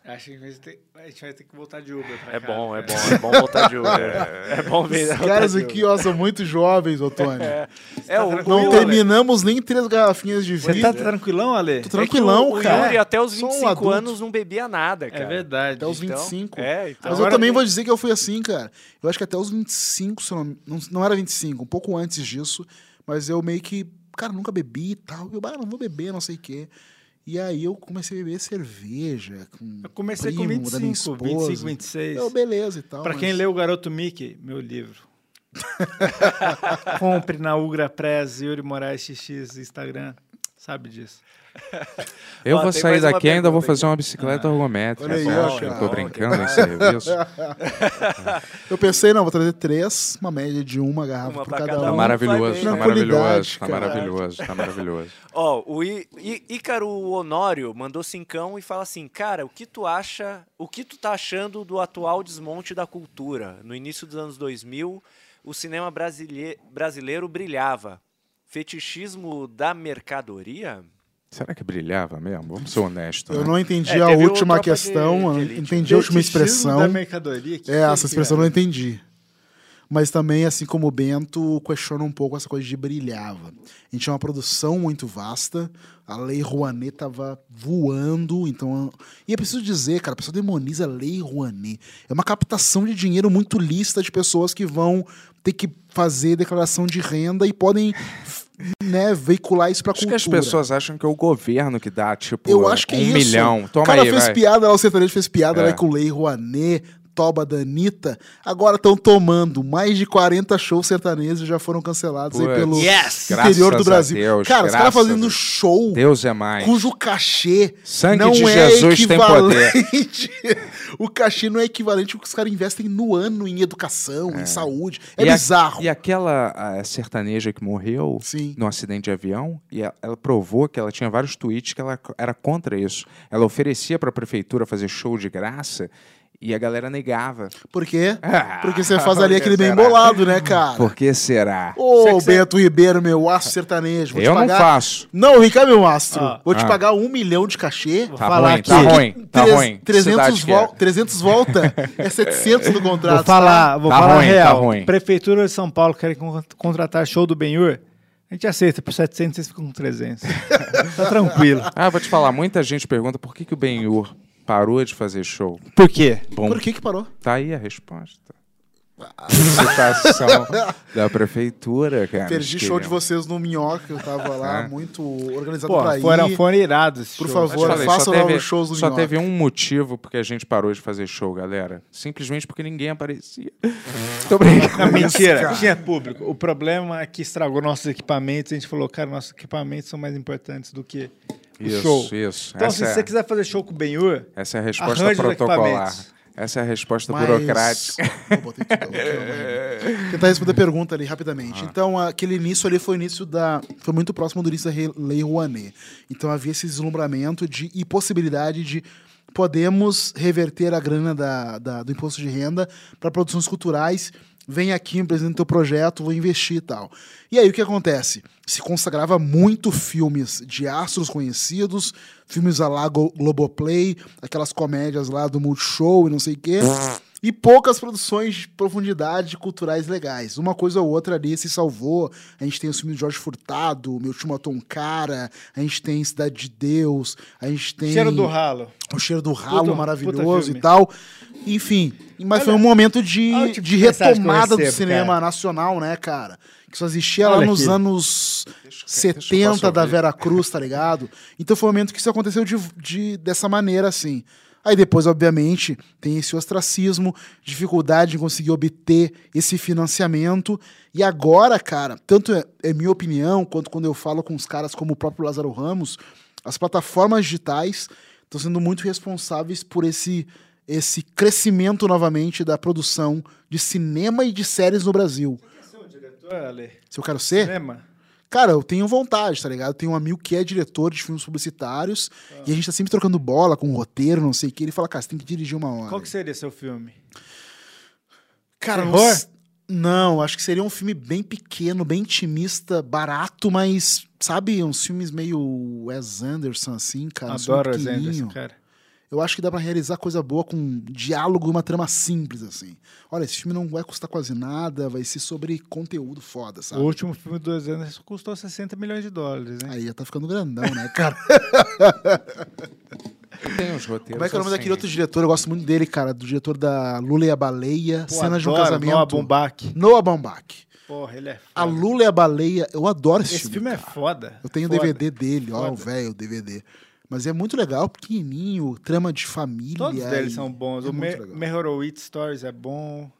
S5: Acho que a gente, vai ter- a gente vai ter que voltar de Uber pra
S7: É
S5: cá, né,
S7: bom, é
S5: cara.
S7: bom, é bom voltar de Uber. É, é bom ver.
S6: Os
S7: voltar
S6: caras
S7: de
S6: aqui, ó, são muito jovens, Otônio.
S7: Uber. É, o,
S6: Não
S7: o-
S6: terminamos nem três garrafinhas de
S5: Você
S6: vinho.
S5: tá tranquilão, Ale?
S6: Tô
S7: É
S6: tranquilão,
S7: o
S6: cara.
S7: Yuri até os
S6: Sou um
S7: 25
S6: adulto.
S7: anos não bebia nada, cara.
S5: É verdade.
S6: Até os
S7: Então,
S6: 25.
S7: É, então.
S6: Mas eu também vou dizer que eu fui assim, cara. Eu acho que até os 25, se eu não, não, não era 25, um pouco antes disso, mas eu meio que, cara, nunca bebi e tal. Eu, ah, não vou beber, não sei o quê. E aí eu comecei a beber cerveja. Com
S5: Eu comecei com
S6: primo, da minha
S5: 25,
S6: esposa.
S5: 25, 26.
S6: Eu, beleza e tal.
S5: Pra
S6: mas-
S5: quem leu O Garoto Mickey, meu livro. Compre na Ugra Press, Yuri Moraes XX, Instagram. Sabe disso.
S4: Eu
S7: Ó,
S4: vou
S7: tem
S4: sair
S7: mais uma
S4: daqui e ainda vou
S7: pergunta
S4: fazer uma bicicleta ergométrica.
S6: Ah. Olha aí,
S4: Você
S6: ó,
S4: acha que eu tô
S6: cara.
S4: brincando em serviço?
S6: Eu pensei, não, vou trazer três, uma média de uma garrafa
S7: Uma
S6: por
S7: pra
S6: cada,
S7: cada
S4: Tá
S7: um.
S6: um.
S4: maravilhoso, tá
S6: Tranquilidade,
S4: maravilhoso, tá
S6: cara.
S4: maravilhoso, tá maravilhoso.
S7: Ó, o I- I- Ícaro Honório mandou cincão e fala assim, cara, o que tu acha, o que tu tá achando do atual desmonte da cultura? No início dos anos 2000, o cinema brasile- brasileiro brilhava. Fetichismo da mercadoria?
S4: Será que brilhava mesmo? Vamos ser honestos.
S6: Eu
S4: né?
S6: não entendi
S7: É,
S6: a
S7: teve o
S6: última
S7: Tropa de-
S6: questão,
S7: de
S6: eu
S7: Elite. né?
S6: entendi a última
S7: um
S5: Fetichismo
S6: expressão.
S5: da mercadoria. que
S6: É,
S5: que
S6: essa expressão
S5: é?
S6: eu não entendi. Mas também, assim como o Bento, questiona um pouco essa coisa de brilhava. A gente tinha uma produção muito vasta, a Lei Rouanet tava voando, então... E é preciso dizer, cara, a pessoa demoniza a Lei Rouanet. É uma captação de dinheiro muito lícita de pessoas que vão ter que fazer declaração de renda e podem, né, veicular isso pra
S4: Acho que
S6: cultura.
S4: as pessoas acham que é o governo que dá, tipo,
S6: Eu acho que
S4: um
S6: é isso.
S4: milhão.
S6: O
S4: Toma
S6: cara
S4: aí,
S6: fez
S4: vai.
S6: piada lá, o sertanejo fez piada
S4: É.
S6: lá com o Lei Rouanet, Toba da Anitta. Agora estão tomando mais de 40 shows sertanejos já foram cancelados aí
S4: Puts,
S6: pelo
S7: Yes!
S6: interior
S4: graças
S6: do Brasil.
S4: a Deus,
S6: cara, os
S4: graças
S6: caras
S4: a
S6: fazendo
S4: Deus.
S6: show
S4: Deus é mais.
S6: cujo cachê
S4: Sangue
S6: não
S4: de
S6: é
S4: Jesus tem poder.
S6: equivalente. o cachê não é equivalente ao que os caras investem no ano em educação, em saúde. É
S4: E a-
S6: bizarro.
S4: E aquela ah, sertaneja que morreu
S6: Sim.
S4: no acidente de avião, e ela, ela provou que ela tinha vários tweets que ela co- era contra isso. Ela oferecia para a prefeitura fazer show de graça E a galera negava.
S6: Por quê?
S4: Ah,
S6: Porque você faz
S4: por
S6: ali
S4: que
S6: aquele bem
S4: será?
S6: bolado, né, cara?
S4: Por é que será?
S6: Ô,
S5: Você que você-
S6: Bento Ribeiro, meu aço sertanejo, vou
S4: Eu
S6: te
S4: não
S6: pagar...
S4: faço.
S6: Não, Ricardo, meu astro,
S5: Ah.
S6: vou te
S4: Ah.
S6: pagar um milhão de cachê.
S4: Tá
S5: falar
S4: ruim,
S5: aqui.
S4: tá ruim, tá
S6: Três-
S4: ruim.
S6: 300,
S4: Cidade que é.
S6: vol 300 volta é 700 no contrato.
S3: Vou falar, vou
S4: Tá
S3: falar
S4: ruim, tá
S3: real.
S4: ruim.
S3: Prefeitura de São Paulo querem con- contratar show do Benhur. A gente aceita por 700, vocês ficam com 300. tá tranquilo.
S4: Ah, vou te falar, muita gente pergunta por que, que o Ben-Hur parou de fazer show.
S3: Por quê?
S6: tá? Por que que parou?
S4: Tá aí a resposta. Citação da prefeitura, cara. é.
S6: Perdi
S4: Esqueci.
S6: show de vocês no Minhoca, eu tava
S4: Ah.
S6: lá, muito organizado
S3: Pô,
S6: pra ir.
S3: foram, foram irados. esses
S6: Por
S3: shows.
S6: favor.
S4: Eu te falei,
S6: faça
S4: só
S6: novos
S4: teve,
S6: shows do
S4: Só
S6: Minhoca.
S4: teve um motivo porque a gente parou de fazer show, galera. Simplesmente porque ninguém aparecia. Tô
S3: Não,
S4: brincando.
S3: mentira, tinha público. O problema é que estragou nossos equipamentos. A gente falou, cara, nossos equipamentos são mais importantes do que o
S4: Isso,
S3: show.
S4: isso.
S3: Então,
S4: Essa
S3: se
S4: é-
S3: você quiser fazer show com o Benhur,
S4: Essa é a resposta
S3: Arranje os
S4: protocolar.
S3: equipamentos.
S4: Essa é a resposta
S6: Mas-
S4: burocrática.
S6: Eu botei tudo, eu quero, né? Tentar responder a pergunta ali rapidamente. Então, aquele início ali foi o início da. Foi muito próximo do início da Re- Lei Rouanet. Então havia esse deslumbramento de, e possibilidade de podemos reverter a grana da, da- do imposto de renda para produções culturais. Vem aqui, apresenta teu projeto, vou investir e tal. E aí o que acontece? Se consagrava muito filmes de astros conhecidos, filmes a lá Go- Globoplay, aquelas comédias lá do Multishow e não sei o quê e poucas produções de profundidade culturais legais. Uma coisa ou outra ali se salvou. A gente tem o filme de Jorge Furtado, Meu Tio Matou um Cara, a gente tem Cidade de Deus, a gente tem
S3: cheiro do ralo.
S6: O Cheiro do Ralo
S3: Puta- puta
S6: maravilhoso
S3: filme.
S6: e tal. Enfim, mas foi um momento de,
S3: olha o tipo
S6: de
S3: de mensagem que eu
S6: retomada do
S3: recebo,
S6: cinema
S3: cara.
S6: nacional, né, cara? Que só existia lá
S3: Olha
S6: nos
S3: aqui.
S6: anos
S4: eu- deixa eu
S6: 70
S4: passar
S6: da
S4: o vídeo.
S6: Vera Cruz, tá ligado? Então foi um momento que isso aconteceu de, de- dessa maneira, assim. Aí depois, obviamente, tem esse ostracismo, dificuldade em conseguir obter esse financiamento. E agora, cara, tanto é, é minha opinião, quanto quando eu falo com os caras como o próprio Lázaro Ramos, as plataformas digitais estão sendo muito responsáveis por esse, esse crescimento novamente da produção de cinema e de séries no Brasil. Se eu quero ser,
S3: Cinema?
S6: Cara, eu tenho vontade, tá ligado? Eu tenho um amigo que é diretor de filmes publicitários e a gente tá sempre trocando bola com o roteiro, não sei o que. Ele fala, cara, você tem que dirigir uma hora.
S3: Qual que seria seu filme?
S6: Cara, não,
S3: Terror?
S6: s- não, acho que seria um filme bem pequeno, bem intimista, barato, mas, sabe, uns filmes meio Wes Anderson, assim, cara. uns filmes
S3: Adoro o
S6: pequenininho.
S3: Anderson, cara.
S6: Eu acho que dá pra realizar coisa boa com diálogo e uma trama simples, assim. Olha, esse filme não vai custar quase nada, vai ser sobre conteúdo foda,
S3: O
S6: sabe?
S3: último filme do Wes Anderson custou 60 milhões de dólares, né?
S6: Aí já tá ficando grandão, né, cara?
S4: Tem uns roteiros.
S6: Como é que é o nome
S4: assim.
S6: daquele outro diretor? Eu gosto muito dele, cara. Do diretor da Lula e a Baleia,
S3: Pô,
S6: Cenas de um
S3: adoro,
S6: Casamento.
S3: Noah Baumbach.
S6: Noah Baumbach.
S3: Porra, ele é foda.
S6: A Lula e a Baleia, eu adoro esse,
S3: Esse filme é
S6: cara.
S3: foda.
S6: Eu tenho o
S3: Foda.
S6: DVD dele, ó, o
S3: Foda.
S6: velho DVD. Mas é muito legal, pequenininho, trama de família.
S3: Todos deles
S6: e-
S3: são bons.
S6: É
S3: o Me
S6: muito legal.
S3: Mehorowitz Stories é bom. O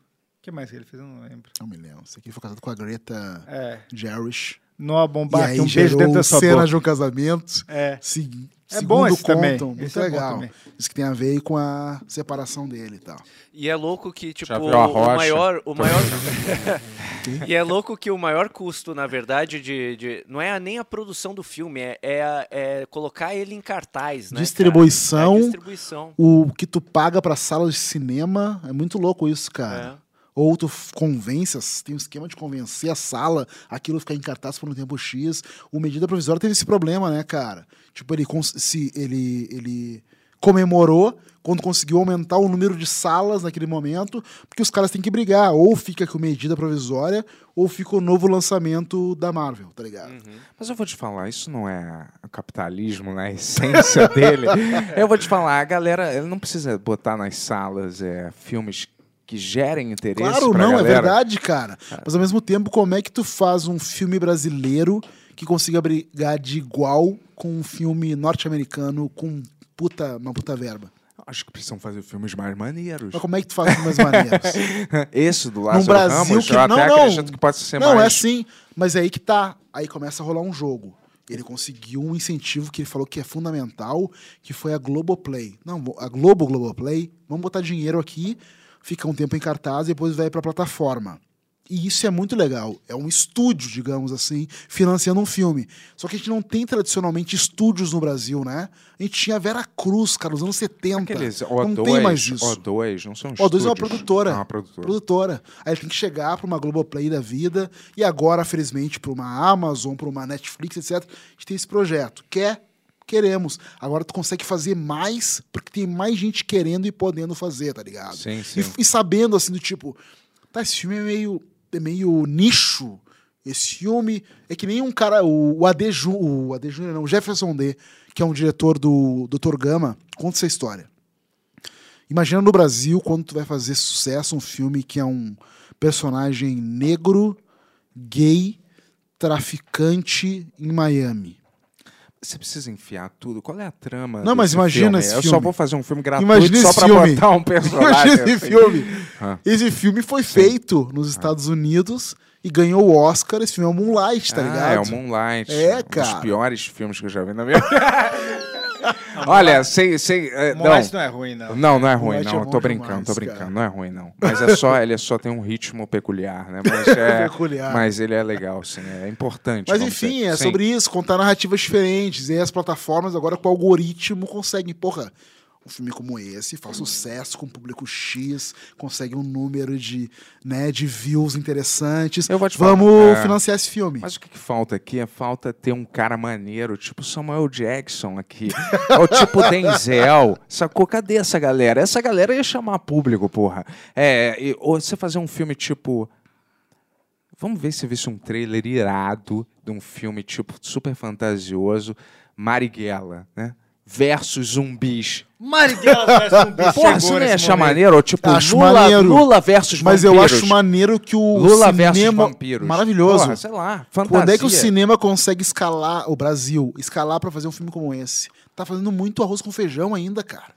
S3: que mais que ele fez? Eu não lembro.
S6: Não me lembro. É um Esse aqui foi casado com a Greta
S3: É.
S6: Gerwish.
S3: Noah
S6: E
S3: Baumbach,
S6: aí
S3: um beijo
S6: gerou
S3: dentro da sua boca.
S6: Cenas de um Casamento.
S3: É.
S6: Se,
S3: É
S6: segundo
S3: bom esse
S6: contam,
S3: também.
S6: muito
S3: Esse é bom
S6: legal.
S3: também.
S6: Isso que tem a ver aí com a separação dele e tal.
S7: E é louco que, tipo,
S4: Já viu a
S7: o
S4: rocha?
S7: maior. O maior... e é louco que o maior custo, na verdade, de. de- não é a- nem a produção do filme, é, é a- é colocar ele em cartaz, né? cara?
S6: Distribuição.
S7: É a distribuição.
S6: o que tu paga pra sala de cinema. É muito louco isso, cara.
S7: É.
S6: Ou tu f- convence, as- tem um esquema de convencer a sala, aquilo ficar em cartaz por um tempo X. O Medida Provisória teve esse problema, né, cara? Tipo, ele, cons- se, ele, ele comemorou quando conseguiu aumentar o número de salas naquele momento, porque os caras têm que brigar. Ou fica com Medida Provisória, ou fica o novo lançamento da Marvel, tá ligado?
S4: Mas eu vou te falar, isso não é o capitalismo na essência dele. Eu vou te falar, a galera ela não precisa botar nas salas é, filmes que gerem interesse
S6: Claro,
S4: pra
S6: não,
S4: galera.
S6: é verdade, cara. Mas ao mesmo tempo, como é que tu faz um filme brasileiro que consiga brigar de igual com um filme norte-americano com puta, uma puta verba?
S4: Acho que precisam fazer filmes mais maneiros.
S6: Mas como é que tu faz de umas maneiras?
S4: Esse do Lázaro
S6: Brasil
S4: Ramos,
S6: que-
S4: eu
S6: não,
S4: até
S6: não.
S4: acredito que pode ser
S6: não,
S4: mais...
S6: é assim, mas é aí que tá. Aí começa a rolar um jogo. Ele conseguiu um incentivo que ele falou que é fundamental, que foi a Globoplay. Não, a Globo Globoplay, vamos botar dinheiro aqui, fica um tempo em cartaz e depois vai pra plataforma. E isso é muito legal. É um estúdio, digamos assim, financiando um filme. Só que a gente não tem tradicionalmente estúdios no Brasil, né? A gente tinha Vera Cruz, cara, nos anos 70.
S4: Aqueles O2,
S6: não tem mais isso.
S4: O2, não são
S6: O2 é uma
S4: estúdios.
S6: produtora.
S4: É uma produtora.
S6: Produtora. Aí ele tem que chegar para uma Globoplay da vida e agora, felizmente, para uma Amazon, para uma Netflix, etc. A gente tem esse projeto. Quer? Queremos. Agora tu consegue fazer mais porque tem mais gente querendo e podendo fazer, tá ligado?
S4: Sim,
S6: E-
S4: sim.
S6: E, sabendo, assim, do tipo, tá, esse filme é meio, é meio nicho. Esse filme é que nem um cara, o, o AD Ju- o AD Júnior, não, o Jefferson D, que é um diretor do Dr. Gama, conta essa história. Imagina no Brasil quando tu vai fazer sucesso um filme que é um personagem negro, gay, traficante em Miami.
S4: Você precisa enfiar tudo. Qual é a trama?
S6: Não, mas
S4: desse
S6: imagina
S4: filme?
S6: esse
S4: Eu só
S6: filme.
S4: vou fazer um filme gratuito
S6: Imagina
S4: só
S6: esse
S4: pra
S6: filme.
S4: botar um personagem.
S6: Imagina esse
S4: assim.
S6: filme.
S4: Ah.
S6: Esse filme foi feito nos Estados Unidos e ganhou o Oscar. Esse filme é o Moonlight, tá
S4: Ah,
S6: ligado?
S4: É o Moonlight.
S6: É,
S4: Um
S6: cara.
S4: dos piores filmes que eu já vi na minha vida. Olha, sei, sei. é, não.
S5: Moonlight não é ruim, não.
S4: Não, não é ruim,
S6: Moonlight
S4: não.
S6: é
S4: tô
S6: bom
S4: brincando, tô
S6: demais,
S4: brincando.
S6: cara.
S4: Não é ruim, não. Mas é só, ele é só tem um ritmo peculiar, né? Mas, é,
S6: Peculiar.
S4: mas ele é legal, sim. É importante.
S6: Mas
S4: vamos
S6: enfim,
S4: dizer.
S6: é
S4: Sim.
S6: sobre isso, contar narrativas diferentes. E aí as plataformas agora com o algoritmo conseguem, porra, um filme como esse faz sucesso com o público X, consegue um número de, né, de views interessantes.
S4: Eu vou te
S6: Vamos
S4: falar, é.
S6: financiar esse filme.
S4: Mas o que, que falta aqui? É falta ter um cara maneiro, tipo Samuel Jackson aqui. Ou tipo Denzel. Sacou? Cadê essa galera? Essa galera ia chamar público, porra. É, e- ou você fazer um filme tipo. Vamos ver se visse um trailer irado de um filme, tipo, super fantasioso, Marighella, né? Versus zumbis.
S5: Marighella parece um bicho
S4: Porra,
S5: chegou
S4: você não
S5: nesse
S4: ia achar
S5: momento.
S4: maneiro? Ou, tipo,
S6: Tá, Acho
S4: Lula,
S6: maneiro.
S4: Lula versus
S6: Mas eu
S4: vampiros.
S6: acho maneiro que o
S4: Lula versus
S6: cinema...
S4: vampiros.
S6: Maravilhoso.
S4: Porra, sei lá, fantasia.
S6: Quando é que o cinema consegue escalar o Brasil? Escalar pra fazer um filme como esse? Tá fazendo muito arroz com feijão ainda, cara.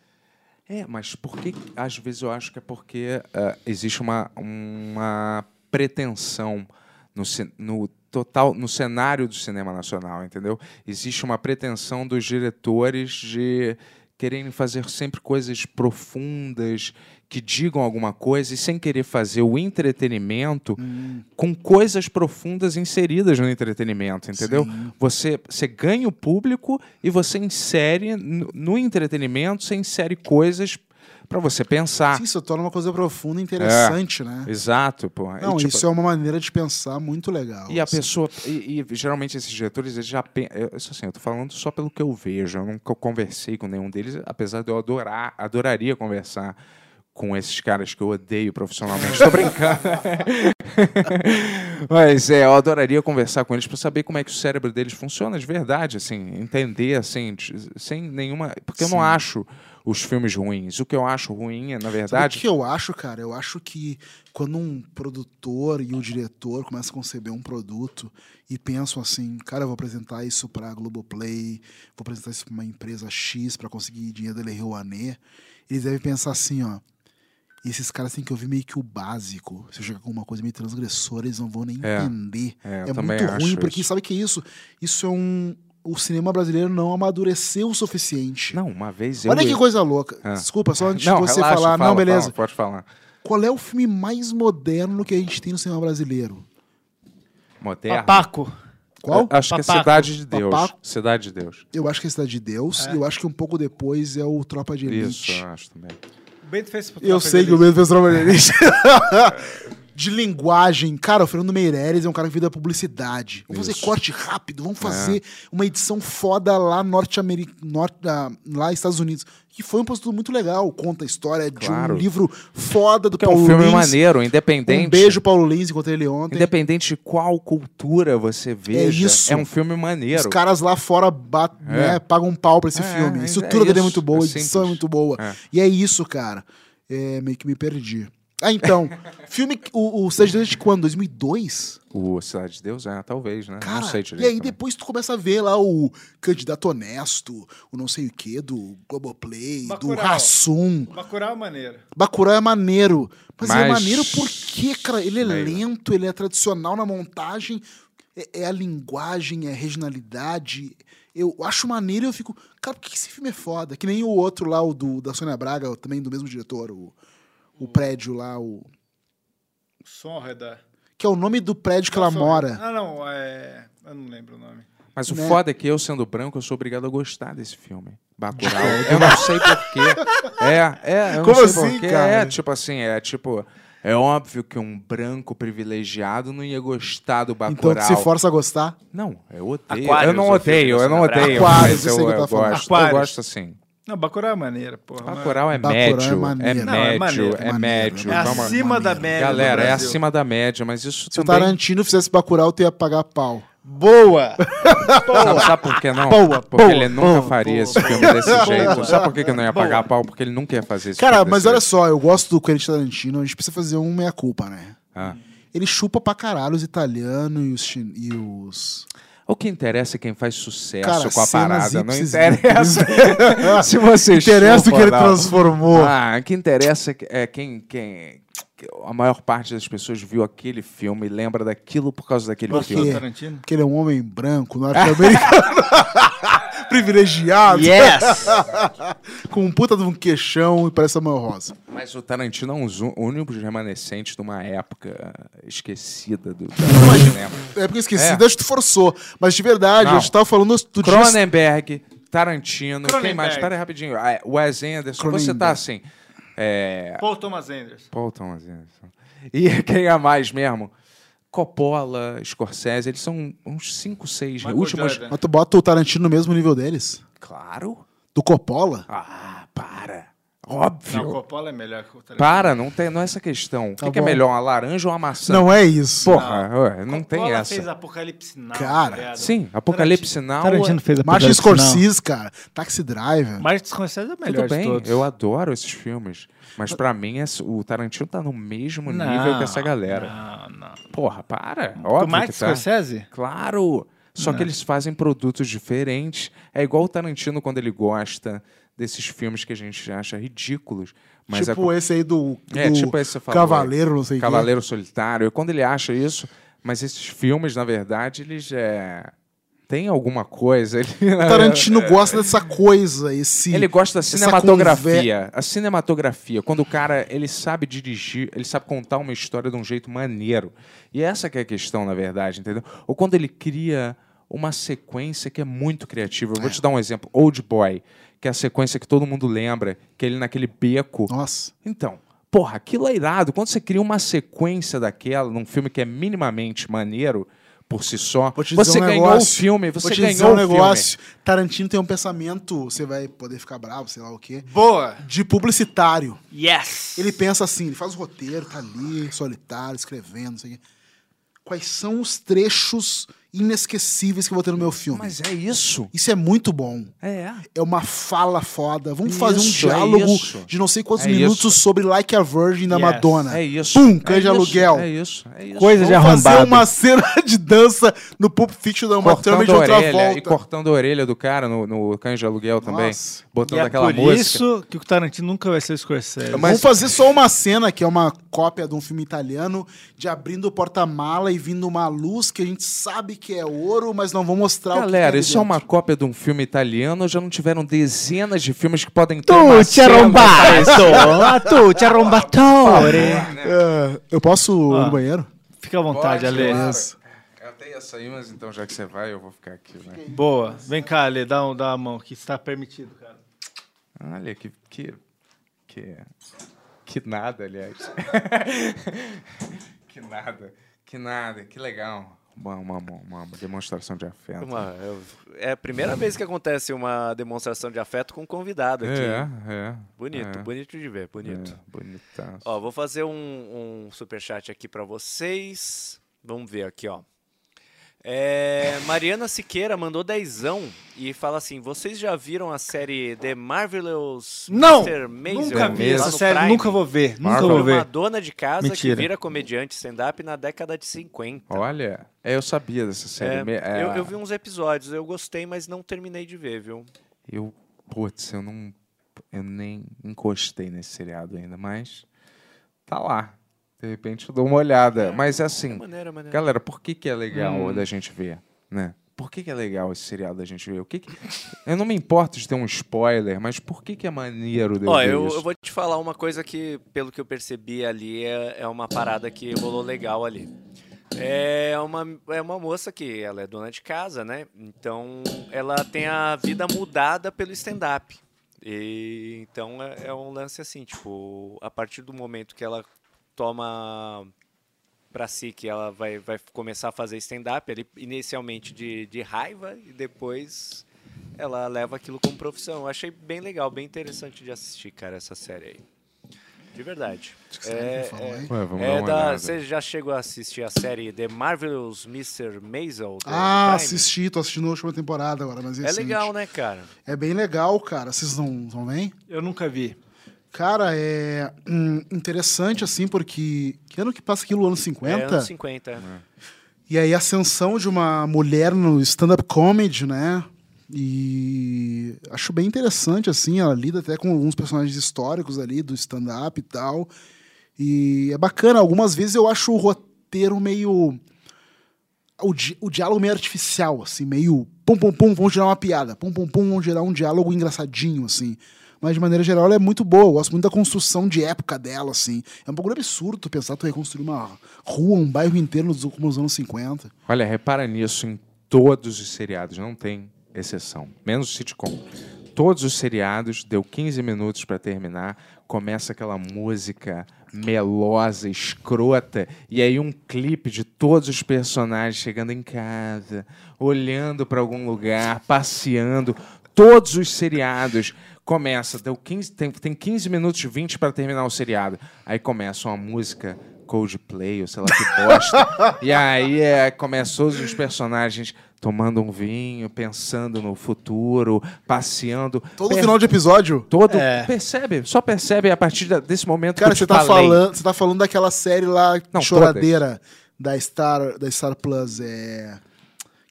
S4: É, mas por que. Às vezes eu acho que é porque ah, existe uma, uma pretensão no, cin- no total no cenário do cinema nacional, entendeu? Existe uma pretensão dos diretores de quererem fazer sempre coisas profundas que digam alguma coisa e sem querer fazer o entretenimento
S6: Hum.
S4: com coisas profundas inseridas no entretenimento, entendeu? Você, você ganha o público e você insere no, no entretenimento, você insere coisas para você pensar.
S6: Sim, isso torna uma coisa profunda e interessante, né?
S4: Exato, pô. É. E,
S6: Não,
S4: tipo,
S6: isso é uma maneira de pensar muito legal.
S4: e a
S6: assim.
S4: pessoa. E, e geralmente esses diretores, eles já. pen- Eu, isso assim, eu tô falando só pelo que eu vejo. Eu nunca conversei com nenhum deles, apesar de eu adorar, adoraria conversar com esses caras que eu odeio profissionalmente. tô brincando. Mas é, eu adoraria conversar com eles pra saber como é que o cérebro deles funciona de verdade, assim, entender assim, de- sem nenhuma, porque eu não acho os filmes ruins. O que eu acho ruim é, na
S6: Sabe
S4: verdade,
S6: o que eu acho, cara? Eu acho que quando um produtor e um diretor começam a conceber um produto e pensam assim, cara, eu vou apresentar isso pra Globoplay, vou apresentar isso pra uma empresa X pra conseguir dinheiro da Lei Rouanet, eles devem pensar assim, ó. Esses caras têm que ouvir meio que o básico. Se eu chegar com alguma coisa meio transgressora, eles não vão nem
S4: É.
S6: entender.
S4: É, eu
S6: É,
S4: também
S6: muito
S4: acho
S6: ruim, porque
S4: isso.
S6: sabe o que é isso? Isso é um. O cinema brasileiro não amadureceu o suficiente.
S4: não, uma vez eu
S6: Olha que coisa louca.
S4: Ah.
S6: Desculpa, só antes
S4: não,
S6: de você
S4: relaxa,
S6: falar.
S4: fala,
S6: não, beleza.
S4: fala, pode falar.
S6: Qual é o filme mais moderno que a gente tem no cinema brasileiro?
S4: Moderno.
S5: Papaco.
S6: Qual?
S4: Acho que é
S5: Papaco.
S4: Cidade de Deus.
S6: Papaco.
S4: Cidade de Deus.
S6: Eu acho que é Cidade de Deus. E eu acho que um pouco depois é o Tropa de Elite.
S4: Isso, é. eu acho também.
S5: O Bento fez
S6: Eu sei que o mesmo fez
S4: É.
S6: Tropa de Elite. de linguagem. Cara, o Fernando Meirelles é um cara que veio da publicidade. Vamos fazer
S4: Isso. É.
S6: corte rápido. Vamos fazer uma edição foda lá norte-americana. lá Estados Unidos. Que foi um produto muito legal. Conta a história de
S4: Claro.
S6: um livro foda do
S4: Porque é
S6: Paulo
S4: um filme
S6: Lins.
S4: maneiro, independente.
S6: Um beijo, Paulo Lins. Encontrei ele ontem.
S4: Independente de qual cultura você veja,
S6: isso.
S4: é um filme maneiro.
S6: Os caras lá fora bat- né, pagam um pau pra esse
S4: É,
S6: filme.
S4: é,
S6: A
S4: é
S6: estrutura dele é
S4: isso,
S6: muito boa, a
S4: é
S6: edição é
S4: simples.
S6: muito boa.
S4: É.
S6: E é isso, cara. É, meio que me perdi. Ah, então. filme. que- O, o Cidade de Deus é de quando? 2002?
S4: O Cidade de Deus, é, talvez, né?
S6: Cara,
S4: não sei
S6: e
S4: direito.
S6: aí
S4: né?
S6: depois tu começa a ver lá o Candidato Honesto, o não sei o quê, do Globoplay, do
S5: Bacurau.
S6: Rassum.
S5: Bacurau é maneiro.
S6: Bacurau é maneiro. Mas, é
S4: Mas-
S6: maneiro porque, cara, ele é
S4: Meio.
S6: lento, ele é tradicional na montagem, é, é a linguagem, é a regionalidade. Eu acho maneiro e eu fico, cara, por que esse filme é foda? Que nem o outro lá, o do, da Sônia Braga, também do mesmo diretor, o, o prédio lá, o.
S5: O som ao redor.
S6: que é o nome do prédio que ela mora.
S5: Ah, não, é. Eu não lembro o nome.
S4: Mas o
S6: Né?
S4: foda é que eu, sendo branco, eu sou obrigado a gostar desse filme. Bacurau. eu não sei porquê. É, é, eu
S6: É, Como
S4: não sei
S6: assim,
S4: porquê.
S6: cara?
S4: É, tipo assim, é tipo... É óbvio que um branco privilegiado não ia gostar do
S6: Então
S4: Bacurau.
S6: tu se força a gostar.
S4: Não, eu odeio.
S7: Aquários,
S4: eu não
S7: o filme
S4: odeio,
S7: do
S4: eu não
S7: Sônia Braga.
S4: odeio.
S6: Aquários,
S4: Mas
S6: eu
S4: eu,
S6: sei que
S4: eu,
S6: eu tava falando.
S4: gosto, eu
S5: Aquários.
S4: gosto assim.
S5: Não, Bacurau é maneira, porra. não é?
S4: Bacurau é
S6: Bacurau é
S4: médio, é médio,
S6: maneiro. Não,
S5: é
S4: é
S5: maneiro,
S4: médio.
S6: é assim maneiro,
S5: É
S6: Não,
S4: Vamos-
S5: acima da
S6: maneiro.
S5: média. do
S4: Galera, é
S5: Brasil.
S4: acima da média, mas isso
S6: Se o
S4: também...
S6: Tarantino fizesse Bacurau, tu ia pagar pau.
S5: Boa!
S4: Não, sabe por que não?
S6: Boa,
S4: porque
S6: boa,
S4: ele nunca faria esse filme desse jeito. Sabe por que que eu não ia pagar pau? Porque ele nunca ia fazer esse
S6: Cara,
S4: filme
S6: mas
S4: desse
S6: olha
S4: jeito.
S6: só, eu gosto do Quentin Tarantino, a gente precisa fazer um meia-culpa, né?
S4: Ah.
S6: Ele chupa pra caralho os italianos e os... chin- E os...
S4: O que interessa é quem faz sucesso
S6: Cara,
S4: com a
S6: cenas
S4: parada. Não
S6: ipsis
S4: interessa. Se você
S6: Interessa o que
S4: chupa,
S6: ele
S4: não.
S6: transformou.
S4: Ah, o que interessa é quem, quem. A maior parte das pessoas viu aquele filme e lembra daquilo por causa daquele
S6: Por
S4: filme.
S6: quê?
S5: Tarantino?
S6: Porque ele é um homem branco, norte-americano, privilegiado,
S4: é-
S5: Yes!
S6: com um puta de um queixão e parece a mão rosa.
S4: Mas o Tarantino é um zo- o único remanescente de uma época esquecida do, do cinema.
S6: É porque eu esqueci,
S4: É.
S6: acho que tu forçou. Mas de verdade,
S4: Não.
S6: a gente tava falando do
S4: Cronenberg, Tarantino, quem
S5: Cronenberg.
S4: mais? Espera aí rapidinho. Ah, Wes Anderson, você
S6: Cronenberg.
S4: tá assim. É,
S5: Paul Thomas Anderson.
S4: Paul Thomas Anderson. E quem é mais mesmo? Coppola, Scorsese, eles são uns 5, 6
S5: Michael
S4: últimos.
S5: Jordan.
S6: Mas tu bota o Tarantino no mesmo nível deles?
S4: Claro.
S6: Do Coppola?
S4: Ah, para.
S5: Não, o
S4: Óbvio.
S5: Coppola é melhor que o Tarantino.
S4: para, não, tem, não é essa questão. O que, que é
S6: bom.
S4: melhor, uma laranja ou uma maçã?
S6: Não é isso.
S4: Porra, ué, não, tem
S5: Coppola
S4: essa.
S5: fez Apocalipse Now.
S6: Cara,
S5: tá ligado?
S4: Sim, Apocalipse Now. é
S5: Tarantino
S3: fez
S6: Martin Scorsese, cara. Taxi Driver.
S5: Martin Scorsese é o melhor
S4: Tudo
S5: de
S4: bem,
S5: todos.
S4: eu adoro esses filmes. Mas pra mim, esse- o Tarantino tá no mesmo
S5: Não,
S4: nível que essa galera.
S5: Não, não.
S4: Porra, para.
S5: O
S4: Óbvio
S5: Martin
S4: que tá.
S5: Scorsese?
S4: Claro! Só que eles fazem produtos diferentes. É igual o Tarantino quando ele gosta desses filmes que a gente acha ridículos. Mas é
S6: tipo
S4: co-
S6: esse aí do,
S4: é,
S6: do
S4: tipo esse que você falou,
S6: Cavaleiro, não sei o quê.
S4: Cavaleiro Solitário. E Quando ele acha isso, mas esses filmes, na verdade, eles é... têm alguma coisa. Ele,
S6: O Tarantino gosta dessa coisa, esse...
S4: ele gosta da
S6: essa
S4: cinematografia. A cinematografia. Quando o cara ele sabe dirigir, ele sabe contar uma história de um jeito maneiro. E essa que é a questão, na verdade, entendeu? Ou quando ele cria uma sequência que é muito criativa. Eu vou te dar um exemplo. Old Boy, que é a sequência que todo mundo lembra, que ele naquele beco.
S6: Nossa.
S4: Então, porra, aquilo é irado. Quando você cria uma sequência daquela num filme que é minimamente maneiro por si só,
S6: Vou te dizer
S4: você
S6: um
S4: ganhou
S6: negócio.
S4: o filme, você
S6: Vou te dizer
S4: ganhou
S6: um
S4: o negócio.
S6: negócio. Tarantino tem um pensamento, você vai poder ficar bravo, sei lá o quê,
S5: Boa!
S6: de publicitário.
S5: Yes!
S6: Ele pensa assim, ele faz o roteiro, tá ali, solitário, escrevendo, não sei o quê. Quais são os trechos inesquecíveis que eu vou ter no meu filme?
S4: Mas é isso.
S6: Isso é muito bom.
S4: É.
S6: É uma fala foda. Vamos fazer um
S4: Isso, é
S6: diálogo
S4: isso.
S6: de não sei quantos
S4: É
S6: minutos
S4: isso.
S6: sobre Like a Virgin da
S5: Yes,
S6: Madonna.
S4: É isso.
S6: Pum,
S4: é
S6: canja
S4: isso,
S6: aluguel.
S4: É isso, é isso.
S3: Coisa de
S6: Vamos fazer
S3: arrombado.
S6: uma cena de dança no Pulp Fiction da Uma
S4: Cortando
S6: Thurman de
S4: a
S6: outra
S4: orelha e
S6: volta.
S4: cortando a orelha do cara no, no canja aluguel também.
S6: Nossa.
S4: Botando
S5: E é
S4: aquela
S5: por
S4: música.
S5: isso que o Tarantino nunca vai ser o Scorsese.
S6: Vamos fazer só uma cena, que é uma cópia de um filme italiano, de abrindo o porta-mala e vindo uma luz que a gente sabe que é ouro, mas não vou mostrar tá o que
S4: Galera,
S6: tem ali
S4: isso é uma
S6: dentro.
S4: cópia de um filme italiano. Já não tiveram dezenas de filmes que podem ter uma
S3: Tu te
S4: cena-
S6: Então,
S4: Um
S3: arrombato! Tu te arrombatore!
S6: É, eu posso ir
S5: Ah.
S6: no banheiro?
S5: Fica à vontade,
S4: Pode,
S5: Ale.
S4: claro. Eu tenho essa aí, mas então já que você vai, eu vou ficar aqui, né?
S5: Boa. Vem cá, Ale, dá, um, dá a mão que está permitido, cara.
S4: Olha, que. Que. Que, que nada, aliás. que nada. Que nada, que legal. Uma, uma, uma- uma demonstração de afeto.
S7: Uma- eu- é a primeira vez que acontece uma demonstração de afeto com um convidado aqui.
S4: É, é.
S7: Bonito,
S4: é,
S7: bonito de ver, bonito.
S4: É, bonitaço.
S7: Ó, vou fazer um, um superchat aqui pra vocês. Vamos ver aqui, ó. É, Mariana Siqueira mandou dezão e fala assim: vocês já viram a série The Marvelous
S5: Não!
S7: Mr. Maisel?
S5: Nunca vi
S4: Maisel.
S7: lá
S5: essa
S7: no
S5: série,
S7: Prime?
S5: nunca vou ver. Nunca
S4: Marvel.
S5: vou
S7: Sobre uma
S5: ver.
S7: dona de casa
S5: Mentira.
S7: que vira comediante stand-up na década de 50.
S4: Olha, é, eu sabia dessa série.
S7: É,
S4: me- é,
S7: eu, eu vi uns episódios, eu gostei, mas não terminei de ver, viu?
S4: eu- putz, eu não. Eu nem encostei nesse seriado ainda, mas. Tá lá. De repente eu dou uma olhada. Mas
S5: Hum.
S4: é
S7: É Hum.
S4: assim.
S7: maneira, maneira.
S4: Galera, por que, que é legal da gente ver, né? Por que, que é legal esse seriado da gente ver? O que que- Eu não me importo de ter um spoiler, mas por que, que é maneiro de eu
S7: Ó,
S4: ver
S7: eu,
S4: isso?
S7: eu vou te falar uma coisa que, pelo que eu percebi ali, é, é uma parada que rolou legal ali. É uma, é uma moça que ela é dona de casa, né? Então ela tem a vida mudada pelo stand-up. E, então é, é um lance assim, tipo, a partir do momento que ela toma pra si que ela vai, vai começar a fazer stand-up, ali, inicialmente de, de raiva e depois ela leva aquilo como profissão. Eu achei bem legal, bem interessante de assistir, cara, essa série aí. De verdade.
S6: Acho que você não falou, hein?
S4: Ué, vamos dar
S7: É
S4: uma
S7: da-
S4: olhada.
S7: você já chegou a assistir a série The Marvelous Mr. Maisel? da
S6: Ah,
S7: Prime?
S6: assisti, tô assistindo a última temporada agora, mas
S7: É legal, né, cara?
S6: É bem legal, cara. Vocês não, não vêm?
S5: Eu nunca vi.
S6: Cara, é hum, interessante, assim, porque. Que ano que passa aquilo? Ano 50?
S7: É anos 50. é.
S6: E aí a ascensão de uma mulher no stand-up comedy, né? E acho bem interessante, assim, ela lida até com alguns personagens históricos ali do stand-up e tal. E é bacana, algumas vezes eu acho o roteiro meio. O, di- o diálogo meio artificial, assim, meio pum pum pum, vão gerar uma piada, pum pum pum, vão gerar um diálogo engraçadinho, assim. Mas de maneira geral ela é muito boa, eu gosto muito da construção de época dela, assim. É um bagulho absurdo tu pensar tu reconstruir uma rua, um bairro inteiro nos como nos anos 50.
S4: Olha, repara nisso em todos os seriados, não tem exceção, menos o sitcom. Todos os seriados, deu 15 minutos pra terminar, começa aquela música melosa, escrota, e aí um clipe de todos os personagens chegando em casa, olhando pra algum lugar, passeando. Todos os seriados começa, deu 15, tem, tem 15 minutos e 20 pra terminar o seriado. Aí começa uma música Coldplay, ou sei lá que bosta. e aí é, começou os personagens tomando um vinho, pensando no futuro, passeando.
S6: Todo
S4: Per-
S6: final de episódio.
S4: Todo,
S5: É.
S4: Percebe? Só percebe a partir da- desse momento
S6: Cara,
S4: que eu te
S6: você tá,
S4: falei.
S6: falando, você tá falando daquela série lá,
S4: Não,
S6: choradeira, da Star, da Star Plus, é...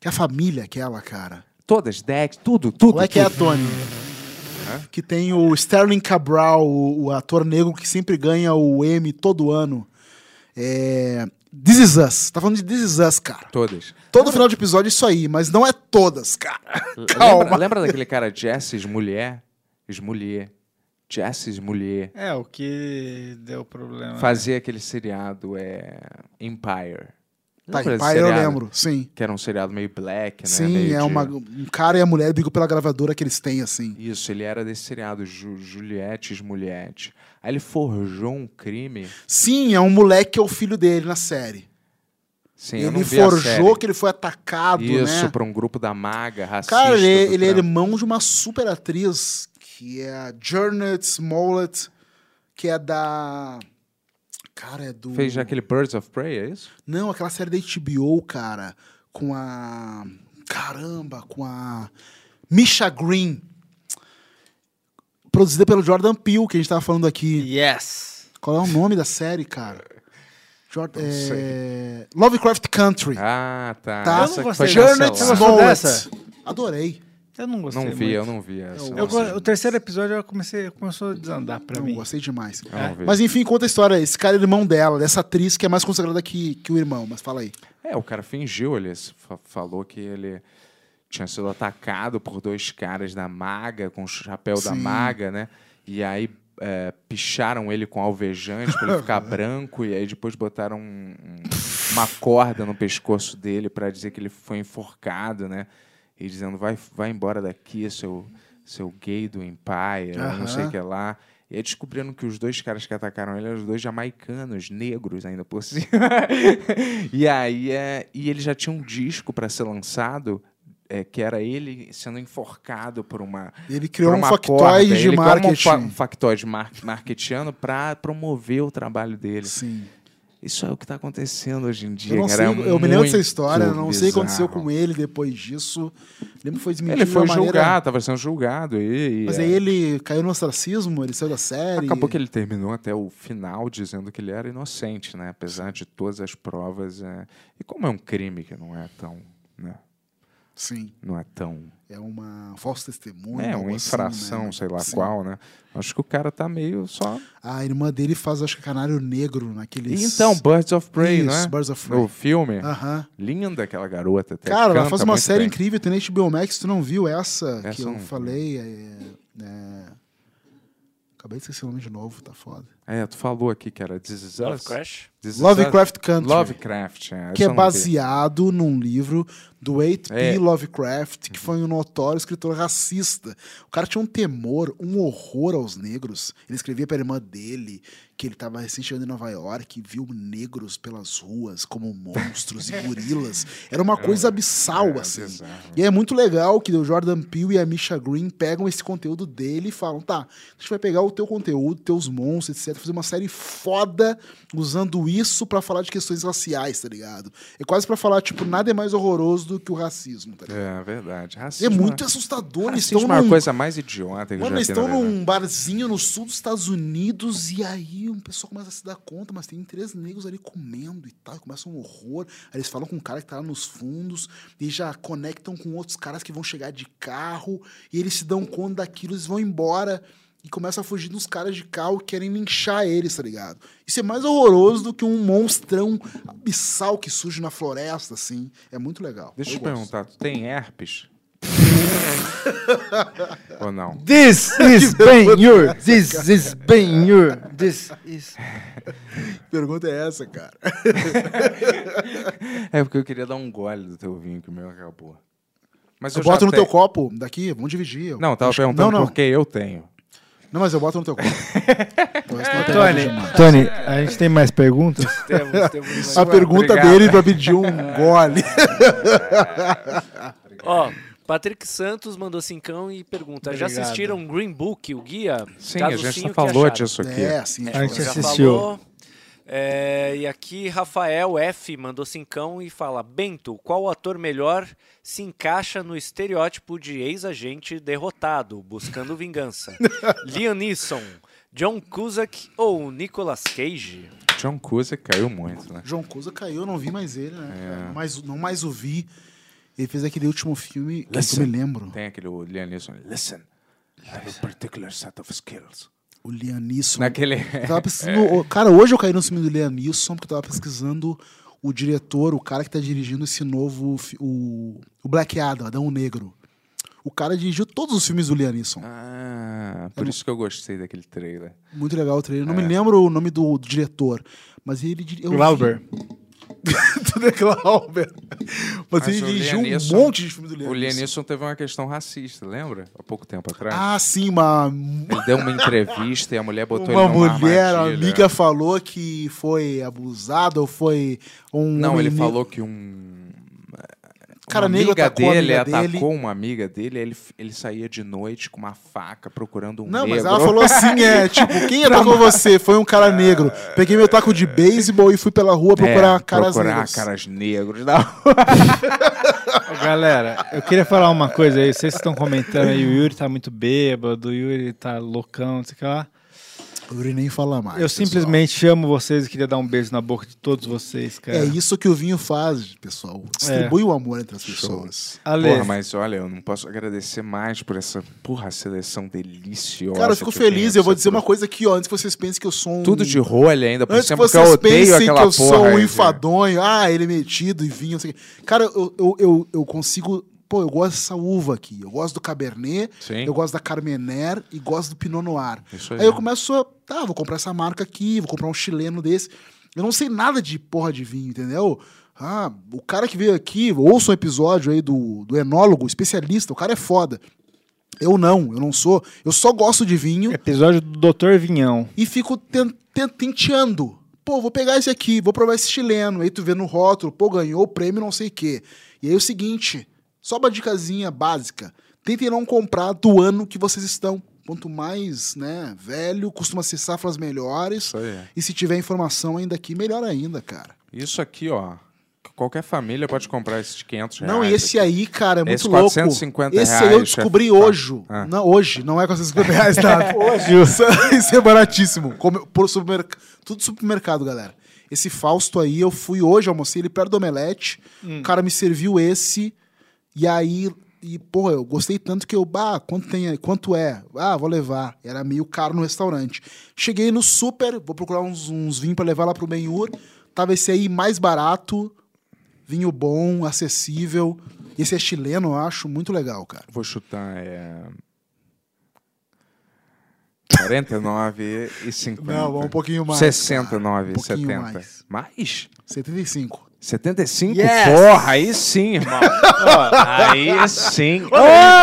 S6: Que é a família aquela, cara.
S4: Todas, Dex, tudo, tudo.
S6: Qual é que é,
S4: tudo.
S6: Tony?
S4: É?
S6: Que tem o Sterling Cabral, o, o ator negro que sempre ganha o M todo ano. É... This Is Us. Tá falando de This Is Us, cara.
S4: Todas.
S6: Todo final de episódio é isso aí, mas não é todas, cara.
S4: Lembra,
S6: Calma.
S4: lembra daquele cara Jesse Mulher? Mulher. Jesse Mulher.
S5: É, o que deu problema. né?
S4: Fazia aquele seriado é, Empire.
S6: Tá,
S4: Lembra desse
S6: pai, eu
S4: seriado?
S6: lembro, sim.
S4: Que era um seriado meio black, né?
S6: Sim,
S4: Meio
S6: é
S4: de-
S6: uma, um cara e a mulher brigam pela gravadora que eles têm, assim.
S4: Isso, ele era desse seriado, Ju, Juliette e Juliette. Aí ele forjou um crime.
S6: Sim, é um moleque que é o filho dele na série.
S4: Sim, eu não
S6: ele
S4: vi a série.
S6: forjou que ele foi atacado,
S4: Isso,
S6: né?
S4: pra um grupo da maga, racista.
S6: Cara, ele,
S4: do
S6: ele é
S4: Trump.
S6: irmão de uma super atriz, que é a Janet Smollett, que é da... Cara, é do...
S4: Fez já aquele Birds of Prey, é isso?
S6: Não, aquela série da HBO, cara, com a... Caramba, com a... Misha Green. Produzida pelo Jordan Peele, que a gente tava falando aqui.
S5: Yes.
S6: Qual é o nome da série, cara? Jordan, é... Lovecraft Country.
S4: Ah, tá.
S6: Tá.
S4: Essa
S5: Eu não
S4: que
S5: gostei.
S4: foi cancelada.
S6: Janet
S5: Você gostou
S6: Smollett.
S5: dessa?
S6: Adorei.
S5: Eu não gostei
S4: Não vi,
S5: muito.
S4: eu não vi essa.
S5: Eu
S4: não
S5: go-
S4: sei.
S5: o terceiro episódio eu comecei, começou a desandar pra
S6: Não,
S5: mim.
S6: gostei demais.
S4: Eu não vi.
S6: Mas enfim, conta a história. Esse cara é irmão dela, dessa atriz que é mais consagrada que, que o irmão. Mas fala aí.
S4: É, o cara fingiu, ele se fa- falou que ele tinha sido atacado por dois caras da maga, com o chapéu da
S6: Sim.
S4: maga, né? E aí é, picharam ele com alvejante pra ele ficar branco, e aí depois botaram um- um- uma corda no pescoço dele pra dizer que ele foi enforcado, né? E dizendo, vai, vai embora daqui, seu, seu gay do Empire, não sei o
S6: Aham.
S4: que lá. E aí descobriram que os dois caras que atacaram ele eram os dois jamaicanos, negros ainda por cima. e aí, é, e ele já tinha um disco pra ser lançado, é, que era ele sendo enforcado por uma
S6: Ele criou
S4: por
S6: um
S4: uma
S6: factoide
S4: corda.
S6: de
S4: ele criou
S6: marketing.
S4: Um fa- um factoide mar marketiano pra promover o trabalho dele.
S6: Sim.
S4: Isso é o que tá acontecendo hoje em dia.
S6: Eu, não sei,
S4: cara. É
S6: eu me lembro
S4: muito
S6: dessa história, eu não sei o que aconteceu
S4: bizarro.
S6: com ele depois disso. Lembro que foi desmentido.
S4: Ele foi
S6: de uma maneira-
S4: julgado, tava sendo julgado. E, e,
S6: Mas
S4: é,
S6: aí ele caiu no ostracismo, ele saiu da série.
S4: Acabou que ele terminou até o final dizendo que ele era inocente, né? Apesar de todas as provas. é, E como é um crime que não é tão. né,
S6: Sim.
S4: Não é tão.
S6: É uma falso testemunho.
S4: é,
S6: algo
S4: uma
S6: assim,
S4: infração,
S6: né?
S4: sei lá
S6: Sim.
S4: qual, né? Acho que o cara tá meio só.
S6: A irmã dele faz, acho que, Canário Negro naqueles.
S4: Então, Birds of Prey,
S6: Isso,
S4: né?
S6: Birds of Prey.
S4: No filme.
S6: Aham.
S4: Linda aquela garota. Até
S6: Cara, ela
S4: canta
S6: faz uma
S4: muito
S6: série
S4: bem.
S6: incrível, tem na HBO Max, tu não viu essa,
S4: Essa
S6: que
S4: eu
S6: eu
S4: não vi.
S6: falei? É, é- Acabei de esquecer o nome de novo, tá foda.
S4: É, tu falou aqui que era This Is Us.
S7: Love Crash?
S4: This is
S6: Lovecraft
S4: a-
S6: Country.
S4: Lovecraft, é. Isso
S6: que é
S4: eu não vi.
S6: baseado num livro do H.P.
S4: É.
S6: Lovecraft, que foi um notório escritor racista. O cara tinha um temor, um horror aos negros. Ele escrevia para a irmã dele que ele estava recém chegando em Nova York e viu negros pelas ruas como monstros e gorilas. Era uma coisa abissal,
S4: é
S6: assim.
S4: bizarro.
S6: E é muito legal que o Jordan Peele e a Misha Green pegam esse conteúdo dele e falam: tá, a gente vai pegar o teu conteúdo, teus monstros, etc., fazer uma série foda usando isso pra falar de questões raciais, tá ligado? É quase pra falar, tipo, nada é mais horroroso do que o racismo, tá ligado?
S4: É verdade.
S6: É,
S4: Racismo
S6: muito assustador, eles
S4: Racismo é
S6: estão
S4: uma
S6: num-
S4: coisa mais idiota que eu
S6: Mano,
S4: já
S6: eles
S4: vi
S6: estão
S4: na vida.
S6: num barzinho no sul dos Estados Unidos e aí o pessoal começa a se dar conta, mas tem três negros ali comendo e tal, e começa um horror. Aí eles falam com um cara que tá lá nos fundos e já conectam com outros caras que vão chegar de carro e eles se dão conta daquilo, eles vão embora e começam a fugir dos caras de carro que querem linchar eles, tá ligado? Isso é mais horroroso do que um monstrão abissal que surge na floresta, assim. É muito legal.
S4: Deixa eu te
S6: gosto.
S4: perguntar, tu tem herpes? Ou não?
S5: This is Ben Yur. This is Ben Yur. This is.
S6: Que pergunta é essa, cara?
S4: É porque eu queria dar um gole do teu vinho que o meu acabou. Mas
S6: Eu
S4: já
S6: boto no
S4: tenho-
S6: teu copo daqui, vamos dividir. Eu
S4: Não, eu tava
S6: acho que-
S4: perguntando
S6: não, não.
S4: porque eu tenho.
S6: Não, mas eu boto no teu copo. Então, isso não é
S5: Tony,
S6: verdade demais.
S3: Tony, a gente tem mais perguntas?
S7: Temos, temos
S6: a
S7: mais-
S6: pergunta
S4: obrigado.
S6: dele pra pedir um gole.
S7: Ó, Patrick Santos mandou cincão e pergunta: já
S5: Obrigado.
S7: assistiram Green Book, o guia?
S4: Sim, a
S7: Caducinho,
S4: gente
S7: que
S4: já falou
S7: acharam?
S4: disso aqui.
S6: É, assim,
S3: A gente
S7: Já
S6: tipo,
S3: assistiu.
S7: falou. É, e aqui Rafael F mandou cincão e fala: Bento, qual ator melhor se encaixa no estereótipo de ex-agente derrotado, buscando vingança? Liam Neeson, John Cusack ou Nicolas Cage?
S4: John Cusack caiu muito, né?
S6: João Cousa caiu, eu não vi mais ele,
S4: É.
S6: né? Mas, não mais o vi. Ele fez aquele último filme que eu
S4: Listen.
S6: me lembro.
S4: Tem aquele o Liam Neeson. Listen, I have a particular set of skills.
S6: O Lianisson.
S4: Naquele...
S6: Eu tava pesquisando- o- Cara, hoje eu caí no filme do Leonisson, porque eu tava pesquisando o diretor, o cara que tá dirigindo esse novo. fi- O, o Black Adam, Adão Negro. O cara dirigiu todos os filmes do Leonisson.
S4: Ah, por isso que eu gostei daquele trailer.
S6: Muito legal o trailer. Não
S3: É.
S6: me lembro o nome do, do diretor, mas ele. dir- Eu vi-
S3: Glauber.
S6: Tudo é Glauber. Mas,
S4: Mas
S6: ele
S4: o
S6: dirigiu
S4: Lianisson-
S6: um monte de filme do
S4: O Liam
S6: Leonisson.
S4: Neeson teve uma questão racista, lembra? Há pouco tempo atrás.
S6: Ah, sim, uma,
S4: Ele deu uma entrevista e a mulher botou
S6: uma
S4: ele numa
S6: mulher
S4: armadilha. é.
S6: amiga falou que foi abusada ou foi um.
S4: Não,
S6: homem
S4: ele
S6: ne-
S4: falou que um.
S6: Cara
S4: uma
S6: negro
S4: amiga
S6: atacou a
S4: dele
S6: amiga dele.
S4: atacou uma amiga dele, aí ele, f- ele saía de noite com uma faca procurando um
S6: Não,
S4: negro.
S6: mas ela falou assim, é, tipo, quem atacou você? Foi um cara negro. Peguei meu taco de beisebol e fui pela rua procurar
S4: É,
S6: caras
S4: procurar
S6: negros.
S4: caras negros. Não.
S3: Ô, Galera, eu queria falar uma coisa aí. Vocês estão comentando aí, o Yuri tá muito bêbado, o Yuri tá loucão, não sei o que lá.
S6: O Yuri nem fala mais.
S3: Eu
S6: pessoal.
S3: simplesmente amo vocês e queria dar um beijo na boca de todos vocês, cara. É.
S6: É isso que o vinho faz, pessoal. Distribui o amor entre as pessoas.
S3: Ale,
S4: Porra, mas olha, eu não posso agradecer mais por essa porra seleção deliciosa.
S6: Cara, eu fico
S4: que
S6: feliz.
S4: tenho,
S6: Eu vou
S4: essa
S6: dizer uma
S4: tudo-
S6: coisa aqui, ó. Antes que vocês pensem que eu sou um.
S4: Tudo de rolha ainda, por
S6: Antes que
S4: exemplo, porque eu
S6: vocês
S4: odeio
S6: pensem que
S4: aquela
S6: eu
S4: porra.
S6: sou um
S4: de-
S6: enfadonho, ah, ele é metido e vinho, não sei o quê. Cara, eu, eu, eu, eu consigo. Pô, eu gosto dessa uva aqui. Eu gosto do Cabernet,
S4: Sim.
S6: eu gosto da Carmener e gosto do Pinot Noir.
S4: Isso aí.
S6: Aí eu começo a. Tá, vou comprar essa marca aqui, vou comprar um chileno desse. Eu não sei nada de porra de vinho, entendeu? Ah, o cara que veio aqui, ouça um episódio aí do, do enólogo, especialista, o cara é foda. Eu não, eu não sou. Eu só gosto de vinho
S3: episódio do Doutor Vinhão.
S6: e fico ten- ten- tenteando. Pô, vou pegar esse aqui, vou provar esse chileno. Aí tu vê no rótulo, pô, ganhou o prêmio não sei o quê. E aí é o seguinte, só uma dicasinha básica. Tentem não comprar do ano que vocês estão. Quanto mais, né, velho, costuma ser safras melhores.
S4: Isso aí.
S6: E se tiver informação ainda aqui, melhor ainda, cara.
S4: Isso aqui, ó. Qualquer família pode comprar esses 500 reais.
S6: Não, e esse
S4: aqui.
S6: aí, cara, é muito
S4: Esse
S6: louco.
S4: 450
S6: esse aí eu
S4: reais,
S6: descobri
S4: chefe.
S6: hoje.
S4: Ah.
S6: Não, hoje, não é 450 reais, tá? hoje. Isso, isso é baratíssimo. Como, por supermerc... Tudo supermercado, galera. Esse Fausto aí, eu fui hoje, almocei ele perto do Omelete. O cara me serviu esse. E aí, e, porra, eu gostei tanto que eu, bah, quanto, tem, aí? quanto é? Ah, vou levar. Era meio caro no restaurante. Cheguei no super, vou procurar uns, uns vinhos pra levar lá pro Benhur. Tava esse aí mais barato, vinho bom, acessível. Esse é
S4: é,
S6: chileno, eu acho, muito legal, cara.
S4: Vou chutar, é. 49 e 50.
S6: Não, vamos um pouquinho mais,
S4: 69,
S6: cara, um pouquinho
S4: 70.
S6: mais.
S4: mais?
S6: 75.
S4: 75?
S9: Yes!
S4: Porra, aí sim, irmão. aí sim. Ô,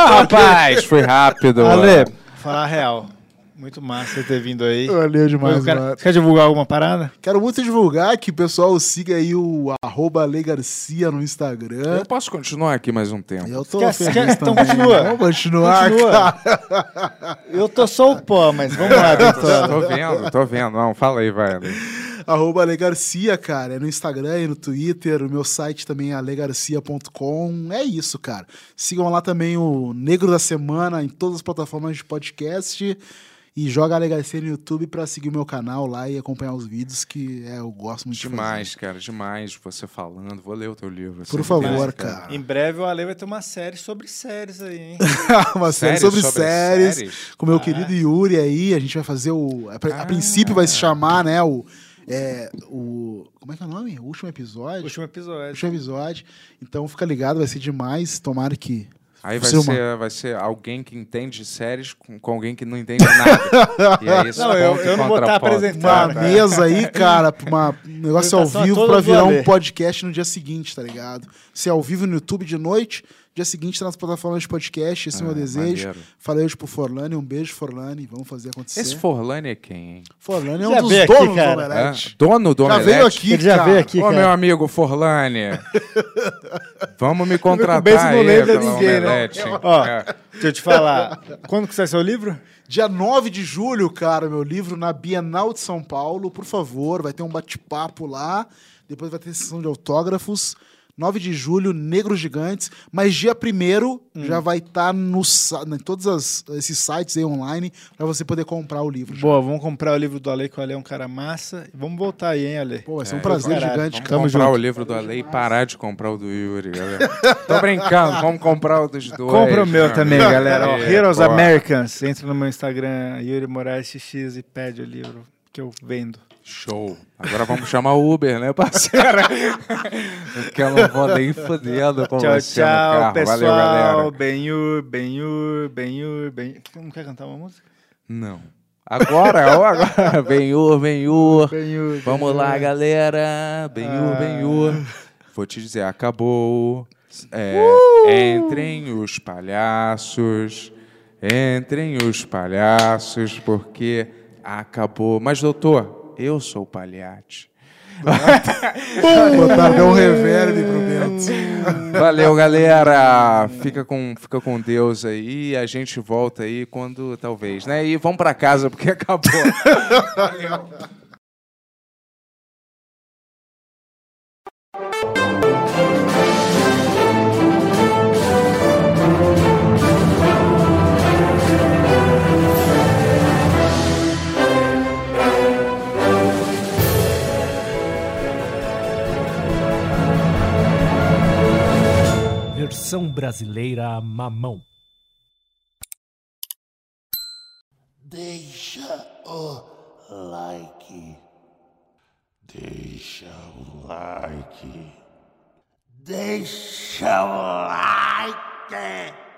S4: rapaz! Foi rápido.
S3: Ale, falar a real. Muito massa você ter vindo aí.
S6: Valeu
S3: Ô, cara, você quer divulgar alguma parada?
S6: Quero muito divulgar que o pessoal siga aí o arroba Ale Garcia no Instagram.
S4: Eu posso continuar aqui mais um tempo.
S6: Eu tô
S3: Quer-
S6: feliz
S3: quer- então
S6: também. né?
S3: continua.
S6: Vamos continuar,
S3: Continua.
S6: cara.
S3: Eu tô só o pó, mas vamos lá, doutor.
S4: Tô vendo, tô vendo. Não, fala aí, vai. Ale.
S6: Arroba Ale Garcia, cara. É no Instagram e no Twitter. O meu site também é alegarcia.com. É isso, cara. Sigam lá também o Negro da Semana em todas as plataformas de podcast. E joga Ale Garcia no YouTube pra seguir o meu canal lá e acompanhar os vídeos, que é, eu gosto muito de fazer.
S4: Demais, cara, demais você falando. Vou ler o teu livro.
S6: Por
S4: assim,
S6: favor,
S4: beleza,
S6: cara.
S3: Em breve o Ale vai ter uma série sobre séries aí, hein?
S6: Uma série
S4: Séries
S6: sobre,
S4: sobre
S6: séries,
S4: séries?
S6: com meu querido Yuri aí. A gente vai fazer o. A, pri- a princípio vai se chamar, né? O. É, o como é que é o nome? O último episódio?
S3: Último episódio.
S6: Último episódio. Então fica ligado, vai ser demais. Tomara que.
S4: Aí vai
S6: Seu
S4: ser, vai ser alguém que entende séries com, com alguém que não entende nada. e é isso,
S3: Não, eu-
S4: ponto
S3: eu não vou tá
S4: contraponto,
S3: apresentando,
S6: Uma
S4: cara.
S3: né?
S6: mesa aí, cara, pra uma- um negócio ao
S3: Apresentação a
S6: vivo
S3: todos
S6: pra
S3: do
S6: virar um
S3: Ale.
S6: podcast no dia seguinte, tá ligado? Se é ao vivo no YouTube de noite, dia seguinte tá nas plataformas de podcast, esse é o meu desejo.
S4: maneiro.
S6: Falei hoje pro Forlane, um beijo, Forlane, vamos fazer acontecer.
S4: Esse Forlane é quem, hein?
S6: Forlane é
S3: Já
S6: um dos
S3: veio
S6: donos
S3: aqui,
S6: do
S3: cara.
S4: Hã?
S6: Omelete.
S4: Dono do
S6: Já
S4: É. Omelete?
S6: veio aqui,
S3: Ele já
S6: cara.
S3: veio aqui,
S4: Ô,
S3: cara.
S4: meu amigo Forlane, vamos me
S3: beijo
S4: contratar
S3: não
S4: aí
S3: lembra
S4: pela
S3: ninguém, né?
S4: Omelete, hein?
S3: Ó,
S4: É.
S3: deixa eu te falar. Quando que sai seu livro?
S6: Dia 9 de julho, cara, meu livro na Bienal de São Paulo. Por favor, vai ter um bate-papo lá. Depois vai ter sessão de autógrafos. 9 de julho, Negros Gigantes. Mas dia 1 já vai estar no sa- em todos as- esses sites aí online pra você poder comprar o livro.
S3: Boa, vamos comprar o livro do Ale, que o Ale é um cara massa. E vamos voltar aí, hein, Ale?
S6: Pô, vai ser um prazer
S3: caralho,
S6: gigante,
S4: Vamos
S6: cara.
S4: comprar o livro do Ale e parar de comprar o do Yuri, galera. Tô brincando, vamos comprar o dos dois.
S3: Compra o meu
S4: né?
S3: também, galera. ó.
S4: É,
S3: Heroes
S4: porra.
S3: Americans. Entra no meu Instagram, Yuri Moraes XX, e pede o livro que eu vendo.
S4: Show. Agora vamos chamar o Uber, né, parceiro? Porque eu não vou nem fodendo com
S3: Tchau,
S4: você no
S3: tchau,
S4: carro.
S3: pessoal.
S4: Valeu, galera.
S3: Benhur, Benhur, Benhur, Benhur. Não quer cantar uma música?
S4: Não. Agora, ó, agora. Benhur, Benhur.
S3: Benhur.
S4: Vamos lá, Ah. galera. Benhur, Benhur. Vou te dizer, acabou. É, Entrem os palhaços. Entrem os palhaços, porque acabou. Mas, doutor, eu sou o palhate.
S6: Botaram até um reverb pro Bento.
S4: Valeu, galera. Fica com, fica com Deus aí. A gente volta aí quando talvez, né? E vamos pra casa porque acabou.
S7: Versão brasileira mamão.
S10: Deixa o like. Deixa o like. Deixa o like.